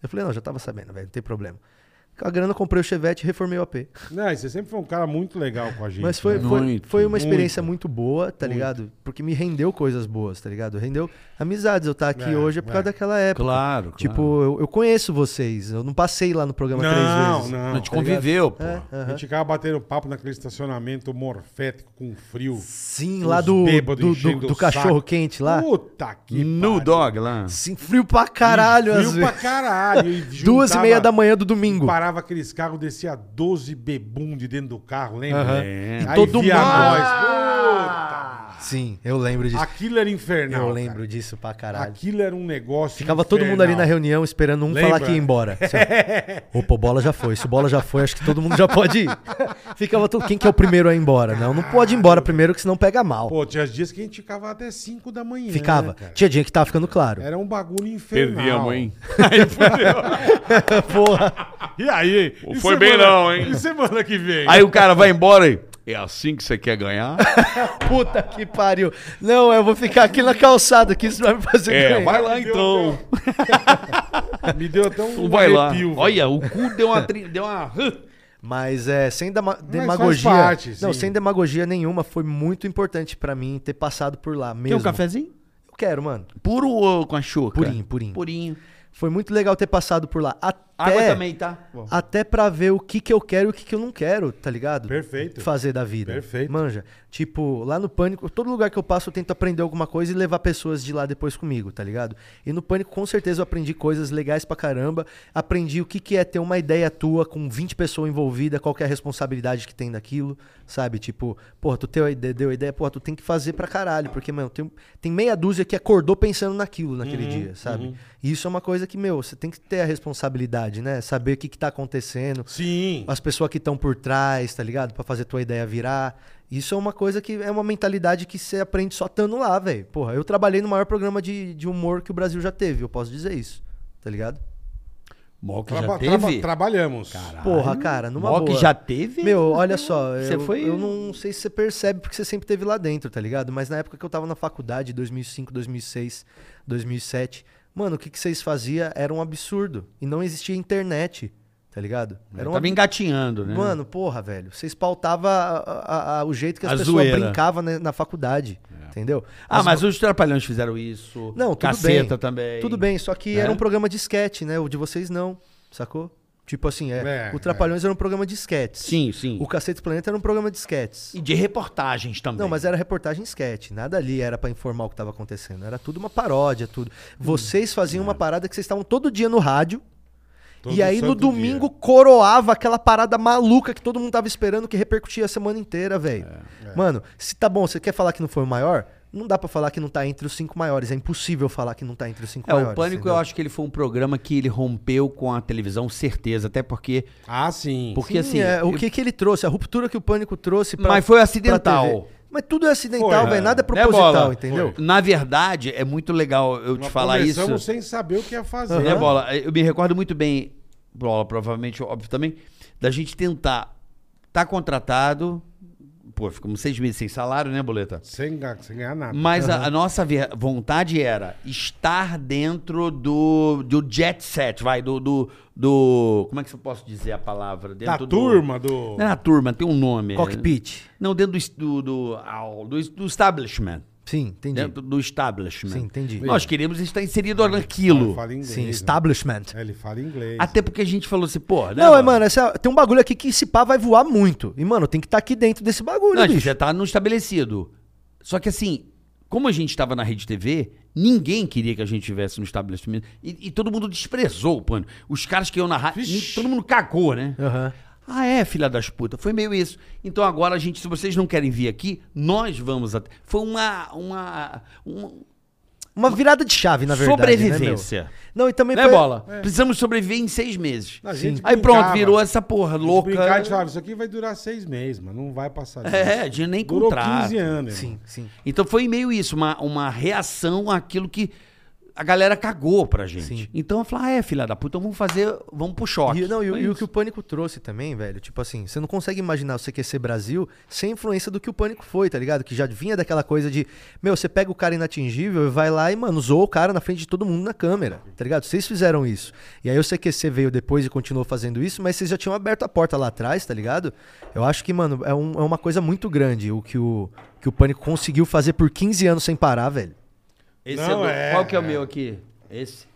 [SPEAKER 4] Eu falei, não, já tava sabendo, velho, não tem problema. Com a grana eu comprei o Chevette e reformei o AP.
[SPEAKER 2] Não, e você sempre foi um cara muito legal com a gente.
[SPEAKER 4] Mas foi,
[SPEAKER 2] né?
[SPEAKER 4] foi,
[SPEAKER 3] Muito,
[SPEAKER 4] foi uma experiência muito, boa, tá ligado? Porque me rendeu coisas boas, tá ligado? Rendeu amizades. Eu estar aqui
[SPEAKER 2] É,
[SPEAKER 4] hoje é por
[SPEAKER 2] é.
[SPEAKER 4] causa daquela época.
[SPEAKER 3] Claro, claro.
[SPEAKER 4] Tipo, eu, eu conheço vocês. Eu não passei lá no programa três
[SPEAKER 2] Não,
[SPEAKER 4] vezes.
[SPEAKER 3] A
[SPEAKER 2] não.
[SPEAKER 3] gente conviveu, pô.
[SPEAKER 4] É,
[SPEAKER 2] A gente ficava batendo papo naquele estacionamento morfético com frio.
[SPEAKER 4] Sim,
[SPEAKER 2] Os
[SPEAKER 4] lá do,
[SPEAKER 2] bêbados
[SPEAKER 4] do,
[SPEAKER 2] enchendo o
[SPEAKER 4] cachorro
[SPEAKER 2] saco.
[SPEAKER 4] quente lá.
[SPEAKER 2] Puta que
[SPEAKER 3] No
[SPEAKER 2] pariu.
[SPEAKER 3] dog lá.
[SPEAKER 4] Sim, frio pra caralho, às
[SPEAKER 2] Frio pra
[SPEAKER 4] vezes.
[SPEAKER 2] caralho. e
[SPEAKER 4] Duas e
[SPEAKER 2] juntava-
[SPEAKER 4] meia da manhã do domingo.
[SPEAKER 2] Parava aqueles carros, descia 12 bebum de dentro do carro, lembra?
[SPEAKER 4] Aham.
[SPEAKER 2] É.
[SPEAKER 4] E
[SPEAKER 2] Aí
[SPEAKER 4] todo
[SPEAKER 2] via
[SPEAKER 4] mundo-
[SPEAKER 2] nós.
[SPEAKER 4] Sim, eu lembro disso.
[SPEAKER 2] Puta, aquilo era infernal.
[SPEAKER 4] eu
[SPEAKER 2] cara.
[SPEAKER 4] lembro disso pra caralho.
[SPEAKER 2] Aquilo era um negócio.
[SPEAKER 4] Ficava todo mundo ali na
[SPEAKER 2] infernal.
[SPEAKER 4] reunião esperando um
[SPEAKER 2] Lembra?
[SPEAKER 4] falar que ia embora. Assim, ó, Opa, o bola já foi. Se o bola já foi, acho que todo mundo já pode ir. Ficava todo. Quem que é o primeiro a ir embora? Não, não pode ir embora primeiro, que senão pega mal.
[SPEAKER 2] Pô, tinha dias que a gente ficava até 5 da manhã.
[SPEAKER 4] Ficava.
[SPEAKER 2] né, cara?
[SPEAKER 4] Tinha dia que tava ficando claro.
[SPEAKER 2] Era um bagulho infernal.
[SPEAKER 5] Perdemos, hein?
[SPEAKER 4] Porra.
[SPEAKER 2] E aí?
[SPEAKER 5] Não
[SPEAKER 2] E
[SPEAKER 5] foi bem não, hein?
[SPEAKER 2] E semana que vem?
[SPEAKER 5] Aí o cara vai embora e. É assim que você quer ganhar?
[SPEAKER 4] Puta que pariu. Não, eu vou ficar aqui na calçada, que isso vai me fazer
[SPEAKER 5] É,
[SPEAKER 4] ganhar.
[SPEAKER 5] vai lá então.
[SPEAKER 2] um Me deu até um
[SPEAKER 5] Tu vai lá.
[SPEAKER 2] arrepio, velho.
[SPEAKER 3] Olha, o cu deu uma. tri- Deu uma...
[SPEAKER 4] Mas é, sem dema-
[SPEAKER 2] faz
[SPEAKER 4] demagogia.
[SPEAKER 2] parte,
[SPEAKER 4] não,
[SPEAKER 2] sim.
[SPEAKER 4] sem demagogia nenhuma, foi muito importante pra mim ter passado por lá mesmo.
[SPEAKER 3] Tem um cafezinho?
[SPEAKER 4] Eu quero, mano.
[SPEAKER 3] Puro ou com a chuca?
[SPEAKER 4] Purinho, purinho.
[SPEAKER 3] Purinho.
[SPEAKER 4] Foi muito legal ter passado por lá. Até,
[SPEAKER 3] Água também, tá?
[SPEAKER 4] Até pra ver o que que eu quero e o que que eu não quero, tá ligado?
[SPEAKER 2] Perfeito.
[SPEAKER 4] Fazer da vida.
[SPEAKER 2] Perfeito.
[SPEAKER 4] Manja. Tipo, lá no Pânico, todo lugar que eu passo eu tento aprender alguma coisa e levar pessoas de lá depois comigo, tá ligado? E no Pânico, com certeza, eu aprendi coisas legais pra caramba. Aprendi o que que é ter uma ideia tua com 20 pessoas envolvidas, qual que é a responsabilidade que tem daquilo, sabe? Tipo, porra, tu teu ide- deu ideia, porra, tu tem que fazer pra caralho, porque, mano, tem, tem meia dúzia que acordou pensando naquilo naquele dia, sabe? E isso é uma coisa que, meu, você tem que ter a responsabilidade, né? Saber o que que tá acontecendo
[SPEAKER 2] Sim.
[SPEAKER 4] as pessoas que estão por trás, tá ligado? Pra fazer tua ideia virar. Isso é uma coisa que é uma mentalidade que você aprende só estando lá, velho. Porra, eu trabalhei no maior programa de, de humor que o Brasil já teve, eu posso dizer isso, tá ligado?
[SPEAKER 3] Mó que
[SPEAKER 2] Traba-
[SPEAKER 3] já
[SPEAKER 2] traba-
[SPEAKER 3] teve?
[SPEAKER 2] trabalhamos.
[SPEAKER 4] Porra, cara, numa
[SPEAKER 3] Ah, Mó que
[SPEAKER 4] boa.
[SPEAKER 3] já teve?
[SPEAKER 4] Meu, olha só,
[SPEAKER 3] Você
[SPEAKER 4] eu,
[SPEAKER 3] foi-
[SPEAKER 4] eu não sei se você percebe porque você sempre teve lá dentro, tá ligado? Mas na época que eu tava na faculdade, 2005, 2006, 2007, mano, o que, que vocês faziam era um absurdo. E não existia internet, tá ligado? Era um
[SPEAKER 3] Tava engatinhando, né?
[SPEAKER 4] Mano, porra, velho. Vocês pautavam a- a- a- o jeito que as
[SPEAKER 3] A
[SPEAKER 4] pessoas
[SPEAKER 3] zoeira.
[SPEAKER 4] brincavam na, na faculdade. Entendeu?
[SPEAKER 3] Ah,
[SPEAKER 4] As-
[SPEAKER 3] mas os trapalhões fizeram isso.
[SPEAKER 4] Não, tudo
[SPEAKER 3] Caceta
[SPEAKER 4] bem.
[SPEAKER 3] também.
[SPEAKER 4] Tudo bem, só que
[SPEAKER 3] Né?
[SPEAKER 4] era um programa de sketch, né? O de vocês não, sacou? Tipo assim, é,
[SPEAKER 2] É,
[SPEAKER 4] o Trapalhões era um programa de esquetes.
[SPEAKER 3] Sim, sim.
[SPEAKER 4] O Cacete Planeta era um programa de esquetes.
[SPEAKER 3] E de reportagens também.
[SPEAKER 4] Não, mas é era reportagem esquete. Nada ali era pra informar o que tava acontecendo. Era tudo uma paródia, tudo.
[SPEAKER 3] Hum,
[SPEAKER 4] Vocês faziam uma parada que vocês estavam todo dia no rádio.
[SPEAKER 2] Todo
[SPEAKER 4] e aí no
[SPEAKER 2] santo
[SPEAKER 4] domingo coroava aquela parada maluca que todo mundo tava esperando que repercutia a semana inteira, velho.
[SPEAKER 3] É,
[SPEAKER 4] Mano, se tá bom, você quer falar que não foi o maior? Não dá pra falar que não tá entre os cinco maiores. É impossível falar que não tá entre os cinco
[SPEAKER 3] É,
[SPEAKER 4] maiores.
[SPEAKER 3] o Pânico
[SPEAKER 4] entendeu?
[SPEAKER 3] eu acho que ele foi um programa que ele rompeu com a televisão, certeza. Até porque.
[SPEAKER 2] Ah, sim.
[SPEAKER 3] Porque
[SPEAKER 4] Sim,
[SPEAKER 3] assim.
[SPEAKER 4] é, o
[SPEAKER 3] eu-
[SPEAKER 4] que que ele trouxe? A ruptura que o Pânico trouxe pra,
[SPEAKER 3] Mas foi
[SPEAKER 4] pra
[SPEAKER 3] acidental.
[SPEAKER 4] TV. Mas tudo é acidental,
[SPEAKER 2] Foi,
[SPEAKER 4] velho.
[SPEAKER 2] é.
[SPEAKER 4] Nada é
[SPEAKER 3] Né,
[SPEAKER 4] proposital,
[SPEAKER 3] Bola?
[SPEAKER 4] entendeu?
[SPEAKER 3] Na verdade, é muito legal eu te
[SPEAKER 2] Nós
[SPEAKER 3] falar isso.
[SPEAKER 2] começamos sem saber o que ia fazer.
[SPEAKER 3] Né, Bola? Eu me recordo muito bem, Bola, provavelmente, óbvio também, da gente tentar. Tá contratado. Pô, ficamos seis meses sem salário, né, Boleta?
[SPEAKER 2] Sem, ga- sem ganhar nada.
[SPEAKER 3] Mas a, a nossa ver- vontade era estar dentro do, do jet set, vai, do, do, do- Como é que eu posso dizer a palavra?
[SPEAKER 2] da
[SPEAKER 3] Dentro do-
[SPEAKER 2] turma do.
[SPEAKER 3] Não é na turma, tem um nome.
[SPEAKER 4] Cockpit.
[SPEAKER 3] Não, dentro do, es- do, do, ao- do, es- do establishment.
[SPEAKER 4] Sim, entendi.
[SPEAKER 3] Dentro do establishment.
[SPEAKER 4] Sim, entendi.
[SPEAKER 3] Nós queríamos estar inserido
[SPEAKER 2] Ele
[SPEAKER 3] naquilo.
[SPEAKER 2] fala inglês.
[SPEAKER 4] Sim,
[SPEAKER 2] né?
[SPEAKER 4] establishment.
[SPEAKER 2] É, Ele fala inglês.
[SPEAKER 3] Até porque a gente falou assim, pô... né,
[SPEAKER 4] Não, é, mano, essa- tem um bagulho aqui que esse pá vai voar muito. E, mano, tem que estar aqui dentro desse bagulho,
[SPEAKER 3] Não, a gente
[SPEAKER 4] bicho.
[SPEAKER 3] já tá no estabelecido. Só que assim, como a gente tava na Rede TV, ninguém queria que a gente estivesse no estabelecimento. E, e todo mundo desprezou o pano. Os caras que iam na rádio, todo mundo cagou, né?
[SPEAKER 4] Aham.
[SPEAKER 3] Ah, é, filha das putas. Foi meio isso. Então agora a gente, se vocês não querem vir aqui, nós vamos até. Foi uma. uma, um-
[SPEAKER 4] Uma virada de chave, na verdade.
[SPEAKER 3] Sobrevivência.
[SPEAKER 4] Né, meu? Não, e também
[SPEAKER 3] Né,
[SPEAKER 4] foi...
[SPEAKER 3] bola? Precisamos sobreviver em seis meses.
[SPEAKER 2] é. A gente
[SPEAKER 3] Aí pronto,
[SPEAKER 2] brincava.
[SPEAKER 3] virou essa porra
[SPEAKER 2] Louca. Brincar, a
[SPEAKER 3] louca.
[SPEAKER 2] gente falava, isso aqui vai durar seis meses, mas não vai passar disso.
[SPEAKER 3] É, a gente nem
[SPEAKER 2] Durou
[SPEAKER 3] contrata.
[SPEAKER 2] 15 anos.
[SPEAKER 4] Sim,
[SPEAKER 2] Sim.
[SPEAKER 4] sim.
[SPEAKER 3] Então foi meio isso, uma, uma reação àquilo que a galera cagou pra gente.
[SPEAKER 4] Sim.
[SPEAKER 3] Então eu falei, ah, é, filha da puta, vamos fazer, vamos pro choque.
[SPEAKER 4] E, não, e, o-
[SPEAKER 3] Foi
[SPEAKER 4] e o
[SPEAKER 3] É isso.
[SPEAKER 4] que o Pânico trouxe também, velho, tipo assim, você não consegue imaginar o CQC Brasil sem a influência do que o Pânico foi, tá ligado? Que já vinha daquela coisa de, meu, você pega o cara inatingível e vai lá e, mano, zoa o cara na frente de todo mundo na câmera, tá ligado? Vocês fizeram isso. E aí o CQC veio depois e continuou fazendo isso, mas vocês já tinham aberto a porta lá atrás, tá ligado? Eu acho que, mano, é, um- é uma coisa muito grande o que, o que o Pânico conseguiu fazer por 15 anos sem parar, velho.
[SPEAKER 3] Esse
[SPEAKER 2] Não,
[SPEAKER 3] é do-
[SPEAKER 2] é,
[SPEAKER 3] Qual que é, o
[SPEAKER 2] é.
[SPEAKER 3] meu aqui? Esse?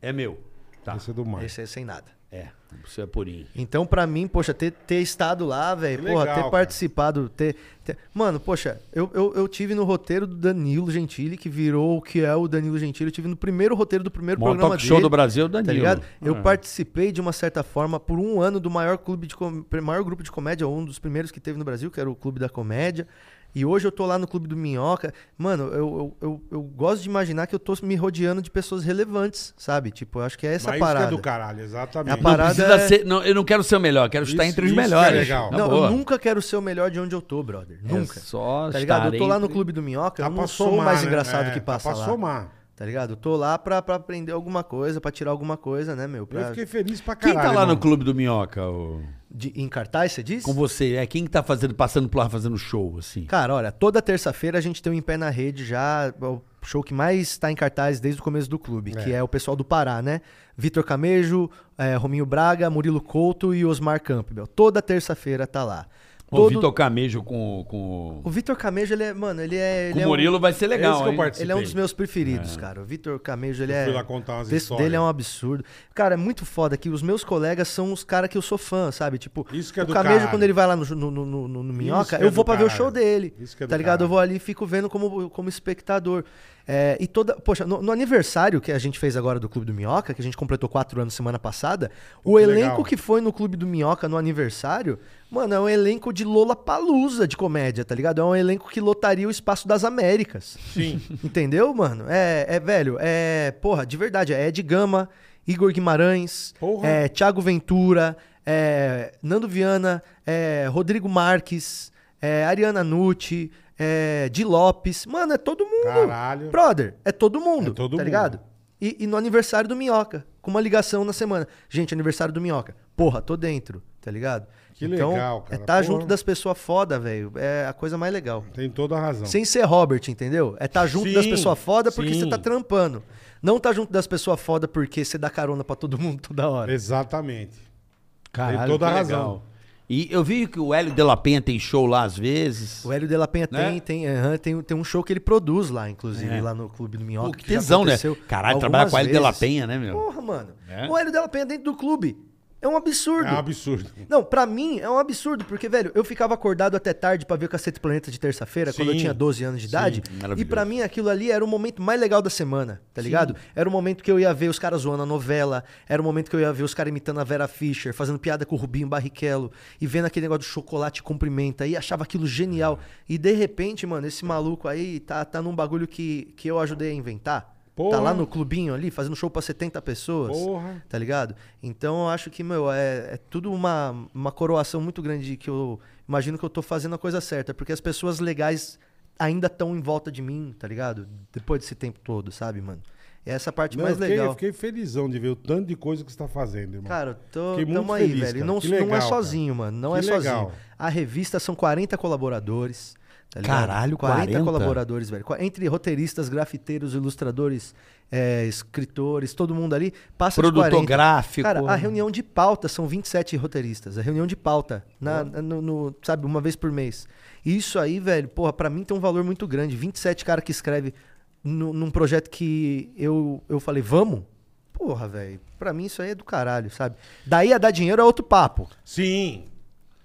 [SPEAKER 3] É meu. Tá.
[SPEAKER 2] Esse é do mar.
[SPEAKER 4] Esse aí sem nada.
[SPEAKER 3] É, você é purinho.
[SPEAKER 4] Então, pra mim, poxa, ter, ter estado lá, velho,
[SPEAKER 2] Que
[SPEAKER 4] porra,
[SPEAKER 2] legal,
[SPEAKER 4] ter
[SPEAKER 2] cara.
[SPEAKER 4] participado, ter, ter- Mano, poxa, eu, eu, eu tive no roteiro do Danilo Gentili, que virou o que é o Danilo Gentili, eu tive no primeiro roteiro do primeiro
[SPEAKER 3] Maior
[SPEAKER 4] programa
[SPEAKER 3] talk show
[SPEAKER 4] dele,
[SPEAKER 3] do Brasil, é Danilo.
[SPEAKER 4] Tá ligado? Eu participei, de uma certa forma, por um ano do maior clube de com- maior grupo de comédia, um dos primeiros que teve no Brasil, que era o Clube da Comédia. E hoje eu tô lá no Clube do Minhoca. Mano, eu, eu, eu, eu gosto de imaginar que eu tô me rodeando de pessoas relevantes, sabe? Tipo, eu acho que é essa
[SPEAKER 2] Mas isso que
[SPEAKER 4] parada.
[SPEAKER 2] é do caralho, exatamente.
[SPEAKER 4] É a parada-
[SPEAKER 3] Precisa ser- não, eu não quero ser o melhor, quero estar
[SPEAKER 2] Isso-
[SPEAKER 3] entre os
[SPEAKER 2] isso que é
[SPEAKER 3] melhores.
[SPEAKER 2] legal.
[SPEAKER 3] Na
[SPEAKER 4] não,
[SPEAKER 3] boa. É
[SPEAKER 4] eu nunca quero ser o melhor de onde eu tô, brother.
[SPEAKER 2] É
[SPEAKER 4] Nunca.
[SPEAKER 3] só
[SPEAKER 4] tá ligado? Eu
[SPEAKER 3] estar
[SPEAKER 4] tô lá no
[SPEAKER 3] entre-
[SPEAKER 4] Clube do Minhoca,
[SPEAKER 2] Dá
[SPEAKER 4] eu
[SPEAKER 2] Tá pra
[SPEAKER 4] não sou o
[SPEAKER 2] somar,
[SPEAKER 4] mais
[SPEAKER 2] né?
[SPEAKER 4] engraçado
[SPEAKER 2] É,
[SPEAKER 4] que
[SPEAKER 2] dá
[SPEAKER 4] passa
[SPEAKER 2] pra
[SPEAKER 4] lá.
[SPEAKER 2] somar.
[SPEAKER 4] Tá ligado? Eu tô lá pra, pra aprender alguma coisa, pra tirar alguma coisa, né, meu?
[SPEAKER 2] Eu
[SPEAKER 4] Pra...
[SPEAKER 2] fiquei feliz pra
[SPEAKER 3] Quem
[SPEAKER 2] caralho.
[SPEAKER 3] tá lá
[SPEAKER 2] irmão.
[SPEAKER 3] no Clube do Minhoca, ô?
[SPEAKER 4] De... Em cartaz, você diz?
[SPEAKER 3] com você? É quem que tá fazendo, passando por lá, fazendo show, assim?
[SPEAKER 4] Cara, olha, toda terça-feira a gente tem o Em Pé na Rede já, é o show que mais tá em cartaz desde o começo do clube, que é o pessoal do Pará, né? Vitor Camejo, eh, Rominho Braga, Murilo Couto e Osmar Campbell. Toda terça-feira tá lá.
[SPEAKER 3] O
[SPEAKER 4] Todo-
[SPEAKER 3] Vitor Camejo com... com...
[SPEAKER 4] O Vitor Camejo, ele é, mano, ele é...
[SPEAKER 3] Com
[SPEAKER 4] Ele
[SPEAKER 3] o
[SPEAKER 4] é um-
[SPEAKER 3] Murilo vai ser
[SPEAKER 2] Esse
[SPEAKER 3] legal,
[SPEAKER 2] que eu
[SPEAKER 3] hein?
[SPEAKER 2] participei.
[SPEAKER 4] Ele é um dos meus preferidos, cara. O Vitor Camejo, ele
[SPEAKER 2] Eu
[SPEAKER 4] é.
[SPEAKER 2] fui lá contar umas
[SPEAKER 4] o texto
[SPEAKER 2] histórias.
[SPEAKER 4] dele é um absurdo. Cara, é muito foda que os meus colegas são os caras que eu sou fã, sabe? Tipo,
[SPEAKER 2] Isso que é
[SPEAKER 4] o
[SPEAKER 2] do
[SPEAKER 4] Camejo,
[SPEAKER 2] caralho.
[SPEAKER 4] quando ele vai lá no, no, no, no- no Minhoca,
[SPEAKER 2] que é
[SPEAKER 4] eu vou
[SPEAKER 2] do
[SPEAKER 4] pra ver o
[SPEAKER 2] caralho.
[SPEAKER 4] show dele.
[SPEAKER 2] Isso que é do
[SPEAKER 4] tá ligado? Eu
[SPEAKER 2] caralho.
[SPEAKER 4] vou ali e fico vendo como, como espectador. É, e toda. Poxa, no, no aniversário que a gente fez agora do Clube do Minhoca, que a gente completou quatro anos semana passada, o
[SPEAKER 2] que
[SPEAKER 4] elenco
[SPEAKER 2] legal.
[SPEAKER 4] que foi no Clube do Minhoca no aniversário, mano, é um elenco de Lola Palusa de comédia, tá ligado? É um elenco que lotaria o espaço das Américas.
[SPEAKER 2] Sim.
[SPEAKER 4] Entendeu, mano? É, é, velho, é. Porra, de verdade, é Ed Gama, Igor Guimarães,
[SPEAKER 2] Porra.
[SPEAKER 4] é Thiago Ventura, é Nando Viana, é Rodrigo Marques, é Ariana Nucci, é Di Lopes. Mano, é todo mundo.
[SPEAKER 2] Caralho.
[SPEAKER 4] Brother, é todo mundo.
[SPEAKER 2] É todo
[SPEAKER 4] tá
[SPEAKER 2] mundo.
[SPEAKER 4] ligado? E, e no aniversário do Minhoca, com uma ligação na semana. Gente, aniversário do Minhoca. Porra, tô dentro, tá ligado?
[SPEAKER 2] Que
[SPEAKER 4] então,
[SPEAKER 2] legal, cara.
[SPEAKER 4] É tá
[SPEAKER 2] Porra.
[SPEAKER 4] junto das pessoas foda, velho. É a coisa mais legal.
[SPEAKER 2] Tem toda a razão.
[SPEAKER 4] Sem ser Robert, entendeu? É tá junto
[SPEAKER 2] Sim,
[SPEAKER 4] das pessoas foda porque
[SPEAKER 2] sim.
[SPEAKER 4] você tá trampando. Não tá junto das pessoas foda porque você dá carona pra todo mundo toda hora.
[SPEAKER 2] Exatamente.
[SPEAKER 3] Caralho,
[SPEAKER 2] Tem toda
[SPEAKER 3] que
[SPEAKER 2] a
[SPEAKER 3] legal.
[SPEAKER 2] razão.
[SPEAKER 3] E eu vi que o Hélio de La Penha tem show lá às vezes.
[SPEAKER 4] O Hélio de La Penha
[SPEAKER 3] Né? É.
[SPEAKER 4] tem, tem, aham, tem, tem um show que ele produz lá, inclusive, lá no Clube do Minhoca.
[SPEAKER 3] Pô, que
[SPEAKER 4] já
[SPEAKER 3] tesão, né?
[SPEAKER 4] aconteceu
[SPEAKER 3] Caralho, trabalhar com o Hélio de La
[SPEAKER 4] algumas vezes.
[SPEAKER 3] Penha, né, meu?
[SPEAKER 4] Porra, mano.
[SPEAKER 3] É.
[SPEAKER 4] O Hélio de La Penha dentro do clube. É um absurdo.
[SPEAKER 2] É um absurdo.
[SPEAKER 4] Não, pra mim é um absurdo, porque, velho, eu ficava acordado até tarde pra ver o Cacete Planeta de terça-feira, quando eu
[SPEAKER 2] Sim.
[SPEAKER 4] tinha 12 anos de
[SPEAKER 2] Sim,
[SPEAKER 4] idade. e
[SPEAKER 3] maravilhoso.
[SPEAKER 4] pra mim aquilo ali era o momento mais legal da semana, tá ligado? Era o momento que eu ia ver os caras zoando a novela, era o momento que eu ia ver os caras imitando a Vera Fischer, fazendo piada com o Rubinho Barrichello, e vendo aquele negócio do chocolate cumprimenta, e achava aquilo genial.
[SPEAKER 2] É.
[SPEAKER 4] E de repente, mano, esse maluco aí tá, tá num bagulho que, que eu ajudei a inventar.
[SPEAKER 2] Porra.
[SPEAKER 4] Tá lá no clubinho ali, fazendo show pra 70 pessoas.
[SPEAKER 2] Porra.
[SPEAKER 4] Tá ligado? Então eu acho que, meu, é, é tudo uma, uma coroação muito grande que eu imagino que eu tô fazendo a coisa certa, porque as pessoas legais ainda estão em volta de mim, tá ligado? Depois desse tempo todo, sabe, mano? É essa parte
[SPEAKER 2] Não, eu
[SPEAKER 4] mais
[SPEAKER 2] fiquei,
[SPEAKER 4] legal.
[SPEAKER 2] eu fiquei felizão de ver o tanto de coisa que você tá fazendo, irmão.
[SPEAKER 4] Cara, eu tô,
[SPEAKER 2] Fiquei muito
[SPEAKER 4] tamo aí,
[SPEAKER 2] feliz,
[SPEAKER 4] velho.
[SPEAKER 2] cara.
[SPEAKER 4] Não,
[SPEAKER 2] Que
[SPEAKER 4] não é
[SPEAKER 2] legal,
[SPEAKER 4] sozinho, mano. Não
[SPEAKER 2] Que
[SPEAKER 4] é
[SPEAKER 2] legal.
[SPEAKER 4] sozinho. A revista são 40 colaboradores. Tá ligado?
[SPEAKER 3] Caralho, 40?
[SPEAKER 4] colaboradores, velho. Qua- Entre roteiristas, grafiteiros, ilustradores, é, escritores, todo mundo ali. Passa de
[SPEAKER 3] Produtor
[SPEAKER 4] 40.
[SPEAKER 3] gráfico.
[SPEAKER 4] Cara, a reunião de pauta são 27 roteiristas. A reunião de pauta, na, na- no, no- sabe, uma vez por mês. E Isso aí, velho, porra, pra mim tem um valor muito grande. 27 cara que escreve no- num projeto que eu, eu falei, vamos? Porra, velho, pra mim isso aí é do caralho, sabe? Daí a dar dinheiro é outro papo,
[SPEAKER 2] Sim,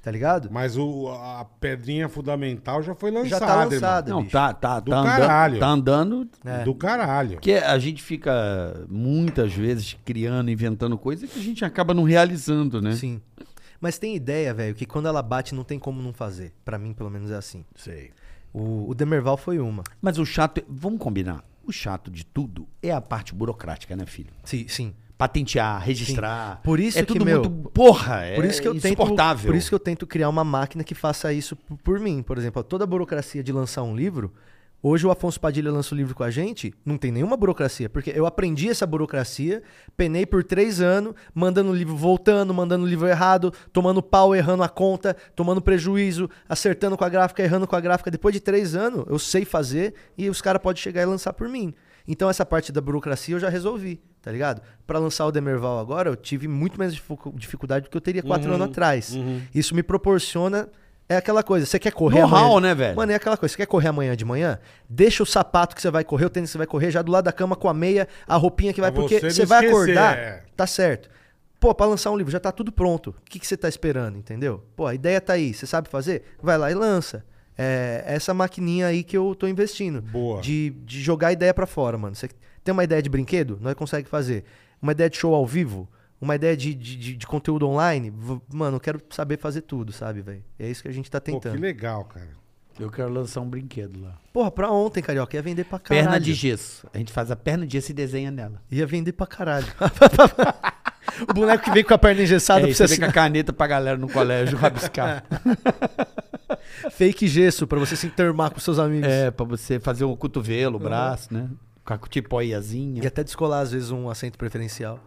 [SPEAKER 4] tá ligado?
[SPEAKER 2] mas o, a pedrinha fundamental já foi lançada.
[SPEAKER 4] Já tá
[SPEAKER 2] irmão.
[SPEAKER 4] lançada.
[SPEAKER 3] Não,
[SPEAKER 4] bicho. É.
[SPEAKER 3] tá, tá,
[SPEAKER 2] Do
[SPEAKER 3] tá andando.
[SPEAKER 2] caralho.
[SPEAKER 3] Tá andando.
[SPEAKER 2] Do caralho.
[SPEAKER 3] Porque a gente fica muitas vezes criando, inventando coisa que a gente acaba não realizando, né?
[SPEAKER 4] Sim. Mas tem ideia, velho, que quando ela bate não tem como não fazer. Pra mim, pelo menos, é assim.
[SPEAKER 5] Sei.
[SPEAKER 4] O, o Demerval foi uma.
[SPEAKER 3] Mas o chato, vamos combinar, o chato de tudo é a parte burocrática, né, filho?
[SPEAKER 4] Sim, sim.
[SPEAKER 3] Patentear, registrar.
[SPEAKER 4] Por isso
[SPEAKER 3] é
[SPEAKER 4] que,
[SPEAKER 3] tudo
[SPEAKER 4] meu,
[SPEAKER 3] muito porra, é
[SPEAKER 4] Por isso que eu tento,
[SPEAKER 3] insuportável.
[SPEAKER 4] por isso que eu tento criar uma máquina que faça isso p- por mim. Por exemplo, toda a burocracia de lançar um livro, hoje o Afonso Padilha lança o livro com a gente, não tem nenhuma burocracia, porque eu aprendi essa burocracia, penei por três anos, mandando o livro voltando, mandando o livro errado, tomando pau, errando a conta, tomando prejuízo, acertando com a gráfica, errando com a gráfica. Depois de três anos, eu sei fazer e os caras podem chegar e lançar por mim. Então essa parte da burocracia eu já resolvi, tá ligado? Pra lançar o Demerval agora, eu tive muito menos dificu- dificuldade do que eu teria quatro
[SPEAKER 2] Uhum,
[SPEAKER 4] anos atrás. Isso me proporciona é aquela coisa, você quer correr
[SPEAKER 3] Know-how,
[SPEAKER 4] amanhã?
[SPEAKER 3] né, velho?
[SPEAKER 4] Mano, é aquela coisa, você quer correr amanhã de manhã? Deixa o sapato que você vai correr, o tênis que você vai correr já do lado da cama com a meia, a roupinha que vai,
[SPEAKER 2] Pra
[SPEAKER 4] porque
[SPEAKER 2] você não
[SPEAKER 4] você vai
[SPEAKER 2] esquecer,
[SPEAKER 4] acordar,
[SPEAKER 2] é.
[SPEAKER 4] tá certo. Pô, pra lançar um livro, já tá tudo pronto. O que, que você tá esperando, entendeu? Pô, a ideia tá aí, você sabe fazer? Vai lá e lança. É essa maquininha aí que eu tô investindo.
[SPEAKER 2] Boa.
[SPEAKER 4] De, de jogar a ideia pra fora, mano. Você tem uma ideia de brinquedo? Nós consegue fazer. Uma ideia de show ao vivo? Uma ideia de, de, de- de conteúdo online? V- Mano, eu quero saber fazer tudo, sabe, velho? É isso que a gente tá
[SPEAKER 2] Pô, que
[SPEAKER 4] tentando.
[SPEAKER 2] legal, cara.
[SPEAKER 3] Eu quero lançar um brinquedo lá.
[SPEAKER 4] Porra, pra ontem, Carioca, ia vender pra caralho.
[SPEAKER 3] Perna de gesso. A gente faz a perna de gesso e desenha nela.
[SPEAKER 4] Ia vender pra caralho. o boneco que vem com a perna engessada
[SPEAKER 3] É,
[SPEAKER 4] pra
[SPEAKER 3] e
[SPEAKER 4] você
[SPEAKER 3] você vem com
[SPEAKER 4] assinar.
[SPEAKER 3] a caneta pra galera no colégio rabiscar.
[SPEAKER 4] Fake gesso pra você se entermar com seus amigos.
[SPEAKER 3] é, pra você fazer o cotovelo, o braço, né? Com a
[SPEAKER 4] E
[SPEAKER 3] tipoiazinha.
[SPEAKER 4] até descolar, às vezes, um assento preferencial.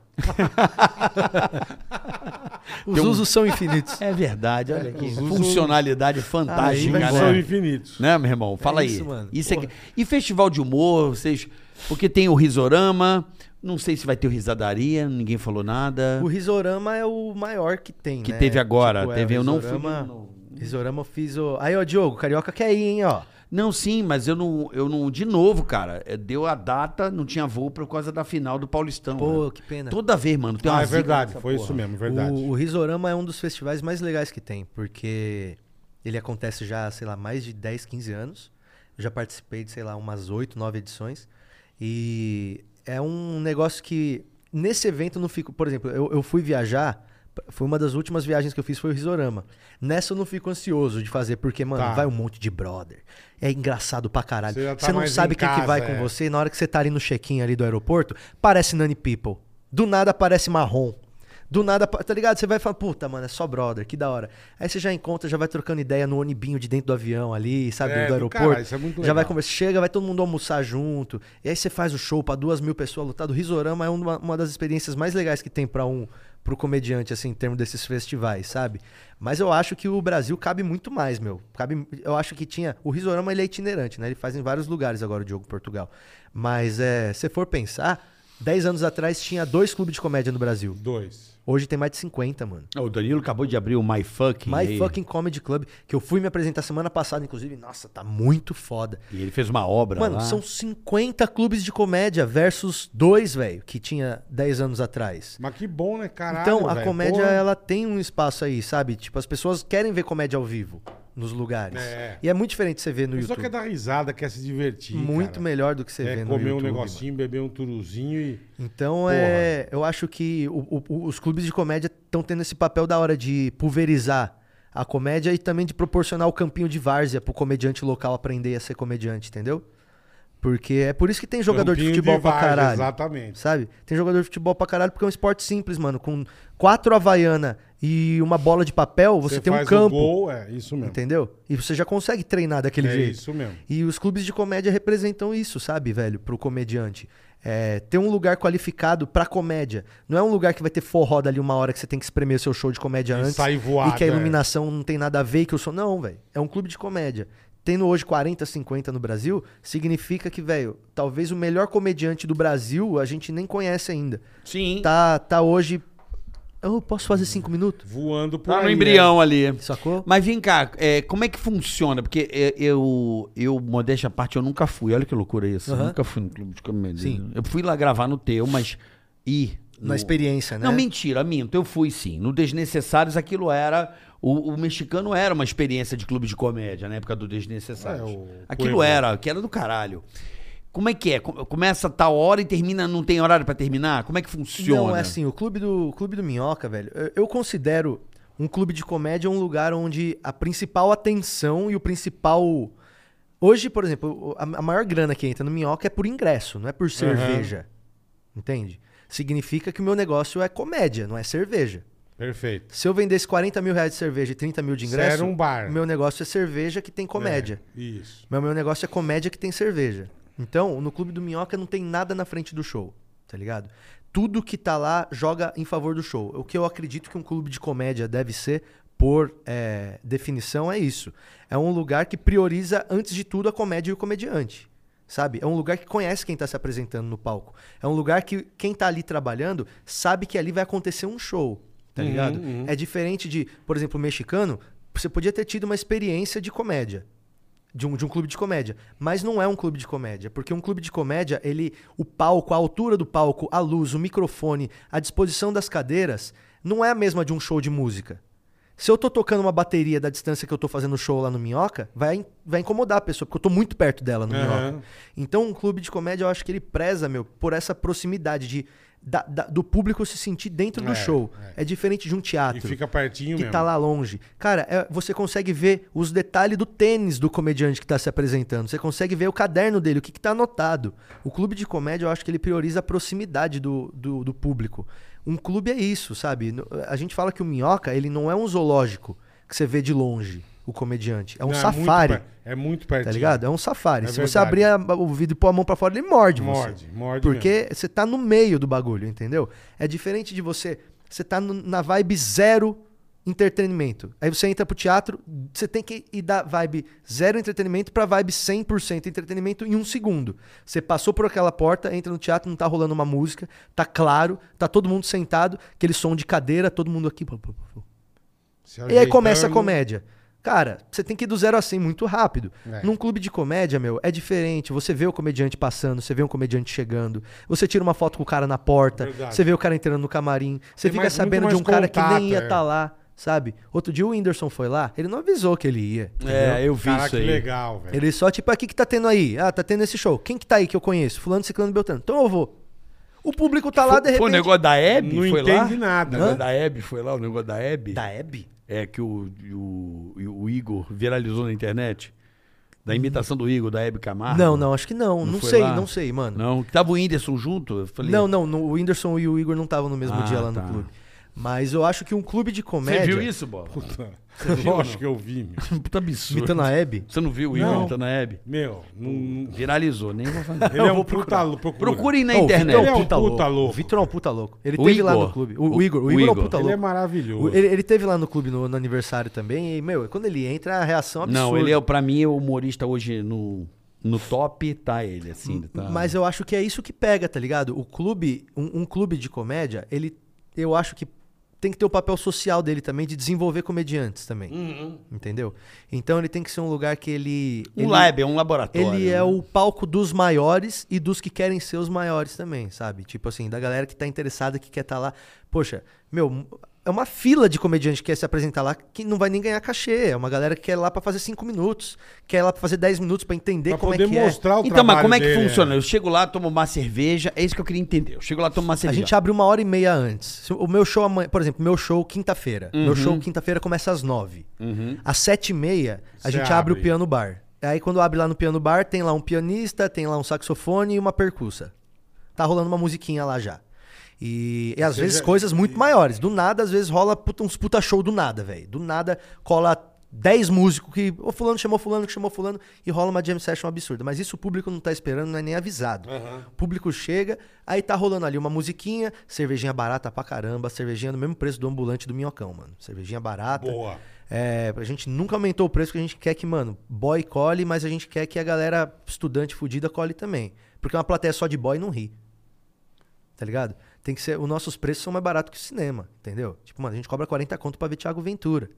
[SPEAKER 4] Os
[SPEAKER 3] Tem um-
[SPEAKER 4] usos são infinitos.
[SPEAKER 3] É Ah, verdade, olha aqui.
[SPEAKER 2] Os usos-
[SPEAKER 3] Funcionalidade
[SPEAKER 4] Aí é.
[SPEAKER 3] fantástica,
[SPEAKER 4] vai
[SPEAKER 3] né?
[SPEAKER 4] ser
[SPEAKER 2] São infinitos.
[SPEAKER 3] Né, meu irmão? Fala aí.
[SPEAKER 4] isso, mano.
[SPEAKER 3] Isso é
[SPEAKER 4] Porra.
[SPEAKER 3] que- E festival de humor, vocês. Porque tem o Risorama, não sei se vai ter o Risadaria, ninguém falou nada.
[SPEAKER 4] O Risorama é o maior que tem,
[SPEAKER 3] Que
[SPEAKER 4] né?
[SPEAKER 3] teve agora,
[SPEAKER 4] é,
[SPEAKER 3] teve,
[SPEAKER 4] o
[SPEAKER 3] eu não fui
[SPEAKER 4] Risorama-
[SPEAKER 3] no-
[SPEAKER 4] Risorama eu fiz o... Aí, ó, Diogo, Carioca quer ir, hein, ó.
[SPEAKER 3] Não, sim, mas eu não, eu não. De novo, cara, é, deu a data, não tinha voo por causa da final do Paulistão.
[SPEAKER 4] Pô,
[SPEAKER 3] né?
[SPEAKER 4] que pena.
[SPEAKER 3] Toda vez, mano. Tem uma
[SPEAKER 2] Ah, é
[SPEAKER 3] zica
[SPEAKER 2] verdade.
[SPEAKER 3] nessa
[SPEAKER 2] Foi
[SPEAKER 3] porra.
[SPEAKER 2] isso mesmo, é verdade.
[SPEAKER 4] O, o Risorama é um dos festivais mais legais que tem, porque ele acontece já, sei lá, mais de 10, 15 anos. Eu já participei de, sei lá, umas 8, 9 edições. E é um negócio que, nesse evento, eu não fico. Por exemplo, eu, eu fui viajar. p- Foi uma das últimas viagens que eu fiz, foi o Risorama. Nessa eu não fico ansioso de fazer, porque, mano,
[SPEAKER 2] Tá.
[SPEAKER 4] vai um monte de brother. É engraçado pra caralho.
[SPEAKER 2] Você já
[SPEAKER 4] Você,
[SPEAKER 2] tá
[SPEAKER 4] não
[SPEAKER 2] mais
[SPEAKER 4] sabe
[SPEAKER 2] em
[SPEAKER 4] quem que
[SPEAKER 2] casa,
[SPEAKER 4] vai
[SPEAKER 2] é.
[SPEAKER 4] com você. Na hora que você tá ali no check-in ali do aeroporto, parece Nanny People. Do nada parece marrom. Do nada, pa- tá ligado? Você vai falar, puta, mano, é só brother, que da hora. Aí você já encontra, já vai trocando ideia no onibinho de dentro do avião ali, sabe?
[SPEAKER 2] É,
[SPEAKER 4] do
[SPEAKER 2] do
[SPEAKER 4] aeroporto.
[SPEAKER 2] caralho, isso é muito
[SPEAKER 4] já vai
[SPEAKER 2] legal.
[SPEAKER 4] conversar, chega, vai todo mundo almoçar junto. E aí você faz o show pra duas mil pessoas lutar. Do Risorama é uma, uma das experiências mais legais que tem pra um pro comediante, assim, em termos desses festivais, sabe? Mas eu acho que o Brasil cabe muito mais, meu. Cabe, eu acho que tinha. O Risorama ele é itinerante, né? Ele faz em vários lugares agora o Diogo Portugal. Mas é, se for pensar, 10 anos atrás tinha dois clubes de comédia no Brasil.
[SPEAKER 2] Dois.
[SPEAKER 4] Hoje tem mais de 50, mano.
[SPEAKER 3] O Danilo acabou de abrir o My Fucking.
[SPEAKER 4] My
[SPEAKER 3] aí.
[SPEAKER 4] Fucking Comedy Club, que eu fui me apresentar semana passada, inclusive. Nossa, tá muito foda.
[SPEAKER 3] E ele fez uma obra
[SPEAKER 4] Mano,
[SPEAKER 3] lá.
[SPEAKER 4] são 50 clubes de comédia versus dois, velho, que tinha 10 anos atrás.
[SPEAKER 2] Mas que bom, né, caralho?
[SPEAKER 4] então, a
[SPEAKER 2] velho?
[SPEAKER 4] comédia,
[SPEAKER 2] Porra.
[SPEAKER 4] ela tem um espaço aí, sabe? Tipo, as pessoas querem ver comédia ao vivo nos lugares.
[SPEAKER 2] É.
[SPEAKER 4] E é muito diferente você ver no
[SPEAKER 2] A pessoa
[SPEAKER 4] YouTube.
[SPEAKER 2] quer dar risada, quer se divertir.
[SPEAKER 4] muito
[SPEAKER 2] é cara.
[SPEAKER 4] melhor do que você
[SPEAKER 2] É,
[SPEAKER 4] vê no
[SPEAKER 2] comer
[SPEAKER 4] YouTube.
[SPEAKER 2] um
[SPEAKER 4] mano.
[SPEAKER 2] negocinho, beber um turuzinho e.
[SPEAKER 4] Então, é, eu acho que o- o- o- os clubes de comédia estão tendo esse papel da hora de pulverizar a comédia e também de proporcionar o campinho de várzea pro comediante local aprender a ser comediante, entendeu? Porque é por isso que tem jogador
[SPEAKER 2] Campinho
[SPEAKER 4] de futebol
[SPEAKER 2] de
[SPEAKER 4] pra
[SPEAKER 2] várzea,
[SPEAKER 4] caralho.
[SPEAKER 2] exatamente.
[SPEAKER 4] Sabe? Tem jogador de futebol pra caralho porque é um esporte simples, mano. Com quatro havaiana e uma bola de papel, você, tem um
[SPEAKER 2] faz
[SPEAKER 4] campo.
[SPEAKER 2] O gol, é isso mesmo.
[SPEAKER 4] Entendeu? E você já consegue treinar daquele
[SPEAKER 2] É
[SPEAKER 4] jeito.
[SPEAKER 2] isso mesmo.
[SPEAKER 4] E os clubes de comédia representam isso, sabe, velho, pro comediante. É, ter um lugar qualificado pra comédia. Não é um lugar que vai ter forró dali uma hora que você tem que espremer o seu show de comédia
[SPEAKER 2] E
[SPEAKER 4] antes.
[SPEAKER 2] sai voado,
[SPEAKER 4] e que a
[SPEAKER 2] é.
[SPEAKER 4] iluminação não tem nada a ver, que o som. Não, velho. É um clube de comédia. Tendo hoje 40, 50 no Brasil, significa que, velho, talvez o melhor comediante do Brasil a gente nem conhece ainda.
[SPEAKER 3] Sim. Tá,
[SPEAKER 4] Tá, tá hoje. Eu posso fazer cinco minutos?
[SPEAKER 2] Voando por
[SPEAKER 3] tá no
[SPEAKER 2] aí,
[SPEAKER 3] embrião ali.
[SPEAKER 4] né? Sacou?
[SPEAKER 3] Mas vem cá, é, como é que funciona? Porque é, eu, eu, modéstia à parte, eu nunca fui. Olha que loucura isso. Eu
[SPEAKER 4] Aham.
[SPEAKER 3] nunca fui no clube de comédia.
[SPEAKER 4] Sim.
[SPEAKER 3] Eu fui lá gravar no teu, mas ir.
[SPEAKER 4] Na
[SPEAKER 3] no-
[SPEAKER 4] experiência, né?
[SPEAKER 3] Não, mentira, minto. Eu fui sim. No Desnecessários, aquilo era. O, o mexicano era uma experiência de clube de comédia na época do Desnecessários.
[SPEAKER 2] É, o
[SPEAKER 3] aquilo
[SPEAKER 2] Cuervo.
[SPEAKER 3] era, que era do caralho. Como é que é? Come- Começa tal hora e termina, não tem horário pra terminar? Como é que funciona?
[SPEAKER 4] Não, é assim, o clube do, o clube do Minhoca, velho, eu- eu considero um clube de comédia um lugar onde a principal atenção e o principal. Hoje, por exemplo, o- a, a maior grana que entra no Minhoca é por ingresso, não é por cerveja. Entende? Significa que o meu negócio é comédia, não é cerveja.
[SPEAKER 2] Perfeito.
[SPEAKER 4] Se eu vendesse 40 mil reais de cerveja e 30 mil de
[SPEAKER 2] Você
[SPEAKER 4] ingresso,
[SPEAKER 2] era um bar.
[SPEAKER 4] o meu negócio é cerveja que tem comédia.
[SPEAKER 2] É, isso.
[SPEAKER 4] Mas o meu negócio é comédia que tem cerveja. Então, no Clube do Minhoca não tem nada na frente do show, tá ligado? Tudo que tá lá joga em favor do show. O que eu acredito que um clube de comédia deve ser, por é, definição, é isso. É um lugar que prioriza, antes de tudo, a comédia e o comediante. Sabe? É um lugar que conhece quem tá se apresentando no palco. É um lugar que quem tá ali trabalhando sabe que ali vai acontecer um show. Tá ligado? É diferente de, por exemplo, o mexicano, você podia ter tido uma experiência de comédia de um, de um clube de comédia. Mas não é um clube de comédia, porque um clube de comédia, ele. O palco, a altura do palco, a luz, o microfone, a disposição das cadeiras, não é a mesma de um show de música. Se eu tô tocando uma bateria da distância que eu tô fazendo o show lá no Minhoca, vai, in- vai incomodar a pessoa, porque eu tô muito perto dela no
[SPEAKER 2] Aham.
[SPEAKER 4] Minhoca. Então, um clube de comédia, eu acho que ele preza, meu, por essa proximidade de, da- da- do público se sentir dentro
[SPEAKER 2] É,
[SPEAKER 4] do show.
[SPEAKER 2] é.
[SPEAKER 4] É. diferente de um
[SPEAKER 2] E
[SPEAKER 4] teatro
[SPEAKER 2] fica pertinho
[SPEAKER 4] que
[SPEAKER 2] mesmo.
[SPEAKER 4] tá lá longe. Cara, é- você consegue ver os detalhes do tênis do comediante que tá se apresentando. Você consegue ver o caderno dele, o que, que tá anotado. O clube de comédia, eu acho que ele prioriza a proximidade do, do, do público. Um clube é isso, sabe? No- A gente fala que o Minhoca, ele não é um zoológico que você vê de longe, o comediante. É um
[SPEAKER 2] Não,
[SPEAKER 4] safari,
[SPEAKER 2] É muito, per- é muito pertinho.
[SPEAKER 4] tá ligado? É um safari.
[SPEAKER 2] É
[SPEAKER 4] Se você
[SPEAKER 2] verdade.
[SPEAKER 4] abrir a- o vidro e pôr a mão pra fora, ele morde, você.
[SPEAKER 2] Morde, morde
[SPEAKER 4] Porque
[SPEAKER 2] mesmo.
[SPEAKER 4] você tá no meio do bagulho, entendeu? É diferente de você. Você tá no- na vibe zero entretenimento. Aí você entra pro teatro, você tem que ir da vibe zero entretenimento pra vibe 100% entretenimento em um segundo. Você passou por aquela porta, entra no teatro, não tá rolando uma música, tá claro, tá todo mundo sentado, aquele som de cadeira, todo mundo aqui. pô, pô, pô, pô.
[SPEAKER 2] Se
[SPEAKER 4] E aí começa a
[SPEAKER 2] ajeitando.
[SPEAKER 4] comédia. Cara, você tem que ir do zero a 100 muito rápido.
[SPEAKER 2] É.
[SPEAKER 4] Num clube de comédia, meu, é diferente. Você vê o comediante passando, você vê um comediante chegando, você tira uma foto com o cara na porta,
[SPEAKER 2] Verdade.
[SPEAKER 4] você vê o cara entrando no camarim, você
[SPEAKER 2] Tem
[SPEAKER 4] fica
[SPEAKER 2] mais-
[SPEAKER 4] sabendo
[SPEAKER 2] muito
[SPEAKER 4] de um
[SPEAKER 2] mais
[SPEAKER 4] cara que nem
[SPEAKER 2] contato,
[SPEAKER 4] ia
[SPEAKER 2] é.
[SPEAKER 4] estar lá, sabe? Outro dia o Whindersson foi lá, ele não avisou que ele ia.
[SPEAKER 3] É, eu vi
[SPEAKER 2] Caraca,
[SPEAKER 3] isso
[SPEAKER 2] que
[SPEAKER 3] aí.
[SPEAKER 2] legal, velho.
[SPEAKER 4] Ele só, tipo, aqui que tá tendo aí? Ah, tá tendo esse show. Quem que tá aí que eu conheço? Fulano, Ciclano, Beltrano. Então eu vou. O público tá
[SPEAKER 2] um
[SPEAKER 4] lá, de repente...
[SPEAKER 3] Foi o negócio da Hebe?
[SPEAKER 2] Não
[SPEAKER 3] foi
[SPEAKER 2] entende
[SPEAKER 3] lá?
[SPEAKER 2] nada,
[SPEAKER 3] O negócio
[SPEAKER 2] né?
[SPEAKER 3] da Hebe foi lá, o negócio da Hebe?
[SPEAKER 4] Da Hebe?
[SPEAKER 3] É que o, o, o Igor viralizou na internet. Da imitação do Igor, da Hebe Camargo.
[SPEAKER 4] Não, não, acho que não. Não,
[SPEAKER 3] foi
[SPEAKER 4] sei,
[SPEAKER 3] lá?
[SPEAKER 4] não sei, mano.
[SPEAKER 3] Não, que tava o Whindersson junto. Eu falei,
[SPEAKER 4] Não, não, no- o Whindersson e o Igor não estavam no mesmo
[SPEAKER 3] Ah,
[SPEAKER 4] dia lá
[SPEAKER 3] tá.
[SPEAKER 4] no clube. Mas eu acho que um clube de
[SPEAKER 3] Você
[SPEAKER 4] comédia.
[SPEAKER 3] viu isso, Bob?
[SPEAKER 2] Lógico que eu vi, meu.
[SPEAKER 3] Puta absurdo.
[SPEAKER 4] Imitando a Hebe?
[SPEAKER 3] Você não viu o Igor
[SPEAKER 2] Não.
[SPEAKER 3] imitando a Hebe?
[SPEAKER 2] Meu, não- não-
[SPEAKER 3] Viralizou, nem vou falar.
[SPEAKER 2] ele é um
[SPEAKER 3] vou
[SPEAKER 2] puta louco. Procura.
[SPEAKER 3] Procurem na
[SPEAKER 4] Não,
[SPEAKER 3] internet.
[SPEAKER 4] O Vitor
[SPEAKER 2] Ele é um puta
[SPEAKER 4] O
[SPEAKER 2] louco.
[SPEAKER 4] Vitor é um puta louco. Ele
[SPEAKER 3] O
[SPEAKER 4] teve lá
[SPEAKER 3] Igor.
[SPEAKER 4] no clube. O,
[SPEAKER 3] O-
[SPEAKER 4] o Igor, o,
[SPEAKER 3] o
[SPEAKER 4] Igor, é um
[SPEAKER 3] Igor.
[SPEAKER 4] puta
[SPEAKER 2] Ele é
[SPEAKER 4] louco.
[SPEAKER 2] maravilhoso.
[SPEAKER 4] O- ele, ele teve lá no clube no, no aniversário também, e, meu, quando ele entra, a reação é absurda.
[SPEAKER 3] Não, ele é, pra mim, é o humorista hoje no, No top tá ele, assim. Tá...
[SPEAKER 4] Mas eu acho que é isso que pega, tá ligado? O clube, um, um clube de comédia, ele, eu acho que tem que ter o papel social dele também de desenvolver comediantes também, entendeu? Então ele tem que ser um lugar que ele
[SPEAKER 3] um
[SPEAKER 4] ele-
[SPEAKER 3] lab, é um laboratório.
[SPEAKER 4] ele
[SPEAKER 3] né?
[SPEAKER 4] é o palco dos maiores e dos que querem ser os maiores também, sabe? Tipo assim, da galera que tá interessada, que quer estar lá. Poxa, meu, é uma fila de comediante que quer se apresentar lá que não vai nem ganhar cachê. É uma galera que quer ir lá pra fazer cinco minutos, quer ir lá pra fazer 10 minutos pra entender
[SPEAKER 2] Pra
[SPEAKER 4] como
[SPEAKER 2] poder
[SPEAKER 4] é que é.
[SPEAKER 2] mostrar o
[SPEAKER 3] Então, mas
[SPEAKER 2] trabalho
[SPEAKER 3] como é que
[SPEAKER 2] dele,
[SPEAKER 3] funciona? Eu chego lá, tomo uma cerveja, é isso que eu queria entender. Eu chego lá, tomo uma
[SPEAKER 4] A
[SPEAKER 3] cerveja.
[SPEAKER 4] gente abre uma hora e meia antes. Se O meu show amanhã, por exemplo, meu show quinta-feira.
[SPEAKER 2] Uhum.
[SPEAKER 4] Meu show quinta-feira começa às nove. Às sete e meia, a
[SPEAKER 2] Você
[SPEAKER 4] gente abre.
[SPEAKER 2] abre.
[SPEAKER 4] o piano bar. Aí quando abre lá no piano bar, tem lá um pianista, tem lá um saxofone e uma percussa. Tá rolando uma musiquinha lá já. E, e às vezes
[SPEAKER 2] já-
[SPEAKER 4] coisas muito maiores. Do nada, às vezes rola puta- uns puta show do nada, velho. Do nada cola 10 músicos que. Ô, fulano chamou fulano, que chamou fulano, e rola uma jam session absurda. Mas isso o público não tá esperando, não é nem avisado. O público chega, aí tá rolando ali uma musiquinha, cervejinha barata pra caramba, cervejinha do mesmo preço do ambulante do Minhocão, mano. Cervejinha barata.
[SPEAKER 2] Boa.
[SPEAKER 4] É, a gente nunca aumentou o preço que a gente quer que, mano, boy colhe, mas a gente quer que a galera estudante fudida colhe também. Porque uma plateia só de boy não ri. Tá ligado? Tem que ser. Os nossos preços são mais baratos que o cinema, entendeu? Tipo, mano, a gente cobra 40 conto pra ver Thiago Ventura.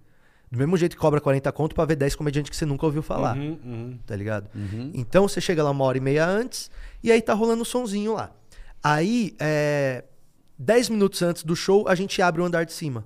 [SPEAKER 4] Do mesmo jeito que cobra 40 conto pra ver 10 comediantes que você nunca ouviu falar.
[SPEAKER 2] Uhum.
[SPEAKER 4] Tá ligado? Então você chega lá uma hora e meia antes e aí tá rolando um sonzinho lá. Aí, é, 10 minutos antes do show, a gente abre o andar de cima.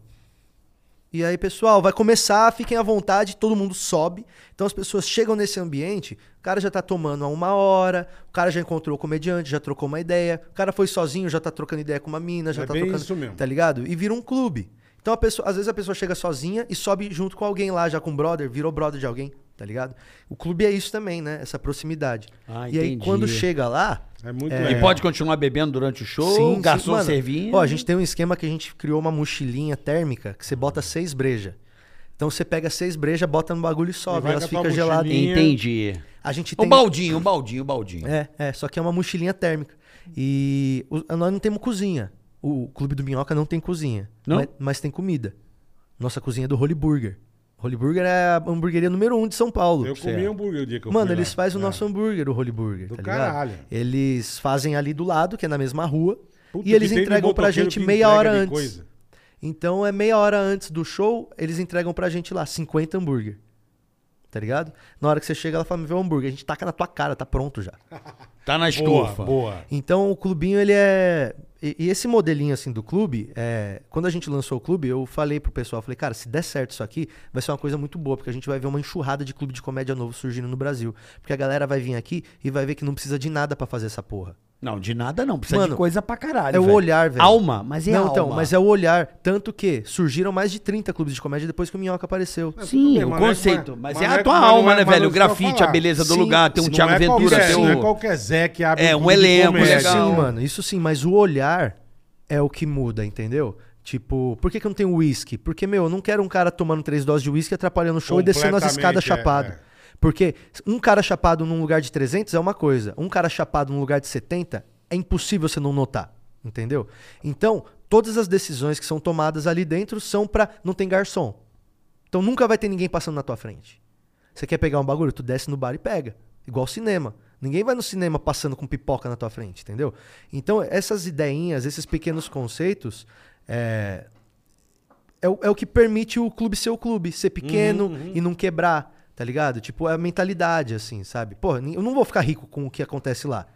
[SPEAKER 4] E aí, pessoal, vai começar, fiquem à vontade, todo mundo sobe. Então as pessoas chegam nesse ambiente, o cara já tá tomando há uma hora, o cara já encontrou o comediante, já trocou uma ideia, o cara foi sozinho, já tá trocando ideia com uma mina, já
[SPEAKER 2] É
[SPEAKER 4] tá
[SPEAKER 2] bem
[SPEAKER 4] trocando.
[SPEAKER 2] isso mesmo.
[SPEAKER 4] Tá ligado? E vira um clube. Então a pessoa, às vezes a pessoa chega sozinha e sobe junto com alguém lá, já com um brother, virou brother de alguém, tá ligado? O clube é isso também, né? Essa proximidade.
[SPEAKER 3] Ah,
[SPEAKER 4] e aí
[SPEAKER 3] entendi.
[SPEAKER 4] quando chega lá,
[SPEAKER 2] É muito
[SPEAKER 3] E
[SPEAKER 2] legal.
[SPEAKER 3] pode continuar bebendo durante o show?
[SPEAKER 4] Sim,
[SPEAKER 3] garçom
[SPEAKER 4] mano.
[SPEAKER 3] servindo?
[SPEAKER 4] Ó, a gente tem um esquema que a gente criou uma mochilinha térmica que você bota seis breja. Então você pega seis breja, bota no bagulho e
[SPEAKER 2] E
[SPEAKER 4] sobe,
[SPEAKER 2] vai
[SPEAKER 4] elas
[SPEAKER 2] com a tua
[SPEAKER 4] ficam geladas.
[SPEAKER 2] mochilinha.
[SPEAKER 3] Entendi.
[SPEAKER 4] A gente
[SPEAKER 3] O
[SPEAKER 4] tem
[SPEAKER 3] baldinho, o baldinho, o baldinho.
[SPEAKER 4] é, é, só que é uma mochilinha térmica. E o- nós não temos cozinha. O Clube do Minhoca não tem cozinha.
[SPEAKER 3] Não?
[SPEAKER 4] Mas, mas tem comida. Nossa cozinha é do Holy Burger. Holy Burger é a hamburgueria número um de São Paulo.
[SPEAKER 2] Eu
[SPEAKER 4] Certo.
[SPEAKER 2] comi hambúrguer o dia que eu
[SPEAKER 4] Mano,
[SPEAKER 2] fui
[SPEAKER 4] eles
[SPEAKER 2] lá.
[SPEAKER 4] fazem o
[SPEAKER 2] É.
[SPEAKER 4] nosso hambúrguer, o Holy Burger.
[SPEAKER 2] Do
[SPEAKER 4] tá
[SPEAKER 2] caralho.
[SPEAKER 4] Ligado? Eles fazem ali do lado, que é na mesma rua.
[SPEAKER 2] Puta,
[SPEAKER 4] e eles
[SPEAKER 2] que tem de
[SPEAKER 4] entregam pra
[SPEAKER 2] motoqueiro
[SPEAKER 4] gente
[SPEAKER 2] que
[SPEAKER 4] meia
[SPEAKER 2] entrega
[SPEAKER 4] hora
[SPEAKER 2] de
[SPEAKER 4] antes.
[SPEAKER 2] coisa.
[SPEAKER 4] Então é meia hora antes do show, eles entregam pra gente lá 50 hambúrguer. Tá ligado? Na hora que você chega, ela fala: me vê o hambúrguer. A gente taca na tua cara, tá pronto já.
[SPEAKER 3] Tá
[SPEAKER 2] Boa,
[SPEAKER 3] na estufa.
[SPEAKER 2] boa.
[SPEAKER 4] Então o clubinho ele é e, e esse modelinho assim do clube, é, quando a gente lançou o clube, eu falei pro pessoal, falei, cara, se der certo isso aqui, vai ser uma coisa muito boa, porque a gente vai ver uma enxurrada de clube de comédia novo surgindo no Brasil, porque a galera vai vir aqui e vai ver que não precisa de nada pra fazer essa porra.
[SPEAKER 3] Não, de nada não. Precisa de
[SPEAKER 4] Mano,
[SPEAKER 3] coisa pra caralho.
[SPEAKER 4] É o olhar, velho.
[SPEAKER 3] Alma, mas é
[SPEAKER 4] não,
[SPEAKER 3] alma.
[SPEAKER 4] então, mas é o olhar, tanto que surgiram mais de 30 clubes de comédia depois que o Minhoca apareceu.
[SPEAKER 3] Sim,
[SPEAKER 2] Tudo bem,
[SPEAKER 3] o
[SPEAKER 2] mas não é-
[SPEAKER 3] conceito. Mas,
[SPEAKER 2] mas
[SPEAKER 3] é
[SPEAKER 2] não é-
[SPEAKER 3] a tua
[SPEAKER 2] mas não é-
[SPEAKER 3] alma, né,
[SPEAKER 2] mas
[SPEAKER 3] velho?
[SPEAKER 2] não é
[SPEAKER 3] O
[SPEAKER 2] isso que eu
[SPEAKER 3] grafite,
[SPEAKER 2] ia
[SPEAKER 3] a
[SPEAKER 2] falar.
[SPEAKER 3] beleza do
[SPEAKER 4] Sim,
[SPEAKER 3] lugar. Tem um
[SPEAKER 4] não
[SPEAKER 3] Thiago
[SPEAKER 2] não é
[SPEAKER 3] Ventura.
[SPEAKER 2] Qualquer,
[SPEAKER 3] tem
[SPEAKER 2] Não é
[SPEAKER 3] o-
[SPEAKER 2] qualquer Zé que abre
[SPEAKER 3] É, um
[SPEAKER 2] clube de
[SPEAKER 3] elenco
[SPEAKER 2] comédia.
[SPEAKER 4] Isso
[SPEAKER 3] legal.
[SPEAKER 4] sim, mano. Isso sim, mas o olhar é o que muda, entendeu? Tipo, por que, que eu não tenho uísque? Porque, meu, eu não quero um cara tomando três doses de uísque, atrapalhando o show e descendo as escadas
[SPEAKER 2] Completamente, é,
[SPEAKER 4] chapado.
[SPEAKER 2] é.
[SPEAKER 4] Porque um cara chapado num lugar de 300 é uma coisa. Um cara chapado num lugar de 70 é impossível você não notar, entendeu? Então, todas as decisões que são tomadas ali dentro são pra... Não tem garçom. Então nunca vai ter ninguém passando na tua frente. Você quer pegar um bagulho, tu desce no bar e pega. Igual cinema. Ninguém vai no cinema passando com pipoca na tua frente, entendeu? Então essas ideinhas, esses pequenos conceitos, é, é, o, é o que permite o clube ser o clube, ser pequeno e não quebrar, tá ligado? Tipo, é a mentalidade, assim, sabe? Pô, nin- eu não vou ficar rico com o que acontece lá.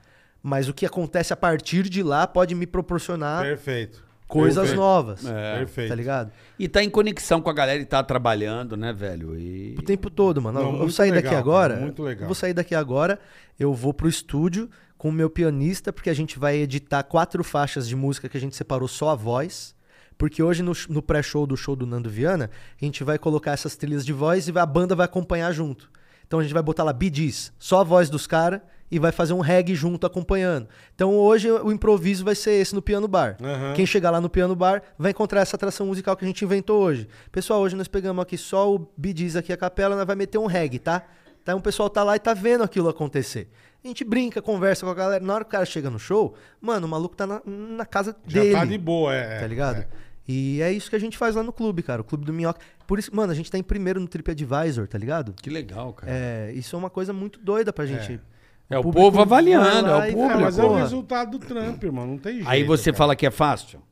[SPEAKER 4] Mas o que acontece a partir de lá pode me proporcionar
[SPEAKER 2] Perfeito.
[SPEAKER 4] coisas
[SPEAKER 2] Perfeito. É,
[SPEAKER 4] novas.
[SPEAKER 2] Perfeito.
[SPEAKER 4] Tá ligado?
[SPEAKER 3] E tá em conexão com a galera e tá trabalhando, né, velho? E...
[SPEAKER 4] O tempo todo, mano.
[SPEAKER 2] Não,
[SPEAKER 4] eu vou
[SPEAKER 2] muito
[SPEAKER 4] sair
[SPEAKER 2] legal,
[SPEAKER 4] daqui
[SPEAKER 2] cara,
[SPEAKER 4] agora.
[SPEAKER 2] muito legal.
[SPEAKER 4] Vou sair daqui agora. Eu vou pro estúdio com o meu pianista, porque a gente vai editar quatro faixas de música que a gente separou só a voz. Porque hoje, no, sh- no pré-show do show do Nando Viana, a gente vai colocar essas trilhas de voz e vai- a banda vai acompanhar junto. Então a gente vai botar lá BDs, só a voz dos caras, e vai fazer um reggae junto acompanhando. Então hoje o improviso vai ser esse no piano bar.
[SPEAKER 2] Aham.
[SPEAKER 4] Quem chegar lá no piano bar vai encontrar essa atração musical que a gente inventou hoje. Pessoal, hoje nós pegamos aqui só o Bidiz aqui a capela, nós vai meter um reggae, tá? Então o pessoal tá lá e tá vendo aquilo acontecer. A gente brinca, conversa com a galera. Na hora que o cara chega no show, mano, o maluco tá na, na casa
[SPEAKER 2] Já
[SPEAKER 4] dele.
[SPEAKER 2] tá de boa, é.
[SPEAKER 4] Tá
[SPEAKER 2] é,
[SPEAKER 4] ligado?
[SPEAKER 2] é.
[SPEAKER 4] E é isso que a gente faz lá no clube, cara. O clube do Minhoca. Por isso, mano, a gente tá em primeiro no TripAdvisor, tá ligado?
[SPEAKER 3] Que legal, cara.
[SPEAKER 4] É, isso é uma coisa muito doida pra gente
[SPEAKER 3] É o
[SPEAKER 4] público
[SPEAKER 3] povo
[SPEAKER 4] vai
[SPEAKER 3] avaliando,
[SPEAKER 4] lá
[SPEAKER 3] é
[SPEAKER 4] e-
[SPEAKER 3] o
[SPEAKER 4] É,
[SPEAKER 2] Ah,
[SPEAKER 3] público.
[SPEAKER 2] mas é o
[SPEAKER 4] porra.
[SPEAKER 2] resultado do Trump, irmão. Não tem jeito.
[SPEAKER 3] Aí você
[SPEAKER 2] cara.
[SPEAKER 3] fala que é fácil?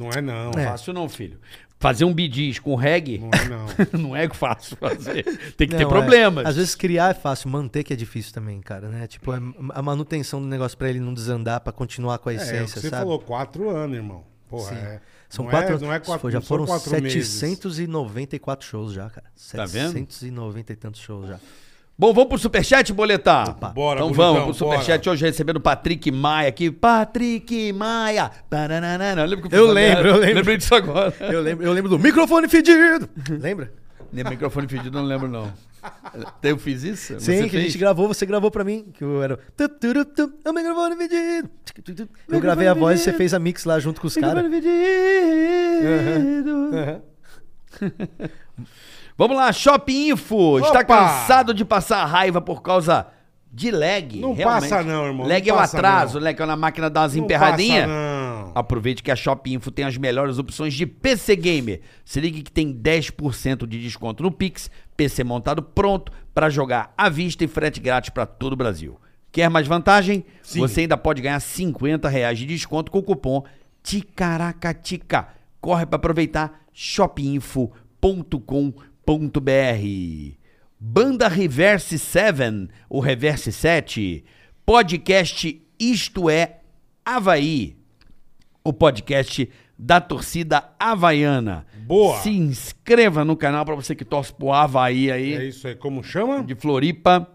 [SPEAKER 2] Não é não.
[SPEAKER 3] Não Fácil não, filho. Fazer um bidis com reggae
[SPEAKER 2] Não é não.
[SPEAKER 3] não é fácil fazer. Tem que
[SPEAKER 4] Não,
[SPEAKER 3] ter
[SPEAKER 4] é.
[SPEAKER 3] problemas.
[SPEAKER 4] Às vezes criar é fácil, manter que é difícil também, cara, né? Tipo, é a manutenção do negócio pra ele não desandar, pra continuar com a
[SPEAKER 2] É,
[SPEAKER 4] essência,
[SPEAKER 2] é o que você
[SPEAKER 4] sabe?
[SPEAKER 2] falou, quatro anos, irmão. Porra,
[SPEAKER 4] Sim.
[SPEAKER 2] é.
[SPEAKER 4] São
[SPEAKER 2] não
[SPEAKER 4] quatro,
[SPEAKER 2] É, não é quatro,
[SPEAKER 4] já
[SPEAKER 2] não são
[SPEAKER 4] foram
[SPEAKER 2] quatro meses.
[SPEAKER 4] 794 shows já, cara.
[SPEAKER 3] Tá vendo?
[SPEAKER 4] 790 e tantos shows já.
[SPEAKER 3] Bom, vamos pro Superchat, Boletar?
[SPEAKER 2] Bora,
[SPEAKER 3] Então
[SPEAKER 2] bonitão,
[SPEAKER 3] vamos pro Superchat hoje recebendo o Patrick Maia aqui. Patrick Maia. Paranana. Eu lembro, que
[SPEAKER 4] Eu lembro, eu lembro.
[SPEAKER 3] Lembrei disso agora.
[SPEAKER 4] Eu lembro, eu lembro do microfone fedido. Lembra?
[SPEAKER 3] Nem microfone pedido, não lembro não. Eu fiz
[SPEAKER 4] Sim,
[SPEAKER 3] isso? Você
[SPEAKER 4] que a
[SPEAKER 3] fez?
[SPEAKER 4] gente gravou, você gravou pra mim, que eu era. o tu, tu, tu, tu, É o microfone fedido. Tu, tu, tu. Eu gravei a voz e você fez a mix lá junto com os caras.
[SPEAKER 3] Vamos lá, Shopping Info. Está
[SPEAKER 2] Opa!
[SPEAKER 3] cansado de passar raiva por causa de lag.
[SPEAKER 2] Não
[SPEAKER 3] realmente.
[SPEAKER 2] passa não, irmão,
[SPEAKER 3] Lag
[SPEAKER 2] não
[SPEAKER 3] é o
[SPEAKER 2] passa
[SPEAKER 3] atraso,
[SPEAKER 2] não.
[SPEAKER 3] né? Que é na máquina dá umas
[SPEAKER 2] Não
[SPEAKER 3] emperradinhas.
[SPEAKER 2] passa, não.
[SPEAKER 3] Aproveite que a Shop Info tem as melhores opções de PC Game. Se ligue que tem 10% de desconto no Pix, PC montado pronto para jogar à vista e frete grátis para todo o Brasil. Quer mais vantagem?
[SPEAKER 2] Sim.
[SPEAKER 3] Você ainda pode ganhar R$ 50 reais de desconto com o cupom TICARACATICA. Corre para aproveitar shopinfo.com.br. Banda Reverse 7, o Reverse 7, podcast Isto é Havaí o podcast da torcida havaiana.
[SPEAKER 2] Boa.
[SPEAKER 3] Se inscreva no canal pra você que torce pro Havaí
[SPEAKER 2] É
[SPEAKER 3] aí,
[SPEAKER 2] isso aí. Como chama?
[SPEAKER 3] de Floripa.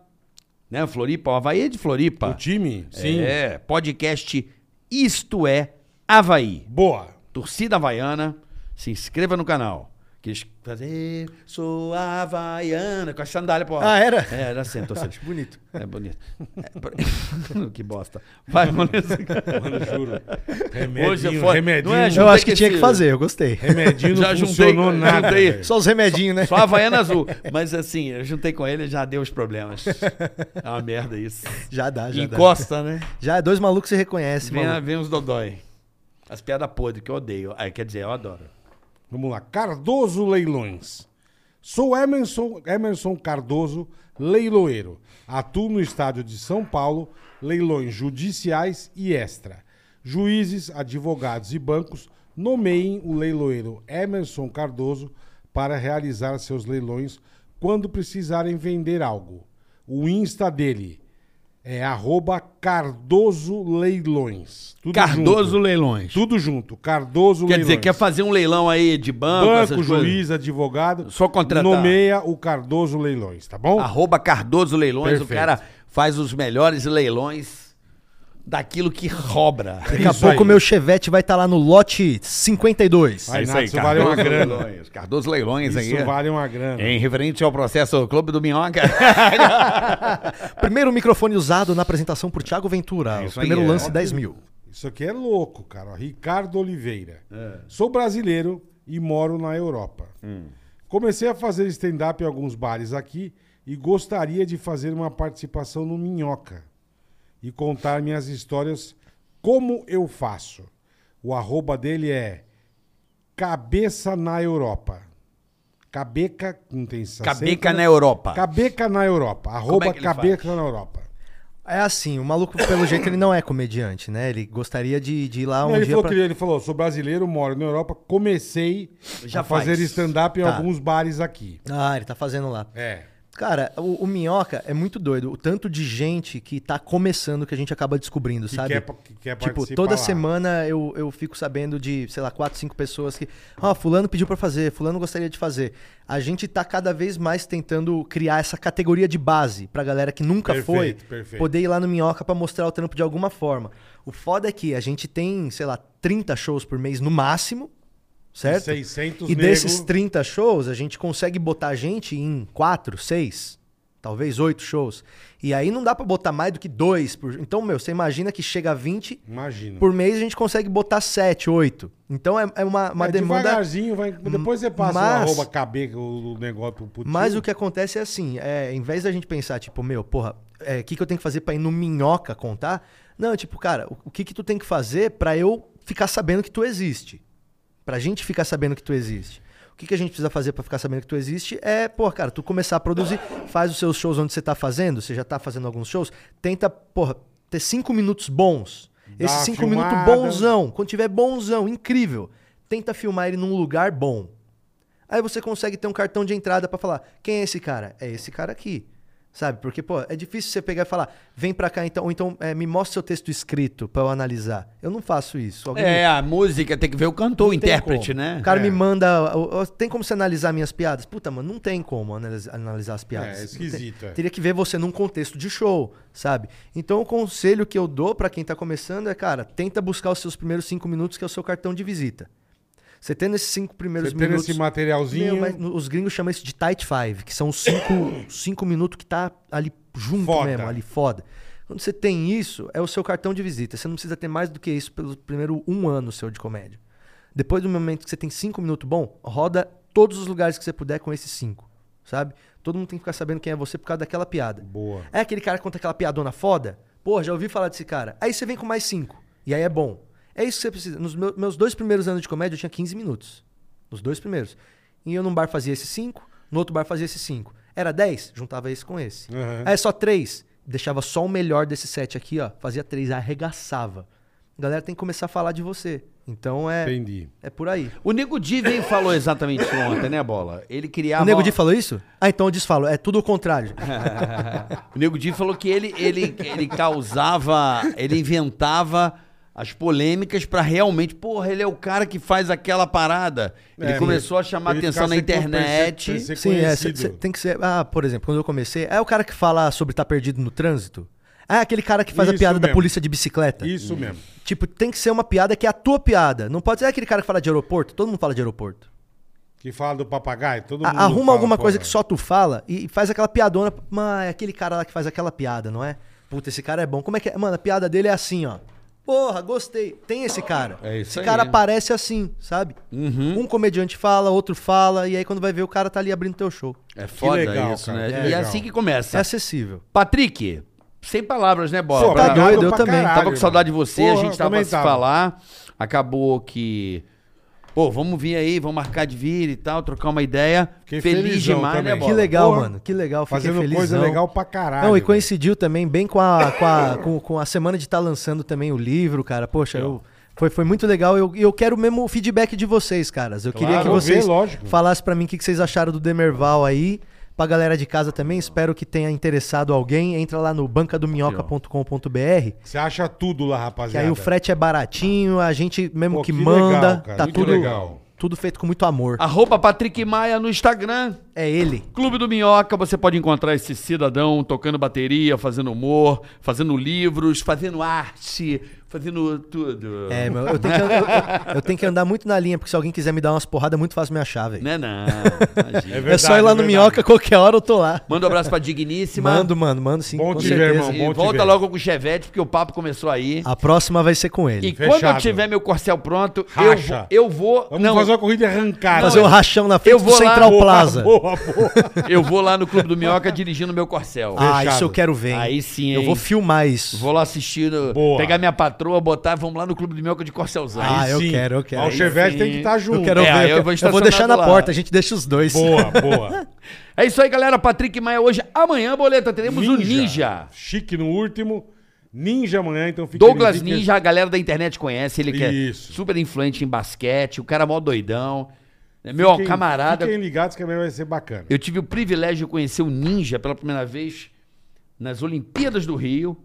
[SPEAKER 3] Né, Floripa? O Havaí é de Floripa.
[SPEAKER 2] O time? Sim.
[SPEAKER 3] É, podcast Isto é Havaí.
[SPEAKER 2] Boa.
[SPEAKER 3] Torcida Havaiana, se inscreva no canal. Que eles fazem, sou havaiana, com a sandália, pô.
[SPEAKER 4] Ah, era?
[SPEAKER 3] É, era assim, torcida.
[SPEAKER 4] Acho bonito.
[SPEAKER 3] É bonito. É, por- que bosta. Vai, Vanessa.
[SPEAKER 2] Mano, juro. Remedinho,
[SPEAKER 3] foi-
[SPEAKER 2] remedinho.
[SPEAKER 3] não é,
[SPEAKER 4] Eu
[SPEAKER 3] Juntei
[SPEAKER 4] acho que
[SPEAKER 3] com
[SPEAKER 4] tinha
[SPEAKER 3] esse-
[SPEAKER 4] que fazer, eu gostei.
[SPEAKER 2] Remedinho não
[SPEAKER 3] Já juntei-
[SPEAKER 2] funcionou
[SPEAKER 3] juntei-
[SPEAKER 2] nada. velho.
[SPEAKER 4] Só os remedinhos, né?
[SPEAKER 3] Só a Havaiana Azul. Mas assim, eu juntei com ele já deu os problemas. É uma merda isso.
[SPEAKER 4] Já
[SPEAKER 2] Ah,
[SPEAKER 4] dá, já
[SPEAKER 3] Encosta, né?
[SPEAKER 4] dá. Já dois malucos se reconhecem,
[SPEAKER 3] Vem,
[SPEAKER 4] mano.
[SPEAKER 3] vem os dodói. As piadas podres que eu odeio. Ah, quer dizer, eu adoro.
[SPEAKER 2] Vamos lá. Cardoso Leilões. Sou Emerson, Emerson Cardoso, leiloeiro. Atuo no estádio de São Paulo, leilões judiciais e extra. Juízes, advogados e bancos nomeiem o leiloeiro Emerson Cardoso para realizar seus leilões quando precisarem vender algo. O Insta dele é arroba Cardoso Leilões. Tudo
[SPEAKER 3] Cardoso
[SPEAKER 2] junto.
[SPEAKER 3] Leilões.
[SPEAKER 2] Tudo junto, Cardoso
[SPEAKER 3] Quer
[SPEAKER 2] Leilões.
[SPEAKER 3] dizer, quer fazer um leilão aí de banco,
[SPEAKER 2] Banco,
[SPEAKER 3] essas coisas?
[SPEAKER 2] juiz, advogado.
[SPEAKER 3] Só contratar.
[SPEAKER 2] Nomeia o Cardoso Leilões, tá bom?
[SPEAKER 3] Arroba Cardoso Leilões. O
[SPEAKER 2] Perfeito.
[SPEAKER 3] cara faz os melhores leilões daquilo que robra.
[SPEAKER 4] Daqui a
[SPEAKER 2] Isso
[SPEAKER 4] pouco
[SPEAKER 2] aí.
[SPEAKER 4] o meu chevette vai estar lá no lote 52.
[SPEAKER 2] Aí,
[SPEAKER 5] isso
[SPEAKER 2] Nath,
[SPEAKER 5] aí,
[SPEAKER 2] isso vale uma
[SPEAKER 5] Cardoso
[SPEAKER 2] grana.
[SPEAKER 3] Leilões. Cardoso Leilões aí. é.
[SPEAKER 2] Isso vale uma grana.
[SPEAKER 3] Em referente ao processo Clube do Minhoca.
[SPEAKER 4] Primeiro microfone usado na apresentação por Thiago Ventura.
[SPEAKER 3] isso
[SPEAKER 4] o primeiro
[SPEAKER 3] aí, é.
[SPEAKER 4] lance, 10 mil.
[SPEAKER 2] Isso aqui é louco, cara. Ó, Ricardo Oliveira.
[SPEAKER 3] É.
[SPEAKER 2] Sou brasileiro e moro na Europa.
[SPEAKER 3] Hum.
[SPEAKER 2] Comecei a fazer stand-up em alguns bares aqui e gostaria de fazer uma participação no Minhoca e contar minhas histórias como eu faço. O arroba dele é Cabeça na Europa. Cabeca, não tem acento,
[SPEAKER 3] Cabeca
[SPEAKER 2] né?
[SPEAKER 3] na Europa.
[SPEAKER 2] Cabeca na Europa. Arroba
[SPEAKER 3] é que ele
[SPEAKER 2] Cabeca
[SPEAKER 3] faz?
[SPEAKER 2] na Europa.
[SPEAKER 4] É assim, o maluco, pelo jeito, ele não é comediante, né? Ele gostaria de, de ir lá um
[SPEAKER 2] Não, ele,
[SPEAKER 4] dia
[SPEAKER 2] falou
[SPEAKER 4] pra...
[SPEAKER 2] que ele, ele falou, sou brasileiro, moro na Europa, comecei
[SPEAKER 3] Já
[SPEAKER 2] a fazer
[SPEAKER 3] faz.
[SPEAKER 2] stand-up em
[SPEAKER 4] Tá.
[SPEAKER 2] alguns bares aqui.
[SPEAKER 4] Ah, ele tá fazendo lá.
[SPEAKER 2] É.
[SPEAKER 4] Cara, o, o Minhoca é muito doido. O tanto de gente que tá começando que a gente acaba descobrindo,
[SPEAKER 2] Que
[SPEAKER 4] sabe?
[SPEAKER 2] quer, pa- que quer
[SPEAKER 4] Tipo,
[SPEAKER 2] participar
[SPEAKER 4] toda
[SPEAKER 2] lá.
[SPEAKER 4] semana eu, eu fico sabendo de, sei lá, quatro, cinco pessoas que. Ó, fulano pediu pra fazer, fulano gostaria de fazer. A gente tá cada vez mais tentando criar essa categoria de base pra galera que nunca foi
[SPEAKER 2] Perfeito, perfeito.
[SPEAKER 4] poder ir lá no Minhoca pra mostrar o trampo de alguma forma. O foda é que a gente tem, sei lá, 30 shows por mês no máximo, certo?
[SPEAKER 2] 600
[SPEAKER 4] E
[SPEAKER 2] nego.
[SPEAKER 4] desses 30 shows, a gente consegue botar gente em 4, 6, talvez 8 shows. E aí não dá pra botar mais do que 2 por. Então, meu, você imagina que chega a 20
[SPEAKER 2] Imagina.
[SPEAKER 4] por mês, a gente consegue botar 7, 8. Então é, é uma, uma
[SPEAKER 2] É,
[SPEAKER 4] demanda.
[SPEAKER 2] Devagarzinho, vai... depois você passa o
[SPEAKER 4] Mas-
[SPEAKER 2] arroba cabeca, o o negócio pro putinho.
[SPEAKER 4] Mas o que acontece é assim, é, em vez da gente pensar, tipo, meu, porra, o que, que eu tenho que fazer pra ir no Minhoca contar? Não, tipo, cara, o, o que, que tu tem que fazer pra eu ficar sabendo que tu existe? Pra gente ficar sabendo que tu existe. O que, que a gente precisa fazer pra ficar sabendo que tu existe é, pô, cara, tu começar a produzir, faz os seus shows onde você tá fazendo, você já tá fazendo alguns shows, tenta, porra, ter cinco minutos bons.
[SPEAKER 2] Dá
[SPEAKER 4] Esses
[SPEAKER 2] uma
[SPEAKER 4] cinco
[SPEAKER 2] filmada.
[SPEAKER 4] minutos bonzão, quando tiver bonzão, incrível, tenta filmar ele num lugar bom. Aí você consegue ter um cartão de entrada pra falar: quem é esse cara? É esse cara aqui. Sabe? Porque, pô, é difícil você pegar e falar: vem pra cá então, ou então é, me mostra seu texto escrito pra eu analisar. Eu não faço isso. Alguém
[SPEAKER 3] É, a música tem que ver o cantor, o
[SPEAKER 4] tem
[SPEAKER 3] intérprete,
[SPEAKER 4] como.
[SPEAKER 3] né?
[SPEAKER 4] O cara
[SPEAKER 2] É.
[SPEAKER 4] me manda. ó, ó, Tem como você analisar minhas piadas? Puta, mano, não tem como analis- analisar as piadas.
[SPEAKER 2] É, esquisito, é.
[SPEAKER 4] Teria que ver você num contexto de show, sabe? Então o conselho que eu dou pra quem tá começando é, cara, tenta buscar os seus primeiros cinco minutos, que é o seu cartão de visita. Você tendo esses cinco primeiros
[SPEAKER 2] Você tendo
[SPEAKER 4] minutos.
[SPEAKER 2] esse materialzinho.
[SPEAKER 4] Meu, mas no- os gringos chamam isso de tight five, que são os cinco, cinco minutos que tá ali junto
[SPEAKER 2] Foda.
[SPEAKER 4] mesmo, ali foda. Quando você tem isso, é o seu cartão de visita. Você não precisa ter mais do que isso pelo primeiro um ano seu de comédia. Depois do momento que você tem cinco minutos bom, roda todos os lugares que você puder com esses cinco, sabe? Todo mundo tem que ficar sabendo quem é você por causa daquela piada.
[SPEAKER 2] Boa.
[SPEAKER 4] É aquele cara que conta aquela piadona foda? Porra, já ouvi falar desse cara. Aí você vem com mais cinco. E aí é bom. É isso que você precisa. Nos meu- meus dois primeiros anos de comédia, eu tinha 15 minutos. Nos dois primeiros. E eu num bar fazia esses cinco, no outro bar fazia esses cinco. Era 10, juntava esse com esse.
[SPEAKER 2] Aham.
[SPEAKER 4] Aí só três. Deixava só o melhor desse sete aqui, ó. Fazia três, arregaçava. A galera tem que começar a falar de você. Então é.
[SPEAKER 2] Entendi.
[SPEAKER 4] É por aí.
[SPEAKER 3] O Nego Di veio e falou exatamente isso ontem, né, Bola? Ele criava...
[SPEAKER 4] o Nego Di falou isso? Ah, então eu desfalo. É tudo o contrário.
[SPEAKER 3] O Nego Di falou que ele, ele, ele causava, ele inventava as polêmicas pra realmente, porra, ele é o cara que faz aquela parada. Ele
[SPEAKER 2] É,
[SPEAKER 3] começou a
[SPEAKER 2] ele-
[SPEAKER 3] chamar
[SPEAKER 2] ele
[SPEAKER 3] atenção na
[SPEAKER 2] ficar sempre por
[SPEAKER 3] internet.
[SPEAKER 2] perce- perce-
[SPEAKER 4] Sim, é,
[SPEAKER 2] conhecido.
[SPEAKER 4] cê- cê tem que ser. Ah, por exemplo, quando eu comecei, é o cara que fala sobre estar perdido no trânsito. É aquele cara que faz a
[SPEAKER 2] Isso
[SPEAKER 4] piada da
[SPEAKER 2] mesmo.
[SPEAKER 4] polícia de bicicleta.
[SPEAKER 2] Isso mesmo.
[SPEAKER 4] Tipo, tem que ser uma piada que é a tua piada. Não pode ser aquele cara que fala de aeroporto. Todo mundo fala de aeroporto.
[SPEAKER 2] Que fala do papagaio, todo
[SPEAKER 4] A-
[SPEAKER 2] mundo.
[SPEAKER 4] Arruma
[SPEAKER 2] fala,
[SPEAKER 4] alguma coisa
[SPEAKER 2] porra.
[SPEAKER 4] que só tu fala e e faz aquela piadona. Mas é aquele cara lá que faz aquela piada, não é? Puta, esse cara é bom. Como é que é? Mano, a piada dele é assim, ó. Porra, gostei. Tem esse cara.
[SPEAKER 3] É isso
[SPEAKER 4] esse
[SPEAKER 3] aí.
[SPEAKER 4] cara aparece assim, sabe?
[SPEAKER 2] Uhum.
[SPEAKER 4] Um comediante fala, outro fala, e aí quando vai ver, o cara tá ali abrindo teu show.
[SPEAKER 3] É foda
[SPEAKER 2] legal,
[SPEAKER 3] isso,
[SPEAKER 2] cara,
[SPEAKER 3] né?
[SPEAKER 2] que
[SPEAKER 3] e é
[SPEAKER 2] legal.
[SPEAKER 3] assim que
[SPEAKER 4] É
[SPEAKER 2] Tá.
[SPEAKER 3] começa.
[SPEAKER 4] acessível.
[SPEAKER 3] Patrick, sem palavras, né, Bola?
[SPEAKER 2] Pô,
[SPEAKER 3] Pra-
[SPEAKER 4] Tá doido, eu
[SPEAKER 2] pra
[SPEAKER 4] também.
[SPEAKER 3] Tava com saudade de
[SPEAKER 2] irmão.
[SPEAKER 3] você,
[SPEAKER 2] Porra,
[SPEAKER 3] a gente tava
[SPEAKER 2] também
[SPEAKER 3] pra se falar. Acabou que. Pô, vamos vir aí, vamos marcar de vir e tal, trocar uma ideia.
[SPEAKER 2] Fiquei
[SPEAKER 3] Feliz
[SPEAKER 2] felizão
[SPEAKER 3] demais,
[SPEAKER 2] também.
[SPEAKER 3] né, Bola?
[SPEAKER 4] Que legal,
[SPEAKER 2] Porra.
[SPEAKER 4] mano. Que legal. Fiquei
[SPEAKER 2] Fazendo
[SPEAKER 4] felizão.
[SPEAKER 2] coisa legal pra caralho.
[SPEAKER 4] Não, e
[SPEAKER 2] velho.
[SPEAKER 4] coincidiu também bem com a, com a, com, com a semana de estar lançando também o livro, cara. Poxa, eu, foi, foi muito legal. E eu, eu quero mesmo o feedback de vocês, caras. Eu queria
[SPEAKER 2] Claro,
[SPEAKER 4] que
[SPEAKER 2] vou ver,
[SPEAKER 4] vocês
[SPEAKER 2] lógico.
[SPEAKER 4] falassem pra mim o que que vocês acharam do Demerval aí. Pra galera de casa também, espero que tenha interessado alguém. Entra lá no bancadominhoca.com.br,
[SPEAKER 2] Você acha tudo lá,
[SPEAKER 4] que
[SPEAKER 2] rapaziada.
[SPEAKER 4] aí o frete é baratinho, a gente mesmo
[SPEAKER 2] Pô,
[SPEAKER 4] que,
[SPEAKER 2] que
[SPEAKER 4] manda.
[SPEAKER 2] legal, cara.
[SPEAKER 4] tá
[SPEAKER 2] Muito
[SPEAKER 4] tudo,
[SPEAKER 2] legal.
[SPEAKER 4] tudo feito com muito amor.
[SPEAKER 3] Arroba Patrick Maia no Instagram.
[SPEAKER 4] É ele.
[SPEAKER 3] Clube do Minhoca, você pode encontrar esse cidadão tocando bateria, fazendo humor, fazendo livros, fazendo arte, fazendo tudo.
[SPEAKER 4] É, meu, eu tenho, que, eu- eu- eu tenho que andar muito na linha, porque se alguém quiser me dar umas porradas, é muito fácil me achar, velho.
[SPEAKER 3] Né, não.
[SPEAKER 2] É
[SPEAKER 3] imagina.
[SPEAKER 4] é
[SPEAKER 2] verdade,
[SPEAKER 4] só ir lá no
[SPEAKER 2] verdade.
[SPEAKER 4] Minhoca, qualquer hora eu tô lá.
[SPEAKER 3] Manda um abraço pra Digníssima.
[SPEAKER 4] Mando, mano, mando sim,
[SPEAKER 2] Bom
[SPEAKER 4] com
[SPEAKER 2] te ver,
[SPEAKER 4] certeza.
[SPEAKER 2] um irmão.
[SPEAKER 3] E
[SPEAKER 2] Bom te
[SPEAKER 3] volta
[SPEAKER 2] ver.
[SPEAKER 3] logo com o Chevette, porque o papo começou aí.
[SPEAKER 4] A próxima vai ser com ele.
[SPEAKER 3] E quando eu
[SPEAKER 2] Fechado.
[SPEAKER 3] tiver meu corcel pronto, eu vou,
[SPEAKER 2] Racha.
[SPEAKER 3] eu vou.
[SPEAKER 2] Vamos
[SPEAKER 3] não,
[SPEAKER 2] fazer uma corrida arrancada.
[SPEAKER 4] Fazer um rachão na
[SPEAKER 3] eu
[SPEAKER 4] frente do
[SPEAKER 3] vou lá,
[SPEAKER 4] Central
[SPEAKER 3] vou
[SPEAKER 4] Plaza.
[SPEAKER 2] Boa, boa.
[SPEAKER 3] eu vou lá no Clube do Minhoca dirigindo meu corcel.
[SPEAKER 4] Ah,
[SPEAKER 2] Fechado.
[SPEAKER 4] isso eu quero ver. hein?
[SPEAKER 3] Aí sim,
[SPEAKER 4] Eu
[SPEAKER 3] hein?
[SPEAKER 4] vou filmar isso.
[SPEAKER 3] Vou lá assistir, no-
[SPEAKER 2] Boa.
[SPEAKER 3] pegar minha patroa, botar, vamos lá no Clube do Minhoca de corcelzão.
[SPEAKER 4] Ah, eu
[SPEAKER 2] Sim.
[SPEAKER 4] quero, eu quero.
[SPEAKER 2] Mas O Chevette tem que estar junto.
[SPEAKER 4] Eu quero
[SPEAKER 3] É,
[SPEAKER 4] ver.
[SPEAKER 3] eu
[SPEAKER 4] Eu,
[SPEAKER 3] vou
[SPEAKER 4] vou
[SPEAKER 3] estacionar
[SPEAKER 4] deixar na
[SPEAKER 3] do lado.
[SPEAKER 4] porta, a gente deixa os dois.
[SPEAKER 2] Boa, boa.
[SPEAKER 3] É isso aí, galera. Patrick Maia hoje. Amanhã, boleta, teremos o Ninja.
[SPEAKER 2] Chique no último. Ninja amanhã, então fica
[SPEAKER 3] Douglas Ninja, a galera da internet conhece, ele que é
[SPEAKER 2] Isso.
[SPEAKER 3] super influente em basquete, o cara mó doidão. É Meu camarada.
[SPEAKER 2] Fiquem ligados que amanhã vai ser bacana.
[SPEAKER 3] Eu tive o privilégio de conhecer o Ninja pela primeira vez nas Olimpíadas do Rio.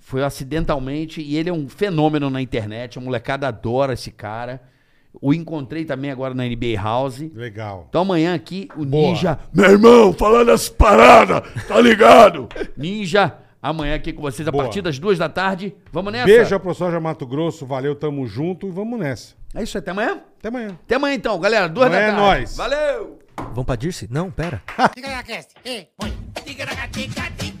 [SPEAKER 3] Foi acidentalmente, e ele é um fenômeno na internet. A molecada adora esse cara. O encontrei também agora na NBA House.
[SPEAKER 2] Legal.
[SPEAKER 3] Então amanhã aqui o Ninja. Meu irmão, falando as paradas, tá ligado? Ninja, amanhã aqui com vocês a
[SPEAKER 2] Boa.
[SPEAKER 3] partir das duas da tarde. Vamos nessa?
[SPEAKER 2] Beijo ao professor Jorge Mato Grosso. Valeu, tamo junto e vamos nessa.
[SPEAKER 3] É isso aí, até amanhã?
[SPEAKER 2] Até amanhã.
[SPEAKER 3] Até amanhã então, galera, duas
[SPEAKER 2] Amanhã
[SPEAKER 3] da
[SPEAKER 2] é
[SPEAKER 3] tarde.
[SPEAKER 2] nóis.
[SPEAKER 3] Valeu!
[SPEAKER 4] Vamos pra Dirce? Não, pera.
[SPEAKER 1] Tigaracast, hey, põe. Tigaracá, tica, tica.